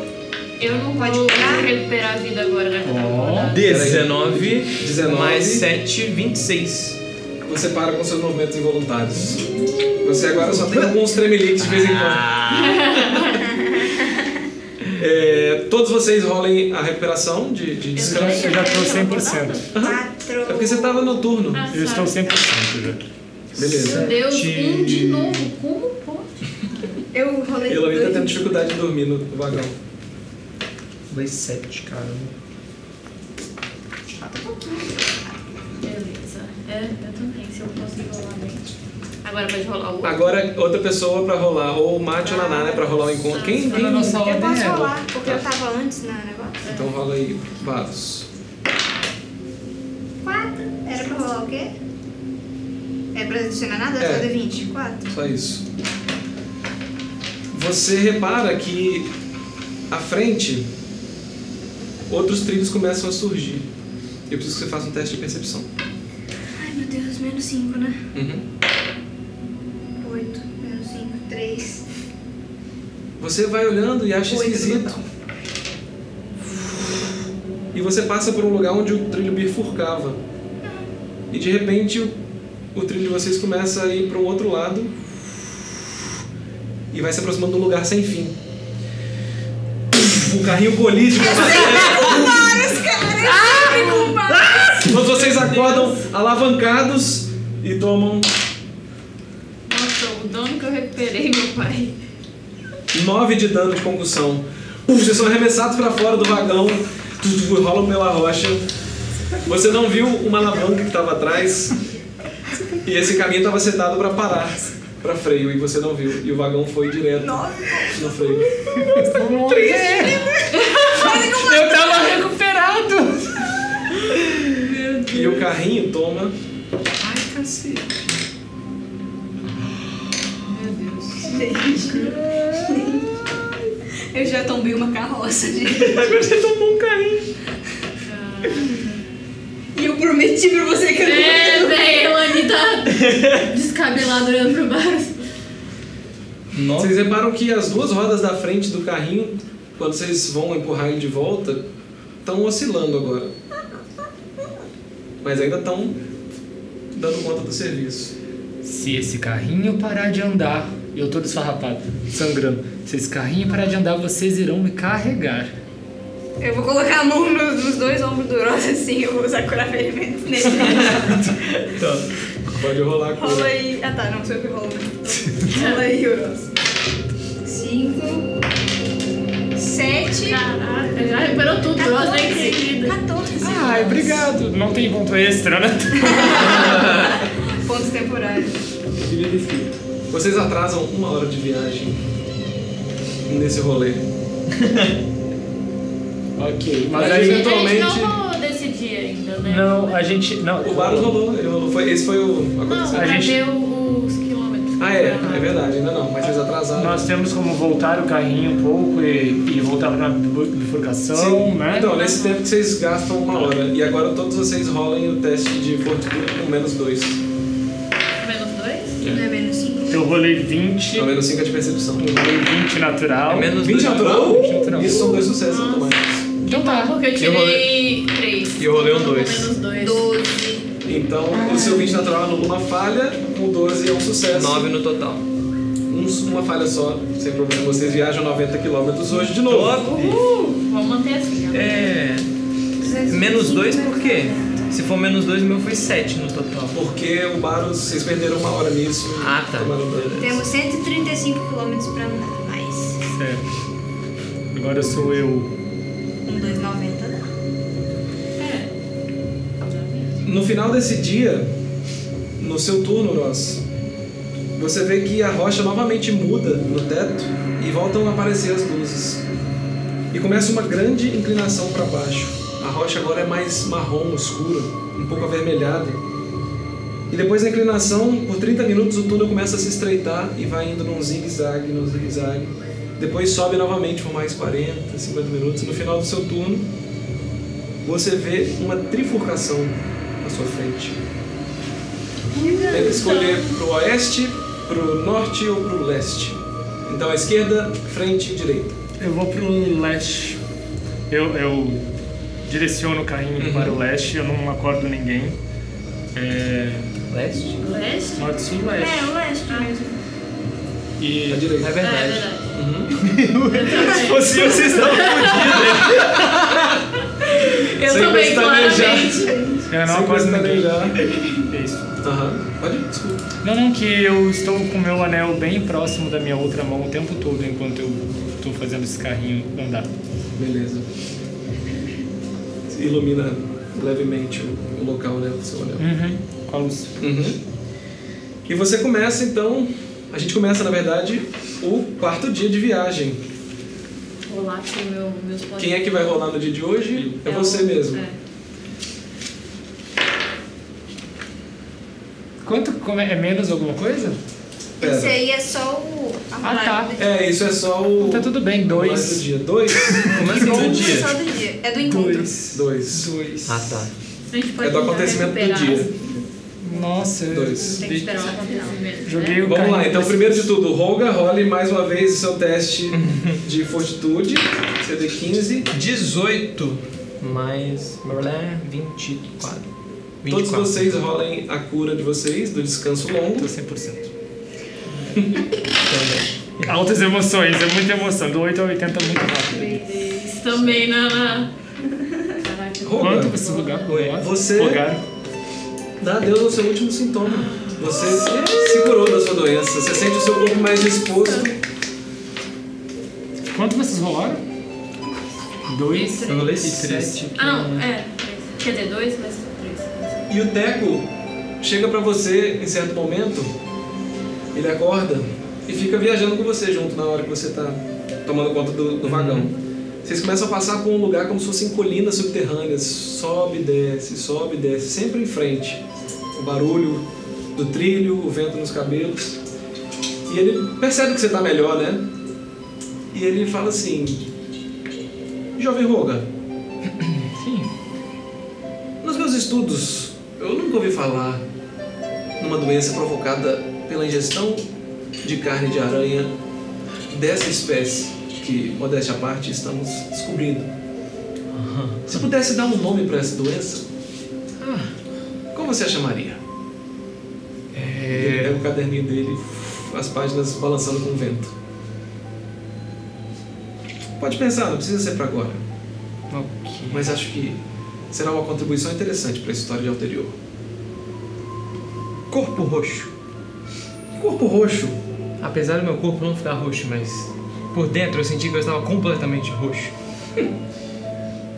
Speaker 6: Eu não
Speaker 5: Pode
Speaker 6: vou
Speaker 5: pegar?
Speaker 6: recuperar a vida agora, né?
Speaker 4: Ó.
Speaker 3: 19,
Speaker 2: 19.
Speaker 3: mais 7, 26.
Speaker 2: você para com seus movimentos involuntários. Você agora só tem alguns tremeliques de vez em quando. É, todos vocês rolem a recuperação de, de descanso.
Speaker 4: Eu já tô 100%.
Speaker 2: É porque você tava noturno.
Speaker 6: Ah,
Speaker 4: Eu estou
Speaker 6: sabe?
Speaker 4: 100% já.
Speaker 2: Beleza.
Speaker 6: Meu Deus, um de novo. Como pode?
Speaker 5: Eu rolei.
Speaker 2: Eloy tá
Speaker 5: dois.
Speaker 2: tendo dificuldade de dormir no no vagão.
Speaker 3: Mais 7, caramba.
Speaker 6: Beleza. É, eu também, se eu conseguir rolar bem. Agora pode rolar o.
Speaker 2: Agora, outra pessoa pra rolar. Ou o Mate ou a Naná, né? Pra rolar o encontro. Quem?
Speaker 4: Tá
Speaker 7: Na
Speaker 2: quem?
Speaker 7: nossa
Speaker 5: Eu
Speaker 4: né?
Speaker 7: ordem
Speaker 5: posso
Speaker 7: é ela.
Speaker 5: rolar, porque eu tava antes na negócio.
Speaker 2: Então rola aí, Varus.
Speaker 5: Quatro. Era pra rolar o quê? É pra adicionar nada?
Speaker 2: É.
Speaker 5: Só de 20? Quatro.
Speaker 2: Só isso. Você repara que à frente outros trilhos começam a surgir. Eu preciso que você faça um teste de percepção.
Speaker 5: Ai, meu Deus, menos cinco, né?
Speaker 2: Uhum.
Speaker 5: Oito. Menos cinco. Três.
Speaker 2: Você vai olhando e acha
Speaker 5: Oito
Speaker 2: esquisito.
Speaker 5: total.
Speaker 2: E você passa por um lugar onde o trilho bifurcava. E de repente o, o trilho de vocês começa a ir para um outro lado e vai se aproximando de um lugar sem fim. O carrinho político. Todos vocês acordam alavancados e tomam
Speaker 6: Nossa, o dano que eu recuperei, meu pai.
Speaker 2: 9 de dano de concussão. Uf, vocês são arremessados pra fora do vagão, tu- tu- rolam pela rocha. Você não viu uma alavanca que tava atrás e esse caminho tava setado pra parar pra freio e você não viu. E o vagão foi direto no freio.
Speaker 7: Eu tava
Speaker 4: Tá
Speaker 7: recuperado!
Speaker 2: E o carrinho toma
Speaker 3: Ai, cacete.
Speaker 6: Meu Deus.
Speaker 5: Eu já tombei uma carroça, gente. E eu prometi pra você que eu
Speaker 6: É, velho, Elani tá descabelada olhando pro bar.
Speaker 2: Vocês reparam que as duas rodas da frente do carrinho, quando vocês vão empurrar ele de volta, estão oscilando agora. Mas ainda estão dando conta do serviço.
Speaker 4: Se esse carrinho parar de andar, eu tô desfarrapado, sangrando. Se esse carrinho parar de andar, vocês irão me carregar.
Speaker 5: Eu vou colocar a mão nos, nos dois ombros do Rosa assim, eu vou usar cura ferimento nele.
Speaker 3: Então,
Speaker 2: Pode rolar a
Speaker 5: Rola
Speaker 2: cura.
Speaker 5: aí. Ah tá, não, sou eu que rolo. né? Então, Rola aí, Euros. Cinco. Sete.
Speaker 6: Caraca, já recuperou Tá tudo, duas vezes seguidas.
Speaker 5: 14.
Speaker 4: Ai, obrigado. Não tem ponto extra, né?
Speaker 5: Pontos temporários.
Speaker 2: Devia ter escrito. Vocês atrasam uma hora de viagem nesse rolê.
Speaker 4: ok, mas
Speaker 2: Mas
Speaker 6: A
Speaker 4: aí...
Speaker 6: gente
Speaker 2: eventualmente-
Speaker 6: não decidir ainda, né?
Speaker 4: Não, a gente... Não,
Speaker 2: O Baros rolou, ele rolou. Foi- esse foi o
Speaker 6: Não,
Speaker 2: acontecimento.
Speaker 6: pra
Speaker 4: gente-
Speaker 6: ver o- os quilômetros.
Speaker 2: Ah, é, é verdade, ainda não, mas vocês atrasaram.
Speaker 4: Nós temos como voltar o carrinho um pouco e, e voltar pra bifur- bifurcação,
Speaker 2: Sim.
Speaker 4: né?
Speaker 2: Então, nesse tempo que vocês gastam uma hora. E agora todos vocês rolem o teste de fortitude com menos 2.
Speaker 6: Menos dois?
Speaker 5: Não é menos cinco.
Speaker 4: Eu rolei 20,
Speaker 2: Pelo menos 5 é de percepção.
Speaker 4: eu rolei 20 natural.
Speaker 3: É menos
Speaker 2: 20
Speaker 3: dois.
Speaker 2: natural?
Speaker 4: 20 natural.
Speaker 2: Isso são dois sucessos automáticos.
Speaker 4: Então tá.
Speaker 6: Porque eu
Speaker 3: Eu
Speaker 6: tirei três.
Speaker 2: E eu rolei um
Speaker 6: Então,
Speaker 2: dois.
Speaker 6: Menos dois.
Speaker 5: Doze.
Speaker 2: Então, o seu 20 natural anula uma falha, o 12 é um sucesso.
Speaker 3: 9 no total.
Speaker 2: Um- uma falha só, sem problema. Vocês viajam 90 km hoje de novo.
Speaker 6: Vamos manter assim, ó.
Speaker 3: É. Menos 2 por quê? Se for menos 2, o meu foi 7 no total.
Speaker 2: Porque o Baros, vocês perderam uma hora nisso. um e
Speaker 3: Ah, tá.
Speaker 2: tomaram dano.
Speaker 5: Temos 135 km pra andar. Mais.
Speaker 4: Certo. Agora sou eu.
Speaker 5: Um, dois, noventa dá.
Speaker 2: No final desse dia, no seu turno, Ross, você vê que a rocha novamente muda no teto e voltam a aparecer as luzes. E começa uma grande inclinação para baixo. A rocha agora é mais marrom escura, um pouco avermelhada. E depois da inclinação, por 30 minutos, o túnel começa a se estreitar e vai indo num zigue-zague, num zigue-zague. Depois sobe novamente por mais 40, 50 minutos. No final do seu turno, você vê uma trifurcação na sua frente. Tem que escolher pro oeste, pro norte ou pro leste. Então à esquerda, frente e direita.
Speaker 4: Eu vou pro leste. Eu, eu direciono o carrinho para o leste, eu não acordo ninguém. É.
Speaker 3: Leste?
Speaker 6: Leste?
Speaker 4: Norte, sul,
Speaker 6: É,
Speaker 4: leste.
Speaker 6: o leste mesmo.
Speaker 2: À
Speaker 4: E.
Speaker 2: direita.
Speaker 3: É
Speaker 6: É, é
Speaker 3: verdade.
Speaker 6: verdade.
Speaker 4: Se fosse vocês não.
Speaker 6: Eu
Speaker 2: Sem
Speaker 6: também,
Speaker 2: pestanejar.
Speaker 6: claramente.
Speaker 4: Eu É, não
Speaker 2: Sem
Speaker 4: acordo ninguém.
Speaker 2: pestanejar.
Speaker 4: É isso.
Speaker 2: Aham. Pode? Desculpa.
Speaker 4: Não, não, que eu estou com o meu anel bem próximo da minha outra mão o tempo todo enquanto eu estou fazendo esse carrinho andar.
Speaker 2: Beleza. Ilumina levemente o o local né, do seu olhar.
Speaker 4: Uhum. Com a luz.
Speaker 2: Uhum. E você começa então. A gente começa, na verdade, o quarto dia de viagem.
Speaker 6: Vou lá pro meu, meus planos.
Speaker 2: Quem é que vai rolar no dia de hoje? É você
Speaker 6: o-
Speaker 2: mesmo.
Speaker 6: é.
Speaker 4: Quanto? como é, é menos alguma coisa?
Speaker 2: Pera.
Speaker 5: Esse aí é só o. a
Speaker 4: Ah,
Speaker 5: live
Speaker 4: tá.
Speaker 5: do dia.
Speaker 2: É, isso é só o.
Speaker 4: Tá tudo bem,
Speaker 2: Mais do
Speaker 4: dois.
Speaker 2: dia. Dois?
Speaker 3: Como assim
Speaker 5: Não,
Speaker 3: do
Speaker 5: não É
Speaker 3: dia?
Speaker 5: só do dia. É do encontro.
Speaker 2: Dois.
Speaker 4: Dois.
Speaker 3: Ah, tá.
Speaker 6: A gente pode
Speaker 2: É do
Speaker 6: tentar
Speaker 2: acontecimento do
Speaker 6: recuperar.
Speaker 2: dia.
Speaker 4: Nossa. eu-
Speaker 2: Dois.
Speaker 6: Tem que esperar o acontecimento. né?
Speaker 4: Joguei o
Speaker 2: Vamos
Speaker 4: carrinho.
Speaker 2: lá, então primeiro de tudo, Holga, role mais uma vez o seu teste de fortitude, CD 15.
Speaker 3: 18 mais. blá, 24. 24.
Speaker 2: Todos vocês rolem a cura de vocês do descanso longo.
Speaker 4: Tô 100%.
Speaker 3: também.
Speaker 4: Altas emoções, é muita emoção. Do 8 ao 80 é muito rápido.
Speaker 6: Isso também na. na- Caraca.
Speaker 4: Quanto
Speaker 2: Holga,
Speaker 4: você lugar?
Speaker 2: Você-
Speaker 4: Lugar.
Speaker 2: dá adeus ao seu último sintoma. Você se curou da sua doença, você sente o seu corpo mais disposto.
Speaker 4: Quanto vocês rolaram? Dois.
Speaker 3: Eu rolei
Speaker 4: e três.
Speaker 3: 7.
Speaker 6: Ah, não, é. três. Quer dizer, dois, mas três.
Speaker 2: E o Teco chega pra você em certo momento, ele acorda e fica viajando com você junto na hora que você tá tomando conta do, do vagão. Vocês começam a passar por um lugar como se fossem colinas subterrâneas, sobe e desce, sobe e desce, sempre em frente. O barulho do trilho, o vento nos cabelos. E ele percebe que você tá melhor, né? E ele fala assim: Jovem Roga,
Speaker 4: Sim.
Speaker 2: nos meus estudos, eu nunca ouvi falar numa doença provocada pela ingestão de carne de aranha dessa espécie que, modéstia à parte, estamos descobrindo. Se pudesse dar um nome para essa doença, como você a chamaria? Ele pega o caderninho dele, as páginas balançando com o vento. Pode pensar, não precisa ser para agora.
Speaker 4: Ok.
Speaker 2: Mas acho que será uma contribuição interessante para a história de Alterior. Corpo roxo. Corpo roxo.
Speaker 3: Apesar do meu corpo não ficar roxo, mas por dentro eu senti que eu estava completamente roxo.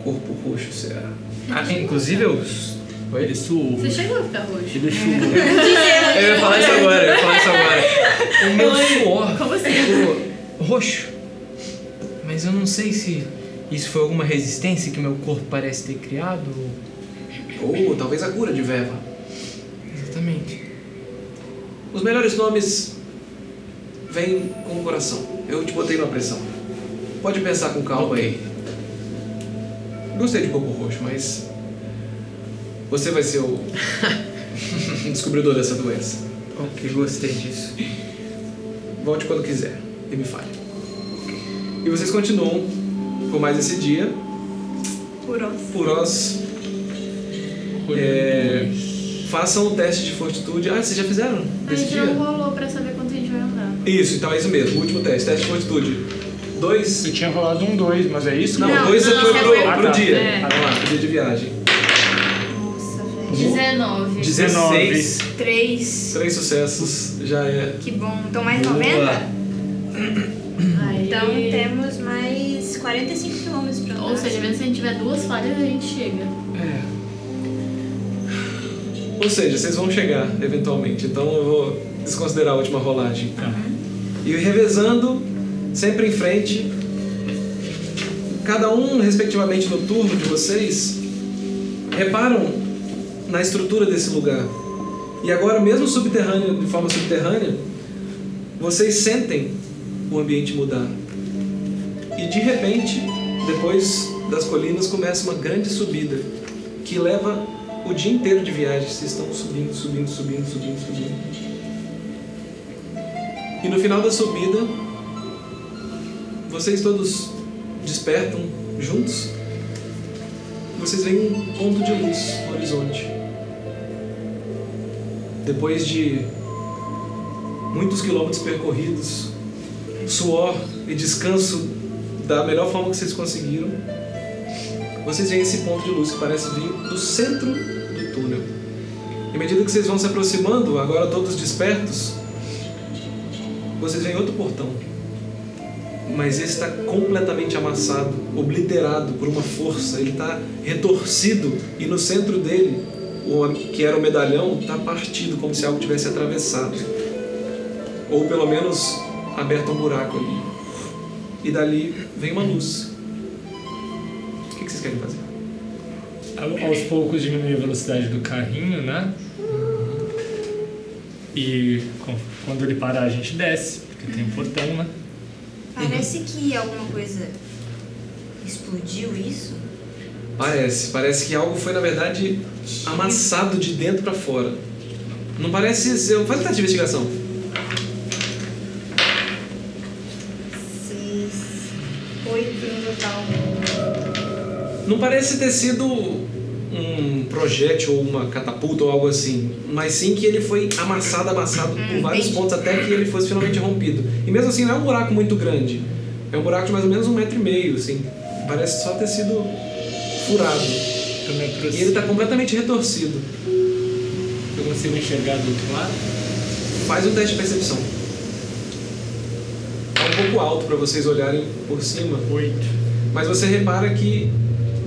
Speaker 2: Corpo roxo, será?
Speaker 3: Ah, inclusive eu. Oi?
Speaker 2: Ele suou.
Speaker 6: Você chegou a ficar roxo.
Speaker 2: Ele suou.
Speaker 3: Eu ia falar isso agora, eu ia falar isso agora. O meu
Speaker 6: Oi,
Speaker 3: suor
Speaker 6: como assim?
Speaker 3: ficou roxo. Mas eu não sei se isso foi alguma resistência que meu corpo parece ter criado. ou-
Speaker 2: Ou talvez a cura de Veva.
Speaker 3: Exatamente.
Speaker 2: Os melhores nomes vêm com o coração. Eu te botei na pressão. Pode pensar com calma aí. Gostei de corpo roxo, mas. Você vai ser o. descobridor dessa doença.
Speaker 3: Ok, gostei disso.
Speaker 2: Volte quando quiser e me fale. E vocês continuam por mais esse dia.
Speaker 5: Por onde?
Speaker 2: Por nós. É, façam o teste de fortitude. Ah, vocês já fizeram?
Speaker 6: A
Speaker 2: Desse
Speaker 6: gente
Speaker 2: dia?
Speaker 6: não então rolou pra saber quanto a gente vai andar.
Speaker 2: Isso, então é isso mesmo. O último teste, teste de fortitude. Dois.
Speaker 4: Eu tinha rolado um dois, mas é isso?
Speaker 2: Não,
Speaker 6: Não,
Speaker 2: dois
Speaker 6: não,
Speaker 2: foi
Speaker 6: você
Speaker 2: pro,
Speaker 6: foi-
Speaker 2: pro
Speaker 4: Ah, tá.
Speaker 2: dia.
Speaker 6: É.
Speaker 2: Vamos lá, pro dia de viagem.
Speaker 5: Nossa, velho.
Speaker 6: 19.
Speaker 2: 16.
Speaker 5: Três.
Speaker 2: Três sucessos, já é.
Speaker 5: Que bom. Então mais
Speaker 2: Boa.
Speaker 5: 90?
Speaker 6: Aí-
Speaker 5: Então temos mais 45 quilômetros pra andar.
Speaker 6: é, Ou seja, mesmo se a gente tiver duas falhas, a gente chega.
Speaker 2: é. Ou seja, vocês vão chegar eventualmente. Então eu vou desconsiderar a última rolagem. E revezando, sempre em frente. Cada um, respectivamente, no turno de vocês, reparam na estrutura desse lugar. E agora, mesmo subterrâneo, de forma subterrânea, vocês sentem o ambiente mudar. E de repente, depois das colinas, começa uma grande subida que leva o dia inteiro de viagem. Vocês estão subindo, subindo, subindo, subindo, subindo. E no final da subida, vocês todos despertam juntos. Vocês veem um ponto de luz no horizonte. Depois de muitos quilômetros percorridos, suor e descanso da melhor forma que vocês conseguiram, vocês veem esse ponto de luz que parece vir do centro do túnel. E à medida que vocês vão se aproximando, agora todos despertos, vocês veem outro portão. Mas esse está completamente amassado, obliterado por uma força. Ele está retorcido e no centro dele, o que era o medalhão, está partido como se algo tivesse atravessado. Ou pelo menos aberto um buraco ali. E dali vem uma luz. O que que vocês querem fazer?
Speaker 7: A- Aos poucos diminui a velocidade do carrinho, né? E com- quando ele parar a gente desce, porque tem um portão, né?
Speaker 5: Parece que alguma coisa explodiu isso.
Speaker 2: Parece, parece que algo foi na verdade amassado de dentro pra fora. Não parece ser. Faz um teste de investigação.
Speaker 5: Seis, oito no total.
Speaker 2: Não parece ter sido um projétil ou uma catapulta ou algo assim, mas sim que ele foi amassado, amassado por vários
Speaker 5: entendi.
Speaker 2: pontos até que ele fosse finalmente rompido. E mesmo assim, não é um buraco muito grande. É um buraco de mais ou menos um metro e meio, assim. Parece só ter sido furado.
Speaker 7: Então, Eu me
Speaker 2: E ele
Speaker 7: aproximo.
Speaker 2: tá completamente retorcido.
Speaker 7: Eu consigo enxergar do outro lado.
Speaker 2: Faz um teste de percepção. Tá um pouco alto pra vocês olharem por cima.
Speaker 7: Oito.
Speaker 2: Mas você repara que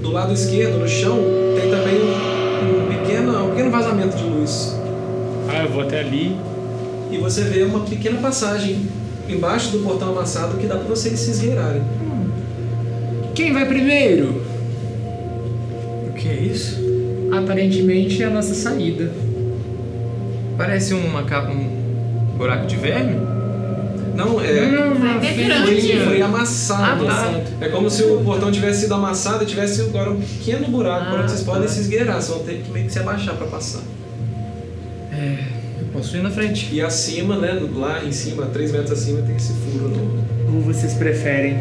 Speaker 2: do lado esquerdo, no chão, tem também um, um pequeno, um pequeno vazamento de luz.
Speaker 7: Ah, eu vou até ali.
Speaker 2: E você vê uma pequena passagem embaixo do portão amassado que dá pra vocês se esgueirarem.
Speaker 7: Quem vai primeiro?
Speaker 3: O que é isso?
Speaker 7: Aparentemente é a nossa saída.
Speaker 3: Parece uma capa, um buraco de verme?
Speaker 2: Não, é.
Speaker 6: Vai ver grande.
Speaker 2: Foi, foi amassado.
Speaker 3: Hum, Ah, tá.
Speaker 2: É como se o portão tivesse sido amassado e tivesse agora um pequeno buraco por
Speaker 3: Ah,
Speaker 2: onde vocês
Speaker 3: tá.
Speaker 2: podem se esgueirar. Vocês vão ter que meio que se abaixar pra passar.
Speaker 3: É, eu posso ir na frente.
Speaker 2: E acima, né, no- lá em cima, 3 metros acima, tem esse furo novo.
Speaker 4: Ou vocês preferem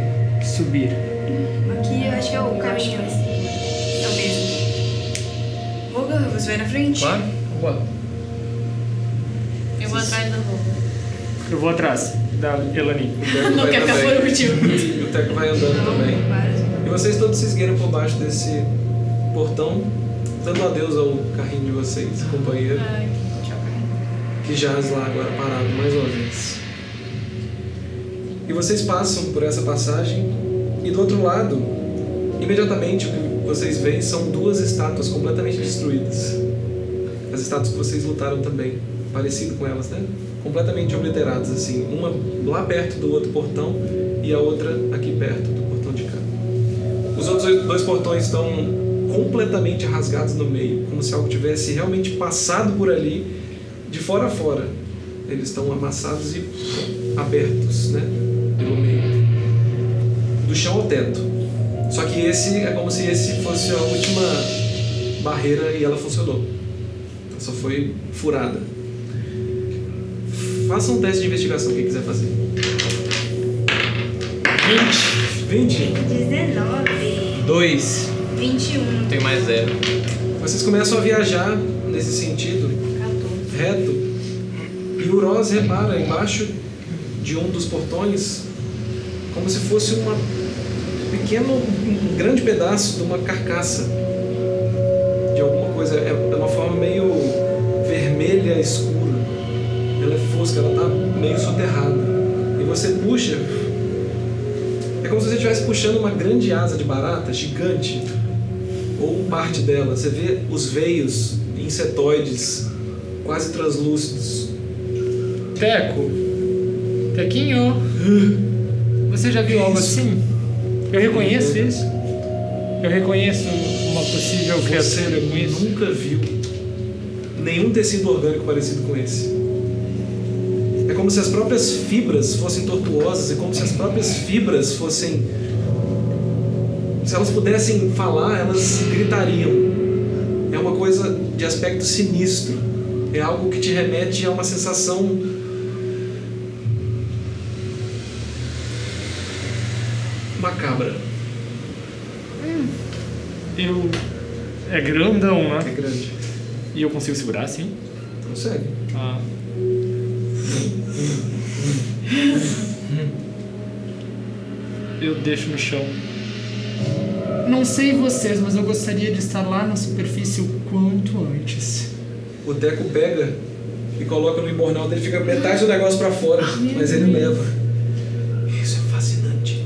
Speaker 4: subir?
Speaker 5: Aqui eu acho que é o caminho. É o mesmo. Voga, você vai na frente?
Speaker 3: Claro. Boa.
Speaker 6: Eu vou atrás da roupa.
Speaker 4: Eu vou atrás da Elani.
Speaker 6: Não quer ficar por último.
Speaker 2: E o Teco vai andando também.
Speaker 5: Vários.
Speaker 2: E vocês todos se esgueiram por baixo desse portão, dando adeus ao carrinho de vocês, companheiro.
Speaker 6: Ai, tchau, cara.
Speaker 2: que jaz lá agora parado mais uma vez. E vocês passam por essa passagem e do outro lado, imediatamente o que vocês veem são duas estátuas completamente destruídas. As estátuas que vocês lutaram também, parecido com elas, né? Completamente obliteradas assim, uma lá perto do outro portão e a outra aqui perto do portão de cá. Os outros dois- dois portões estão completamente rasgados no meio, como se algo tivesse realmente passado por ali, de fora a fora. Eles estão amassados e abertos, né? Pelo meio. Do chão ao teto. Só que esse é como se esse fosse a última barreira e ela funcionou. Ela só foi furada. Faça um teste de investigação quem quiser fazer. 20. 20.
Speaker 5: 19,
Speaker 3: Dois.
Speaker 5: 21,
Speaker 8: Tem mais zero.
Speaker 2: Vocês começam a viajar nesse sentido,
Speaker 5: 14.
Speaker 2: reto, e o Ross repara embaixo de um dos portões como se fosse uma um pequeno, um grande pedaço de uma carcaça de alguma coisa. É é uma forma meio vermelha escura. Ela é fosca, ela tá meio soterrada. E você puxa. É como se você estivesse puxando uma grande asa de barata gigante ou parte dela. Você vê os veios insetoides quase translúcidos.
Speaker 7: Teco. Tequinho. Você já viu algo assim? Eu reconheço isso. Eu reconheço uma possível criatura com
Speaker 2: Você
Speaker 7: isso.
Speaker 2: nunca viu nenhum tecido orgânico parecido com esse. É como se as próprias fibras fossem tortuosas, é como se as próprias fibras fossem. Se elas pudessem falar, elas gritariam. É uma coisa de aspecto sinistro. É algo que te remete a uma sensação. macabra.
Speaker 7: Eu. É grandão,
Speaker 2: É
Speaker 7: né?
Speaker 2: grande. Então
Speaker 7: E eu consigo segurar assim?
Speaker 2: Consegue.
Speaker 7: Ah. Eu deixo no chão. Não sei vocês, mas eu gostaria de estar lá na superfície o quanto antes.
Speaker 2: O Deco pega e coloca no embornal dele, fica metade do negócio pra fora,
Speaker 3: Ah,
Speaker 2: mas ele leva. Isso é fascinante.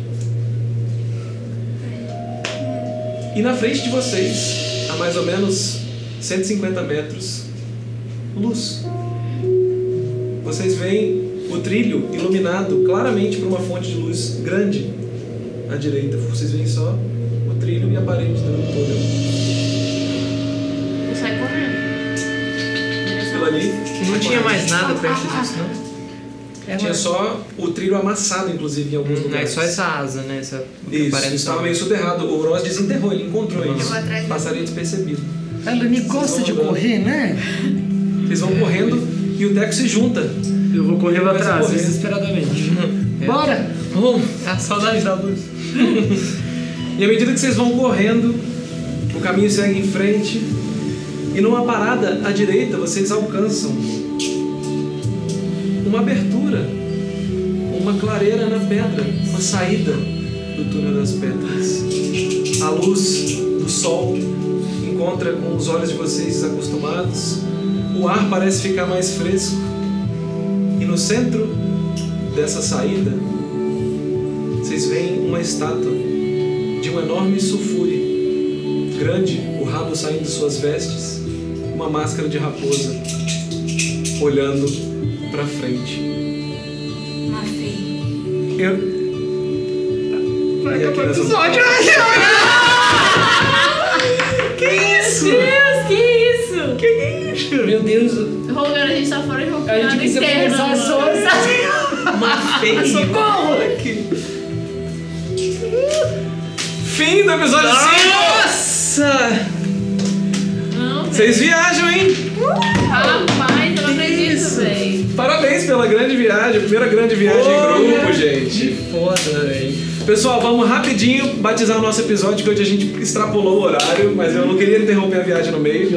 Speaker 2: E na frente de vocês, a mais ou menos 150 metros, luz. Vocês veem o trilho iluminado claramente por uma fonte de luz grande à direita. Vocês veem só o trilho e a parede do túnel.
Speaker 6: Eu saio correndo.
Speaker 2: Pelo ali,
Speaker 3: Não tinha
Speaker 2: mais
Speaker 3: mais nada perto disso, não? É
Speaker 2: Tinha só o trilho amassado, inclusive, em alguns
Speaker 3: Não é
Speaker 2: lugares.
Speaker 3: só essa asa, né? Essa
Speaker 2: Isso,
Speaker 3: parece-
Speaker 2: estava meio soterrado. O Ross desenterrou, ele encontrou
Speaker 5: Eu
Speaker 2: isso.
Speaker 5: vou atrás dele.
Speaker 2: Passaria despercebido.
Speaker 7: Ela me
Speaker 2: gosta de correr,
Speaker 7: né?
Speaker 2: Vocês vão correndo
Speaker 3: Hum.
Speaker 2: e o Deco se junta.
Speaker 4: Eu vou correr lá
Speaker 2: Mas eu
Speaker 4: atrás,
Speaker 2: vou ver.
Speaker 4: desesperadamente.
Speaker 7: Bora!
Speaker 3: Bom, a saudade da luz.
Speaker 2: E à medida que vocês vão correndo, o caminho segue em frente. E numa parada à direita, vocês alcançam uma abertura, uma clareira na pedra, uma saída do túnel das pedras. A luz do sol encontra com os olhos de vocês desacostumados. O ar parece ficar mais fresco. E no centro dessa saída, vocês veem uma estátua de um enorme sulfure, grande, o rabo saindo de suas vestes, uma máscara de raposa, olhando pra frente.
Speaker 5: Uma feia.
Speaker 2: Eu... E aqui nós vamos-
Speaker 6: Deus, que isso?
Speaker 7: Meu Deus,
Speaker 6: Rogan, a gente tá fora de roupa.
Speaker 7: a gente precisa começar a só.
Speaker 2: Fim do episódio 5! Nossa!
Speaker 6: Não,
Speaker 2: Vocês viajam, hein?
Speaker 6: rapaz, eu não acredito, véi.
Speaker 2: Parabéns pela grande viagem, primeira grande viagem em grupo, gente.
Speaker 3: Foda, velho.
Speaker 2: Pessoal, vamos rapidinho batizar o nosso episódio, que hoje a gente extrapolou o horário, mas eu não queria interromper a viagem no meio.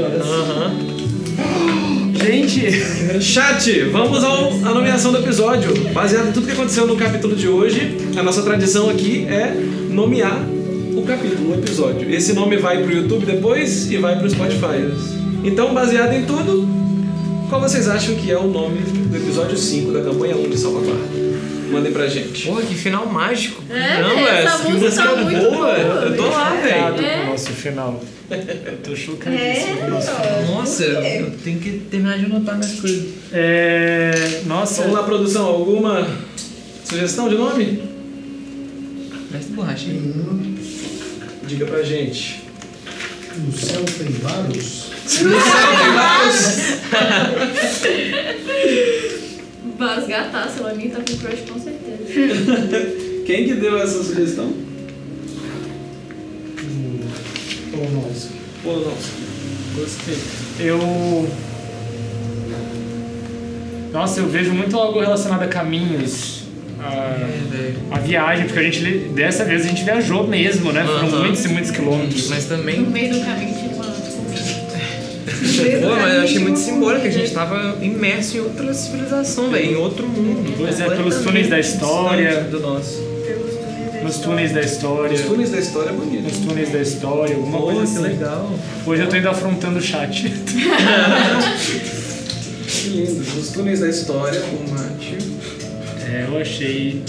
Speaker 7: Gente,
Speaker 2: Chat, vamos ao- à nomeação do episódio. Baseado em tudo que aconteceu no capítulo de hoje, a nossa tradição aqui é nomear o capítulo, o episódio. Esse nome vai pro YouTube depois e vai pro Spotify. Então, baseado em tudo, Qual vocês acham que é o nome do episódio 5 da campanha 1 de Salvaguarda? Mandem pra gente.
Speaker 3: Porra, que final mágico.
Speaker 6: É,
Speaker 3: Caramba,
Speaker 6: essa música tá muito boa,
Speaker 3: Eu tô lá,
Speaker 4: Obrigado
Speaker 3: velho.
Speaker 4: pro nosso final. Eu tô chocadíssimo com o nosso final.
Speaker 5: É,
Speaker 3: Nossa, eu tenho que terminar de anotar minhas coisas.
Speaker 4: É, nossa,
Speaker 2: Vamos lá, produção, alguma sugestão de nome? Hum,
Speaker 3: Parece um borracha. hein?
Speaker 2: Diga pra gente.
Speaker 9: No céu tem vários.
Speaker 6: Vas gatar, seu amigo tá com crush com certeza.
Speaker 2: Quem que deu essa sugestão?
Speaker 4: Hum,
Speaker 9: Ou nós.
Speaker 2: Pô, nossa.
Speaker 4: gostei. Eu. Nossa, eu vejo muito algo relacionado a caminhos.
Speaker 3: É,
Speaker 4: A,
Speaker 3: velho.
Speaker 4: a viagem, porque a gente li- dessa vez a gente viajou mesmo, né? Foram
Speaker 3: Aham.
Speaker 4: muitos e muitos quilômetros.
Speaker 3: Mas
Speaker 6: No
Speaker 3: também.
Speaker 6: meio do caminho tipo, tinha uma comida.
Speaker 3: Pô, mas eu achei muito simbólico. A gente tava imerso em outra civilização, velho. Em outro mundo.
Speaker 4: Pois é, pelos túneis da história.
Speaker 3: Distante Do nosso.
Speaker 4: Nos túneis da história.
Speaker 2: Os túneis da história é bonito.
Speaker 4: Nos túneis da história, alguma
Speaker 3: Pô,
Speaker 4: coisa
Speaker 3: que
Speaker 4: assim.
Speaker 3: legal.
Speaker 4: Hoje eu tô indo afrontando o chat.
Speaker 2: Que lindo. Os túneis da história, o Mate.
Speaker 4: É, eu achei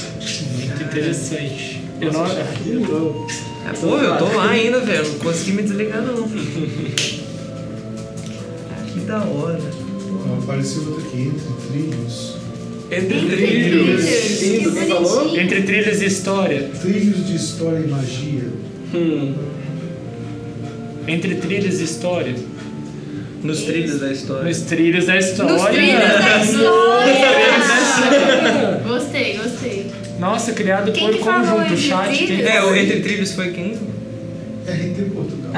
Speaker 4: muito interessante. Eu não. eu tô-
Speaker 3: É, pô, eu tô lá ainda, velho. Não consegui me desligar, não. Ah, que da hora.
Speaker 9: Ó, Apareceu outro aqui, entre trilhos.
Speaker 2: Entre trilhos.
Speaker 6: trilhos.
Speaker 2: Lindo, quem falou?
Speaker 4: Entre trilhas e história.
Speaker 9: Trilhos de história e magia.
Speaker 2: Hum.
Speaker 4: Entre trilhas e história.
Speaker 2: Nos trilhos da história.
Speaker 4: Nos trilhos da história.
Speaker 6: Nos trilhos da
Speaker 4: história.
Speaker 6: tá Gostei, gostei.
Speaker 4: Nossa, criado
Speaker 5: Quem
Speaker 4: por
Speaker 5: que falou
Speaker 4: conjunto
Speaker 5: entre
Speaker 4: chat.
Speaker 5: trilhos?
Speaker 4: quem-
Speaker 3: É, o Entre Trilhos foi quem?
Speaker 9: RT Portugal.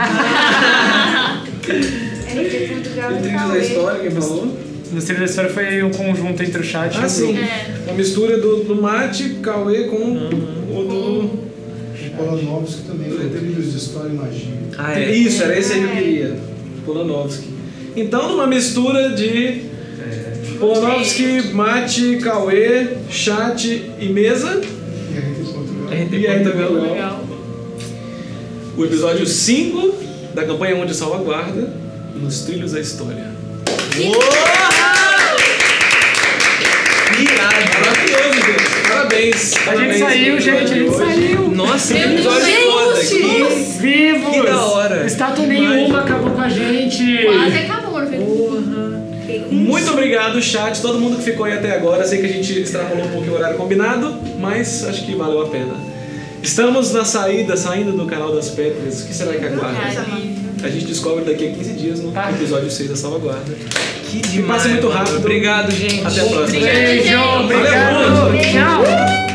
Speaker 5: RT Portugal
Speaker 2: Entre
Speaker 5: e
Speaker 2: trilhos da
Speaker 5: Cauê.
Speaker 2: história, quem falou?
Speaker 4: Nos trilhos da história foi um conjunto entre o chat e
Speaker 2: Ah,
Speaker 4: o
Speaker 2: sim.
Speaker 4: grupo.
Speaker 6: É.
Speaker 2: Uma mistura do, do Mate, Cauê com o do...
Speaker 9: Polanovski também com trilhos de história e magia.
Speaker 3: Ah,
Speaker 2: Isso, era esse aí que eu queria. Polanovski. Então, numa mistura de É. Polanovski, Mate, Cauê, chat e mesa.
Speaker 9: E RT Portugal.
Speaker 2: E aí, tá também
Speaker 6: Legal.
Speaker 2: o episódio 5 da campanha Onde Salvaguarda, nos trilhos da história. Maravilhoso, gente. Parabéns.
Speaker 4: A gente
Speaker 2: Parabéns
Speaker 4: saiu,
Speaker 2: pelo
Speaker 4: gente, a
Speaker 2: episódio
Speaker 4: gente
Speaker 2: de hoje.
Speaker 4: saiu.
Speaker 3: Nossa, que
Speaker 6: Meu Deus,
Speaker 3: episódio
Speaker 6: gente,
Speaker 3: foda. Que...
Speaker 4: Vivos!
Speaker 3: Que da hora.
Speaker 4: Estátua nenhuma acabou com a gente.
Speaker 6: Quase acabou, né? não foi?
Speaker 2: Muito obrigado, chat, todo mundo que ficou aí até agora. Sei que a gente extrapolou um pouquinho o horário combinado, mas acho que valeu a pena. Estamos na saída, saindo do canal das Pedras. O que será que
Speaker 6: é
Speaker 2: aguarda? A gente descobre daqui a 15 dias no
Speaker 4: Tá.
Speaker 2: episódio 6 da Salvaguarda.
Speaker 3: Que
Speaker 2: E
Speaker 3: demais.
Speaker 2: passa muito
Speaker 3: mano.
Speaker 2: rápido.
Speaker 3: Obrigado, gente.
Speaker 2: Até a próxima.
Speaker 6: Obrigada,
Speaker 4: Beijo,
Speaker 6: gente.
Speaker 4: obrigado.
Speaker 2: Valeu,
Speaker 4: Tchau.